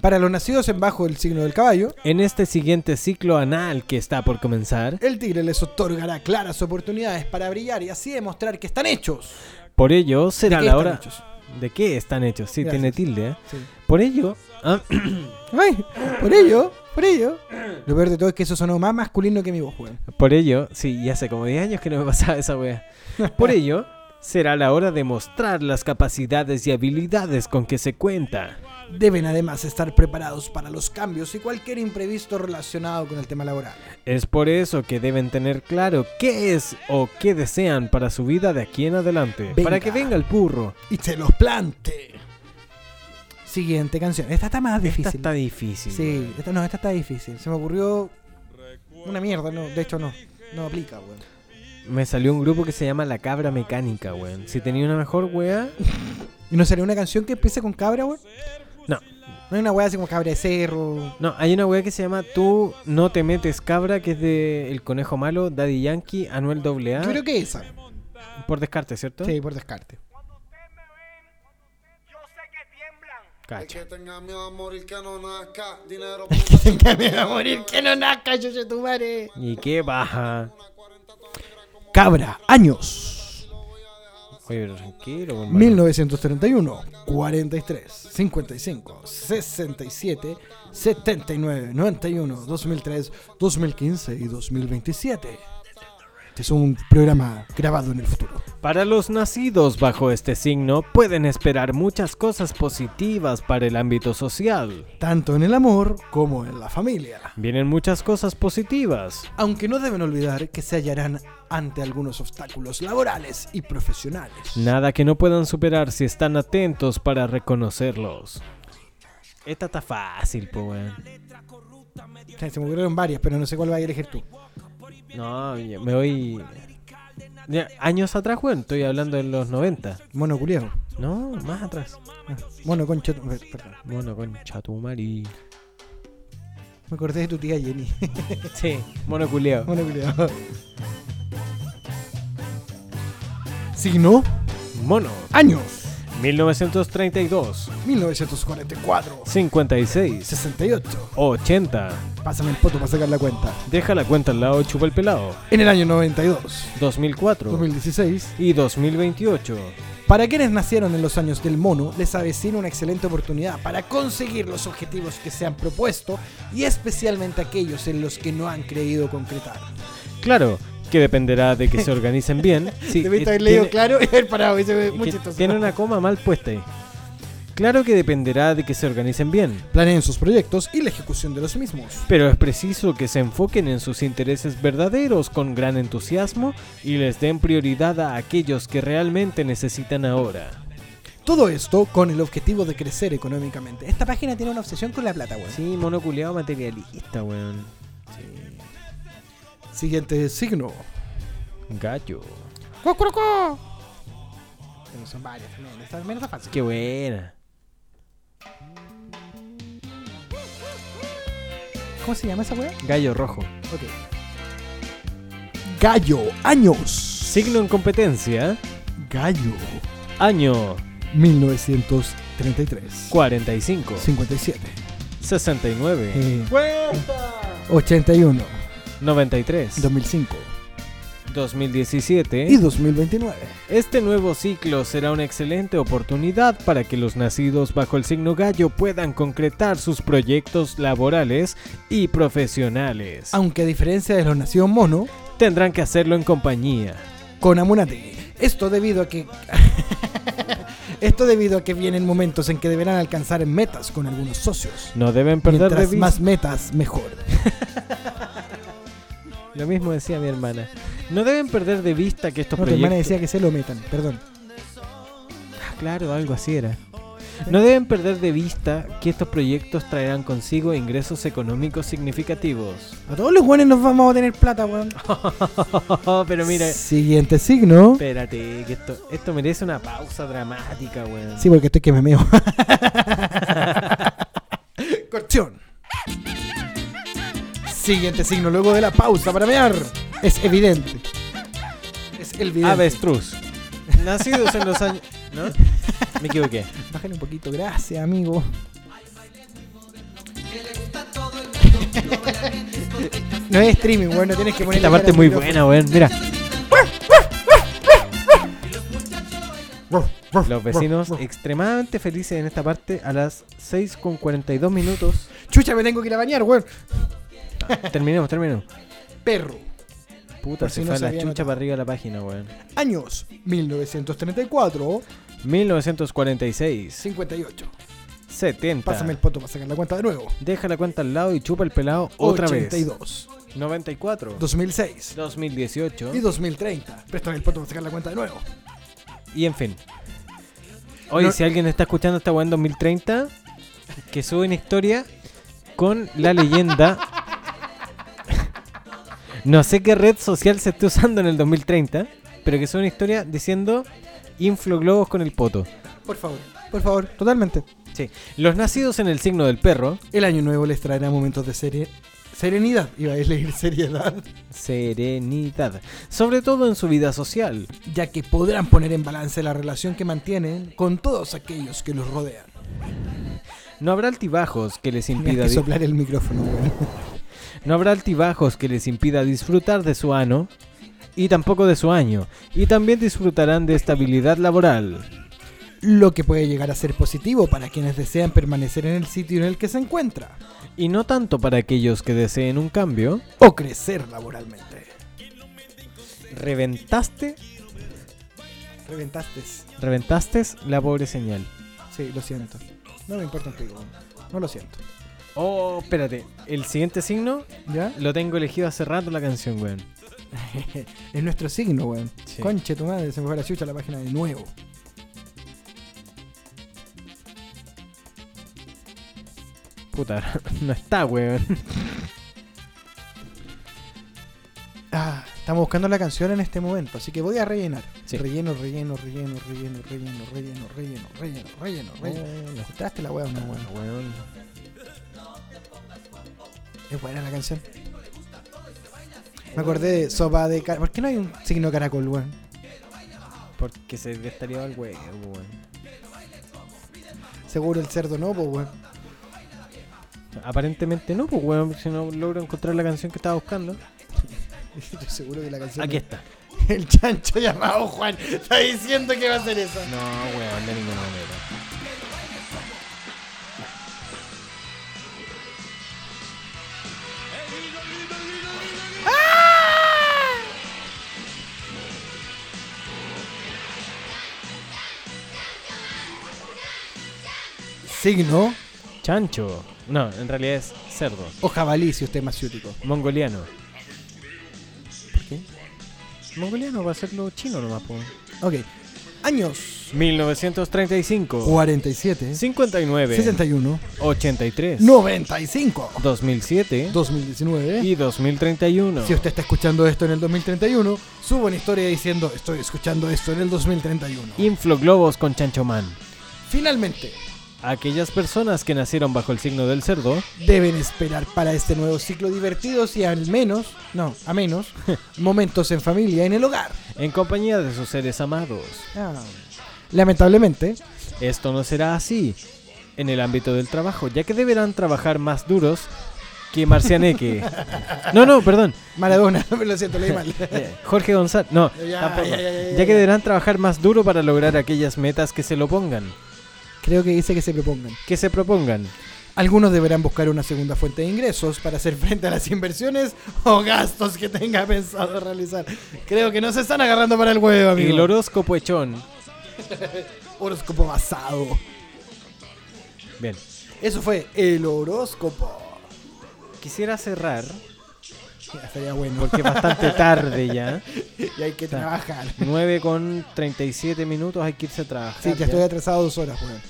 Speaker 2: Para los nacidos en bajo el signo del caballo,
Speaker 1: En este siguiente ciclo anal que está por comenzar,
Speaker 2: el tigre les otorgará claras oportunidades para brillar y así demostrar que están hechos.
Speaker 1: por ello
Speaker 2: ¿De
Speaker 1: será
Speaker 2: qué
Speaker 1: la
Speaker 2: están
Speaker 1: hora.
Speaker 2: hechos?
Speaker 1: ¿De qué están hechos? Sí,
Speaker 2: Gracias.
Speaker 1: tiene tilde, ¿eh?
Speaker 2: Sí.
Speaker 1: Por ello. ah,
Speaker 2: Ay, por ello, por ello. Lo peor de todo es que eso sonó más masculino que mi voz, weón.
Speaker 1: Por ello, sí, ya hace como 10 años que no me pasaba esa wea. Por ello, será la hora de mostrar las capacidades y habilidades con que se cuenta.
Speaker 2: Deben además estar preparados para los cambios y cualquier imprevisto relacionado con el tema laboral.
Speaker 1: Es por eso que deben tener claro qué es o qué desean para su vida de aquí en adelante.
Speaker 2: Venga.
Speaker 1: Para que venga el burro.
Speaker 2: Y se los plante. Siguiente canción. Esta está más difícil.
Speaker 1: Esta está difícil.
Speaker 2: Sí, esta, no, esta está difícil. Se me ocurrió una mierda, no, de hecho no. No aplica, weón.
Speaker 1: Me salió un grupo que se llama La Cabra Mecánica, weón. Si tenía una mejor wea,
Speaker 2: ¿Y no salió una canción que empiece con cabra, weón?
Speaker 1: No.
Speaker 2: No hay una weá así como cabra de cerro.
Speaker 1: No, hay una weá que se llama Tú no te metes cabra, que es de El Conejo Malo, Daddy Yankee, Anuel AA.
Speaker 2: Yo creo que esa.
Speaker 1: Por descarte, ¿cierto?
Speaker 2: Sí, por descarte.
Speaker 1: Cacha.
Speaker 4: tenga miedo a morir que no nazca. Dinero
Speaker 2: Que me va a morir, que no nazca, yo soy tu madre.
Speaker 1: Y qué baja.
Speaker 2: Cabra, años.
Speaker 1: Oye, pero tranquilo, weón.
Speaker 2: 1931, 43, 55, 67, 79, 91, 2003, 2015 y 2027. Este es un programa grabado en el futuro.
Speaker 1: Para los nacidos bajo este signo, pueden esperar muchas cosas positivas para el ámbito social.
Speaker 2: Tanto en el amor como en la familia.
Speaker 1: Vienen muchas cosas positivas.
Speaker 2: Aunque no deben olvidar que se hallarán ante algunos obstáculos laborales y profesionales.
Speaker 1: Nada que no puedan superar si están atentos para reconocerlos. Esta está fácil, po, weón.
Speaker 2: O sea, Se me ocurrieron varias, pero no sé cuál vas a elegir tú.
Speaker 1: No, ya me voy. ya, años atrás, weón. Estoy hablando de los 90.
Speaker 2: Mono culiao.
Speaker 1: No, más atrás.
Speaker 2: Ah, Mono concha. tu- eh, Perdón.
Speaker 1: Mono concha tu mari.
Speaker 2: Me acordé de tu tía Jenny.
Speaker 1: Sí, mono culeo.
Speaker 2: Mono culiao. Signo.
Speaker 1: Mono.
Speaker 2: Años.
Speaker 1: 1932,
Speaker 2: 1944.
Speaker 1: 56,
Speaker 2: 68.
Speaker 1: 80.
Speaker 2: Pásame el poto para sacar la cuenta.
Speaker 1: Deja la cuenta al lado, chupa el pelado.
Speaker 2: En el año 92.
Speaker 1: 2004
Speaker 2: 2016.
Speaker 1: y 2028.
Speaker 2: Para quienes nacieron en los años del mono, les avecina una excelente oportunidad para conseguir los objetivos que se han propuesto y especialmente aquellos en los que no han creído concretar.
Speaker 1: Claro, que dependerá de que se organicen bien. Sí, eh, tiene-
Speaker 2: claro y haber parado, ese es
Speaker 1: que Tiene una coma mal puesta ahí. Claro que dependerá de que se organicen bien,
Speaker 2: Planeen sus proyectos y la ejecución de los mismos.
Speaker 1: pero es preciso que se enfoquen en sus intereses verdaderos con gran entusiasmo y les den prioridad a aquellos que realmente necesitan ahora.
Speaker 2: Todo esto con el objetivo de crecer económicamente. Esta página tiene una obsesión con la plata, weón.
Speaker 1: Sí, monoculeado materialista, weón.
Speaker 2: Siguiente signo.
Speaker 1: Gallo.
Speaker 2: ¡Cucurucú! Bueno, Son varias también. Esta menos está fácil.
Speaker 1: Qué buena.
Speaker 2: ¿Cómo se llama esa weá?
Speaker 1: Gallo rojo.
Speaker 2: Ok. Gallo, años.
Speaker 1: Signo en competencia.
Speaker 2: Gallo.
Speaker 1: Año
Speaker 2: 1933.
Speaker 1: 45.
Speaker 2: 57.
Speaker 1: 69.
Speaker 2: Eh, 81.
Speaker 1: 93.
Speaker 2: 2005.
Speaker 1: 2017.
Speaker 2: Y 2029.
Speaker 1: Este nuevo ciclo será una excelente oportunidad para que los nacidos bajo el signo gallo puedan concretar sus proyectos laborales y profesionales.
Speaker 2: Aunque a diferencia de los nacidos mono,
Speaker 1: Tendrán que hacerlo en compañía.
Speaker 2: con Amunate. Esto debido a que. Esto debido a que vienen momentos en que deberán alcanzar metas con algunos socios.
Speaker 1: No deben perder de
Speaker 2: Mientras
Speaker 1: vista.
Speaker 2: más metas, mejor.
Speaker 1: Lo mismo decía mi hermana. No deben perder de vista que estos
Speaker 2: No, tu hermana
Speaker 1: proyectos.
Speaker 2: decía que se lo metan, perdón.
Speaker 1: Ah, Claro, algo así era. No deben perder de vista que estos proyectos traerán consigo ingresos económicos significativos.
Speaker 2: A todos los buenos nos vamos a tener plata, weón.
Speaker 1: Pero mira,
Speaker 2: Siguiente signo.
Speaker 1: espérate, que esto, esto merece una pausa dramática, weón.
Speaker 2: Sí, porque estoy que me meo. Corchón. Siguiente signo, luego de la pausa para mear. Es evidente. Es el video.
Speaker 1: Avestruz. Nacidos en los años. ¿No? Me equivoqué.
Speaker 2: Bájale un poquito, gracias, amigo. No es streaming, weón, no tienes que poner
Speaker 1: Esta parte es muy buena, weón. Mira. Los vecinos extremadamente felices en esta parte a las 6.42 minutos.
Speaker 2: Chucha, me tengo que ir a bañar, weón.
Speaker 1: Terminemos, terminemos.
Speaker 2: Perro.
Speaker 1: Puta,
Speaker 2: Por
Speaker 1: se
Speaker 2: si no
Speaker 1: fue
Speaker 2: se
Speaker 1: la
Speaker 2: había
Speaker 1: chucha para arriba de la página, weón.
Speaker 2: Años 1934,
Speaker 1: 1946.
Speaker 2: 58.
Speaker 1: 70.
Speaker 2: Pásame el poto para sacar la cuenta de nuevo.
Speaker 1: Deja la cuenta al lado y chupa el pelado otra vez.
Speaker 2: 82,
Speaker 1: 94.
Speaker 2: 2006
Speaker 1: 2018.
Speaker 2: y 2030. Préstame el poto para sacar la cuenta de nuevo.
Speaker 1: Y en fin. Oye,
Speaker 2: No-
Speaker 1: si alguien está escuchando esta weá en 2030, que sube una historia con la leyenda. no sé qué red social se esté usando en el 2030, pero que sube una historia diciendo Infloglobos con el poto.
Speaker 2: Por favor, por favor, totalmente.
Speaker 1: Sí. Los nacidos en el signo del perro.
Speaker 2: El año nuevo les traerá momentos de serie... serenidad. Iba a leer seriedad.
Speaker 1: Serenidad. Sobre todo en su vida social.
Speaker 2: Ya que podrán poner en balance la relación que mantienen con todos aquellos que los rodean.
Speaker 1: No habrá altibajos que les
Speaker 2: Tenías
Speaker 1: impida
Speaker 2: que
Speaker 1: di-
Speaker 2: soplar el micrófono, weón.
Speaker 1: No habrá altibajos que les impida disfrutar de su ano y tampoco de su año. Y también disfrutarán de estabilidad laboral.
Speaker 2: Lo que puede llegar a ser positivo para quienes desean permanecer en el sitio en el que se encuentra.
Speaker 1: Y no tanto para aquellos que deseen un cambio.
Speaker 2: O crecer laboralmente.
Speaker 1: Reventaste,
Speaker 2: Reventaste.
Speaker 1: reventaste la pobre señal.
Speaker 2: Sí, lo siento. No me importa un pico. weón. No lo siento.
Speaker 1: Oh, espérate. El siguiente signo
Speaker 2: ¿Ya?
Speaker 1: lo tengo elegido hace rato la canción, weón.
Speaker 2: es nuestro signo, weón.
Speaker 1: Sí.
Speaker 2: Conche tu madre, se me fue la chucha la página de nuevo.
Speaker 1: Puta, no está, weón.
Speaker 2: Ah, estamos buscando la canción en este momento, así que voy a rellenar.
Speaker 1: Sí.
Speaker 2: Relleno, relleno, relleno, relleno, relleno, relleno, relleno, relleno, relleno, relleno.
Speaker 1: Bueno,
Speaker 2: ¿Encontraste la weá o no, weón?
Speaker 1: weón.
Speaker 2: Es buena la canción. Me acordé de sopa de caracol. ¿Por qué no hay un signo caracol, weón?
Speaker 1: Porque se gastaría el huevo, weón.
Speaker 2: Seguro el cerdo no, pues, weón.
Speaker 1: Aparentemente no, pues weón, si no logro encontrar la canción que estaba buscando.
Speaker 2: Yo seguro que la canción.
Speaker 1: Aquí está.
Speaker 2: El chancho llamado Juan. Está diciendo que va a ser eso.
Speaker 1: No, weón, de ninguna manera.
Speaker 2: Signo
Speaker 1: Chancho. No, en realidad es cerdo.
Speaker 2: o jabalí, si usted es más ciútico.
Speaker 1: Mongoliano.
Speaker 2: ¿Por qué?
Speaker 1: Mongoliano va a ser lo chino nomás, po.
Speaker 2: Ok. Años
Speaker 1: 1935.
Speaker 2: 47.
Speaker 1: 59.
Speaker 2: 61.
Speaker 1: 83.
Speaker 2: 95.
Speaker 1: 2007.
Speaker 2: 2019.
Speaker 1: Y 2031.
Speaker 2: Si usted está escuchando esto en el 2031, subo una historia diciendo estoy escuchando esto en el 2031.
Speaker 1: Infloglobos con Chanchomán.
Speaker 2: Finalmente,
Speaker 1: Aquellas personas que nacieron bajo el signo del cerdo
Speaker 2: deben esperar para este nuevo ciclo divertidos y al menos, no, a menos, momentos en familia, en el hogar.
Speaker 1: en compañía de sus seres amados.
Speaker 2: Ah. Lamentablemente,
Speaker 1: Esto no será así en el ámbito del trabajo, ya que deberán trabajar más duros que Marcianeque. No, no, perdón.
Speaker 2: Maradona, lo siento, leí mal.
Speaker 1: Eh, Jorge González. No,
Speaker 2: Ya,
Speaker 1: tampoco.
Speaker 2: ya, ya, ya,
Speaker 1: Ya que
Speaker 2: ya.
Speaker 1: deberán trabajar más duro para lograr aquellas metas que se lo pongan.
Speaker 2: Creo que dice que se propongan.
Speaker 1: Que se propongan.
Speaker 2: Algunos deberán buscar una segunda fuente de ingresos para hacer frente a las inversiones o gastos que tenga pensado realizar. Creo que no se están agarrando para el huevo, amigo.
Speaker 1: El horóscopo echón.
Speaker 2: Horóscopo basado.
Speaker 1: Bien.
Speaker 2: Eso fue el horóscopo.
Speaker 1: Quisiera cerrar,
Speaker 2: Ya, estaría bueno.
Speaker 1: porque es bastante tarde ya.
Speaker 2: y hay que
Speaker 1: Está.
Speaker 2: trabajar.
Speaker 1: 9 con 37 minutos, hay que irse a trabajar.
Speaker 2: Sí, ya estoy atrasado dos horas, weón.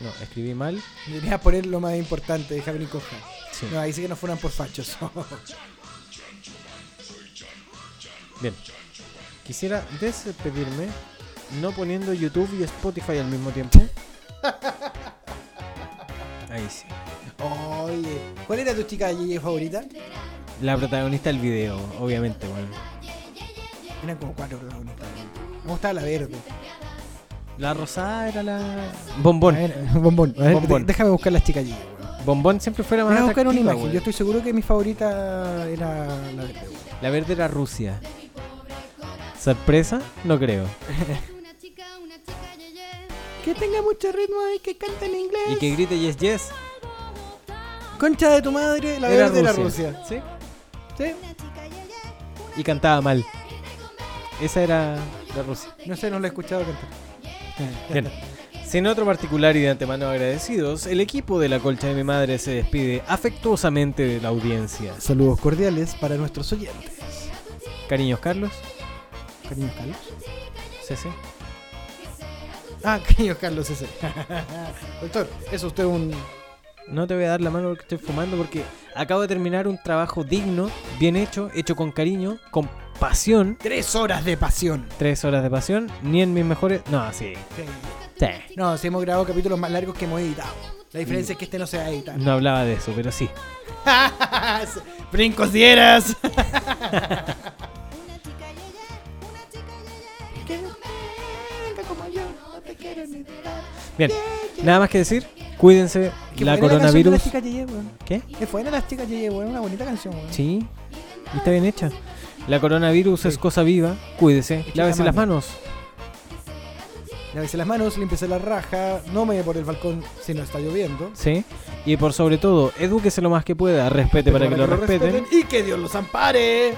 Speaker 1: No, escribí mal.
Speaker 2: Debería poner lo más importante de Javier Coja.
Speaker 1: Sí.
Speaker 2: No, ahí sí que nos fueran por fachos.
Speaker 1: Bien. Quisiera despedirme no poniendo YouTube y Spotify al mismo tiempo. Ahí sí.
Speaker 2: Oye, ¿cuál era tu chica de JJ favorita?
Speaker 1: La protagonista del video, obviamente, bueno.
Speaker 2: Eran como cuatro protagonistas. Me gustaba la verde.
Speaker 1: La rosada era la... Bombón.
Speaker 2: A ver, bombón. A ver,
Speaker 1: Bombón.
Speaker 2: de- Déjame buscar las chicas allí.
Speaker 1: Bombón siempre fue la
Speaker 2: Voy
Speaker 1: más
Speaker 2: a buscar una
Speaker 1: atractiva,
Speaker 2: imagen.
Speaker 1: weón.
Speaker 2: Yo estoy seguro que mi favorita era la verde. weón.
Speaker 1: La verde era Rusia. ¿Sorpresa? No creo.
Speaker 2: Que tenga mucho ritmo y que cante en inglés.
Speaker 1: Y que grite yes yes.
Speaker 2: Concha de tu madre, la
Speaker 1: Era
Speaker 2: verde
Speaker 1: Rusia.
Speaker 2: era
Speaker 1: ¿Sí?
Speaker 2: Rusia. ¿Sí?
Speaker 1: Y cantaba mal. Esa era la Rusia.
Speaker 2: No sé, no la he escuchado cantar.
Speaker 1: Bien. Sin otro particular y de antemano agradecidos, el equipo de la colcha de mi madre se despide afectuosamente de la audiencia.
Speaker 2: Saludos cordiales para nuestros oyentes.
Speaker 1: Cariños Carlos,
Speaker 2: Cariños Carlos.
Speaker 1: Ceci.
Speaker 2: Ah, cariños Carlos ese. Doctor, es usted un...
Speaker 1: No te voy a dar la mano porque estoy fumando porque acabo de terminar un trabajo digno, bien hecho, hecho con cariño, con pasión.
Speaker 2: Tres horas de pasión.
Speaker 1: Tres horas de pasión, ni en mis mejores... No, sí. Sí.
Speaker 2: No, si hemos grabado capítulos más largos que hemos editado. La diferencia es que este no se va a editar.
Speaker 1: No hablaba de eso, pero sí.
Speaker 2: Brincos dieras.
Speaker 1: Bien. Nada más que decir, cuídense
Speaker 2: Qué
Speaker 1: la
Speaker 2: buena canción de
Speaker 1: coronavirus.
Speaker 2: Las chicas Yeye, weón.
Speaker 1: ¿Qué?
Speaker 2: Es buena las chicas Yeye, weón. Una bonita canción, weón.
Speaker 1: Sí, y está bien hecha. La coronavirus es cosa viva, cuídese,
Speaker 2: Eche la
Speaker 1: lávese las
Speaker 2: mano.
Speaker 1: manos.
Speaker 2: Lávese las manos, límpiese la raja. No me por el balcón si no está lloviendo.
Speaker 1: Sí. Y por sobre todo, edúquese lo más que pueda, respete para que lo respeten.
Speaker 2: Y que Dios los ampare.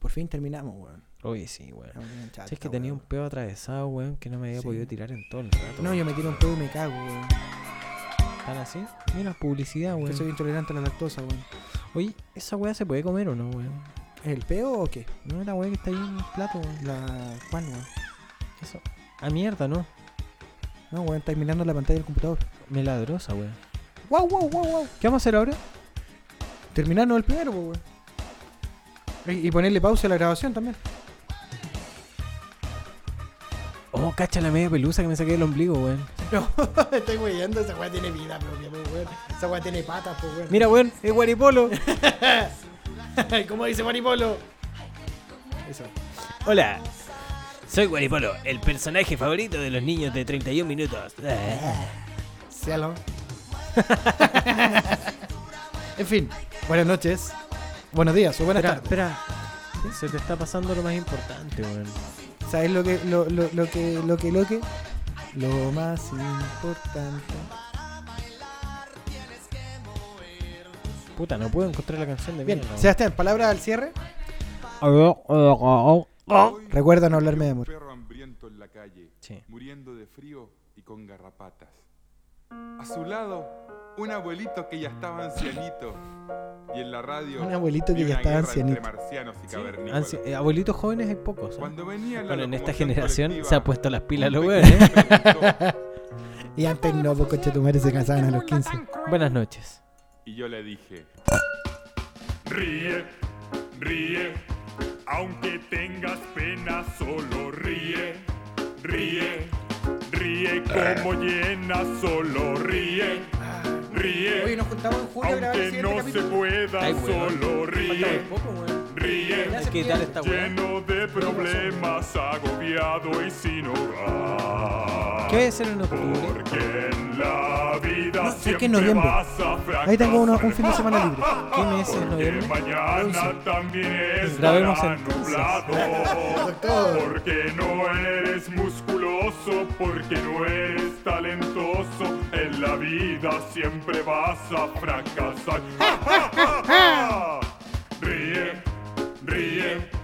Speaker 2: Por fin terminamos, weón.
Speaker 1: Oye, sí, weón.
Speaker 2: Estamos bien chatos,
Speaker 1: Sí, es que tenía un
Speaker 2: weón.
Speaker 1: peo atravesado, weón, que no me había
Speaker 2: Sí.
Speaker 1: podido tirar en todo el rato.
Speaker 2: No,
Speaker 1: weón.
Speaker 2: yo me tiro un pedo y me cago, weón.
Speaker 1: ¿Están así? Mira, publicidad,
Speaker 2: Que soy
Speaker 1: weón.
Speaker 2: intolerante a la lactosa, weón.
Speaker 1: Oye, ¿esa weá se puede comer o no, weón?
Speaker 2: ¿El peo o qué?
Speaker 1: No, la weá que está ahí en el plato, weón.
Speaker 2: La... ¿Cuál, weón?
Speaker 1: Eso. A mierda, ¿no?
Speaker 2: No, weón, estáis mirando la pantalla del computador.
Speaker 1: Meladrosa, weón.
Speaker 2: ¡Wow, wow, wow, wow!
Speaker 1: ¿Qué vamos a hacer ahora?
Speaker 2: Terminarnos el primero, po, weón. Y y ponerle pausa a la grabación también.
Speaker 1: Oh, cacha la media pelusa que me saqué del ombligo, weón.
Speaker 2: No, estoy weyando, esa weá tiene vida propia, po, weón. Esa weá tiene patas, po, weón.
Speaker 1: Mira, weón, es guaripolo.
Speaker 2: ¿Cómo dice Maripolo? Eso.
Speaker 1: Hola, soy Guaripolo, el personaje favorito de los niños de 31 minutos.
Speaker 2: Cielo. en fin, buenas noches. Buenos días o buenas
Speaker 1: Espera,
Speaker 2: tardes.
Speaker 1: espera. Se te está pasando lo más importante, weón.
Speaker 2: ¿Sabes lo que, lo, lo, lo que, lo que, lo que? Lo más importante.
Speaker 1: Puta, no puedo encontrar la canción de
Speaker 2: Bien,
Speaker 1: mierda, weón.
Speaker 2: Sebastián, palabra al cierre. Recuerda no hablarme de amor.
Speaker 13: perro hambriento en la calle,
Speaker 1: Sí.
Speaker 13: muriendo de frío y con garrapatas. A su lado, un abuelito que ya estaba ancianito Y en la radio.
Speaker 2: Un abuelito que
Speaker 13: vi
Speaker 2: ya
Speaker 13: una
Speaker 2: estaba
Speaker 13: guerra entre
Speaker 2: ancianito.
Speaker 13: marcianos y
Speaker 1: Han
Speaker 13: cavernícolas.
Speaker 1: si- eh, abuelitos jóvenes hay pocos. ¿eh?
Speaker 13: Cuando venía la
Speaker 1: bueno, en esta
Speaker 13: locomoción
Speaker 1: generación se ha puesto las pilas los
Speaker 13: un
Speaker 1: weones. ¿eh?
Speaker 13: pequeño
Speaker 2: Y antes no, pues coche tu madre se casaban a los 15.
Speaker 1: Buenas noches.
Speaker 13: Y yo le dije.
Speaker 14: Ríe, ríe, aunque tengas pena, solo ríe, ríe, ríe como
Speaker 13: Ah.
Speaker 14: llena, solo ríe, ríe.
Speaker 2: Oye, nos juntamos en julio a grabar el
Speaker 14: aunque
Speaker 2: siguiente
Speaker 14: no se
Speaker 2: capítulo.
Speaker 14: pueda,
Speaker 2: Ay, weón.
Speaker 14: solo ríe, ríe.
Speaker 1: Hay que quitar esta weá.
Speaker 14: Lleno de problemas, agobiado y sin hogar.
Speaker 1: ¿Qué va a ser en octubre?
Speaker 14: Porque en la vida
Speaker 2: No, sé que
Speaker 14: siempre
Speaker 2: en noviembre.
Speaker 14: vas a
Speaker 2: Ahí tengo una- un fin de semana libre.
Speaker 1: ¿Qué mes es noviembre?
Speaker 14: Mañana también estará
Speaker 1: Grabemos entonces.
Speaker 14: nublado Porque no eres musculoso Porque no eres talentoso En la vida siempre vas a fracasar ¡Ja, ja, ja, ja! Ríe, ríe